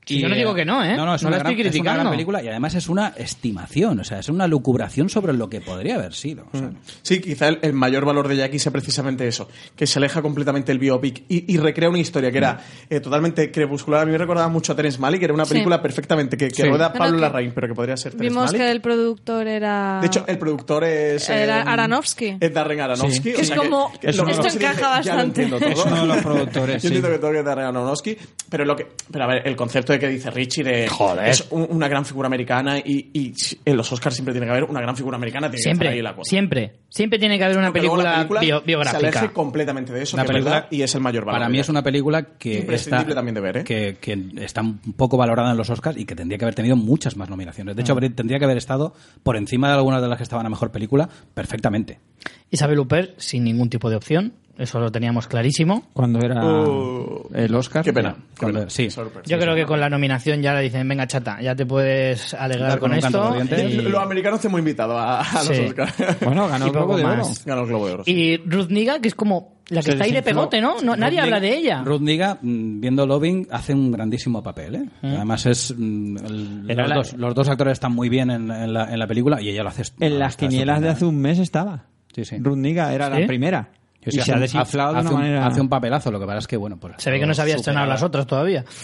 [SPEAKER 1] Sí, yo no digo que no, ¿eh?
[SPEAKER 5] No, no, es
[SPEAKER 1] No
[SPEAKER 5] una,
[SPEAKER 1] la
[SPEAKER 5] gran,
[SPEAKER 1] estoy
[SPEAKER 5] es una gran
[SPEAKER 1] criticando.
[SPEAKER 5] película y además es una estimación, o sea, es una lucubración sobre lo que podría haber sido. o sea.
[SPEAKER 4] Sí, quizá el, el mayor valor de Jackie sea precisamente eso, que se aleja completamente del biopic y, y recrea una historia que era eh, totalmente crepuscular. A mí me recordaba mucho a Terence Malick, que era una
[SPEAKER 2] Sí.
[SPEAKER 4] película perfectamente que, que rueda
[SPEAKER 2] Bueno,
[SPEAKER 4] Pablo
[SPEAKER 2] que-
[SPEAKER 4] Larraín, pero que podría ser Terence
[SPEAKER 2] Vimos
[SPEAKER 4] Malick.
[SPEAKER 2] que el productor era.
[SPEAKER 4] De hecho, el productor es.
[SPEAKER 2] Era
[SPEAKER 4] eh,
[SPEAKER 2] Aronofsky.
[SPEAKER 4] Es Darren Aronofsky.
[SPEAKER 2] Es como-
[SPEAKER 4] lo
[SPEAKER 2] esto
[SPEAKER 4] que se
[SPEAKER 2] encaja
[SPEAKER 4] dice, ya lo
[SPEAKER 2] bastante.
[SPEAKER 4] entiendo todo.
[SPEAKER 3] Es uno de los productores,
[SPEAKER 4] Yo
[SPEAKER 3] sí.
[SPEAKER 4] entiendo que todo que es Darren Aronofsky. Pero, lo que, pero a ver, el concepto de que dice Richie de.
[SPEAKER 1] Joder.
[SPEAKER 4] Es un- una gran figura americana y, y en los Oscars siempre tiene que haber una gran figura americana. Tiene que estar ahí
[SPEAKER 1] Siempre,
[SPEAKER 4] la cosa.
[SPEAKER 1] siempre. Siempre tiene que haber una
[SPEAKER 4] Pero luego
[SPEAKER 1] película,
[SPEAKER 4] la
[SPEAKER 1] bio-
[SPEAKER 4] Se
[SPEAKER 1] biográfica.
[SPEAKER 4] aleje completamente de eso,
[SPEAKER 5] Una
[SPEAKER 4] que es
[SPEAKER 5] película-
[SPEAKER 4] verdad, y es el mayor valor.
[SPEAKER 5] Para mí es una película que
[SPEAKER 4] Imprescindible
[SPEAKER 5] está,
[SPEAKER 4] también de ver, ¿eh?
[SPEAKER 5] que, que está un poco valorada en los Oscars y que tendría que haber tenido muchas más nominaciones.
[SPEAKER 4] Mm.
[SPEAKER 5] De hecho, habría- tendría que haber estado por encima de algunas de las que estaban a mejor película perfectamente.
[SPEAKER 1] Isabel Huppert sin ningún tipo de opción. Eso lo teníamos clarísimo.
[SPEAKER 3] Cuando era
[SPEAKER 4] Uh,
[SPEAKER 3] el Oscar.
[SPEAKER 4] Qué pena. qué
[SPEAKER 5] Cuando-
[SPEAKER 4] pena.
[SPEAKER 5] Pues sí.
[SPEAKER 4] Sorpresa.
[SPEAKER 1] Yo creo que con la nominación ya le dicen, venga chata, ya te puedes alegrar
[SPEAKER 5] Dar con
[SPEAKER 1] con
[SPEAKER 5] un canto
[SPEAKER 1] esto.
[SPEAKER 5] por dientes.
[SPEAKER 1] Y-
[SPEAKER 4] Los americanos te hemos invitado a, a los
[SPEAKER 1] Sí.
[SPEAKER 4] Oscars.
[SPEAKER 3] Bueno, ganó
[SPEAKER 1] Y
[SPEAKER 3] el Globo
[SPEAKER 1] poco
[SPEAKER 3] de Oro.
[SPEAKER 1] más.
[SPEAKER 4] Ganó el Globo de Oro. sí.
[SPEAKER 1] Y Ruth Niga, que es como la que
[SPEAKER 3] Se
[SPEAKER 1] está ahí de
[SPEAKER 3] desinfló.
[SPEAKER 1] pegote, ¿no? No, Nadie
[SPEAKER 5] Ruth
[SPEAKER 1] habla
[SPEAKER 5] Nega-
[SPEAKER 1] de ella.
[SPEAKER 5] Ruth Niga, mm, viendo Loving, hace un grandísimo papel. ¿eh? Además, es mm, el-
[SPEAKER 3] Era
[SPEAKER 5] los,
[SPEAKER 3] la-
[SPEAKER 5] dos, los dos actores están muy bien en, en la, en la película y ella lo hace.
[SPEAKER 3] En las
[SPEAKER 5] Ah, está
[SPEAKER 3] quinielas de
[SPEAKER 5] estupenda.
[SPEAKER 3] hace un mes estaba.
[SPEAKER 5] Sí, sí.
[SPEAKER 3] Runiga era
[SPEAKER 1] ¿Sí?
[SPEAKER 3] la primera.
[SPEAKER 5] Sí,
[SPEAKER 3] Y
[SPEAKER 5] sí,
[SPEAKER 3] se ha
[SPEAKER 5] hace-
[SPEAKER 3] desinflado de
[SPEAKER 5] hace
[SPEAKER 3] una
[SPEAKER 5] un-
[SPEAKER 3] manera.
[SPEAKER 5] Hace un papelazo, lo que pasa es que, bueno, pues.
[SPEAKER 1] Se ve que no se había estrenado las otras todavía.
[SPEAKER 5] otras.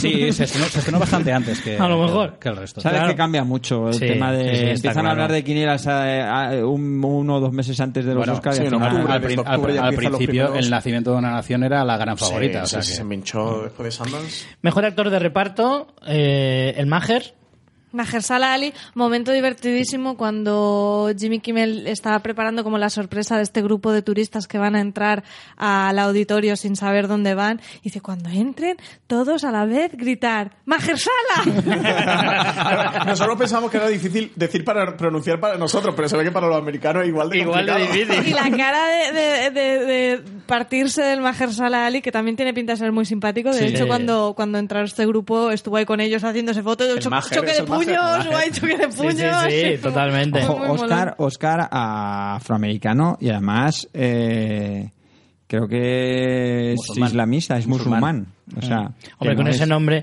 [SPEAKER 5] Sí, se estrenó, se estrenó bastante antes que,
[SPEAKER 1] A lo mejor.
[SPEAKER 5] que, que el resto.
[SPEAKER 3] Sabes
[SPEAKER 1] Claro.
[SPEAKER 3] que cambia mucho el
[SPEAKER 1] Sí,
[SPEAKER 3] tema
[SPEAKER 1] sí,
[SPEAKER 3] de.
[SPEAKER 1] sí, está
[SPEAKER 3] empiezan
[SPEAKER 1] claro.
[SPEAKER 3] a hablar de quinielas eh, a- a- un- uno o dos meses antes de los
[SPEAKER 5] Bueno,
[SPEAKER 3] Oscars.
[SPEAKER 4] sí,
[SPEAKER 3] y
[SPEAKER 4] en
[SPEAKER 3] al final-
[SPEAKER 4] octubre.
[SPEAKER 5] al,
[SPEAKER 4] desde
[SPEAKER 5] prin- al-
[SPEAKER 4] octubre ya
[SPEAKER 5] al
[SPEAKER 4] empiezan los
[SPEAKER 5] principio,
[SPEAKER 4] primeros.
[SPEAKER 5] el nacimiento de una nación era la gran
[SPEAKER 4] Sí,
[SPEAKER 5] favorita. o
[SPEAKER 4] sí,
[SPEAKER 5] sea
[SPEAKER 4] sí,
[SPEAKER 5] que-
[SPEAKER 4] se me hinchó después de Sundance.
[SPEAKER 1] Mejor actor de reparto, eh, el Maher.
[SPEAKER 2] Mahershala Ali, momento divertidísimo cuando Jimmy Kimmel estaba preparando como la sorpresa de este grupo de turistas que van a entrar al auditorio sin saber dónde van. Y dice, cuando entren, todos a la vez gritar, ¡Mahershala!
[SPEAKER 4] Nosotros pensamos que era difícil decir para pronunciar para nosotros, pero se ve que para los americanos es igual de
[SPEAKER 1] Igual de
[SPEAKER 4] complicado.
[SPEAKER 1] difícil.
[SPEAKER 2] y la cara de, de- de- de partirse del Mahershala Ali, que también tiene pinta de ser muy simpático. De
[SPEAKER 1] Sí.
[SPEAKER 2] hecho, cuando, cuando entró este grupo, estuvo ahí con ellos haciéndose fotos.
[SPEAKER 4] El
[SPEAKER 2] cho-
[SPEAKER 4] Maher,
[SPEAKER 2] choque
[SPEAKER 4] es
[SPEAKER 2] de
[SPEAKER 4] el Maher,
[SPEAKER 2] puños,
[SPEAKER 4] el Maher.
[SPEAKER 2] guay, choque de
[SPEAKER 1] Sí, sí,
[SPEAKER 2] puños.
[SPEAKER 1] sí, totalmente.
[SPEAKER 2] Fue
[SPEAKER 3] Ojo,
[SPEAKER 2] muy molón.
[SPEAKER 3] Oscar, Oscar afroamericano y además eh, creo que es
[SPEAKER 5] Musulmán.
[SPEAKER 3] islamista, es musulmán. O sea,
[SPEAKER 1] Eh. Ah, Hombre,
[SPEAKER 3] que
[SPEAKER 1] con
[SPEAKER 3] no
[SPEAKER 1] ese
[SPEAKER 3] es-
[SPEAKER 1] nombre.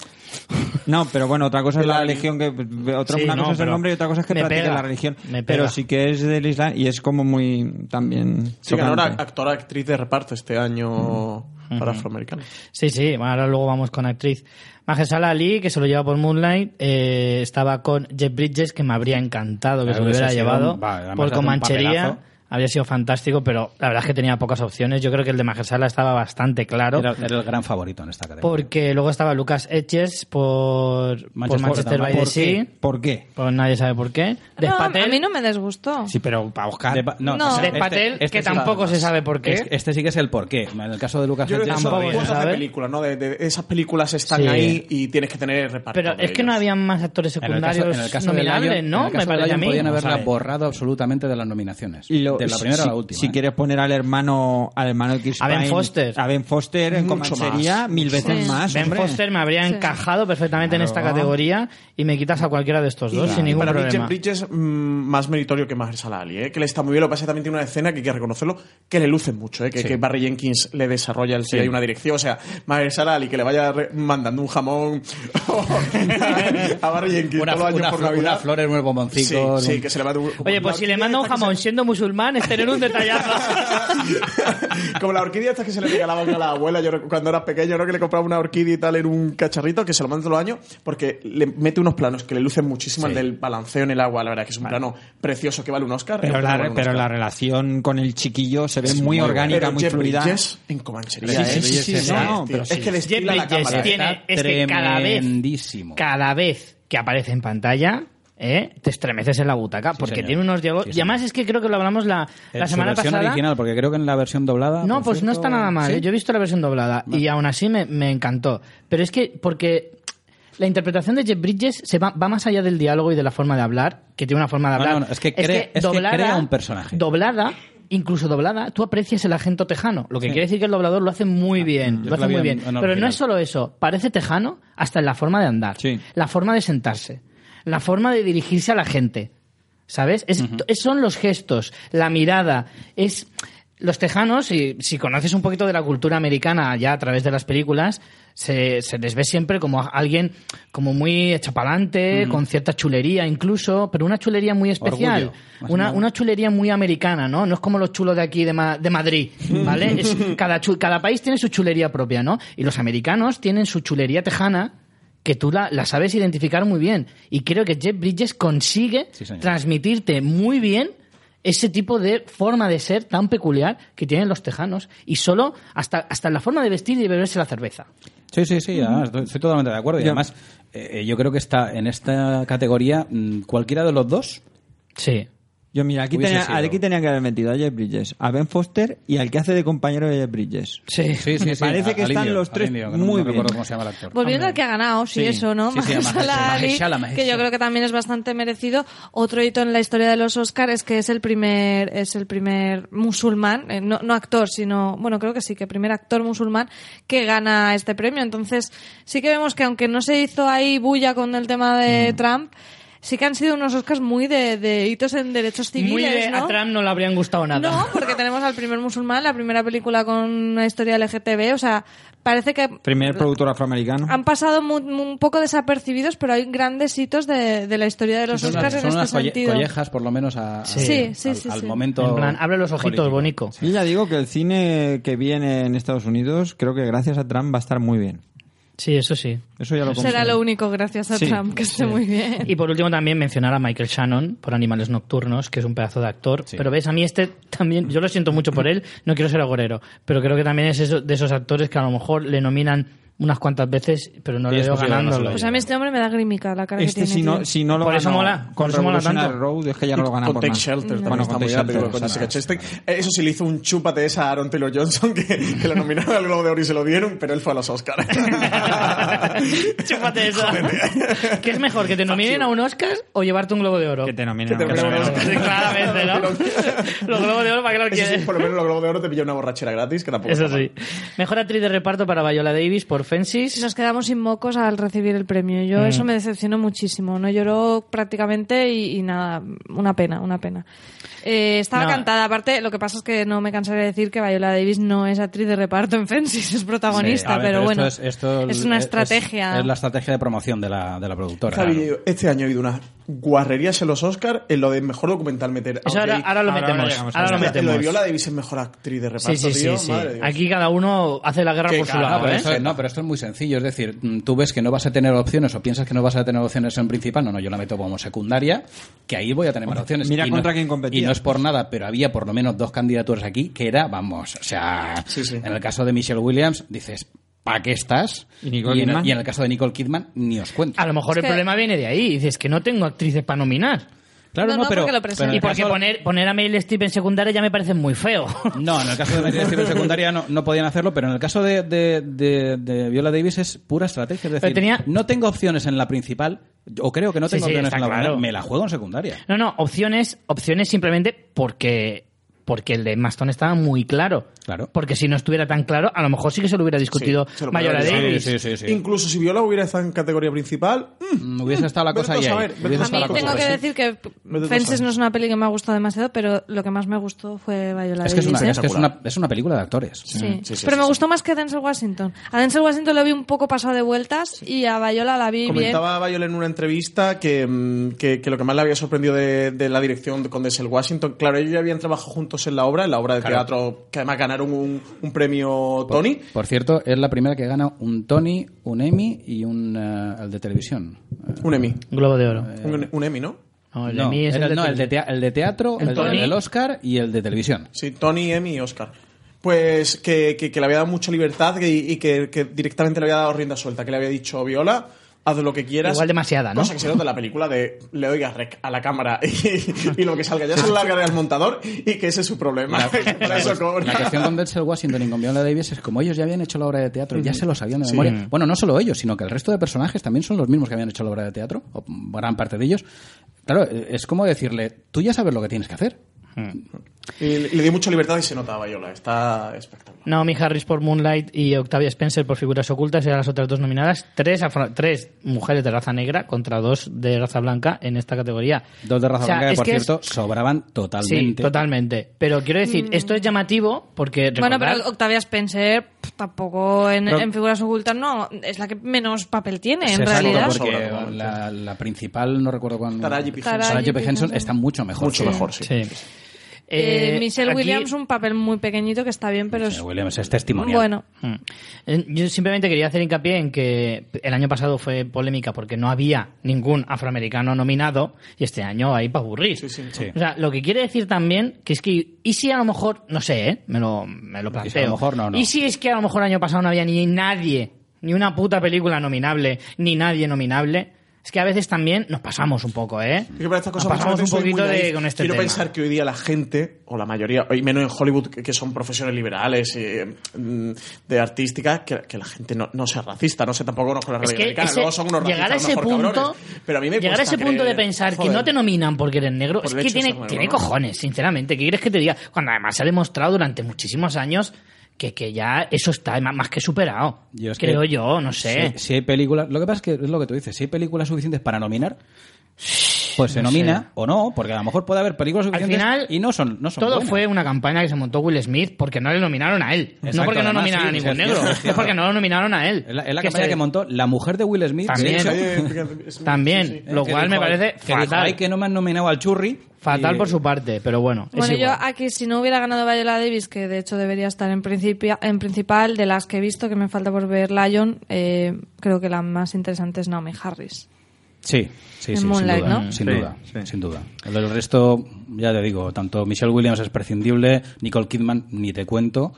[SPEAKER 3] No, pero bueno, otra cosa es la religión que otra
[SPEAKER 1] Sí,
[SPEAKER 3] una
[SPEAKER 1] no,
[SPEAKER 3] cosa es el
[SPEAKER 1] pero
[SPEAKER 3] nombre y otra cosa es que
[SPEAKER 1] me
[SPEAKER 3] practique
[SPEAKER 1] pega,
[SPEAKER 3] la religión.
[SPEAKER 1] me pega.
[SPEAKER 3] Pero sí que es del Islam y es como muy también
[SPEAKER 4] Sí, ganó
[SPEAKER 3] chocante.
[SPEAKER 4] actor, actriz de reparto este año
[SPEAKER 1] Mm.
[SPEAKER 4] para afroamericanos.
[SPEAKER 1] Sí, sí, bueno, ahora luego vamos con actriz. Mahershala Ali, que se lo lleva por Moonlight, eh, estaba con Jeff Bridges, que me habría encantado que
[SPEAKER 5] Claro,
[SPEAKER 1] se lo
[SPEAKER 5] eso
[SPEAKER 1] hubiera
[SPEAKER 5] ha sido
[SPEAKER 1] llevado
[SPEAKER 5] un- va, además
[SPEAKER 1] por
[SPEAKER 5] hace un
[SPEAKER 1] Comanchería.
[SPEAKER 5] papelazo.
[SPEAKER 1] habría sido fantástico, pero la verdad es que tenía pocas opciones. Yo creo que el de Majersala estaba bastante claro.
[SPEAKER 6] Era, era el gran favorito en esta categoría.
[SPEAKER 1] Porque luego estaba Lucas Eches por por Manchester, by the
[SPEAKER 3] ¿Por
[SPEAKER 1] Sea.
[SPEAKER 3] qué? ¿Por qué?
[SPEAKER 1] Pues nadie sabe por qué.
[SPEAKER 2] No, a
[SPEAKER 1] Despatel,
[SPEAKER 2] mí no me desgustó.
[SPEAKER 3] Sí, pero para Oscar.
[SPEAKER 6] De pa- este-
[SPEAKER 2] No.
[SPEAKER 6] o sea,
[SPEAKER 1] De Patel, que
[SPEAKER 6] sí va-
[SPEAKER 1] tampoco se sabe por qué.
[SPEAKER 6] Es- Este sí que es el por qué. En el caso de Lucas
[SPEAKER 4] Yo creo que
[SPEAKER 6] Hedges
[SPEAKER 4] son
[SPEAKER 1] Tampoco se
[SPEAKER 4] cosas de
[SPEAKER 1] sabe.
[SPEAKER 4] películas, ¿no? De, de- esas películas están
[SPEAKER 1] Sí.
[SPEAKER 4] ahí y tienes que tener el reparto.
[SPEAKER 1] pero
[SPEAKER 4] de
[SPEAKER 1] es que no
[SPEAKER 4] ellas.
[SPEAKER 1] había más actores
[SPEAKER 6] En el caso-
[SPEAKER 1] secundarios
[SPEAKER 6] en el caso de Lion-
[SPEAKER 1] nominables,
[SPEAKER 6] en
[SPEAKER 1] ¿no?
[SPEAKER 6] el caso
[SPEAKER 1] Me
[SPEAKER 6] de
[SPEAKER 1] parece a
[SPEAKER 6] Lion
[SPEAKER 1] mí.
[SPEAKER 6] Podían
[SPEAKER 1] No
[SPEAKER 6] haberla
[SPEAKER 1] sabe.
[SPEAKER 6] borrado absolutamente de las nominaciones.
[SPEAKER 3] Lo-
[SPEAKER 6] de la
[SPEAKER 3] si-
[SPEAKER 6] primera a la
[SPEAKER 3] si-
[SPEAKER 6] última.
[SPEAKER 3] Si
[SPEAKER 6] ¿eh?
[SPEAKER 3] quieres poner al hermano, al hermano de Chris
[SPEAKER 1] A Ben
[SPEAKER 3] Pine,
[SPEAKER 1] Foster.
[SPEAKER 3] A Ben Foster en
[SPEAKER 4] Mucho
[SPEAKER 3] Comanchería,
[SPEAKER 4] más.
[SPEAKER 3] mil veces
[SPEAKER 2] Sí.
[SPEAKER 3] más.
[SPEAKER 1] Ben
[SPEAKER 3] hombre.
[SPEAKER 1] Foster me habría
[SPEAKER 2] Sí.
[SPEAKER 1] encajado perfectamente en esta
[SPEAKER 3] Claro.
[SPEAKER 1] categoría y me quitas a cualquiera de estos dos
[SPEAKER 4] Y-
[SPEAKER 1] sin
[SPEAKER 4] y
[SPEAKER 1] ningún
[SPEAKER 4] para mí
[SPEAKER 1] problema.
[SPEAKER 4] Jeff Bridges mm, más meritorio que Mahershala Ali, ¿eh? que le está muy bien. Lo que pasa es que también tiene una escena que hay que reconocerlo, que le luce mucho, ¿eh? que, que Barry Jenkins le desarrolla el hay una dirección. O sea, Mahershala Ali que le vaya re- mandando un jamón a Barry Jenkins
[SPEAKER 6] Una,
[SPEAKER 4] todos los
[SPEAKER 6] una
[SPEAKER 4] años por
[SPEAKER 6] fl-
[SPEAKER 4] Navidad.
[SPEAKER 6] unas flores, unos
[SPEAKER 4] Sí,
[SPEAKER 6] bomboncitos.
[SPEAKER 4] sí,
[SPEAKER 6] un-
[SPEAKER 4] que se le va de un-
[SPEAKER 1] Oye, pues
[SPEAKER 4] la
[SPEAKER 1] si le
[SPEAKER 4] orquídea
[SPEAKER 1] manda un
[SPEAKER 4] esta que se-
[SPEAKER 1] jamón siendo musulmán es tener un detallazo.
[SPEAKER 4] Como la orquídea esta que se le regalaban a la abuela, yo recu- cuando era pequeño, ¿no? Que le compraba una orquídea y tal en un cacharrito, que se lo manda todos los años, porque le mete unos planos que le lucen muchísimo el del balanceo en el agua, la verdad, que es un plano precioso que vale un Oscar.
[SPEAKER 3] Pero,
[SPEAKER 4] es un plano que
[SPEAKER 3] la,
[SPEAKER 4] vale un
[SPEAKER 3] pero la
[SPEAKER 4] Oscar.
[SPEAKER 3] relación con el chiquillo se ve muy,
[SPEAKER 6] muy
[SPEAKER 3] orgánica,
[SPEAKER 4] Pero
[SPEAKER 3] muy
[SPEAKER 4] Jeff
[SPEAKER 3] fluida.
[SPEAKER 4] Bridges en Comanchería,
[SPEAKER 6] Sí, sí,
[SPEAKER 4] ¿eh?
[SPEAKER 6] sí, sí, sí,
[SPEAKER 4] no,
[SPEAKER 6] sí,
[SPEAKER 4] no,
[SPEAKER 3] sí.
[SPEAKER 4] pero
[SPEAKER 3] Sí.
[SPEAKER 4] Es que
[SPEAKER 1] Jeff
[SPEAKER 4] destila la
[SPEAKER 1] Bridges
[SPEAKER 4] cámara. ¿eh?
[SPEAKER 1] tiene es que cada vez,
[SPEAKER 6] Tremendísimo.
[SPEAKER 1] cada vez que aparece en pantalla, ¿eh? te estremeces en la butaca porque
[SPEAKER 6] señor.
[SPEAKER 1] tiene unos diálogos.
[SPEAKER 6] Sí,
[SPEAKER 1] y además es que creo que lo hablamos la,
[SPEAKER 6] En
[SPEAKER 1] la
[SPEAKER 6] su
[SPEAKER 1] semana
[SPEAKER 6] versión
[SPEAKER 1] pasada.
[SPEAKER 6] Eh, original, porque creo que en la versión doblada.
[SPEAKER 1] No,
[SPEAKER 6] por
[SPEAKER 1] pues no
[SPEAKER 6] cierto,
[SPEAKER 1] está nada mal.
[SPEAKER 6] ¿sí?
[SPEAKER 1] ¿eh? Yo he visto la versión doblada y aún así me, me encantó. Pero es que, porque la interpretación de Jeff Bridges se va, va más allá del diálogo y de la forma de hablar, que tiene una forma de
[SPEAKER 6] No,
[SPEAKER 1] hablar.
[SPEAKER 6] no, no, es que crea- es que crea un personaje.
[SPEAKER 1] Doblada, incluso doblada, tú aprecias el agento tejano. Lo que quiere decir que el doblador lo hace muy bien.
[SPEAKER 6] Ah, yo
[SPEAKER 1] Lo
[SPEAKER 6] la
[SPEAKER 1] hace
[SPEAKER 6] vi
[SPEAKER 1] muy
[SPEAKER 6] en-
[SPEAKER 1] bien.
[SPEAKER 6] en
[SPEAKER 1] Pero no
[SPEAKER 6] original.
[SPEAKER 1] es solo eso. Parece tejano hasta en la forma de andar,
[SPEAKER 3] Sí.
[SPEAKER 1] la forma de sentarse, la forma de dirigirse a la gente. ¿Sabes? Es- es- son los gestos, la mirada, es... Los tejanos, si, si conoces un poquito de la cultura americana ya a través de las películas, se, se les ve siempre como a- alguien como muy echapalante, con cierta chulería incluso, pero una chulería muy especial,
[SPEAKER 6] Orgullo, más
[SPEAKER 1] una,
[SPEAKER 6] nada.
[SPEAKER 1] una chulería muy americana, ¿no? No es como los chulos de aquí de, Ma- de Madrid, ¿vale? Es- cada, chu- cada país tiene su chulería propia, ¿no? Y los americanos tienen su chulería tejana que tú la, la sabes identificar muy bien. Y creo que Jeff Bridges consigue
[SPEAKER 6] Sí, señor.
[SPEAKER 1] transmitirte muy bien ese tipo de forma de ser tan peculiar que tienen los tejanos. Y solo hasta, hasta la forma de vestir y de beberse la cerveza.
[SPEAKER 6] Sí, sí, sí, además, estoy- estoy totalmente de acuerdo. Y además, eh, yo creo que está en esta categoría mm, cualquiera de los dos.
[SPEAKER 1] Sí.
[SPEAKER 3] Yo, mira, aquí
[SPEAKER 6] Hubiese
[SPEAKER 3] tenía,
[SPEAKER 6] sido.
[SPEAKER 3] aquí tenía que haber metido a Jeff Bridges, a Ben Foster y al que hace de compañero de Jeff Bridges.
[SPEAKER 1] Sí.
[SPEAKER 6] Sí, sí,
[SPEAKER 3] Me
[SPEAKER 6] sí,
[SPEAKER 3] parece
[SPEAKER 6] a-
[SPEAKER 3] que
[SPEAKER 6] al
[SPEAKER 3] están
[SPEAKER 6] indio,
[SPEAKER 3] los
[SPEAKER 6] al
[SPEAKER 3] tres
[SPEAKER 6] indio, que
[SPEAKER 3] muy
[SPEAKER 6] no, no
[SPEAKER 3] bien.
[SPEAKER 6] recuerdo cómo se llama el actor.
[SPEAKER 2] Volviendo al que ha ganado, sí,
[SPEAKER 6] Sí,
[SPEAKER 2] eso, ¿no?
[SPEAKER 6] sí, sí,
[SPEAKER 2] Mahershala
[SPEAKER 6] Mahershala,
[SPEAKER 2] Ali,
[SPEAKER 6] Mahershala, Mahershala.
[SPEAKER 2] que yo creo que también es bastante merecido. Otro hito en la historia de los Oscars es que es el primer, es el primer musulmán, eh, no, no actor, sino, bueno, creo que sí, que primer actor musulmán que gana este premio. Entonces, sí que vemos que aunque no se hizo ahí bulla con el tema de Trump, sí que han sido unos Oscars muy de, de hitos en derechos civiles,
[SPEAKER 1] muy de,
[SPEAKER 2] ¿no?
[SPEAKER 1] a Trump no le habrían gustado nada.
[SPEAKER 2] No, porque tenemos al primer musulmán, la primera película con una historia LGTB, o sea, parece que
[SPEAKER 3] Primer productor afroamericano.
[SPEAKER 2] han pasado mu- mu- un poco desapercibidos, pero hay grandes hitos de, de la historia de los
[SPEAKER 6] Son unas,
[SPEAKER 2] Oscars
[SPEAKER 6] son
[SPEAKER 2] en
[SPEAKER 6] unas
[SPEAKER 2] este
[SPEAKER 6] colle-
[SPEAKER 2] sentido.
[SPEAKER 6] collejas, por lo menos, a,
[SPEAKER 1] Sí.
[SPEAKER 6] a-
[SPEAKER 2] Sí, sí,
[SPEAKER 6] al,
[SPEAKER 2] sí,
[SPEAKER 6] al
[SPEAKER 2] sí.
[SPEAKER 6] momento.
[SPEAKER 1] En plan, abre los ojitos,
[SPEAKER 6] político.
[SPEAKER 1] bonico.
[SPEAKER 3] Yo ya digo que el cine que viene en Estados Unidos, creo que gracias a Trump va a estar muy bien.
[SPEAKER 1] Sí, eso sí.
[SPEAKER 3] Eso ya lo
[SPEAKER 2] Será
[SPEAKER 3] confirmo.
[SPEAKER 2] lo único, gracias a
[SPEAKER 3] Sí,
[SPEAKER 2] Trump, que esté muy bien.
[SPEAKER 1] Y por último también mencionar a Michael Shannon por Animales Nocturnos, que es un pedazo de actor. Pero ves, a mí este también, yo lo siento mucho por él, no quiero ser agorero, pero creo que también es eso- de esos actores que a lo mejor le nominan unas cuantas veces, pero no
[SPEAKER 6] Y
[SPEAKER 1] le
[SPEAKER 6] es
[SPEAKER 1] veo
[SPEAKER 6] posible que no se lo
[SPEAKER 1] ganándolo.
[SPEAKER 2] Pues a mí este hombre me da grímica la cara
[SPEAKER 3] Este
[SPEAKER 2] que tiene.
[SPEAKER 3] si no,
[SPEAKER 2] tío.
[SPEAKER 3] si no lo
[SPEAKER 1] Por eso
[SPEAKER 3] ganó
[SPEAKER 1] mola, por
[SPEAKER 3] con
[SPEAKER 1] eso mola
[SPEAKER 3] Revolutionary
[SPEAKER 1] tanto.
[SPEAKER 3] Road es que ya no lo ganan
[SPEAKER 4] Con
[SPEAKER 3] por
[SPEAKER 4] Take
[SPEAKER 3] nada.
[SPEAKER 4] Shelter también
[SPEAKER 3] Bueno,
[SPEAKER 4] está
[SPEAKER 3] con
[SPEAKER 4] muy
[SPEAKER 3] Take
[SPEAKER 4] bien la película
[SPEAKER 3] Shelter,
[SPEAKER 4] con
[SPEAKER 3] o sea,
[SPEAKER 4] Jessica Chastain. Eh, Eso sí, le hizo un chúpate esa a Aaron Taylor Johnson que, que lo nominaron al Globo de Oro y se lo dieron, pero él fue a los Oscars.
[SPEAKER 1] Chúpate eso. ¿Qué es mejor, que te nominen a un Oscar o llevarte un globo de oro?
[SPEAKER 3] Que te nominen.
[SPEAKER 4] Que te
[SPEAKER 3] que te
[SPEAKER 4] nominen.
[SPEAKER 3] nominen.
[SPEAKER 1] Sí, claramente, ¿no? Los globos de oro, ¿para qué los
[SPEAKER 4] Eso sí,
[SPEAKER 1] quieres?
[SPEAKER 4] por lo menos los Globos de Oro te pilló una borrachera gratis, que tampoco
[SPEAKER 1] Eso
[SPEAKER 4] está mal.
[SPEAKER 1] sí. Mejor actriz de reparto para Viola Davis por Fences.
[SPEAKER 2] Nos quedamos sin mocos al recibir el premio.
[SPEAKER 6] Mm.
[SPEAKER 2] Yo eso me decepcionó muchísimo. No lloró prácticamente y, y nada, una pena, una pena. Eh, estaba
[SPEAKER 1] No.
[SPEAKER 2] cantada. Aparte, lo que pasa es que no me cansaré de decir que Viola Davis no es actriz de reparto en Fences, es
[SPEAKER 6] Sí,
[SPEAKER 2] protagonista,
[SPEAKER 6] a ver,
[SPEAKER 2] pero,
[SPEAKER 6] esto
[SPEAKER 2] bueno,
[SPEAKER 6] es, esto
[SPEAKER 2] es una
[SPEAKER 6] es-
[SPEAKER 2] estrategia.
[SPEAKER 5] Es la estrategia de promoción de la, de la productora.
[SPEAKER 4] Javi,
[SPEAKER 5] Claro.
[SPEAKER 4] Este año ha habido unas guarrerías en los Oscar en lo de mejor documental meter. a
[SPEAKER 1] Eso ahora,
[SPEAKER 4] Jake-
[SPEAKER 1] ahora lo
[SPEAKER 3] ahora
[SPEAKER 1] metemos.
[SPEAKER 3] llegamos,
[SPEAKER 1] ahora lo
[SPEAKER 4] Hostia, Lo de
[SPEAKER 1] metemos.
[SPEAKER 4] Viola Davis es mejor actriz de reparto,
[SPEAKER 1] Sí, sí, sí.
[SPEAKER 4] tío.
[SPEAKER 1] sí.
[SPEAKER 4] Madre de Dios.
[SPEAKER 1] Aquí cada uno hace la guerra
[SPEAKER 4] Qué
[SPEAKER 1] por su
[SPEAKER 4] cara,
[SPEAKER 1] lado,
[SPEAKER 5] No, pero
[SPEAKER 1] ¿eh?
[SPEAKER 5] esto, es- no, pero esto es muy sencillo. Es decir, mm, tú ves que no vas a tener opciones o piensas que no vas a tener opciones en principal. No, no, yo la meto como secundaria, que ahí voy a tener más opciones.
[SPEAKER 3] mira
[SPEAKER 5] Y
[SPEAKER 3] contra
[SPEAKER 5] no,
[SPEAKER 3] quién competía.
[SPEAKER 5] Y no es por nada, pero había por lo menos dos candidaturas aquí que era, vamos, o sea,
[SPEAKER 4] Sí, sí.
[SPEAKER 5] en el caso de Michelle Williams dices, ¿para qué estás?
[SPEAKER 3] ¿Y Nicole
[SPEAKER 5] en,
[SPEAKER 3] Kidman?
[SPEAKER 5] y en el caso de Nicole Kidman, ni os cuento.
[SPEAKER 1] A lo mejor
[SPEAKER 2] Es
[SPEAKER 1] el
[SPEAKER 2] que-
[SPEAKER 1] problema viene de ahí. Dices que no tengo actrices para nominar.
[SPEAKER 5] Claro,
[SPEAKER 2] No, no,
[SPEAKER 5] pero,
[SPEAKER 2] porque lo
[SPEAKER 5] pero en
[SPEAKER 2] presentan.
[SPEAKER 5] el
[SPEAKER 1] Y porque
[SPEAKER 5] caso-
[SPEAKER 1] poner, poner a Meryl Streep en secundaria ya me parece muy feo.
[SPEAKER 5] No, en el caso de Meryl Streep en secundaria no, no podían hacerlo, pero en el caso de, de- de- de Viola Davis es pura estrategia. Es decir,
[SPEAKER 1] Pero tenía-
[SPEAKER 5] no tengo opciones en la principal, o creo que no
[SPEAKER 1] Sí,
[SPEAKER 5] tengo
[SPEAKER 1] sí,
[SPEAKER 5] opciones
[SPEAKER 1] está
[SPEAKER 5] en la
[SPEAKER 1] claro.
[SPEAKER 5] primera, me la juego en secundaria.
[SPEAKER 1] No, no, opciones, opciones simplemente porque, porque el de Maston estaba muy claro.
[SPEAKER 5] Claro.
[SPEAKER 1] Porque si no estuviera tan claro, a lo mejor sí que se lo hubiera discutido
[SPEAKER 4] se lo podría
[SPEAKER 1] Mayora
[SPEAKER 4] haber
[SPEAKER 1] Davis.
[SPEAKER 5] sí, sí.
[SPEAKER 4] Incluso si Viola hubiera estado en categoría principal, mm,
[SPEAKER 5] Mm, Hubiese estado la
[SPEAKER 4] Vete
[SPEAKER 5] cosa
[SPEAKER 4] tú a
[SPEAKER 5] ahí. ahí.
[SPEAKER 4] saber, vete
[SPEAKER 5] Hubiese
[SPEAKER 4] tú a
[SPEAKER 2] A mí
[SPEAKER 5] estado la cosa
[SPEAKER 2] tengo
[SPEAKER 5] ahí.
[SPEAKER 2] que decir que
[SPEAKER 4] Vete tú
[SPEAKER 2] Fences
[SPEAKER 4] sabes.
[SPEAKER 2] no es una peli que me ha gustado demasiado, pero lo que más me gustó fue Viola
[SPEAKER 5] Es que es una,
[SPEAKER 2] Davis, ¿eh?
[SPEAKER 5] es que Mm, es una, es una película de actores.
[SPEAKER 2] Sí.
[SPEAKER 4] sí, sí,
[SPEAKER 2] pero
[SPEAKER 4] sí,
[SPEAKER 2] me
[SPEAKER 4] sí.
[SPEAKER 2] gustó más que Denzel Washington. A Denzel Washington lo vi un poco pasado de vueltas y a Viola la vi
[SPEAKER 4] comentaba Viola en una entrevista que, mm, que, que lo que más le había sorprendido de, de la dirección con Denzel Washington, claro, ellos ya habían trabajado juntos en la obra, en la obra de
[SPEAKER 5] Claro.
[SPEAKER 4] teatro, que además ganaron un, un premio
[SPEAKER 5] Por-
[SPEAKER 4] Tony.
[SPEAKER 5] Por cierto, es la primera que gana un Tony, un Emmy y un eh, el de televisión. Eh,
[SPEAKER 4] Un Emmy.
[SPEAKER 1] Globo de Oro.
[SPEAKER 4] Un, un Emmy, ¿no?
[SPEAKER 1] No, el de
[SPEAKER 5] no,
[SPEAKER 1] mí es
[SPEAKER 5] era-
[SPEAKER 1] el de
[SPEAKER 5] no, el de tea- el de teatro,
[SPEAKER 1] El
[SPEAKER 5] el, de-
[SPEAKER 1] Tony.
[SPEAKER 5] el Oscar y el de televisión.
[SPEAKER 4] Sí, Tony, Emmy y Oscar. Pues que, que- que le había dado mucha libertad y, y que, que directamente le había dado rienda suelta, que le había dicho, Viola, haz lo que quieras.
[SPEAKER 1] Igual demasiada, ¿no?
[SPEAKER 4] Cosa que se nota en la película de le doy a rec a la cámara y, y lo que salga ya se lo largaré al montador y que ese es su problema. Para eso cobra.
[SPEAKER 5] La cuestión con Denzel Washington y con Viola Davis es como ellos ya habían hecho la obra de teatro, ya se lo sabían de memoria. Bueno, no solo ellos, sino que el resto de personajes también son los mismos que habían hecho la obra de teatro, o gran parte de ellos. Claro, eh, es como decirle, tú ya sabes lo que tienes que hacer.
[SPEAKER 4] Y le, le dio mucha libertad y se notaba Viola. Está espectacular.
[SPEAKER 1] Naomi Harris por Moonlight y Octavia Spencer por Figuras Ocultas eran las otras dos nominadas. Tres, afro- tres mujeres de raza negra contra dos de raza blanca en esta categoría.
[SPEAKER 5] Dos de raza
[SPEAKER 1] O sea,
[SPEAKER 5] blanca que,
[SPEAKER 1] es
[SPEAKER 5] por
[SPEAKER 1] que es-
[SPEAKER 5] cierto, sobraban totalmente.
[SPEAKER 1] Sí, totalmente. Pero quiero decir, esto es llamativo porque...
[SPEAKER 2] bien. Mm. Bueno,
[SPEAKER 1] recordad-
[SPEAKER 2] pero Octavia Spencer pff, tampoco en,
[SPEAKER 5] Pero-
[SPEAKER 2] en figuras ocultas no es la que menos papel tiene en
[SPEAKER 5] Exacto,
[SPEAKER 2] realidad.
[SPEAKER 5] porque
[SPEAKER 4] Sobra,
[SPEAKER 5] la, la principal, no recuerdo cuándo.
[SPEAKER 4] Taraji P. Henson.
[SPEAKER 5] Taraji P.
[SPEAKER 2] Taraji P.
[SPEAKER 5] Henson
[SPEAKER 2] Henson.
[SPEAKER 5] está mucho mejor.
[SPEAKER 4] Mucho
[SPEAKER 5] Sí.
[SPEAKER 4] mejor, sí.
[SPEAKER 1] Sí.
[SPEAKER 2] Eh,
[SPEAKER 1] Eh,
[SPEAKER 2] Michelle
[SPEAKER 1] aquí-
[SPEAKER 2] Williams un papel muy pequeñito que está bien, pero es
[SPEAKER 5] Señor Williams es testimonial.
[SPEAKER 2] bueno.
[SPEAKER 1] Mm. Eh, Yo simplemente quería hacer hincapié en que el año pasado fue polémica porque no había ningún afroamericano nominado y este año hay para aburrir.
[SPEAKER 4] Sí, sí.
[SPEAKER 5] Sí.
[SPEAKER 1] O sea, lo que quiere decir también que es que, y si a lo mejor, no sé, ¿eh? me, lo, me lo planteo.
[SPEAKER 5] si a lo mejor no, no.
[SPEAKER 1] ¿Y si es que a lo mejor el año pasado no había ni nadie, ni una puta película nominable, ni nadie nominable? Es que a veces también nos pasamos un poco, ¿eh?
[SPEAKER 4] Es que para estas cosas
[SPEAKER 1] nos pasamos un
[SPEAKER 4] muchas veces soy
[SPEAKER 1] poquito
[SPEAKER 4] muy
[SPEAKER 1] de,
[SPEAKER 4] naif.
[SPEAKER 1] con este
[SPEAKER 4] Quiero
[SPEAKER 1] tema.
[SPEAKER 4] pensar que hoy día la gente, o la mayoría, y menos en Hollywood, que, que son profesiones liberales eh, mm, de artística, que, que la gente no, no sea racista. No sé, tampoco conozco la
[SPEAKER 1] Es
[SPEAKER 4] realidad
[SPEAKER 1] que
[SPEAKER 4] americana.
[SPEAKER 1] ese-
[SPEAKER 4] Luego son unos
[SPEAKER 1] llegar a
[SPEAKER 4] racistas,
[SPEAKER 1] ese
[SPEAKER 4] lo
[SPEAKER 1] punto,
[SPEAKER 4] mejor, cabrones. Pero a mí me
[SPEAKER 1] llegar a
[SPEAKER 4] cuesta
[SPEAKER 1] ese punto de
[SPEAKER 4] creer,
[SPEAKER 1] pensar que
[SPEAKER 4] joder.
[SPEAKER 1] no te nominan porque eres negro,
[SPEAKER 4] Por
[SPEAKER 1] es
[SPEAKER 4] el
[SPEAKER 1] que
[SPEAKER 4] hecho de
[SPEAKER 1] tiene,
[SPEAKER 4] ser negro,
[SPEAKER 1] tiene
[SPEAKER 4] ¿no?
[SPEAKER 1] cojones, sinceramente. ¿Qué quieres que te diga? Cuando además se ha demostrado durante muchísimos años que, que ya eso está más, más que superado.
[SPEAKER 5] Yo es que-
[SPEAKER 1] creo yo, no sé.
[SPEAKER 5] Si, si hay películas, lo que pasa es que es lo que tú dices, si hay películas suficientes para nominar, pues se nomina o no, porque a lo mejor puede haber películas
[SPEAKER 1] Al
[SPEAKER 5] suficientes
[SPEAKER 1] final,
[SPEAKER 5] y no son, no son
[SPEAKER 1] todo
[SPEAKER 5] buenas.
[SPEAKER 1] fue una campaña que se montó Will Smith porque no le nominaron a él. no
[SPEAKER 5] Exacto,
[SPEAKER 1] porque no
[SPEAKER 5] además,
[SPEAKER 1] nominaron
[SPEAKER 5] sí,
[SPEAKER 1] a
[SPEAKER 5] es
[SPEAKER 1] ningún
[SPEAKER 5] cierto,
[SPEAKER 1] negro,
[SPEAKER 5] es cierto.
[SPEAKER 1] es porque no lo nominaron a él.
[SPEAKER 5] Es la, es la
[SPEAKER 1] Que
[SPEAKER 5] campaña
[SPEAKER 1] se-
[SPEAKER 5] que montó la mujer de Will Smith.
[SPEAKER 1] También.
[SPEAKER 5] de hecho,
[SPEAKER 4] Oye, fíjate, es-
[SPEAKER 1] También,
[SPEAKER 4] sí, sí.
[SPEAKER 1] lo
[SPEAKER 5] que
[SPEAKER 1] cual me
[SPEAKER 5] dijo,
[SPEAKER 1] parece
[SPEAKER 5] que dijo,
[SPEAKER 1] fatal.
[SPEAKER 5] "Ay, que no me han nominado al churri.
[SPEAKER 1] Fatal
[SPEAKER 5] Y-
[SPEAKER 1] por su parte, pero bueno. es
[SPEAKER 2] Bueno, yo
[SPEAKER 1] igual.
[SPEAKER 2] aquí si no hubiera ganado Viola Davis, que de hecho debería estar en, principio, en principal, de las que he visto, que me falta por ver Lion, eh, creo que la más interesante es Naomi Harris.
[SPEAKER 5] Sí, sí, sí,
[SPEAKER 2] En
[SPEAKER 5] sin
[SPEAKER 2] Moonlight,
[SPEAKER 5] duda,
[SPEAKER 2] ¿no?
[SPEAKER 5] sin
[SPEAKER 3] Sí,
[SPEAKER 5] duda,
[SPEAKER 3] sí.
[SPEAKER 5] sin duda. El del resto, ya te digo, tanto Michelle Williams es prescindible, Nicole Kidman ni te cuento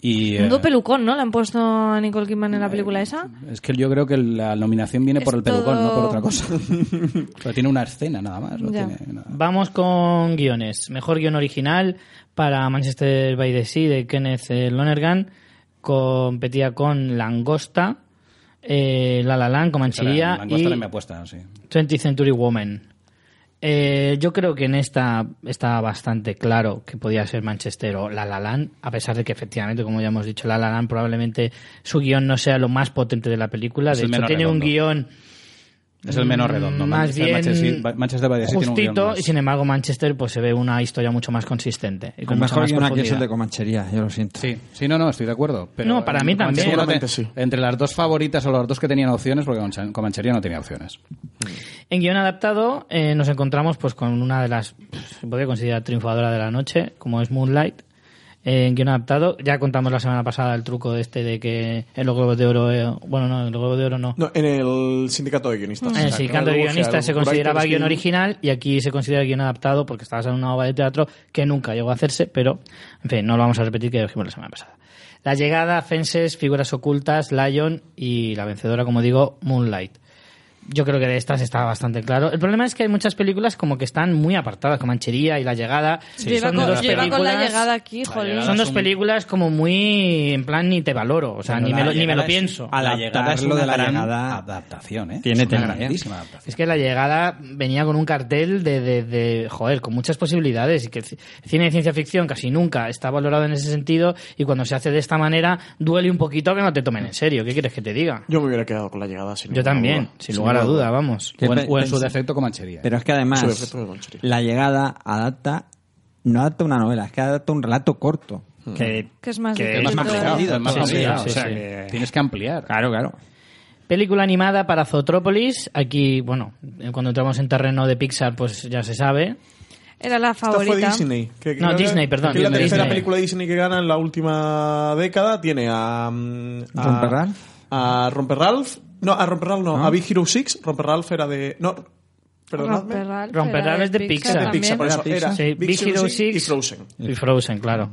[SPEAKER 5] y eh,
[SPEAKER 2] Menudo pelucón, ¿no? Le han puesto a Nicole Kidman en la película esa.
[SPEAKER 5] es que yo creo que la nominación viene por
[SPEAKER 2] Es
[SPEAKER 5] el pelucón, no por
[SPEAKER 2] todo-
[SPEAKER 5] otra cosa. Pero tiene una escena nada más, no
[SPEAKER 2] Ya.
[SPEAKER 5] tiene nada.
[SPEAKER 1] Vamos con guiones. Mejor guión original para Manchester by the Sea de Kenneth eh, Lonergan. Competía con Langosta, eh, La La Land,
[SPEAKER 5] Será,
[SPEAKER 1] Comanchería
[SPEAKER 5] Langosta
[SPEAKER 1] y
[SPEAKER 5] era mi apuesta, sí.
[SPEAKER 1] 20th Century Woman. Eh, yo creo que en esta está bastante claro que podía ser Manchester o La La Land, a pesar de que efectivamente, como ya hemos dicho, La La Land probablemente su guión no sea lo más potente de la película.
[SPEAKER 5] Es
[SPEAKER 1] De
[SPEAKER 5] el
[SPEAKER 1] hecho,
[SPEAKER 5] menos
[SPEAKER 1] tiene un
[SPEAKER 5] redondo.
[SPEAKER 1] guión
[SPEAKER 6] Es el menos redondo.
[SPEAKER 1] Mm, Más
[SPEAKER 6] Manchester,
[SPEAKER 1] bien
[SPEAKER 6] Manchester, Manchester by the Sea tiene un guión
[SPEAKER 1] justito,
[SPEAKER 6] más.
[SPEAKER 1] y sin embargo Manchester pues se ve una historia mucho más consistente. y
[SPEAKER 3] El
[SPEAKER 1] con mucha
[SPEAKER 3] mejor
[SPEAKER 1] más
[SPEAKER 3] guión aquí es el
[SPEAKER 1] profundidad.
[SPEAKER 3] de Comanchería, yo lo siento.
[SPEAKER 6] Sí, sí, no, no, estoy de acuerdo. Pero
[SPEAKER 1] No, para mí
[SPEAKER 6] con
[SPEAKER 1] también.
[SPEAKER 6] Manchería no te-
[SPEAKER 4] Seguramente sí.
[SPEAKER 6] Entre las dos favoritas o las dos que tenían opciones, porque con Comanchería no tenía opciones.
[SPEAKER 1] En guión adaptado eh, nos encontramos pues con una de las, pff, se podría considerar triunfadora de la noche, como es Moonlight. Eh, en guión adaptado, ya contamos la semana pasada el truco de este de que en los Globos de Oro, eh, bueno, no, en los Globos de Oro no.
[SPEAKER 4] No, en el sindicato de guionistas.
[SPEAKER 1] En el sindicato Eh, de
[SPEAKER 4] Luego, o sea,
[SPEAKER 1] guionistas se
[SPEAKER 4] Writers
[SPEAKER 1] consideraba
[SPEAKER 4] Guild
[SPEAKER 1] guión original y aquí se considera guión adaptado porque estaba basado en una obra de teatro que nunca llegó a hacerse, pero, en fin, no lo vamos a repetir que dijimos la semana pasada. La llegada, Fences, Figuras Ocultas, Lion y la vencedora, como digo, Moonlight. Yo creo que de estas está bastante claro. El problema es que hay muchas películas como que están muy apartadas, como Anchería y La Llegada.
[SPEAKER 2] yo iba,
[SPEAKER 1] son
[SPEAKER 2] con,
[SPEAKER 1] dos
[SPEAKER 2] yo iba con la
[SPEAKER 1] películas-
[SPEAKER 2] llegada aquí, jolín.
[SPEAKER 1] Son dos películas como muy en plan ni te valoro, o sea,
[SPEAKER 6] Pero
[SPEAKER 1] ni
[SPEAKER 6] la
[SPEAKER 1] me, lo, ni me
[SPEAKER 6] llegada
[SPEAKER 1] lo
[SPEAKER 6] es-
[SPEAKER 1] pienso.
[SPEAKER 6] la
[SPEAKER 3] Adaptar
[SPEAKER 6] llegada es
[SPEAKER 3] lo de
[SPEAKER 6] una
[SPEAKER 3] la
[SPEAKER 6] gran
[SPEAKER 3] llegada
[SPEAKER 6] adaptación, ¿eh?
[SPEAKER 3] tiene
[SPEAKER 6] Es una
[SPEAKER 3] tela, ¿eh?
[SPEAKER 6] grandísima adaptación.
[SPEAKER 1] Es que la llegada venía con un cartel de, de, de, joder, con muchas posibilidades y que el ci- el cine de ciencia ficción casi nunca está valorado en ese sentido y cuando se hace de esta manera duele un poquito que no te tomen en serio. ¿Qué quieres que te diga?
[SPEAKER 4] Yo me hubiera quedado con la llegada sin
[SPEAKER 1] Yo
[SPEAKER 4] ninguna
[SPEAKER 1] también,
[SPEAKER 4] duda.
[SPEAKER 1] sin lugar a duda, vamos.
[SPEAKER 3] ¿Qué
[SPEAKER 6] O en,
[SPEAKER 3] pe-
[SPEAKER 6] o en su
[SPEAKER 3] pens-
[SPEAKER 6] defecto Comanchería.
[SPEAKER 3] Pero es que
[SPEAKER 4] Sobre
[SPEAKER 3] además,
[SPEAKER 4] efecto de Comanchería.
[SPEAKER 3] la llegada adapta, no adapta una novela, es que adapta un relato corto. Que,
[SPEAKER 2] Que es más
[SPEAKER 3] que
[SPEAKER 2] difícil
[SPEAKER 3] es más
[SPEAKER 2] todavía.
[SPEAKER 3] complicado,
[SPEAKER 6] es más
[SPEAKER 1] Sí, sí,
[SPEAKER 6] complicado,
[SPEAKER 1] sí,
[SPEAKER 6] o sea
[SPEAKER 1] sí.
[SPEAKER 6] que tienes que ampliar.
[SPEAKER 3] Claro, claro.
[SPEAKER 1] Película animada para Zootrópolis. Aquí, bueno, eh, cuando entramos en terreno de Pixar, pues ya se sabe.
[SPEAKER 2] Era la
[SPEAKER 4] Esta fue
[SPEAKER 2] favorita.
[SPEAKER 4] Disney. que
[SPEAKER 1] No,
[SPEAKER 4] creo que-
[SPEAKER 1] Disney, perdón,
[SPEAKER 4] que es la
[SPEAKER 1] Disney.
[SPEAKER 4] tercera
[SPEAKER 1] Disney.
[SPEAKER 4] película de Disney que gana en la última década. Tiene a... mm, a
[SPEAKER 3] ¿Romper Ralph?
[SPEAKER 4] A Romper Ralph. No, a Romper Ralph no. A Big Hero 6. Romper Ralph era de... No, perdonadme.
[SPEAKER 2] Romper Ralph
[SPEAKER 1] Romper
[SPEAKER 2] era
[SPEAKER 1] Ralph es de Pixar.
[SPEAKER 4] Es de
[SPEAKER 2] también.
[SPEAKER 4] Pixar, por eso.
[SPEAKER 3] Era
[SPEAKER 4] Era
[SPEAKER 3] Pixar.
[SPEAKER 1] Sí, Big Hero 6
[SPEAKER 4] y Frozen.
[SPEAKER 1] Y Frozen, claro.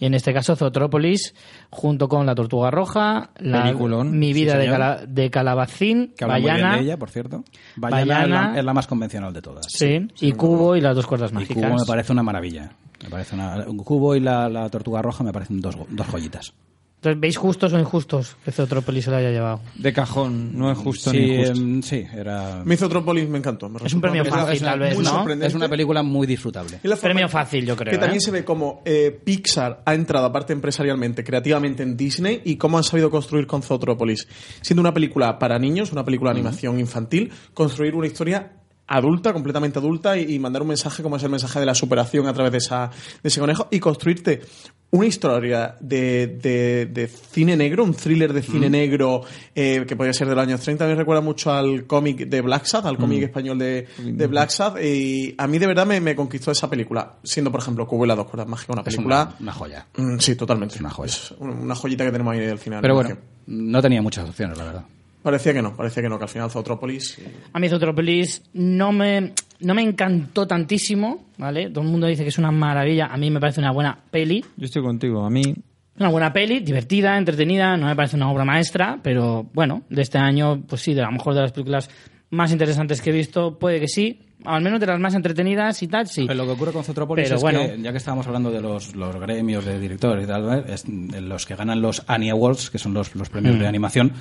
[SPEAKER 1] Y en este caso Zootrópolis, junto con La Tortuga Roja, la,
[SPEAKER 3] Peliculón,
[SPEAKER 1] Mi Vida
[SPEAKER 6] sí,
[SPEAKER 1] de,
[SPEAKER 6] señor.
[SPEAKER 1] Cala- de Calabacín,
[SPEAKER 6] Que habla muy bien
[SPEAKER 1] Bayana,
[SPEAKER 6] de ella, por cierto. Bayana, es la-
[SPEAKER 1] Bayana-
[SPEAKER 6] Es, la, más convencional de todas.
[SPEAKER 1] sí, y Cubo y las dos cuerdas
[SPEAKER 6] Y
[SPEAKER 1] mágicas.
[SPEAKER 6] Cubo me parece una maravilla. Me parece una, un Cubo y la, la Tortuga Roja me parecen dos, go- dos joyitas.
[SPEAKER 1] Entonces, ¿veis justos o injustos que Zootrópolis se lo haya llevado?
[SPEAKER 3] De cajón, no es justo
[SPEAKER 6] sí,
[SPEAKER 3] ni injusto.
[SPEAKER 6] em, sí, era...
[SPEAKER 4] Me hizo Tropolis, me encantó. me
[SPEAKER 1] Es un
[SPEAKER 4] resultó
[SPEAKER 1] premio
[SPEAKER 4] una
[SPEAKER 1] fácil,
[SPEAKER 4] película
[SPEAKER 1] tal vez,
[SPEAKER 4] muy
[SPEAKER 1] ¿no? Este-
[SPEAKER 4] sorprendente.
[SPEAKER 6] Es una película muy disfrutable.
[SPEAKER 4] Y la forma
[SPEAKER 1] Premio
[SPEAKER 4] en-
[SPEAKER 1] fácil, yo creo.
[SPEAKER 4] Que
[SPEAKER 1] ¿eh?
[SPEAKER 4] también se ve como eh, Pixar ha entrado, aparte empresarialmente, creativamente en Disney y cómo han sabido construir con Zootropolis. Siendo una película para niños, una película de animación infantil, construir una historia adulta, completamente adulta y, y mandar un mensaje como es el mensaje de la superación a través de, esa, de ese conejo y construirte una historia de, de- de cine negro, un thriller de
[SPEAKER 6] Mm.
[SPEAKER 4] cine negro eh, que podría ser de los años 30. A mí me recuerda mucho al cómic de Black Sad, al
[SPEAKER 6] Mm.
[SPEAKER 4] cómic español de, de Black Sad. Y a mí de verdad me, me conquistó esa película, siendo por ejemplo Cubo y las dos cuerdas mágicas, una
[SPEAKER 6] Es
[SPEAKER 4] película...
[SPEAKER 6] una, una joya.
[SPEAKER 4] Mm, sí, totalmente.
[SPEAKER 6] Es una joya.
[SPEAKER 4] Es un- una joyita que tenemos ahí al final.
[SPEAKER 6] Pero bueno,
[SPEAKER 4] Porque
[SPEAKER 6] no tenía muchas opciones, la verdad.
[SPEAKER 4] Parecía que no, parecía que no, que al final Zootropolis... eh,
[SPEAKER 1] A mí Zootropolis no me, no me encantó tantísimo, ¿vale? Todo el mundo dice que es una maravilla. A mí me parece una buena peli.
[SPEAKER 3] Yo estoy contigo, a mí
[SPEAKER 1] Una buena peli, divertida, entretenida, no me parece una obra maestra, pero bueno, de este año, pues sí, de a lo mejor de las películas más interesantes que he visto, puede que sí, al menos de las más entretenidas y tal, sí.
[SPEAKER 6] Pero Lo que ocurre con Zootropolis
[SPEAKER 1] Pero
[SPEAKER 6] es
[SPEAKER 1] bueno.
[SPEAKER 6] que, ya que estábamos hablando de los, los gremios de directores y tal, ¿eh? es, de los que ganan los Annie Awards, que son los, los premios de animación,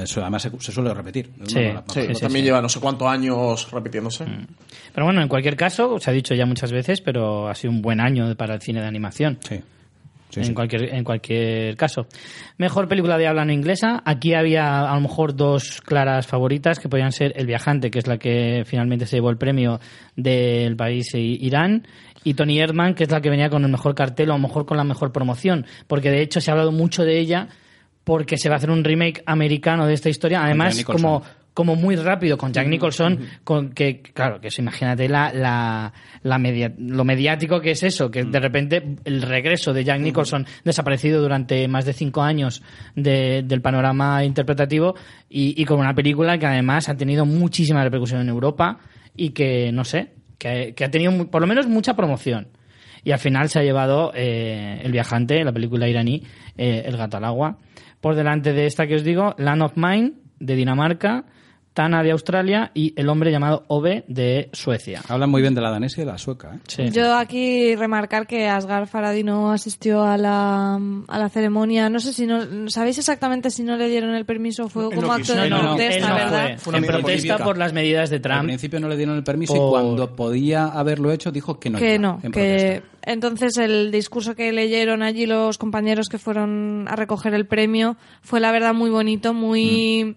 [SPEAKER 6] eso además se, se suele repetir. ¿no?
[SPEAKER 1] Mm. Sí,
[SPEAKER 6] La-
[SPEAKER 4] Sí,
[SPEAKER 1] sí,
[SPEAKER 4] eso
[SPEAKER 1] sí,
[SPEAKER 4] también
[SPEAKER 1] sí.
[SPEAKER 4] lleva no sé cuántos años repitiéndose.
[SPEAKER 6] Mm.
[SPEAKER 1] Pero bueno, en cualquier caso, se ha dicho ya muchas veces, pero ha sido un buen año para el cine de animación.
[SPEAKER 6] Sí. Sí,
[SPEAKER 1] en,
[SPEAKER 6] sí.
[SPEAKER 1] Cualquier, en cualquier caso. Mejor película de habla no inglesa. Aquí había a lo mejor dos claras favoritas que podían ser El Viajante, que es la que finalmente se llevó el premio del país eh, Irán, y Tony Erdman, que es la que venía con el mejor cartel o a lo mejor con la mejor promoción, porque de hecho se ha hablado mucho de ella porque se va a hacer un remake americano de esta historia. Además,
[SPEAKER 6] Jack
[SPEAKER 1] como
[SPEAKER 6] Nicholson.
[SPEAKER 1] como muy rápido con Jack Nicholson, con que, claro, que eso, imagínate la, la, la media- lo mediático que es eso, que de repente el regreso de Jack Nicholson, desaparecido durante más de cinco años de- del panorama interpretativo, y, y con una película que además ha tenido muchísima repercusión en Europa y que, no sé, que, que ha tenido mu- por lo menos mucha promoción. Y al final se ha llevado eh, El Viajante, la película iraní, eh, El Gato al Agua. Por delante de esta que os digo, Land of Mine, de Dinamarca, Tana de Australia y El Hombre llamado Ove de Suecia.
[SPEAKER 6] Hablan muy bien de la danesa y de la sueca. ¿eh?
[SPEAKER 1] Sí.
[SPEAKER 2] Yo aquí remarcar que Asgar Faradi no asistió a la, a la ceremonia. No sé si no. ¿Sabéis exactamente si no le dieron el permiso? o Fue
[SPEAKER 4] Él no
[SPEAKER 2] como acto
[SPEAKER 4] quiso.
[SPEAKER 2] de
[SPEAKER 1] no, no, no, él
[SPEAKER 2] protesta,
[SPEAKER 1] no
[SPEAKER 2] ¿verdad?
[SPEAKER 4] Fue
[SPEAKER 1] fue.
[SPEAKER 4] una
[SPEAKER 1] En
[SPEAKER 4] medida
[SPEAKER 1] protesta
[SPEAKER 4] política.
[SPEAKER 1] por las medidas de
[SPEAKER 6] Al
[SPEAKER 1] Trump.
[SPEAKER 6] principio no le dieron el permiso
[SPEAKER 1] Por-
[SPEAKER 6] y cuando podía haberlo hecho dijo que no.
[SPEAKER 2] que
[SPEAKER 6] iba,
[SPEAKER 2] no,
[SPEAKER 6] en
[SPEAKER 2] que
[SPEAKER 6] protesta.
[SPEAKER 2] entonces el discurso que leyeron allí los compañeros que fueron a recoger el premio fue la verdad muy bonito, muy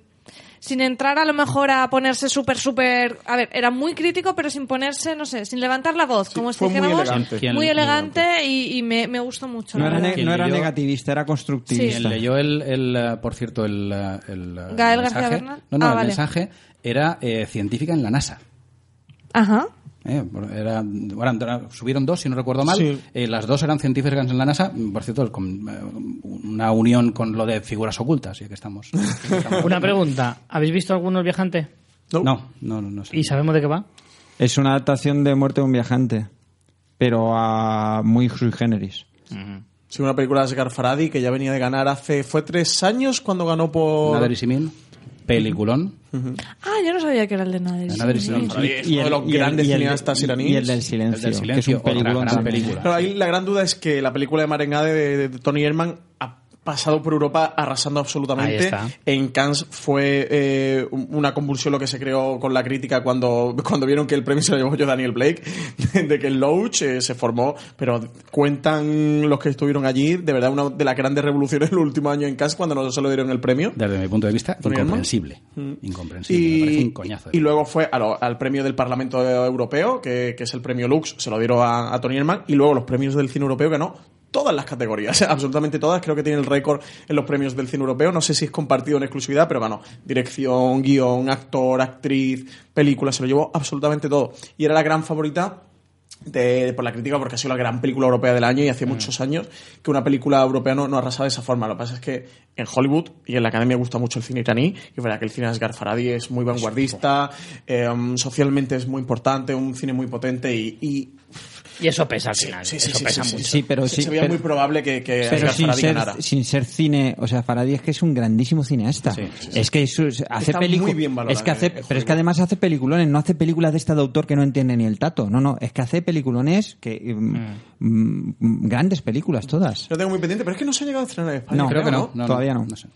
[SPEAKER 2] sin entrar a lo mejor a ponerse súper, súper... A ver, era muy crítico, pero sin ponerse, no sé, sin levantar la voz, como si
[SPEAKER 4] fue muy
[SPEAKER 2] dijéramos.
[SPEAKER 4] elegante.
[SPEAKER 2] Muy
[SPEAKER 6] ¿Quién- quién-
[SPEAKER 2] elegante y, y me, me gustó mucho.
[SPEAKER 3] No
[SPEAKER 2] la
[SPEAKER 3] era,
[SPEAKER 2] verdad.
[SPEAKER 3] ne-
[SPEAKER 6] Quien
[SPEAKER 3] no era
[SPEAKER 6] leyó-
[SPEAKER 3] negativista, era constructivista.
[SPEAKER 6] Quien leyó el, el, eh, por cierto, el, eh, el, eh,
[SPEAKER 2] Gael García
[SPEAKER 6] mensaje,
[SPEAKER 2] Bernal.
[SPEAKER 6] no, no,
[SPEAKER 2] Ah,
[SPEAKER 6] el
[SPEAKER 2] vale.
[SPEAKER 6] mensaje era eh, científica en la NASA.
[SPEAKER 2] Ajá.
[SPEAKER 6] ¿eh? Por- era- ahora, ahora subieron dos, si no recuerdo mal.
[SPEAKER 4] Sí.
[SPEAKER 6] Eh, las dos eran científicas en la NASA. Por cierto, con, eh, una unión con lo de figuras ocultas, ya que estamos.
[SPEAKER 1] Una pregunta. ¿Habéis visto algunos viajantes?
[SPEAKER 6] No, no, no, no sé.
[SPEAKER 1] ¿Y sabemos de qué va?
[SPEAKER 3] Es una adaptación de Muerte de un viajante, pero a muy sui generis.
[SPEAKER 4] Sí, una película de Asghar Farhadi que ya venía de ganar hace... Fue tres años cuando ganó por...
[SPEAKER 6] Nader y Simil, peliculón.
[SPEAKER 2] Ah, yo no sabía que era el de Nader.
[SPEAKER 6] Nader y
[SPEAKER 2] Sí.
[SPEAKER 6] Simil.
[SPEAKER 4] Farhadi es uno de los grandes
[SPEAKER 3] y el-
[SPEAKER 4] cineastas iraníes.
[SPEAKER 3] Y el del silencio,
[SPEAKER 6] El del silencio,
[SPEAKER 3] que es un
[SPEAKER 6] otra
[SPEAKER 3] peliculón
[SPEAKER 6] gran
[SPEAKER 3] también.
[SPEAKER 6] película.
[SPEAKER 4] Claro, ahí la gran duda es que la película de Marengade de, de Tony Herman ha pasado por Europa arrasando
[SPEAKER 1] Ahí
[SPEAKER 4] absolutamente.
[SPEAKER 1] está.
[SPEAKER 4] En Cannes fue eh, un- una convulsión lo que se creó con la crítica cuando, cuando vieron que el premio se lo llevó yo Daniel Blake, de que Loach eh, se formó, pero cuentan los que estuvieron allí, de verdad, una de las grandes revoluciones del último año en Cannes cuando no se lo dieron el premio.
[SPEAKER 6] Desde mi punto de vista,
[SPEAKER 4] ¿Tony Herman?
[SPEAKER 6] incomprensible. Incomprensible. me parece un
[SPEAKER 4] Y,
[SPEAKER 6] coñazo. de
[SPEAKER 4] y luego fue a lo- al premio del Parlamento Europeo, que, que es el premio Lux, se lo dieron a, a Tony Herman, y luego los premios del cine europeo ganó todas las categorías, absolutamente todas, creo que tiene el récord en los premios del cine europeo, no sé si es compartido en exclusividad, pero ganó dirección, guión, actor, actriz, película, se lo llevó absolutamente todo. Y era la gran favorita de- de- por la crítica porque ha sido la gran película europea del año y
[SPEAKER 1] Mm.
[SPEAKER 4] hace muchos años que una película europea no, no arrasaba de esa forma. Lo que pasa es que en Hollywood y en la academia gusta mucho el cine iraní, y es verdad que el cine de Asghar Farhadi es muy vanguardista, eh, socialmente es muy importante, un cine muy potente y... y
[SPEAKER 1] Y eso pesa al final. eso pesa mucho.
[SPEAKER 3] sí, pero
[SPEAKER 4] se,
[SPEAKER 3] sí,
[SPEAKER 4] se veía
[SPEAKER 3] pero-
[SPEAKER 4] muy probable que, que
[SPEAKER 3] Pero
[SPEAKER 4] Asghar
[SPEAKER 3] sin
[SPEAKER 4] Farhadi
[SPEAKER 3] ser,
[SPEAKER 4] ganara.
[SPEAKER 3] sin ser cine, o sea, Faradi es que es un grandísimo cineasta. Es que eso es- hace
[SPEAKER 4] Está muy
[SPEAKER 3] películas.
[SPEAKER 4] bien valorado
[SPEAKER 3] Es que
[SPEAKER 4] en
[SPEAKER 3] hace,
[SPEAKER 4] Hollywood.
[SPEAKER 3] pero es que además hace peliculones, no hace películas de este de autor que no entiende ni el tato. No, no, es que hace peliculones que mm, mm, grandes películas todas.
[SPEAKER 4] Lo tengo muy pendiente, pero es que no se ha llegado a estrenar en España.
[SPEAKER 3] No,
[SPEAKER 6] Creo que no.
[SPEAKER 4] ¿no?
[SPEAKER 3] todavía no.
[SPEAKER 6] sé.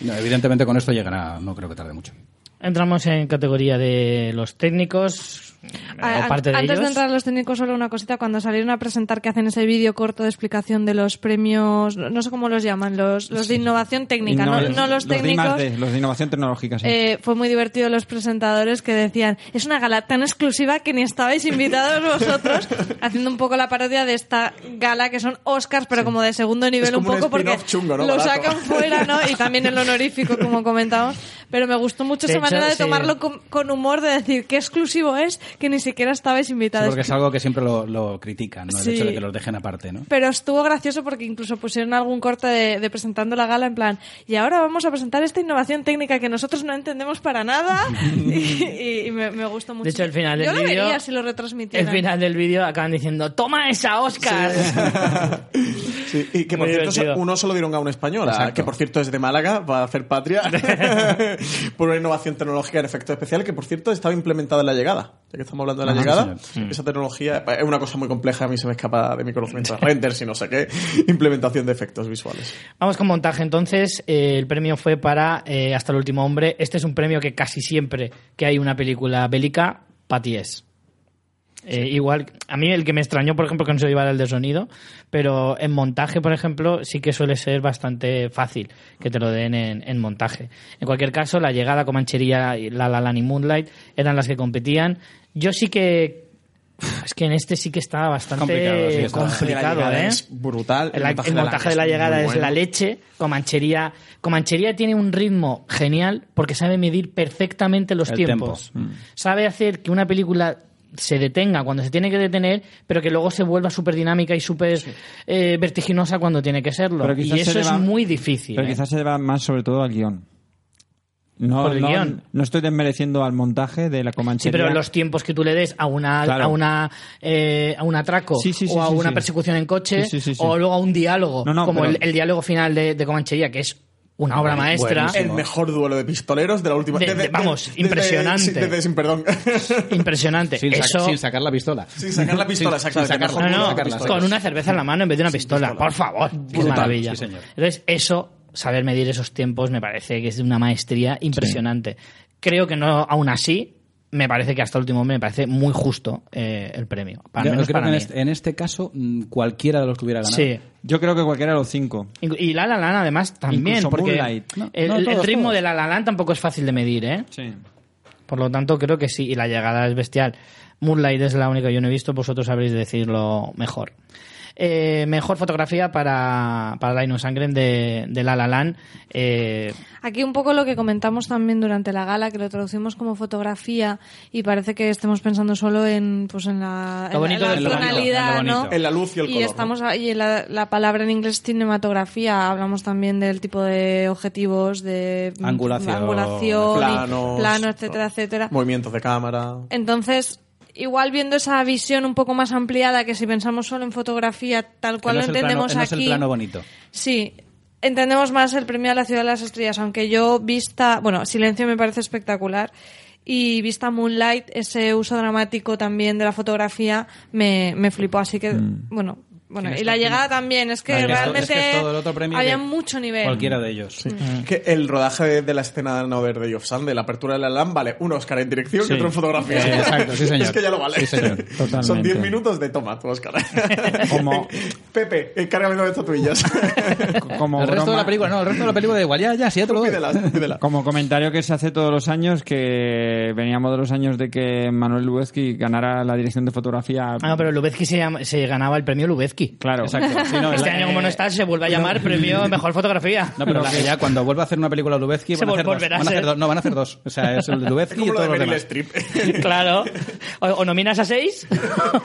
[SPEAKER 6] No, evidentemente con esto llegará, no creo que tarde mucho.
[SPEAKER 1] Entramos en categoría de los técnicos.
[SPEAKER 2] A-
[SPEAKER 1] Eh, o
[SPEAKER 2] an-
[SPEAKER 1] parte de
[SPEAKER 2] antes
[SPEAKER 1] ellos.
[SPEAKER 2] de entrar a los técnicos, solo una cosita. Cuando salieron a presentar que hacen ese vídeo corto de explicación de los premios, no no sé cómo los llaman, los, los de innovación técnica, no, no los
[SPEAKER 3] de
[SPEAKER 2] técnicos.
[SPEAKER 3] I+D, los de innovación tecnológica, sí.
[SPEAKER 2] eh, fue muy divertido los presentadores que decían es una gala tan exclusiva que ni estabais invitados vosotros haciendo un poco la parodia de esta gala que son Oscars pero como de segundo nivel un
[SPEAKER 4] como un
[SPEAKER 2] poco porque
[SPEAKER 4] spin-off chungo, ¿no?
[SPEAKER 2] lo
[SPEAKER 4] Barato.
[SPEAKER 2] sacan fuera ¿no? y también el honorífico como comentábamos pero me gustó mucho
[SPEAKER 1] De
[SPEAKER 2] esa
[SPEAKER 1] hecho,
[SPEAKER 2] manera de
[SPEAKER 1] sí.
[SPEAKER 2] tomarlo con, con humor de decir qué exclusivo es que ni siquiera estabais
[SPEAKER 6] Sí,
[SPEAKER 2] invitados
[SPEAKER 6] porque es algo que siempre lo, lo critican, ¿no? El
[SPEAKER 2] Sí.
[SPEAKER 6] hecho de que los dejen aparte, ¿no?
[SPEAKER 2] Pero estuvo gracioso porque incluso pusieron algún corte de, de presentando la gala en plan, y ahora vamos a presentar esta innovación técnica que nosotros no entendemos para nada. y y- y me, me gustó mucho.
[SPEAKER 1] De hecho, el final
[SPEAKER 2] Yo
[SPEAKER 1] del
[SPEAKER 2] lo
[SPEAKER 1] vídeo-
[SPEAKER 2] vería si lo
[SPEAKER 1] El
[SPEAKER 2] retransmitieran.
[SPEAKER 1] final del vídeo acaban diciendo: ¡Toma esa, Oscar!
[SPEAKER 4] Sí, y que por
[SPEAKER 1] Muy
[SPEAKER 4] cierto,
[SPEAKER 1] divertido.
[SPEAKER 4] uno se lo dieron a una española,
[SPEAKER 6] Exacto.
[SPEAKER 4] que por cierto es de Málaga, va a hacer patria por una innovación tecnológica en efectos especiales, que por cierto estaba implementada en la llegada. Ya que estamos hablando de la
[SPEAKER 6] Ajá,
[SPEAKER 4] llegada,
[SPEAKER 1] Mm.
[SPEAKER 4] esa tecnología es una cosa muy compleja, a mí se me escapa de mi conocimiento de renders y no sé qué, implementación de efectos visuales.
[SPEAKER 1] Vamos con montaje. Entonces, eh, el premio fue para eh, Hasta el último hombre. Este es un premio que casi siempre que hay una película bélica, para ti es. Eh, igual, a mí el que me extrañó, por ejemplo, que no se lo llevara el de sonido, pero en montaje, por ejemplo, sí que suele ser bastante fácil que te lo den en, en montaje. En cualquier caso, la llegada, Comanchería, La La Land y Moonlight eran las que competían. Yo sí que. Uf, Es que en este sí que estaba bastante
[SPEAKER 6] Complicado,
[SPEAKER 1] complicado,
[SPEAKER 6] sí, estaba-
[SPEAKER 4] La llegada
[SPEAKER 1] ¿eh?
[SPEAKER 4] Es brutal.
[SPEAKER 1] El, el montaje de la, llegada
[SPEAKER 4] muy
[SPEAKER 1] es
[SPEAKER 4] bueno.
[SPEAKER 1] la leche. Comanchería, Comanchería tiene un ritmo genial porque sabe medir perfectamente los
[SPEAKER 6] El
[SPEAKER 1] tiempos.
[SPEAKER 3] mm.
[SPEAKER 1] Sabe hacer que una película se detenga cuando se tiene que detener, pero que luego se vuelva súper dinámica y súper eh, vertiginosa cuando tiene que serlo.
[SPEAKER 3] Pero
[SPEAKER 1] Y
[SPEAKER 3] quizás
[SPEAKER 1] eso
[SPEAKER 3] se deba-
[SPEAKER 1] es muy difícil.
[SPEAKER 3] Pero
[SPEAKER 1] ¿eh?
[SPEAKER 3] quizás se deba más sobre todo al guión. No,
[SPEAKER 1] Por el
[SPEAKER 3] no,
[SPEAKER 1] guión.
[SPEAKER 3] no estoy desmereciendo al montaje de la
[SPEAKER 1] Sí,
[SPEAKER 3] comanchería.
[SPEAKER 1] pero los tiempos que tú le des a una
[SPEAKER 3] Claro.
[SPEAKER 1] a una eh, a un atraco
[SPEAKER 3] Sí, sí, sí,
[SPEAKER 1] o a
[SPEAKER 3] sí,
[SPEAKER 1] una
[SPEAKER 3] sí.
[SPEAKER 1] persecución en coche
[SPEAKER 3] Sí, sí, sí, sí.
[SPEAKER 1] o luego a un diálogo
[SPEAKER 3] No, no,
[SPEAKER 1] como
[SPEAKER 3] pero-
[SPEAKER 1] el, el diálogo final de, de Comanchería que es una obra maestra
[SPEAKER 4] El mejor duelo de pistoleros de la última.
[SPEAKER 1] De-
[SPEAKER 4] desde-
[SPEAKER 1] de- vamos,
[SPEAKER 4] desde-
[SPEAKER 1] impresionante.
[SPEAKER 4] sí, Desde, sin perdón.
[SPEAKER 1] impresionante
[SPEAKER 6] Sin, sac-
[SPEAKER 1] eso
[SPEAKER 6] sin sacar la pistola.
[SPEAKER 4] sin sacar la pistola, exactamente.
[SPEAKER 6] sacarla.
[SPEAKER 4] mejor
[SPEAKER 1] no,
[SPEAKER 4] duelo
[SPEAKER 1] no,
[SPEAKER 4] de
[SPEAKER 6] sacar
[SPEAKER 4] pistoleros.
[SPEAKER 1] con una cerveza en la mano en vez de una pistola, por favor qué
[SPEAKER 6] Brutal,
[SPEAKER 1] maravilla
[SPEAKER 6] sí, señor.
[SPEAKER 1] entonces eso saber medir esos tiempos me parece que es de una maestría impresionante creo que no aún así me parece que hasta el último me parece muy justo eh, el premio. Al
[SPEAKER 6] Yo
[SPEAKER 1] menos
[SPEAKER 6] creo
[SPEAKER 1] para
[SPEAKER 6] que en
[SPEAKER 1] mí.
[SPEAKER 6] este, en este caso, mm, cualquiera de los que hubiera ganado.
[SPEAKER 1] Sí.
[SPEAKER 3] Yo creo que cualquiera de los cinco.
[SPEAKER 1] Inclu- Y La La Land además también,
[SPEAKER 3] Incluso
[SPEAKER 1] porque
[SPEAKER 3] Moonlight.
[SPEAKER 6] No,
[SPEAKER 1] el,
[SPEAKER 6] no,
[SPEAKER 1] el
[SPEAKER 6] todos,
[SPEAKER 1] ritmo
[SPEAKER 6] todos.
[SPEAKER 1] de La La Land tampoco es fácil de medir, ¿eh?
[SPEAKER 3] Sí.
[SPEAKER 1] Por lo tanto, creo que sí. Y la llegada es bestial. Moonlight es la única que yo no he visto. Vosotros sabréis decirlo mejor. Eh, mejor fotografía para, para Dino Sangren de, de La La Land. Eh,
[SPEAKER 2] Aquí un poco lo que comentamos también durante la gala, que lo traducimos como fotografía y parece que estemos pensando solo en, pues en la,
[SPEAKER 1] Lo
[SPEAKER 2] en
[SPEAKER 1] bonito
[SPEAKER 2] la-
[SPEAKER 1] del
[SPEAKER 2] la
[SPEAKER 1] bonito,
[SPEAKER 2] tonalidad,
[SPEAKER 6] en lo
[SPEAKER 2] ¿no?
[SPEAKER 6] bonito.
[SPEAKER 4] En la luz y el
[SPEAKER 2] y
[SPEAKER 4] color. ¿no?
[SPEAKER 2] estamos ahí en la, la palabra en inglés cinematografía hablamos también del tipo de objetivos de mm,
[SPEAKER 6] Angulación,
[SPEAKER 2] angulación, y
[SPEAKER 4] planos,
[SPEAKER 2] plano, etcétera etcétera
[SPEAKER 4] Movimientos de cámara.
[SPEAKER 2] entonces igual viendo esa visión un poco más ampliada que si pensamos solo en fotografía tal
[SPEAKER 6] Que
[SPEAKER 2] cual
[SPEAKER 6] no
[SPEAKER 2] lo
[SPEAKER 6] es el plano-
[SPEAKER 2] entendemos
[SPEAKER 6] no es el
[SPEAKER 2] aquí
[SPEAKER 6] plano bonito.
[SPEAKER 2] Sí, entendemos más el premio a la Ciudad de las Estrellas, aunque yo vista, bueno, Silencio me parece espectacular y vista Moonlight, ese uso dramático también de la fotografía me, me flipó, así que bueno, bueno, y la llegada también, es que
[SPEAKER 6] No, es que esto-
[SPEAKER 2] realmente
[SPEAKER 6] es que es todo el otro premio
[SPEAKER 2] había
[SPEAKER 6] que
[SPEAKER 2] mucho nivel.
[SPEAKER 6] Cualquiera de ellos.
[SPEAKER 4] Sí. Que el rodaje de, de la escena de Over Day of Sun, de la apertura de la LAN, vale un Oscar en dirección y otro en fotografía.
[SPEAKER 6] Sí, Eh, exacto, sí, señor.
[SPEAKER 4] Es que ya lo vale.
[SPEAKER 6] Sí, señor.
[SPEAKER 4] Son
[SPEAKER 3] Totalmente.
[SPEAKER 4] 10 minutos de toma, tu Oscar.
[SPEAKER 3] Como-
[SPEAKER 4] Pepe, encárgame dos estatuillas.
[SPEAKER 3] Como
[SPEAKER 6] el resto de
[SPEAKER 3] broma-
[SPEAKER 6] la película, no, el resto de la película da igual, ya, ya, sí, ya te lo doy.
[SPEAKER 4] pídela, pídela.
[SPEAKER 3] Como comentario que se hace todos los años, que veníamos de los años de que Manuel Lubezki ganara la dirección de fotografía.
[SPEAKER 1] ah, no, pero Lubezki se, llama- se ganaba el premio Lubezki.
[SPEAKER 3] Claro.
[SPEAKER 6] Exacto. Sí, no,
[SPEAKER 1] Este
[SPEAKER 6] la-
[SPEAKER 1] año, como no está, se vuelve a llamar premio Mejor Fotografía.
[SPEAKER 6] No, pero la- ya cuando vuelva a hacer una película Lubezki
[SPEAKER 1] Se
[SPEAKER 6] van a hacer
[SPEAKER 1] vol-
[SPEAKER 6] dos.
[SPEAKER 1] volverá a
[SPEAKER 6] Van a hacer
[SPEAKER 1] ser.
[SPEAKER 6] dos. No, van a hacer dos. O sea, es el de
[SPEAKER 4] Es
[SPEAKER 6] Lubezki y
[SPEAKER 4] como lo
[SPEAKER 6] todos los
[SPEAKER 4] de Meryl
[SPEAKER 6] demás.
[SPEAKER 4] Streep.
[SPEAKER 1] claro. O, o nominas a seis.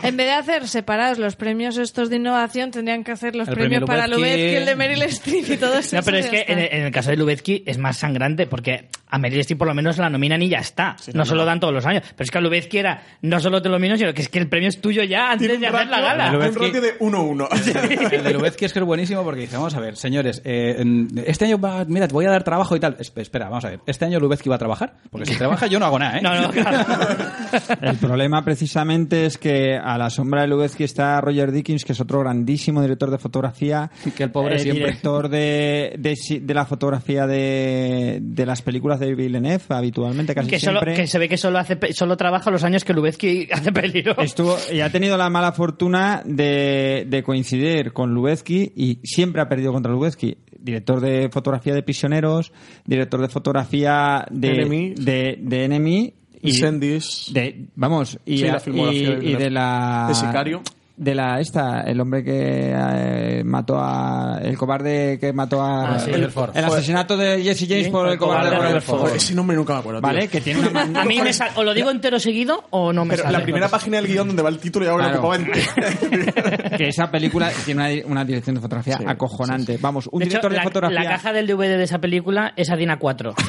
[SPEAKER 2] En vez de hacer separados los premios estos de innovación, tendrían que hacer los
[SPEAKER 6] El
[SPEAKER 2] premios
[SPEAKER 6] premio
[SPEAKER 2] para
[SPEAKER 6] Lubetzky.
[SPEAKER 2] Lubezki, el de Meryl Streep y todo eso.
[SPEAKER 1] No, pero es que en, en el caso de Lubezki es más sangrante porque a Meryl Streep por lo menos la nominan y ya está. no se lo dan todos los años. Pero es que a Lubezki era no solo te lo nomino, sino que es que el premio es tuyo ya antes de hacer la gala.
[SPEAKER 4] Tiene un
[SPEAKER 6] Lubezki-
[SPEAKER 4] ratio de 1-1.
[SPEAKER 6] El de Lubezki es que es buenísimo porque dice, vamos a ver, señores, eh, en- este año va, mira, te voy a dar trabajo y tal. Espe- espera, vamos a ver, este año Lubezki va a trabajar, porque si trabaja yo no hago nada, ¿eh?
[SPEAKER 1] No, no, claro.
[SPEAKER 3] El problema precisamente es que a la sombra de Lubezki está Roger Dickens, que es otro grandísimo director de fotografía.
[SPEAKER 6] Que el pobre
[SPEAKER 3] eh,
[SPEAKER 6] siempre.
[SPEAKER 3] Director de, de, si- de la fotografía de, de las películas de Villeneuve, habitualmente, casi
[SPEAKER 1] que, solo,
[SPEAKER 3] siempre.
[SPEAKER 1] que se ve que solo, hace, pe- solo trabaja los años que Lubezki hace peligro.
[SPEAKER 3] Estuvo, y ha tenido la mala fortuna de, de coincidir con Lubezki y siempre ha perdido contra Lubezki. Director de fotografía de Prisioneros, director de fotografía de
[SPEAKER 4] Enemy.
[SPEAKER 3] de, de Enemy
[SPEAKER 4] Incendies.
[SPEAKER 3] de- vamos, y,
[SPEAKER 4] Sí, la
[SPEAKER 3] y-
[SPEAKER 4] filmografía de
[SPEAKER 3] y
[SPEAKER 4] Villeneuve.
[SPEAKER 3] de la.
[SPEAKER 4] De Sicario.
[SPEAKER 3] De la esta, el hombre que eh, mató a. El cobarde que mató a.
[SPEAKER 1] Ah, sí.
[SPEAKER 3] el,
[SPEAKER 6] Rutherford.
[SPEAKER 3] el asesinato de Jesse James por el cobarde
[SPEAKER 1] cobarde
[SPEAKER 3] Rutherford.
[SPEAKER 1] Rutherford.
[SPEAKER 4] Joder, Ese nombre nunca me acuerdo. tío.
[SPEAKER 3] Vale, que tiene una.
[SPEAKER 1] A mí me sal- o lo digo entero seguido o no me
[SPEAKER 4] Pero
[SPEAKER 1] sale.
[SPEAKER 4] la primera
[SPEAKER 6] pues.
[SPEAKER 4] página del guión donde va el título ya me
[SPEAKER 3] Claro.
[SPEAKER 4] ocupaba entera.
[SPEAKER 3] que esa película tiene una, di- una dirección de fotografía acojonante. Vamos, un
[SPEAKER 1] De hecho,
[SPEAKER 3] director de
[SPEAKER 1] la,
[SPEAKER 3] fotografía.
[SPEAKER 1] la caja del DVD de esa película es Adina 4.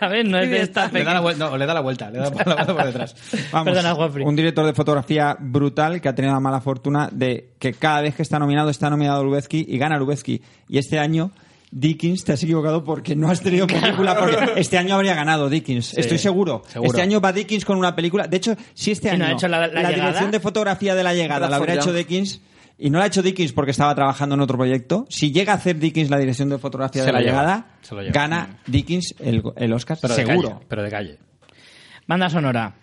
[SPEAKER 1] ¿Sabes? No es de
[SPEAKER 6] Le
[SPEAKER 1] esta
[SPEAKER 6] da
[SPEAKER 1] película.
[SPEAKER 6] la vuelta, no, le da la vuelta, le da la vuelta por detrás.
[SPEAKER 3] Vamos,
[SPEAKER 1] Perdona, Juanfri.
[SPEAKER 3] un director de fotografía brutal que ha tenido la mala fortuna de que cada vez que está nominado está nominado Lubezki y gana Lubezki. Y este año Dickens te has equivocado porque no has tenido película porque este año habría ganado Dickens, estoy seguro.
[SPEAKER 6] seguro.
[SPEAKER 3] Este año va Dickens con una película. De hecho, si este
[SPEAKER 1] Y
[SPEAKER 3] año
[SPEAKER 1] no ha hecho la- la llegada.
[SPEAKER 3] dirección de fotografía de la llegada la hubiera
[SPEAKER 4] Bradford
[SPEAKER 3] hecho
[SPEAKER 4] Young.
[SPEAKER 3] Dickens y no la ha hecho Dickens porque estaba trabajando en otro proyecto, si llega a hacer Dickens la dirección de fotografía
[SPEAKER 6] Se
[SPEAKER 3] de la
[SPEAKER 6] lo lleva,
[SPEAKER 3] llegada,
[SPEAKER 6] se lo lleva.
[SPEAKER 3] gana Dickens el, el Oscar
[SPEAKER 6] Pero de
[SPEAKER 3] seguro.
[SPEAKER 6] calle, pero de calle.
[SPEAKER 1] Banda sonora.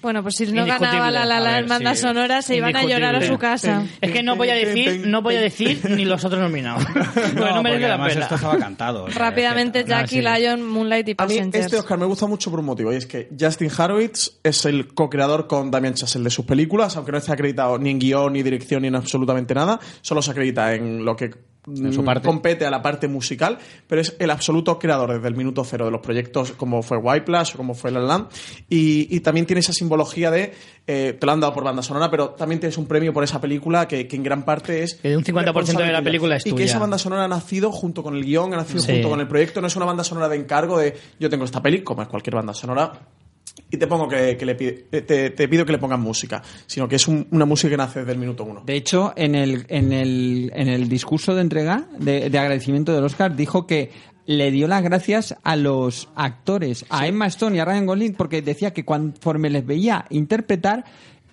[SPEAKER 2] Bueno, pues si no
[SPEAKER 1] Indiscutible.
[SPEAKER 2] ganaba la la,
[SPEAKER 1] A
[SPEAKER 2] la
[SPEAKER 1] ver,
[SPEAKER 2] banda
[SPEAKER 1] sí.
[SPEAKER 2] sonora, se iban a llorar a su
[SPEAKER 1] Indiscutible.
[SPEAKER 2] casa.
[SPEAKER 1] Es que no voy a decir, no voy a decir ni los otros nominados. Porque
[SPEAKER 6] No,
[SPEAKER 1] No,
[SPEAKER 6] porque
[SPEAKER 1] merece la
[SPEAKER 6] además
[SPEAKER 1] pena.
[SPEAKER 6] esto estaba cantado. o sea,
[SPEAKER 2] Rápidamente,
[SPEAKER 6] es que-
[SPEAKER 2] Jackie, Lyon, Moonlight y
[SPEAKER 4] A mí
[SPEAKER 2] Passengers.
[SPEAKER 4] este Oscar me gusta mucho por un motivo, y es que Justin Harowitz es el co-creador con Damien Chazelle de sus películas, aunque no esté acreditado ni en guión, ni dirección, ni en absolutamente nada, solo se acredita en lo que
[SPEAKER 6] En su
[SPEAKER 4] mm,
[SPEAKER 6] parte.
[SPEAKER 4] compete a la parte musical, pero es el absoluto creador desde el minuto cero de los proyectos como fue White Plus o como fue La La Land, y, y también tiene esa simbología de, eh, te lo han dado por banda sonora, pero también tienes un premio por esa película que, que en gran parte es...
[SPEAKER 1] Que de un 50% de la
[SPEAKER 4] responsabilidad.
[SPEAKER 1] película es
[SPEAKER 4] Y que
[SPEAKER 1] tuya.
[SPEAKER 4] esa banda sonora ha nacido junto con el guión, ha nacido
[SPEAKER 1] Sí.
[SPEAKER 4] junto con el proyecto, no es una banda sonora de encargo de yo tengo esta peli, como es cualquier banda sonora, y te pongo que, que le pi- te, te pido que le pongan música, sino que es un- una música que nace desde el minuto uno.
[SPEAKER 3] De hecho, en el, en el, en el discurso de entrega, de, de agradecimiento del Oscar, dijo que le dio las gracias a los actores, a Emma Stone y a Ryan Gosling, porque decía que conforme les veía interpretar,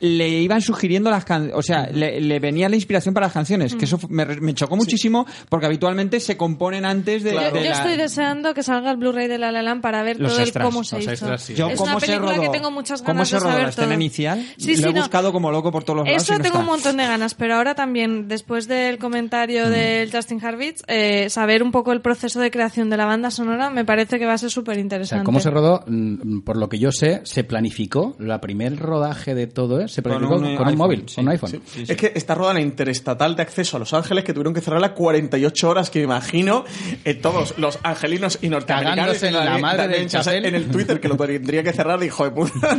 [SPEAKER 3] le iban sugiriendo las canciones, o sea, le, le venía la inspiración para las canciones,
[SPEAKER 2] Mm.
[SPEAKER 3] que eso fu- me, me chocó muchísimo porque habitualmente se componen antes de...
[SPEAKER 2] Yo,
[SPEAKER 3] de
[SPEAKER 2] yo
[SPEAKER 3] la-
[SPEAKER 2] estoy deseando que salga el Blu-ray de La La Land para ver
[SPEAKER 6] Los
[SPEAKER 2] todo
[SPEAKER 6] extras,
[SPEAKER 2] el cómo se
[SPEAKER 6] los
[SPEAKER 2] hizo.
[SPEAKER 6] extras, sí.
[SPEAKER 3] Yo
[SPEAKER 2] es
[SPEAKER 3] cómo
[SPEAKER 2] una
[SPEAKER 3] se
[SPEAKER 2] película
[SPEAKER 3] rodó,
[SPEAKER 2] que tengo muchas
[SPEAKER 3] cómo
[SPEAKER 2] ganas
[SPEAKER 3] se
[SPEAKER 2] de
[SPEAKER 3] rodó
[SPEAKER 2] saber
[SPEAKER 3] la escena
[SPEAKER 2] todo.
[SPEAKER 3] inicial,
[SPEAKER 2] Sí,
[SPEAKER 3] lo
[SPEAKER 2] sí,
[SPEAKER 3] he
[SPEAKER 2] no.
[SPEAKER 3] buscado como loco por todos los lados. y
[SPEAKER 2] Eso
[SPEAKER 3] no
[SPEAKER 2] tengo un
[SPEAKER 3] está.
[SPEAKER 2] montón de ganas, pero ahora también, después del comentario
[SPEAKER 3] Mm.
[SPEAKER 2] del Justin Harvitz, eh, saber un poco el proceso de creación de la banda sonora me parece que va a ser súper
[SPEAKER 6] O sea,
[SPEAKER 2] interesante.
[SPEAKER 6] ¿cómo se rodó? Mm, Por lo que yo sé, se planificó. La primer rodaje de todo ¿eh? se
[SPEAKER 3] Con
[SPEAKER 6] planificó con
[SPEAKER 3] un
[SPEAKER 6] un,
[SPEAKER 3] iPhone,
[SPEAKER 6] móvil,
[SPEAKER 3] sí,
[SPEAKER 6] con un iPhone.
[SPEAKER 4] Es que está rodada la interestatal de acceso a Los Ángeles que tuvieron que cerrarla 48 horas, que me imagino eh, todos los angelinos y norteamericanos
[SPEAKER 6] Cagándose en la
[SPEAKER 4] Daniel-
[SPEAKER 6] madre
[SPEAKER 4] Daniel
[SPEAKER 6] del
[SPEAKER 4] Chazelle
[SPEAKER 6] Chazelle.
[SPEAKER 4] en el Twitter que lo tendría que cerrar, hijo de puta.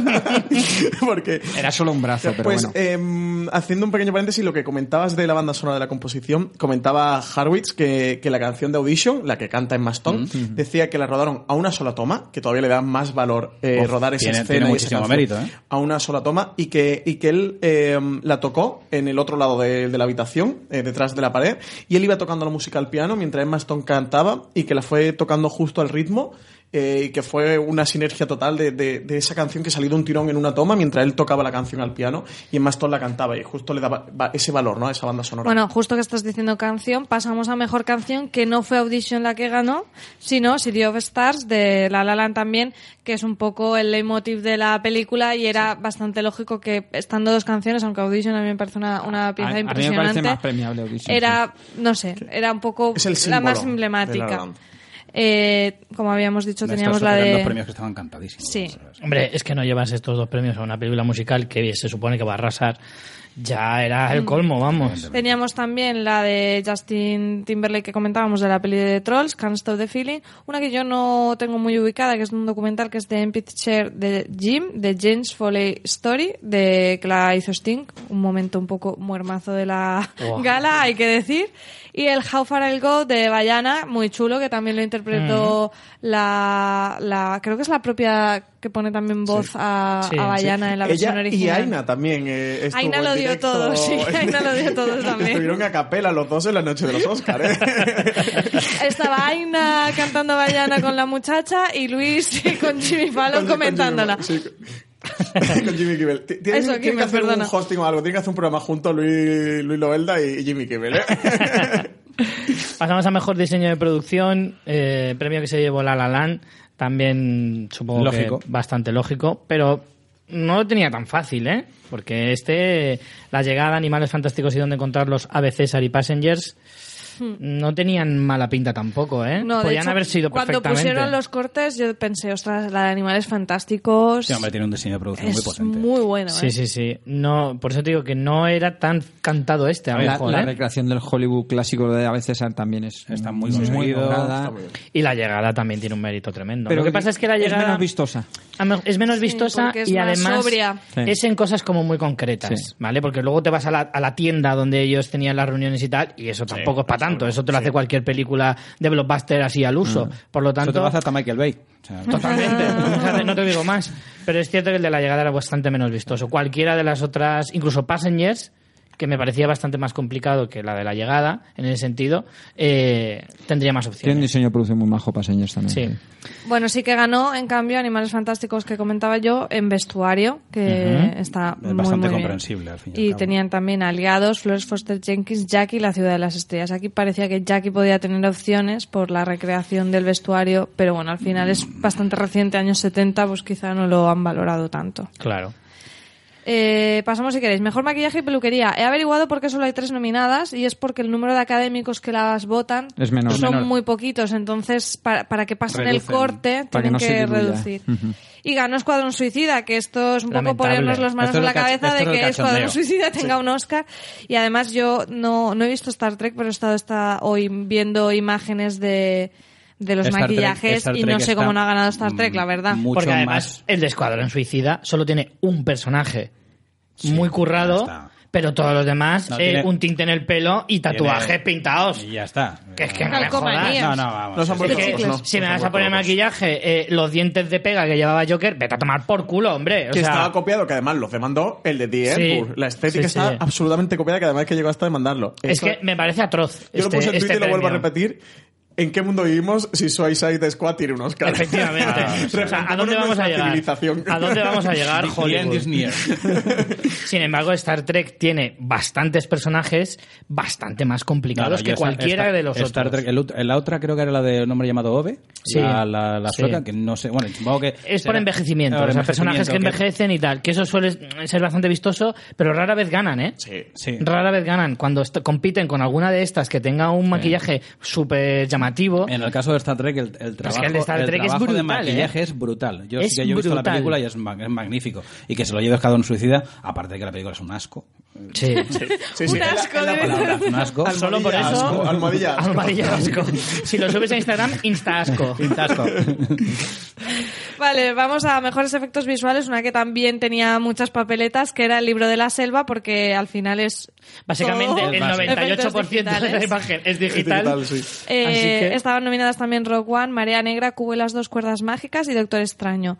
[SPEAKER 4] Porque
[SPEAKER 3] Era solo un brazo, pero
[SPEAKER 4] pues
[SPEAKER 3] bueno.
[SPEAKER 4] em, haciendo un pequeño paréntesis, lo que comentabas de la banda sonora de la composición, comentaba Harwitz que, que la canción de Audition, la que canta en Maston,
[SPEAKER 6] Mm,
[SPEAKER 4] decía que la rodaron a una sola toma, que todavía le da más valor eh,
[SPEAKER 6] Uf,
[SPEAKER 4] rodar esa
[SPEAKER 6] tiene-
[SPEAKER 4] escena
[SPEAKER 6] tiene
[SPEAKER 4] y
[SPEAKER 6] muchísimo
[SPEAKER 4] esa
[SPEAKER 6] mérito,
[SPEAKER 4] canción
[SPEAKER 6] ¿eh?
[SPEAKER 4] a una sola toma y que, y que él em, la tocó en el otro lado de, de la habitación, eh, detrás de la pared, y él iba tocando la música al piano mientras Emma Stone cantaba y que la fue tocando justo al ritmo eh, y que fue una sinergia total de, de- de esa canción que salió de un tirón en una toma mientras él tocaba la canción al piano y Emma Stone la cantaba y justo le daba va- ese valor ¿no? a esa banda sonora.
[SPEAKER 2] Bueno, justo que estás diciendo canción, pasamos a mejor canción, que no fue Audition la que ganó, sino City of Stars de La La Land también, que es un poco el leitmotiv de la película y era bastante lógico que estando dos canciones, aunque Audition a mí me parece una, una pieza
[SPEAKER 3] a mí me parece
[SPEAKER 2] impresionante.
[SPEAKER 3] más premiable Audition,
[SPEAKER 2] Era, no sé, era un poco
[SPEAKER 4] Es el
[SPEAKER 2] la
[SPEAKER 4] símbolo
[SPEAKER 2] más
[SPEAKER 4] de La La
[SPEAKER 2] emblemática.
[SPEAKER 4] Land.
[SPEAKER 2] Eh, como habíamos dicho, teníamos
[SPEAKER 6] Estos
[SPEAKER 2] la
[SPEAKER 6] eran
[SPEAKER 2] de.
[SPEAKER 6] los premios que estaban cantadísimos.
[SPEAKER 2] Sí.
[SPEAKER 1] Hombre, es que no llevas estos dos premios a una película musical que se supone que va a arrasar. Ya era
[SPEAKER 2] Mm.
[SPEAKER 1] el colmo, vamos.
[SPEAKER 2] Teníamos también la de Justin Timberlake que comentábamos de la peli de Trolls, Can't Stop the Feeling. Una que yo no tengo muy ubicada, que es un documental que es de Picture de Jim, de James Foley Story, de que la hizo Sting. Un momento un poco muermazo de la
[SPEAKER 1] Wow.
[SPEAKER 2] gala, hay que decir. Y el How Far I'll Go de Bayana, muy chulo, que también lo interpretó
[SPEAKER 4] Mm.
[SPEAKER 2] la, la. Creo que es la propia que pone también voz a,
[SPEAKER 1] Sí,
[SPEAKER 2] a
[SPEAKER 1] sí.
[SPEAKER 2] Bayana en la versión
[SPEAKER 4] Ella y
[SPEAKER 2] original.
[SPEAKER 4] Aina también. eh, estuvo
[SPEAKER 2] Aina
[SPEAKER 4] en
[SPEAKER 2] lo dio
[SPEAKER 4] directo.
[SPEAKER 2] todo, sí, Aina lo dio todo también.
[SPEAKER 4] Estuvieron a capela los dos en la noche de los ¿eh? Oscars.
[SPEAKER 2] Estaba Aina cantando Bayana con la muchacha y Luis con Jimmy Fallon comentándola.
[SPEAKER 4] Con Jimmy, sí, con Jimmy Kimmel. Ti- Tienen,
[SPEAKER 2] Eso,
[SPEAKER 4] tienen que
[SPEAKER 2] Kimmel,
[SPEAKER 4] hacer
[SPEAKER 2] perdona.
[SPEAKER 4] un hosting o algo. Tienen que hacer un programa junto Luis, Luis Loelda y Jimmy Kimmel. ¿eh?
[SPEAKER 1] Pasamos a mejor diseño de producción, eh, premio que se llevó La La Land, también supongo
[SPEAKER 6] Lógico.
[SPEAKER 1] que bastante lógico, pero no lo tenía tan fácil, ¿eh? Porque este, La Llegada, Animales Fantásticos y Dónde Encontrarlos, AB César y Passengers, no tenían mala pinta tampoco, ¿eh?
[SPEAKER 2] Hmm. No, de
[SPEAKER 1] Podían
[SPEAKER 2] hecho,
[SPEAKER 1] haber sido
[SPEAKER 2] Cuando
[SPEAKER 1] perfectamente.
[SPEAKER 2] pusieron los cortes, yo pensé, ostras, la de animales fantásticos.
[SPEAKER 6] Sí, hombre, tiene un diseño de producción muy
[SPEAKER 2] es
[SPEAKER 6] potente.
[SPEAKER 2] muy, bueno. ¿eh?
[SPEAKER 1] Sí, sí, sí. No, por eso te digo que no era tan cantado este, a lo
[SPEAKER 3] la,
[SPEAKER 1] mejor,
[SPEAKER 3] la
[SPEAKER 1] ¿eh?
[SPEAKER 3] recreación del Hollywood clásico de a veces también es
[SPEAKER 6] Está muy conseguido,
[SPEAKER 3] lograda.
[SPEAKER 6] está
[SPEAKER 1] Y la llegada también tiene un mérito tremendo.
[SPEAKER 3] Pero
[SPEAKER 1] Lo que pasa es que la llegada
[SPEAKER 3] es menos vistosa.
[SPEAKER 1] A me- Es menos
[SPEAKER 2] Sí,
[SPEAKER 1] vistosa
[SPEAKER 2] porque es
[SPEAKER 1] y
[SPEAKER 2] más
[SPEAKER 1] además
[SPEAKER 2] sobria.
[SPEAKER 3] Sí.
[SPEAKER 1] es en cosas como muy concretas,
[SPEAKER 3] Sí.
[SPEAKER 1] ¿vale? Porque luego te vas a la, a la tienda donde ellos tenían las reuniones y tal, y eso tampoco es para tanto. Eso te lo hace cualquier película de blockbuster así al uso. Por lo
[SPEAKER 6] Mm. Eso te
[SPEAKER 1] tanto,
[SPEAKER 6] lo hace hasta Michael Bay. O sea,
[SPEAKER 1] totalmente. O sea, no te digo más. Pero es cierto que el de la llegada era bastante menos vistoso. Cualquiera de las otras, incluso Passengers, que me parecía bastante más complicado que la de la llegada, en ese sentido, eh, tendría más
[SPEAKER 3] Tiene un
[SPEAKER 1] opciones.
[SPEAKER 3] diseño de producción muy majo para señores también.
[SPEAKER 1] Sí.
[SPEAKER 2] Bueno, sí que ganó, en cambio, Animales Fantásticos que comentaba yo en vestuario, que está
[SPEAKER 6] Es
[SPEAKER 2] muy,
[SPEAKER 6] bastante
[SPEAKER 2] muy bien.
[SPEAKER 6] comprensible, al fin y al
[SPEAKER 2] Y
[SPEAKER 6] cabo.
[SPEAKER 2] tenían también aliados, Flores Foster Jenkins, Jackie y la Ciudad de las Estrellas. Aquí parecía que Jackie podía tener opciones por la recreación del vestuario, pero bueno, al final es bastante reciente, años 70, pues quizá no lo han valorado tanto.
[SPEAKER 1] Claro.
[SPEAKER 2] Eh, pasamos si queréis. Mejor maquillaje y peluquería. He averiguado por qué solo hay tres nominadas y es porque el número de académicos que las votan
[SPEAKER 3] Es menor.
[SPEAKER 2] son
[SPEAKER 3] Es menor.
[SPEAKER 2] muy poquitos. Entonces, para, para que pasen
[SPEAKER 6] Reducen.
[SPEAKER 2] el corte,
[SPEAKER 3] Para que
[SPEAKER 2] tienen
[SPEAKER 3] no
[SPEAKER 2] que,
[SPEAKER 3] se diluya.
[SPEAKER 2] reducir. Y ganó Escuadrón Suicida, que esto es un poco
[SPEAKER 1] Lamentable.
[SPEAKER 2] ponernos las manos
[SPEAKER 6] Esto es
[SPEAKER 2] en la
[SPEAKER 6] el cach-
[SPEAKER 2] cabeza
[SPEAKER 6] esto
[SPEAKER 2] de
[SPEAKER 6] es el
[SPEAKER 2] que Escuadrón
[SPEAKER 6] cachondeo.
[SPEAKER 2] Suicida tenga un Oscar. Y además yo no, no he visto Star Trek, pero he estado esta, hoy viendo imágenes de, de los
[SPEAKER 6] Star Trek-
[SPEAKER 2] maquillajes
[SPEAKER 6] Star
[SPEAKER 2] y no
[SPEAKER 6] Trek
[SPEAKER 2] sé cómo
[SPEAKER 6] está
[SPEAKER 2] no ha ganado Star Trek, la verdad.
[SPEAKER 6] mucho
[SPEAKER 1] Porque además
[SPEAKER 6] más-
[SPEAKER 1] el de Escuadrón Suicida solo tiene un personaje muy currado,
[SPEAKER 6] ya está.
[SPEAKER 1] pero todos los demás,
[SPEAKER 6] No,
[SPEAKER 1] eh,
[SPEAKER 6] tiene-
[SPEAKER 1] un tinte en el pelo y tatuajes
[SPEAKER 6] Tiene-
[SPEAKER 1] pintados.
[SPEAKER 6] Y ya está.
[SPEAKER 1] Que es que no me
[SPEAKER 2] Calcomanías.
[SPEAKER 1] jodas.
[SPEAKER 6] No, no, vamos.
[SPEAKER 4] No son
[SPEAKER 6] Es
[SPEAKER 4] por
[SPEAKER 1] Es
[SPEAKER 4] Porque
[SPEAKER 1] que
[SPEAKER 4] locos, no,
[SPEAKER 1] si me
[SPEAKER 4] no
[SPEAKER 1] vas
[SPEAKER 4] son
[SPEAKER 1] a poner
[SPEAKER 4] por locos.
[SPEAKER 1] maquillaje, eh, los dientes de pega que llevaba Joker, vete a tomar por culo, hombre. O
[SPEAKER 4] que
[SPEAKER 1] sea,
[SPEAKER 4] estaba copiado, que además los demandó el de The
[SPEAKER 1] Sí.
[SPEAKER 4] Airport. La estética
[SPEAKER 1] Sí, sí.
[SPEAKER 4] está absolutamente copiada, que además que llegó hasta demandarlo.
[SPEAKER 1] es
[SPEAKER 4] Esto-
[SPEAKER 1] que me parece atroz.
[SPEAKER 4] Yo
[SPEAKER 1] este-
[SPEAKER 4] lo puse en
[SPEAKER 1] este
[SPEAKER 4] Twitter y lo vuelvo a
[SPEAKER 1] premio.
[SPEAKER 4] repetir. ¿en qué mundo vivimos si Suicide Squad tiene un Oscar?
[SPEAKER 1] Efectivamente. O sea, ¿a dónde
[SPEAKER 4] Reflexiones
[SPEAKER 1] vamos a
[SPEAKER 4] Ah, nuestra
[SPEAKER 1] llegar?
[SPEAKER 4] civilización.
[SPEAKER 1] ¿A dónde vamos a llegar,
[SPEAKER 6] Lean
[SPEAKER 1] Hollywood?
[SPEAKER 6] Disney.
[SPEAKER 1] Sin embargo, Star Trek tiene bastantes personajes bastante
[SPEAKER 6] No,
[SPEAKER 1] más
[SPEAKER 6] no,
[SPEAKER 1] complicados
[SPEAKER 6] yo
[SPEAKER 1] que
[SPEAKER 6] Star-
[SPEAKER 1] cualquiera
[SPEAKER 6] Star-
[SPEAKER 1] de los
[SPEAKER 6] Star
[SPEAKER 1] otros.
[SPEAKER 6] Trek, el ut- la otra creo que era la de un hombre llamado Ove.
[SPEAKER 1] Sí.
[SPEAKER 6] La, la, la
[SPEAKER 1] Sí.
[SPEAKER 6] sueca, que no sé. Bueno, supongo que.
[SPEAKER 1] Es por
[SPEAKER 6] será-
[SPEAKER 1] envejecimiento,
[SPEAKER 6] Ahora,
[SPEAKER 1] o sea, personajes que
[SPEAKER 6] envejecimiento,
[SPEAKER 1] envejecen y tal, que eso suele ser bastante vistoso, pero rara vez ganan, ¿eh?
[SPEAKER 4] Sí.
[SPEAKER 6] Sí.
[SPEAKER 1] Rara vez ganan. Cuando est- compiten con alguna de estas que tenga un maquillaje súper llamativo,
[SPEAKER 6] En el caso de Star Trek, el, el trabajo,
[SPEAKER 1] el de Star Trek es
[SPEAKER 6] trabajo de
[SPEAKER 1] brutal,
[SPEAKER 6] maquillaje
[SPEAKER 1] ¿eh?
[SPEAKER 6] es brutal. Yo,
[SPEAKER 1] Es
[SPEAKER 6] sí que yo he visto la
[SPEAKER 1] brutal.
[SPEAKER 6] película y es, ma- es magnífico. Y que se lo lleve cada un suicida, aparte de que la película es un asco.
[SPEAKER 1] sí.
[SPEAKER 4] Sí, sí.
[SPEAKER 2] Un asco, ¿eh?
[SPEAKER 4] Es la
[SPEAKER 2] de
[SPEAKER 4] palabra.
[SPEAKER 6] Palabra, un asco.
[SPEAKER 1] Solo por
[SPEAKER 4] Almohadilla,
[SPEAKER 1] eso-
[SPEAKER 4] asco, almohadilla, asco.
[SPEAKER 1] Almohadilla asco. Si lo subes a Instagram, insta asco.
[SPEAKER 6] Un asco.
[SPEAKER 2] Vale, vamos a mejores efectos visuales, una que también tenía muchas papeletas, que era el libro de la selva, porque al final es
[SPEAKER 3] ¿Ah,
[SPEAKER 1] Básicamente,
[SPEAKER 2] todo
[SPEAKER 1] el 98% de
[SPEAKER 2] efectos
[SPEAKER 1] la
[SPEAKER 2] digitales.
[SPEAKER 1] imagen es
[SPEAKER 4] Es
[SPEAKER 1] digital.
[SPEAKER 4] digital, sí.
[SPEAKER 2] Eh,
[SPEAKER 1] Así que-
[SPEAKER 2] Estaban nominadas también Rock One, Marea Negra, Cubo y las dos cuerdas mágicas y Doctor Extraño.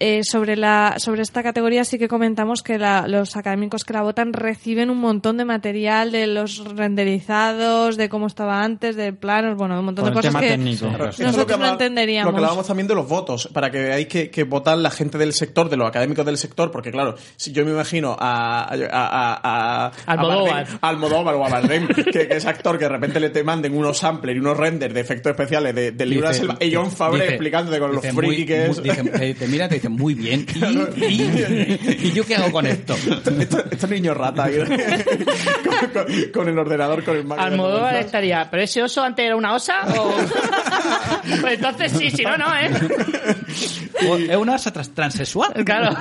[SPEAKER 2] Eh, sobre, la, sobre esta categoría sí que comentamos que la- los académicos que la votan reciben un montón de material de los renderizados, de cómo estaba antes, de planos, bueno, de un montón
[SPEAKER 3] Por
[SPEAKER 2] de
[SPEAKER 3] el
[SPEAKER 2] cosas
[SPEAKER 3] tema
[SPEAKER 2] que
[SPEAKER 3] técnico.
[SPEAKER 4] Claro, esto es lo que
[SPEAKER 2] nosotros no
[SPEAKER 4] hablaba-
[SPEAKER 2] entenderíamos.
[SPEAKER 4] Lo que hablábamos también de los votos, para que veáis que, que votan la gente del sector, de los académicos del sector, porque claro, si yo me imagino a. a, a, a- a-
[SPEAKER 1] Almodóvar.
[SPEAKER 4] a Bardem- a Almodóvar o a Bardem, que, que es actor que de repente le te manden unos samplers y unos renders de efectos especiales de- del libro de la
[SPEAKER 6] Dice-
[SPEAKER 4] selva, y John Fabre
[SPEAKER 6] dice-
[SPEAKER 4] explicándote con los
[SPEAKER 6] dice,
[SPEAKER 4] friki
[SPEAKER 6] muy-
[SPEAKER 4] que es.
[SPEAKER 6] muy- dice, te, te mira y te dice, muy bien. ¿Y, y- y yo qué hago con esto?
[SPEAKER 4] Estos estos niños rata ahí, con, con- con el ordenador, con el Mac.
[SPEAKER 1] Almodóvar estaría, ¿pero ese oso antes era una osa? O... pues entonces sí, si no, no, ¿eh?
[SPEAKER 6] O- Pues, ¿Es una asa trans- transexual?
[SPEAKER 1] Claro.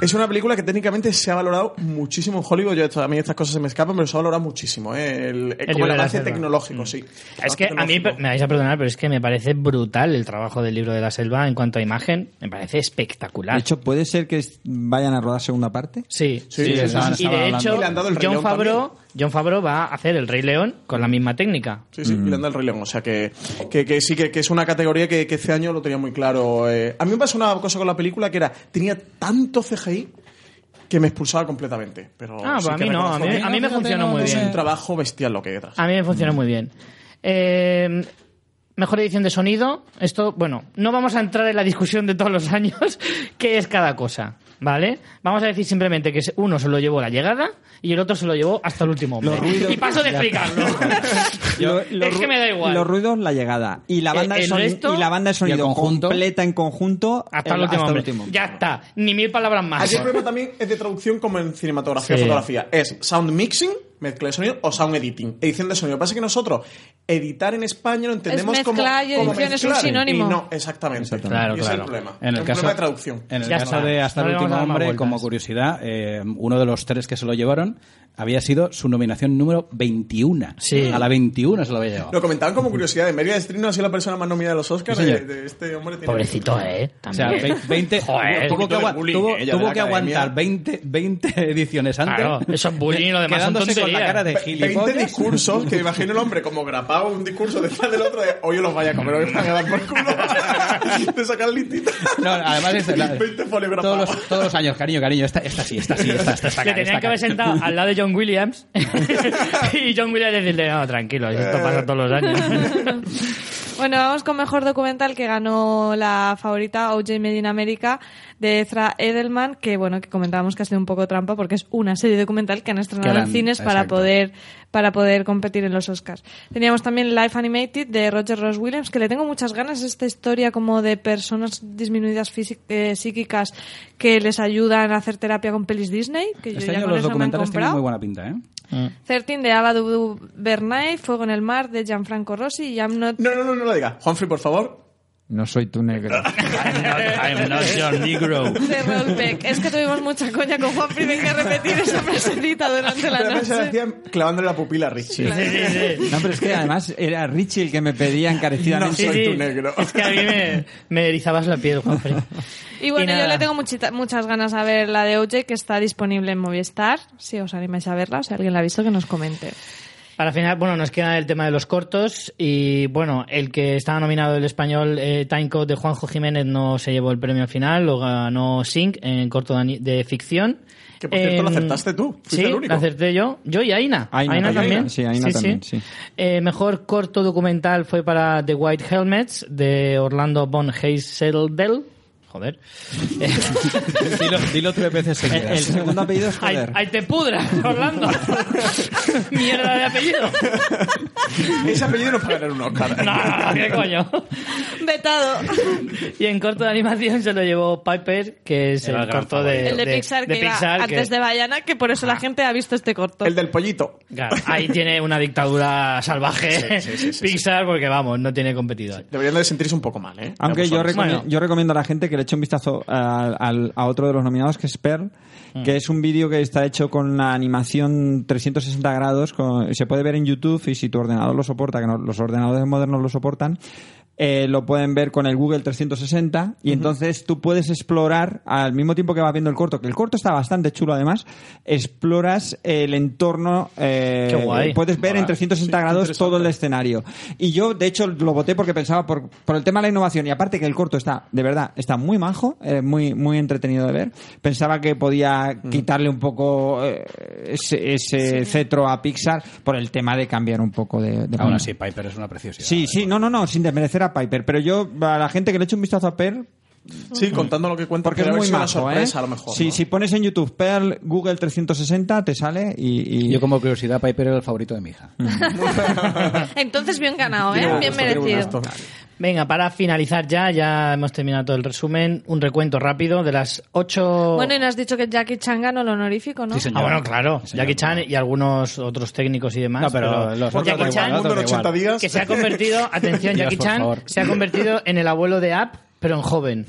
[SPEAKER 4] Es una película que técnicamente se ha valorado muchísimo en Hollywood. Yo, esto- a mí estas cosas se me escapan, pero se ha valorado muchísimo. ¿eh? El, como
[SPEAKER 1] libro de
[SPEAKER 4] el
[SPEAKER 1] la
[SPEAKER 4] avance
[SPEAKER 1] selva.
[SPEAKER 4] tecnológico, sí.
[SPEAKER 1] Mm. Es que a mí,
[SPEAKER 4] Tecnológico.
[SPEAKER 1] me vais a perdonar, pero es que me parece brutal el trabajo del libro de la selva en cuanto a imagen. Me parece
[SPEAKER 3] De
[SPEAKER 1] espectacular.
[SPEAKER 3] hecho, ¿puede ser que es- vayan a rodar segunda parte?
[SPEAKER 1] sí.
[SPEAKER 4] Sí,
[SPEAKER 6] Sí,
[SPEAKER 4] sí, sí.
[SPEAKER 6] estaban-
[SPEAKER 1] Y
[SPEAKER 6] estaban
[SPEAKER 1] de
[SPEAKER 6] hablando.
[SPEAKER 1] hecho,
[SPEAKER 4] Y le han dado el Rey
[SPEAKER 1] John
[SPEAKER 4] León
[SPEAKER 1] Favreau, John Favreau va a hacer el Rey León con la misma técnica.
[SPEAKER 4] Sí, sí, Miranda del Rey León. O sea, que, que, que sí, que, que es una categoría que, que este año lo tenía muy claro. eh. A mí me pasó una cosa con la película que era, tenía tanto CGI que me expulsaba completamente. Pero
[SPEAKER 1] Ah,
[SPEAKER 4] Oh, sí
[SPEAKER 1] pues a
[SPEAKER 4] que
[SPEAKER 1] mí no, a
[SPEAKER 4] reconozco
[SPEAKER 1] mí,
[SPEAKER 4] que
[SPEAKER 1] a mí me
[SPEAKER 6] no,
[SPEAKER 1] funcionó muy
[SPEAKER 4] Es
[SPEAKER 1] bien.
[SPEAKER 4] un trabajo bestial lo que hay detrás.
[SPEAKER 1] A mí me funciona muy bien. Eh, mejor edición de sonido. Esto, bueno, no vamos a entrar en la discusión de todos los años, qué es cada cosa, ¿vale? Vamos a decir simplemente que uno se lo llevó la llegada y el otro se lo llevó hasta el último hombre. Y paso de explicarlo.
[SPEAKER 3] Lo- lo
[SPEAKER 1] es que
[SPEAKER 3] ru-
[SPEAKER 1] me da igual.
[SPEAKER 3] Los ruidos, la llegada. Y la
[SPEAKER 1] El-
[SPEAKER 3] banda, de,
[SPEAKER 1] el
[SPEAKER 3] soni-
[SPEAKER 1] resto
[SPEAKER 3] y la banda de
[SPEAKER 6] y el
[SPEAKER 3] sonido
[SPEAKER 6] conjunto.
[SPEAKER 3] completa en conjunto
[SPEAKER 1] hasta el
[SPEAKER 3] el-
[SPEAKER 1] último
[SPEAKER 3] hasta el
[SPEAKER 1] hombre.
[SPEAKER 3] último.
[SPEAKER 1] Ya está. Ni mil palabras más.
[SPEAKER 4] Aquí el problema también es de traducción como en cinematografía
[SPEAKER 1] Sí.
[SPEAKER 4] fotografía. Es sound mixing, mezcla de sonido, o sound editing, edición de sonido. Lo que pasa es que nosotros editar en España lo entendemos
[SPEAKER 2] Es
[SPEAKER 4] como...
[SPEAKER 2] mezclar y
[SPEAKER 4] como
[SPEAKER 2] edición es un
[SPEAKER 4] mezclar.
[SPEAKER 2] sinónimo.
[SPEAKER 4] Y no, exactamente.
[SPEAKER 1] Claro,
[SPEAKER 4] y ese
[SPEAKER 1] claro.
[SPEAKER 4] es el problema.
[SPEAKER 6] En el,
[SPEAKER 4] Es un
[SPEAKER 6] caso, eh.
[SPEAKER 4] problema de traducción.
[SPEAKER 6] En el
[SPEAKER 1] Ya
[SPEAKER 6] caso
[SPEAKER 1] está.
[SPEAKER 6] de Hasta
[SPEAKER 1] No
[SPEAKER 6] el
[SPEAKER 1] le vamos
[SPEAKER 6] último
[SPEAKER 1] a dar más
[SPEAKER 6] hombre,
[SPEAKER 1] vueltas.
[SPEAKER 6] como curiosidad, eh, uno de los tres que se lo llevaron había sido su nominación número 21.
[SPEAKER 1] Sí.
[SPEAKER 6] A la 21 se lo había llevado.
[SPEAKER 4] Lo comentaban como curiosidad. de Meryl Streep no ha sido la persona más nominada de los Oscars.
[SPEAKER 6] Sí,
[SPEAKER 4] de,
[SPEAKER 6] señor.
[SPEAKER 4] de este hombre tiene-
[SPEAKER 1] Pobrecito, ¿eh?
[SPEAKER 6] O sea,
[SPEAKER 1] También.
[SPEAKER 6] ve- 20,
[SPEAKER 1] Joder,
[SPEAKER 6] tuvo que,
[SPEAKER 4] poquito de
[SPEAKER 6] agua-
[SPEAKER 4] bullying,
[SPEAKER 6] tuvo-
[SPEAKER 4] eh, ya de
[SPEAKER 6] tuvo
[SPEAKER 4] la
[SPEAKER 6] que
[SPEAKER 4] academia.
[SPEAKER 6] aguantar 20, 20 ediciones antes.
[SPEAKER 1] Claro, eso es bullying y lo demás son
[SPEAKER 6] Quedándose con la
[SPEAKER 1] tonterías.
[SPEAKER 6] cara de
[SPEAKER 4] Ve- 20
[SPEAKER 6] gilipollas.
[SPEAKER 4] discursos que imagino el hombre como grapado un discurso detrás del otro de hoy los vaya a comer, hoy os van a dar por culo. de sacar el lintito.
[SPEAKER 6] No, además es- la-
[SPEAKER 4] 20
[SPEAKER 6] todos,
[SPEAKER 4] folios grapados.
[SPEAKER 6] los, todos los años, cariño, cariño, esta, esta sí, esta sí, esta, esta, esta
[SPEAKER 1] Le
[SPEAKER 6] cara,
[SPEAKER 1] tenían
[SPEAKER 6] esta
[SPEAKER 1] que haber
[SPEAKER 6] cara.
[SPEAKER 1] sentado al lado de John Williams y John Williams decirle, no, tranquilo, esto pasa todos los años.
[SPEAKER 2] Bueno, vamos con mejor documental que ganó la favorita OJ Made in America de Ezra Edelman, que bueno, que comentábamos que ha sido un poco trampa porque es una serie documental que han estrenado
[SPEAKER 6] Que la
[SPEAKER 2] en
[SPEAKER 6] han-
[SPEAKER 2] cines para
[SPEAKER 6] exacto.
[SPEAKER 2] poder para poder competir en los Oscars. Teníamos también Life Animated de Roger Ross Williams, que le tengo muchas ganas a esta historia como de personas disminuidas físic- eh, psíquicas que les ayudan a hacer terapia con pelis Disney, que yo
[SPEAKER 6] Este
[SPEAKER 2] ya
[SPEAKER 6] año
[SPEAKER 2] con
[SPEAKER 6] los
[SPEAKER 2] eso me han
[SPEAKER 6] documentales tienen
[SPEAKER 2] comprado.
[SPEAKER 6] muy buena pinta, ¿eh?
[SPEAKER 2] 13 de Ava DuVernay, Fuego en el mar de Gianfranco Rossi y I'm Not
[SPEAKER 4] No, no, no, no lo diga. Humphrey, por favor.
[SPEAKER 3] No soy tu negro.
[SPEAKER 6] I'm not, your negro.
[SPEAKER 2] de Rollback. Es que tuvimos mucha coña con Juan Priven que repetir esa frasecita durante la
[SPEAKER 4] Pero se
[SPEAKER 2] noche.
[SPEAKER 4] decían clavándole la pupila a
[SPEAKER 1] Sí,
[SPEAKER 4] Richie.
[SPEAKER 1] sí, sí.
[SPEAKER 3] No, pero es que además era Richie el que me pedía encarecidamente.
[SPEAKER 1] Sí,
[SPEAKER 4] Soy
[SPEAKER 1] sí.
[SPEAKER 4] tu negro.
[SPEAKER 1] Es que a mí me, me erizabas la piel, Juanfrey.
[SPEAKER 2] Y bueno,
[SPEAKER 1] nada.
[SPEAKER 2] yo le tengo muchita- muchas ganas a ver la de OJ que está disponible en Movistar. Si os animáis a verla, o si alguien la ha visto, que nos comente.
[SPEAKER 1] Para final, bueno, nos queda el tema de los cortos y bueno, el que estaba nominado el español eh, Time Code de Juanjo Jiménez no se llevó el premio al final, lo ganó Sync en corto de, ani- de ficción.
[SPEAKER 4] Que, por cierto, lo
[SPEAKER 1] Em,
[SPEAKER 4] acertaste tú, fuiste
[SPEAKER 1] sí,
[SPEAKER 4] el único.
[SPEAKER 1] lo acerté yo. Yo y Aina.
[SPEAKER 3] Aina también.
[SPEAKER 1] también.
[SPEAKER 3] Sí, Aina también, sí.
[SPEAKER 1] Eh, mejor corto documental fue para The White Helmets de Orlando von Heiseldell. Joder.
[SPEAKER 6] Dilo, dilo tres veces
[SPEAKER 1] El- el
[SPEAKER 6] seguidas.
[SPEAKER 3] segundo apellido es
[SPEAKER 1] ¡Ay,
[SPEAKER 3] joder.
[SPEAKER 1] ay, te pudras, Orlando! Mierda de apellido.
[SPEAKER 4] Ese apellido no es para ganar un Oscar.
[SPEAKER 1] No, no, no, qué coño.
[SPEAKER 2] Vetado.
[SPEAKER 1] Y en corto de animación se lo llevó Piper, que es
[SPEAKER 6] Era
[SPEAKER 1] el,
[SPEAKER 6] el gran
[SPEAKER 1] corto de,
[SPEAKER 2] El de, Pixar que era
[SPEAKER 1] Pixar, que-
[SPEAKER 2] antes de Bayana, que por eso la gente ha visto este corto.
[SPEAKER 4] El del pollito.
[SPEAKER 1] Claro, ahí tiene una dictadura salvaje Pixar, porque vamos, no tiene competidor.
[SPEAKER 4] Deberían de sentirse un poco mal, ¿eh?
[SPEAKER 3] Aunque yo, recome-
[SPEAKER 1] Bueno.
[SPEAKER 3] yo recomiendo a la gente que le eche un vistazo al- al- a, otro de los nominados, que es Pearl,
[SPEAKER 1] Mm.
[SPEAKER 3] que es un vídeo que está hecho con la animación 360 grados. con- se puede ver en YouTube y si tu ordenador lo soporta, que no- los ordenadores modernos lo soportan, eh, lo pueden ver con el Google 360 y entonces tú puedes explorar al mismo tiempo que vas viendo el corto, que el corto está bastante chulo además, exploras el entorno, eh,
[SPEAKER 1] Qué guay.
[SPEAKER 3] puedes ver en 360 grados todo el escenario. Y yo, de hecho, lo voté porque pensaba por, por el tema de la innovación. Y aparte que el corto está, de verdad, está muy majo, eh, muy, muy entretenido de ver. Pensaba que podía
[SPEAKER 4] Mm.
[SPEAKER 3] quitarle un poco eh, ese, ese cetro a Pixar por el tema de cambiar un poco de... de
[SPEAKER 6] Aún así, Ah, Piper es una preciosidad.
[SPEAKER 3] Sí, sí, no, no, no, sin desmerecer a Piper. Pero yo, a la gente que le eche un vistazo a Pearl,
[SPEAKER 4] Sí, contando lo que cuenta.
[SPEAKER 3] porque es
[SPEAKER 4] podría haber
[SPEAKER 3] muy
[SPEAKER 4] sido una
[SPEAKER 3] majo, ¿eh?
[SPEAKER 4] sorpresa, a lo mejor.
[SPEAKER 3] Sí,
[SPEAKER 4] ¿no?
[SPEAKER 3] si pones en YouTube Pearl, Google 360, te sale y... y-
[SPEAKER 6] Yo, como curiosidad, Piper era el favorito de mi hija.
[SPEAKER 2] Entonces bien ganado,
[SPEAKER 4] Tiene
[SPEAKER 2] ¿eh?
[SPEAKER 4] buen
[SPEAKER 2] Bien
[SPEAKER 4] gusto, tiene buen
[SPEAKER 2] merecido.
[SPEAKER 4] gusto.
[SPEAKER 1] Venga, para finalizar ya, ya hemos terminado todo el resumen, un recuento rápido de las ocho...
[SPEAKER 2] Bueno, y nos has dicho que Jackie Chan ganó el honorífico, ¿no?
[SPEAKER 6] Sí, señor.
[SPEAKER 1] Ah, bueno, claro,
[SPEAKER 6] Sí, señor.
[SPEAKER 1] Jackie Chan y algunos otros técnicos y demás.
[SPEAKER 6] No, pero los otros
[SPEAKER 1] Jackie
[SPEAKER 6] da igual,
[SPEAKER 1] Chan,
[SPEAKER 6] los
[SPEAKER 4] mundo
[SPEAKER 6] otros
[SPEAKER 4] en
[SPEAKER 6] da
[SPEAKER 4] 80
[SPEAKER 6] igual.
[SPEAKER 4] días.
[SPEAKER 1] que se ha convertido, atención,
[SPEAKER 6] Dios,
[SPEAKER 1] Jackie
[SPEAKER 6] por
[SPEAKER 1] Chan
[SPEAKER 6] favor.
[SPEAKER 1] se ha convertido en el abuelo de App, pero en joven.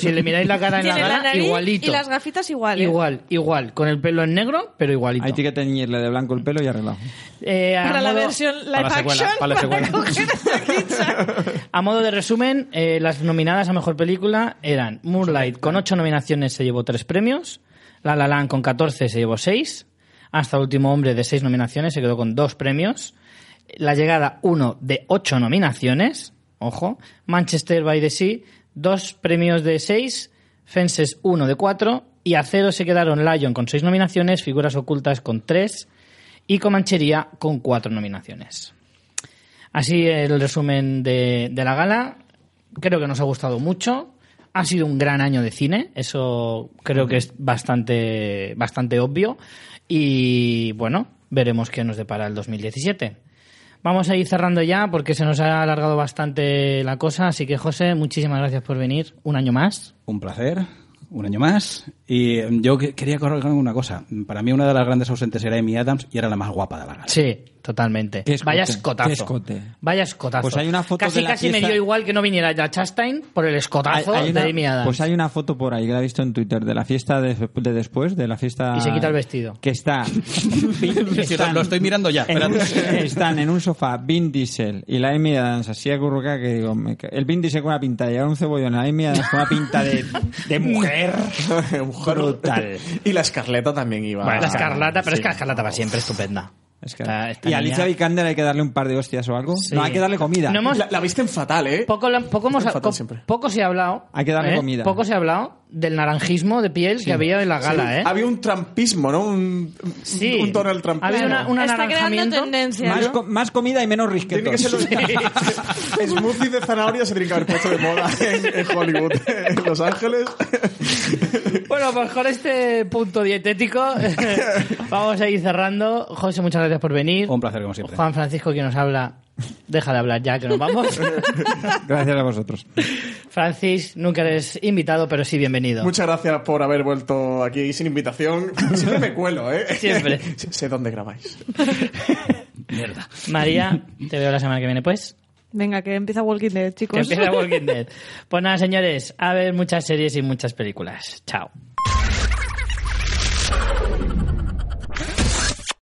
[SPEAKER 1] Si le miráis la cara en la
[SPEAKER 2] Tiene la
[SPEAKER 1] gala,
[SPEAKER 2] nariz
[SPEAKER 1] igualito.
[SPEAKER 2] y las gafitas igual. ¿eh?
[SPEAKER 1] Igual, igual, con el pelo en negro, pero igualito.
[SPEAKER 3] Hay que teñirle de blanco el pelo y arreglado.
[SPEAKER 1] Eh, a
[SPEAKER 2] Para la
[SPEAKER 1] modo-
[SPEAKER 2] versión live
[SPEAKER 6] para la secuela,
[SPEAKER 2] action,
[SPEAKER 6] para la
[SPEAKER 2] para
[SPEAKER 6] secuela.
[SPEAKER 2] coger a Jackie Chan.
[SPEAKER 1] A modo de resumen, eh, las nominadas a mejor película eran Moonlight con 8 nominaciones se llevó 3 premios, La La Land con 14 se llevó 6, Hasta el último hombre de 6 nominaciones se quedó con 2 premios, La Llegada 1 de 8 nominaciones, ojo, Manchester by the Sea 2 premios de 6, Fences 1 de 4 y a 0 se quedaron Lion con 6 nominaciones, Figuras ocultas con 3 y Comanchería con 4 nominaciones. Así el resumen de, de la gala. Creo que nos ha gustado mucho. Ha sido un gran año de cine, eso creo que es bastante, bastante obvio. Y bueno, veremos qué nos depara el 2017. Vamos a ir cerrando ya porque se nos ha alargado bastante la cosa. Así que, José, muchísimas gracias por venir un año más.
[SPEAKER 6] Un placer, un año más. Y eh, yo que- quería corregir una cosa. Para mí, una de las grandes ausentes era Amy Adams y era la más guapa de la gala.
[SPEAKER 1] Sí, totalmente.
[SPEAKER 3] Qué escote,
[SPEAKER 1] Vaya
[SPEAKER 3] qué
[SPEAKER 1] escotazo.
[SPEAKER 3] escote.
[SPEAKER 1] Vaya escotazo.
[SPEAKER 3] Pues hay una foto
[SPEAKER 1] casi
[SPEAKER 3] de la
[SPEAKER 1] casi me
[SPEAKER 3] pieza-
[SPEAKER 1] dio igual que no viniera ya Chastain por el escotazo
[SPEAKER 3] Hay- hay una-
[SPEAKER 1] de Amy Adams.
[SPEAKER 3] Pues hay una foto por ahí que la he visto en Twitter de la fiesta de, de después, de la fiesta.
[SPEAKER 1] Y se quita el vestido.
[SPEAKER 3] Que está. están,
[SPEAKER 6] lo estoy mirando ya.
[SPEAKER 3] en un-
[SPEAKER 6] espérate.
[SPEAKER 3] están en un sofá Vin Diesel y la Amy Adams así acurrucada que digo. me ca- el Vin Diesel con una pinta de llevar un cebollón, la Amy Adams con una pinta de, de mujer.
[SPEAKER 4] Mujer.
[SPEAKER 3] Brutal.
[SPEAKER 4] Y la escarleta también iba.
[SPEAKER 1] Bueno, la escarlata, pero es que la escarlata va siempre estupenda.
[SPEAKER 3] Es que-
[SPEAKER 1] Esta- esta
[SPEAKER 3] y
[SPEAKER 1] niña-
[SPEAKER 3] a Alicia Vikander hay que darle un par de hostias o algo.
[SPEAKER 1] Sí.
[SPEAKER 3] No, hay que darle comida.
[SPEAKER 1] No hemos-
[SPEAKER 4] La, la visten fatal, ¿eh?
[SPEAKER 1] Poco, la- poco, hemos-
[SPEAKER 4] Está fatal
[SPEAKER 1] po-
[SPEAKER 4] siempre.
[SPEAKER 1] poco se ha hablado.
[SPEAKER 3] Hay que darle
[SPEAKER 1] ¿eh?
[SPEAKER 3] comida.
[SPEAKER 1] Poco se ha hablado del naranjismo de piel que había en la gala, ¿eh?
[SPEAKER 4] Había un trampismo, ¿no? Un, un-
[SPEAKER 1] Sí.
[SPEAKER 4] un tono del trampismo.
[SPEAKER 1] Había una- un
[SPEAKER 2] Está creando
[SPEAKER 1] anaranjamiento.
[SPEAKER 2] tendencia.
[SPEAKER 3] Más, co- más comida y menos risquetos.
[SPEAKER 4] Tiene que ser los... Smoothie de zanahoria se tiene que haber puesto de moda en, en Hollywood. En Los Ángeles.
[SPEAKER 1] Bueno, pues con este punto dietético vamos a ir cerrando. José, muchas gracias por venir.
[SPEAKER 6] Un placer, como siempre.
[SPEAKER 1] Juan Francisco, que nos habla, deja de hablar ya, que nos vamos.
[SPEAKER 3] Gracias a vosotros.
[SPEAKER 1] Francis, nunca eres invitado, pero sí bienvenido.
[SPEAKER 4] Muchas gracias por haber vuelto aquí sin invitación. Siempre me cuelo, ¿eh?
[SPEAKER 1] Siempre.
[SPEAKER 4] Sé- Sé dónde grabáis.
[SPEAKER 6] Mierda.
[SPEAKER 1] María, te veo la semana que viene, pues.
[SPEAKER 2] Venga, que empieza Walking Dead,
[SPEAKER 1] Que
[SPEAKER 2] chicos.
[SPEAKER 1] empieza Walking Dead. Pues nada, señores, a ver muchas series y muchas películas. Chao.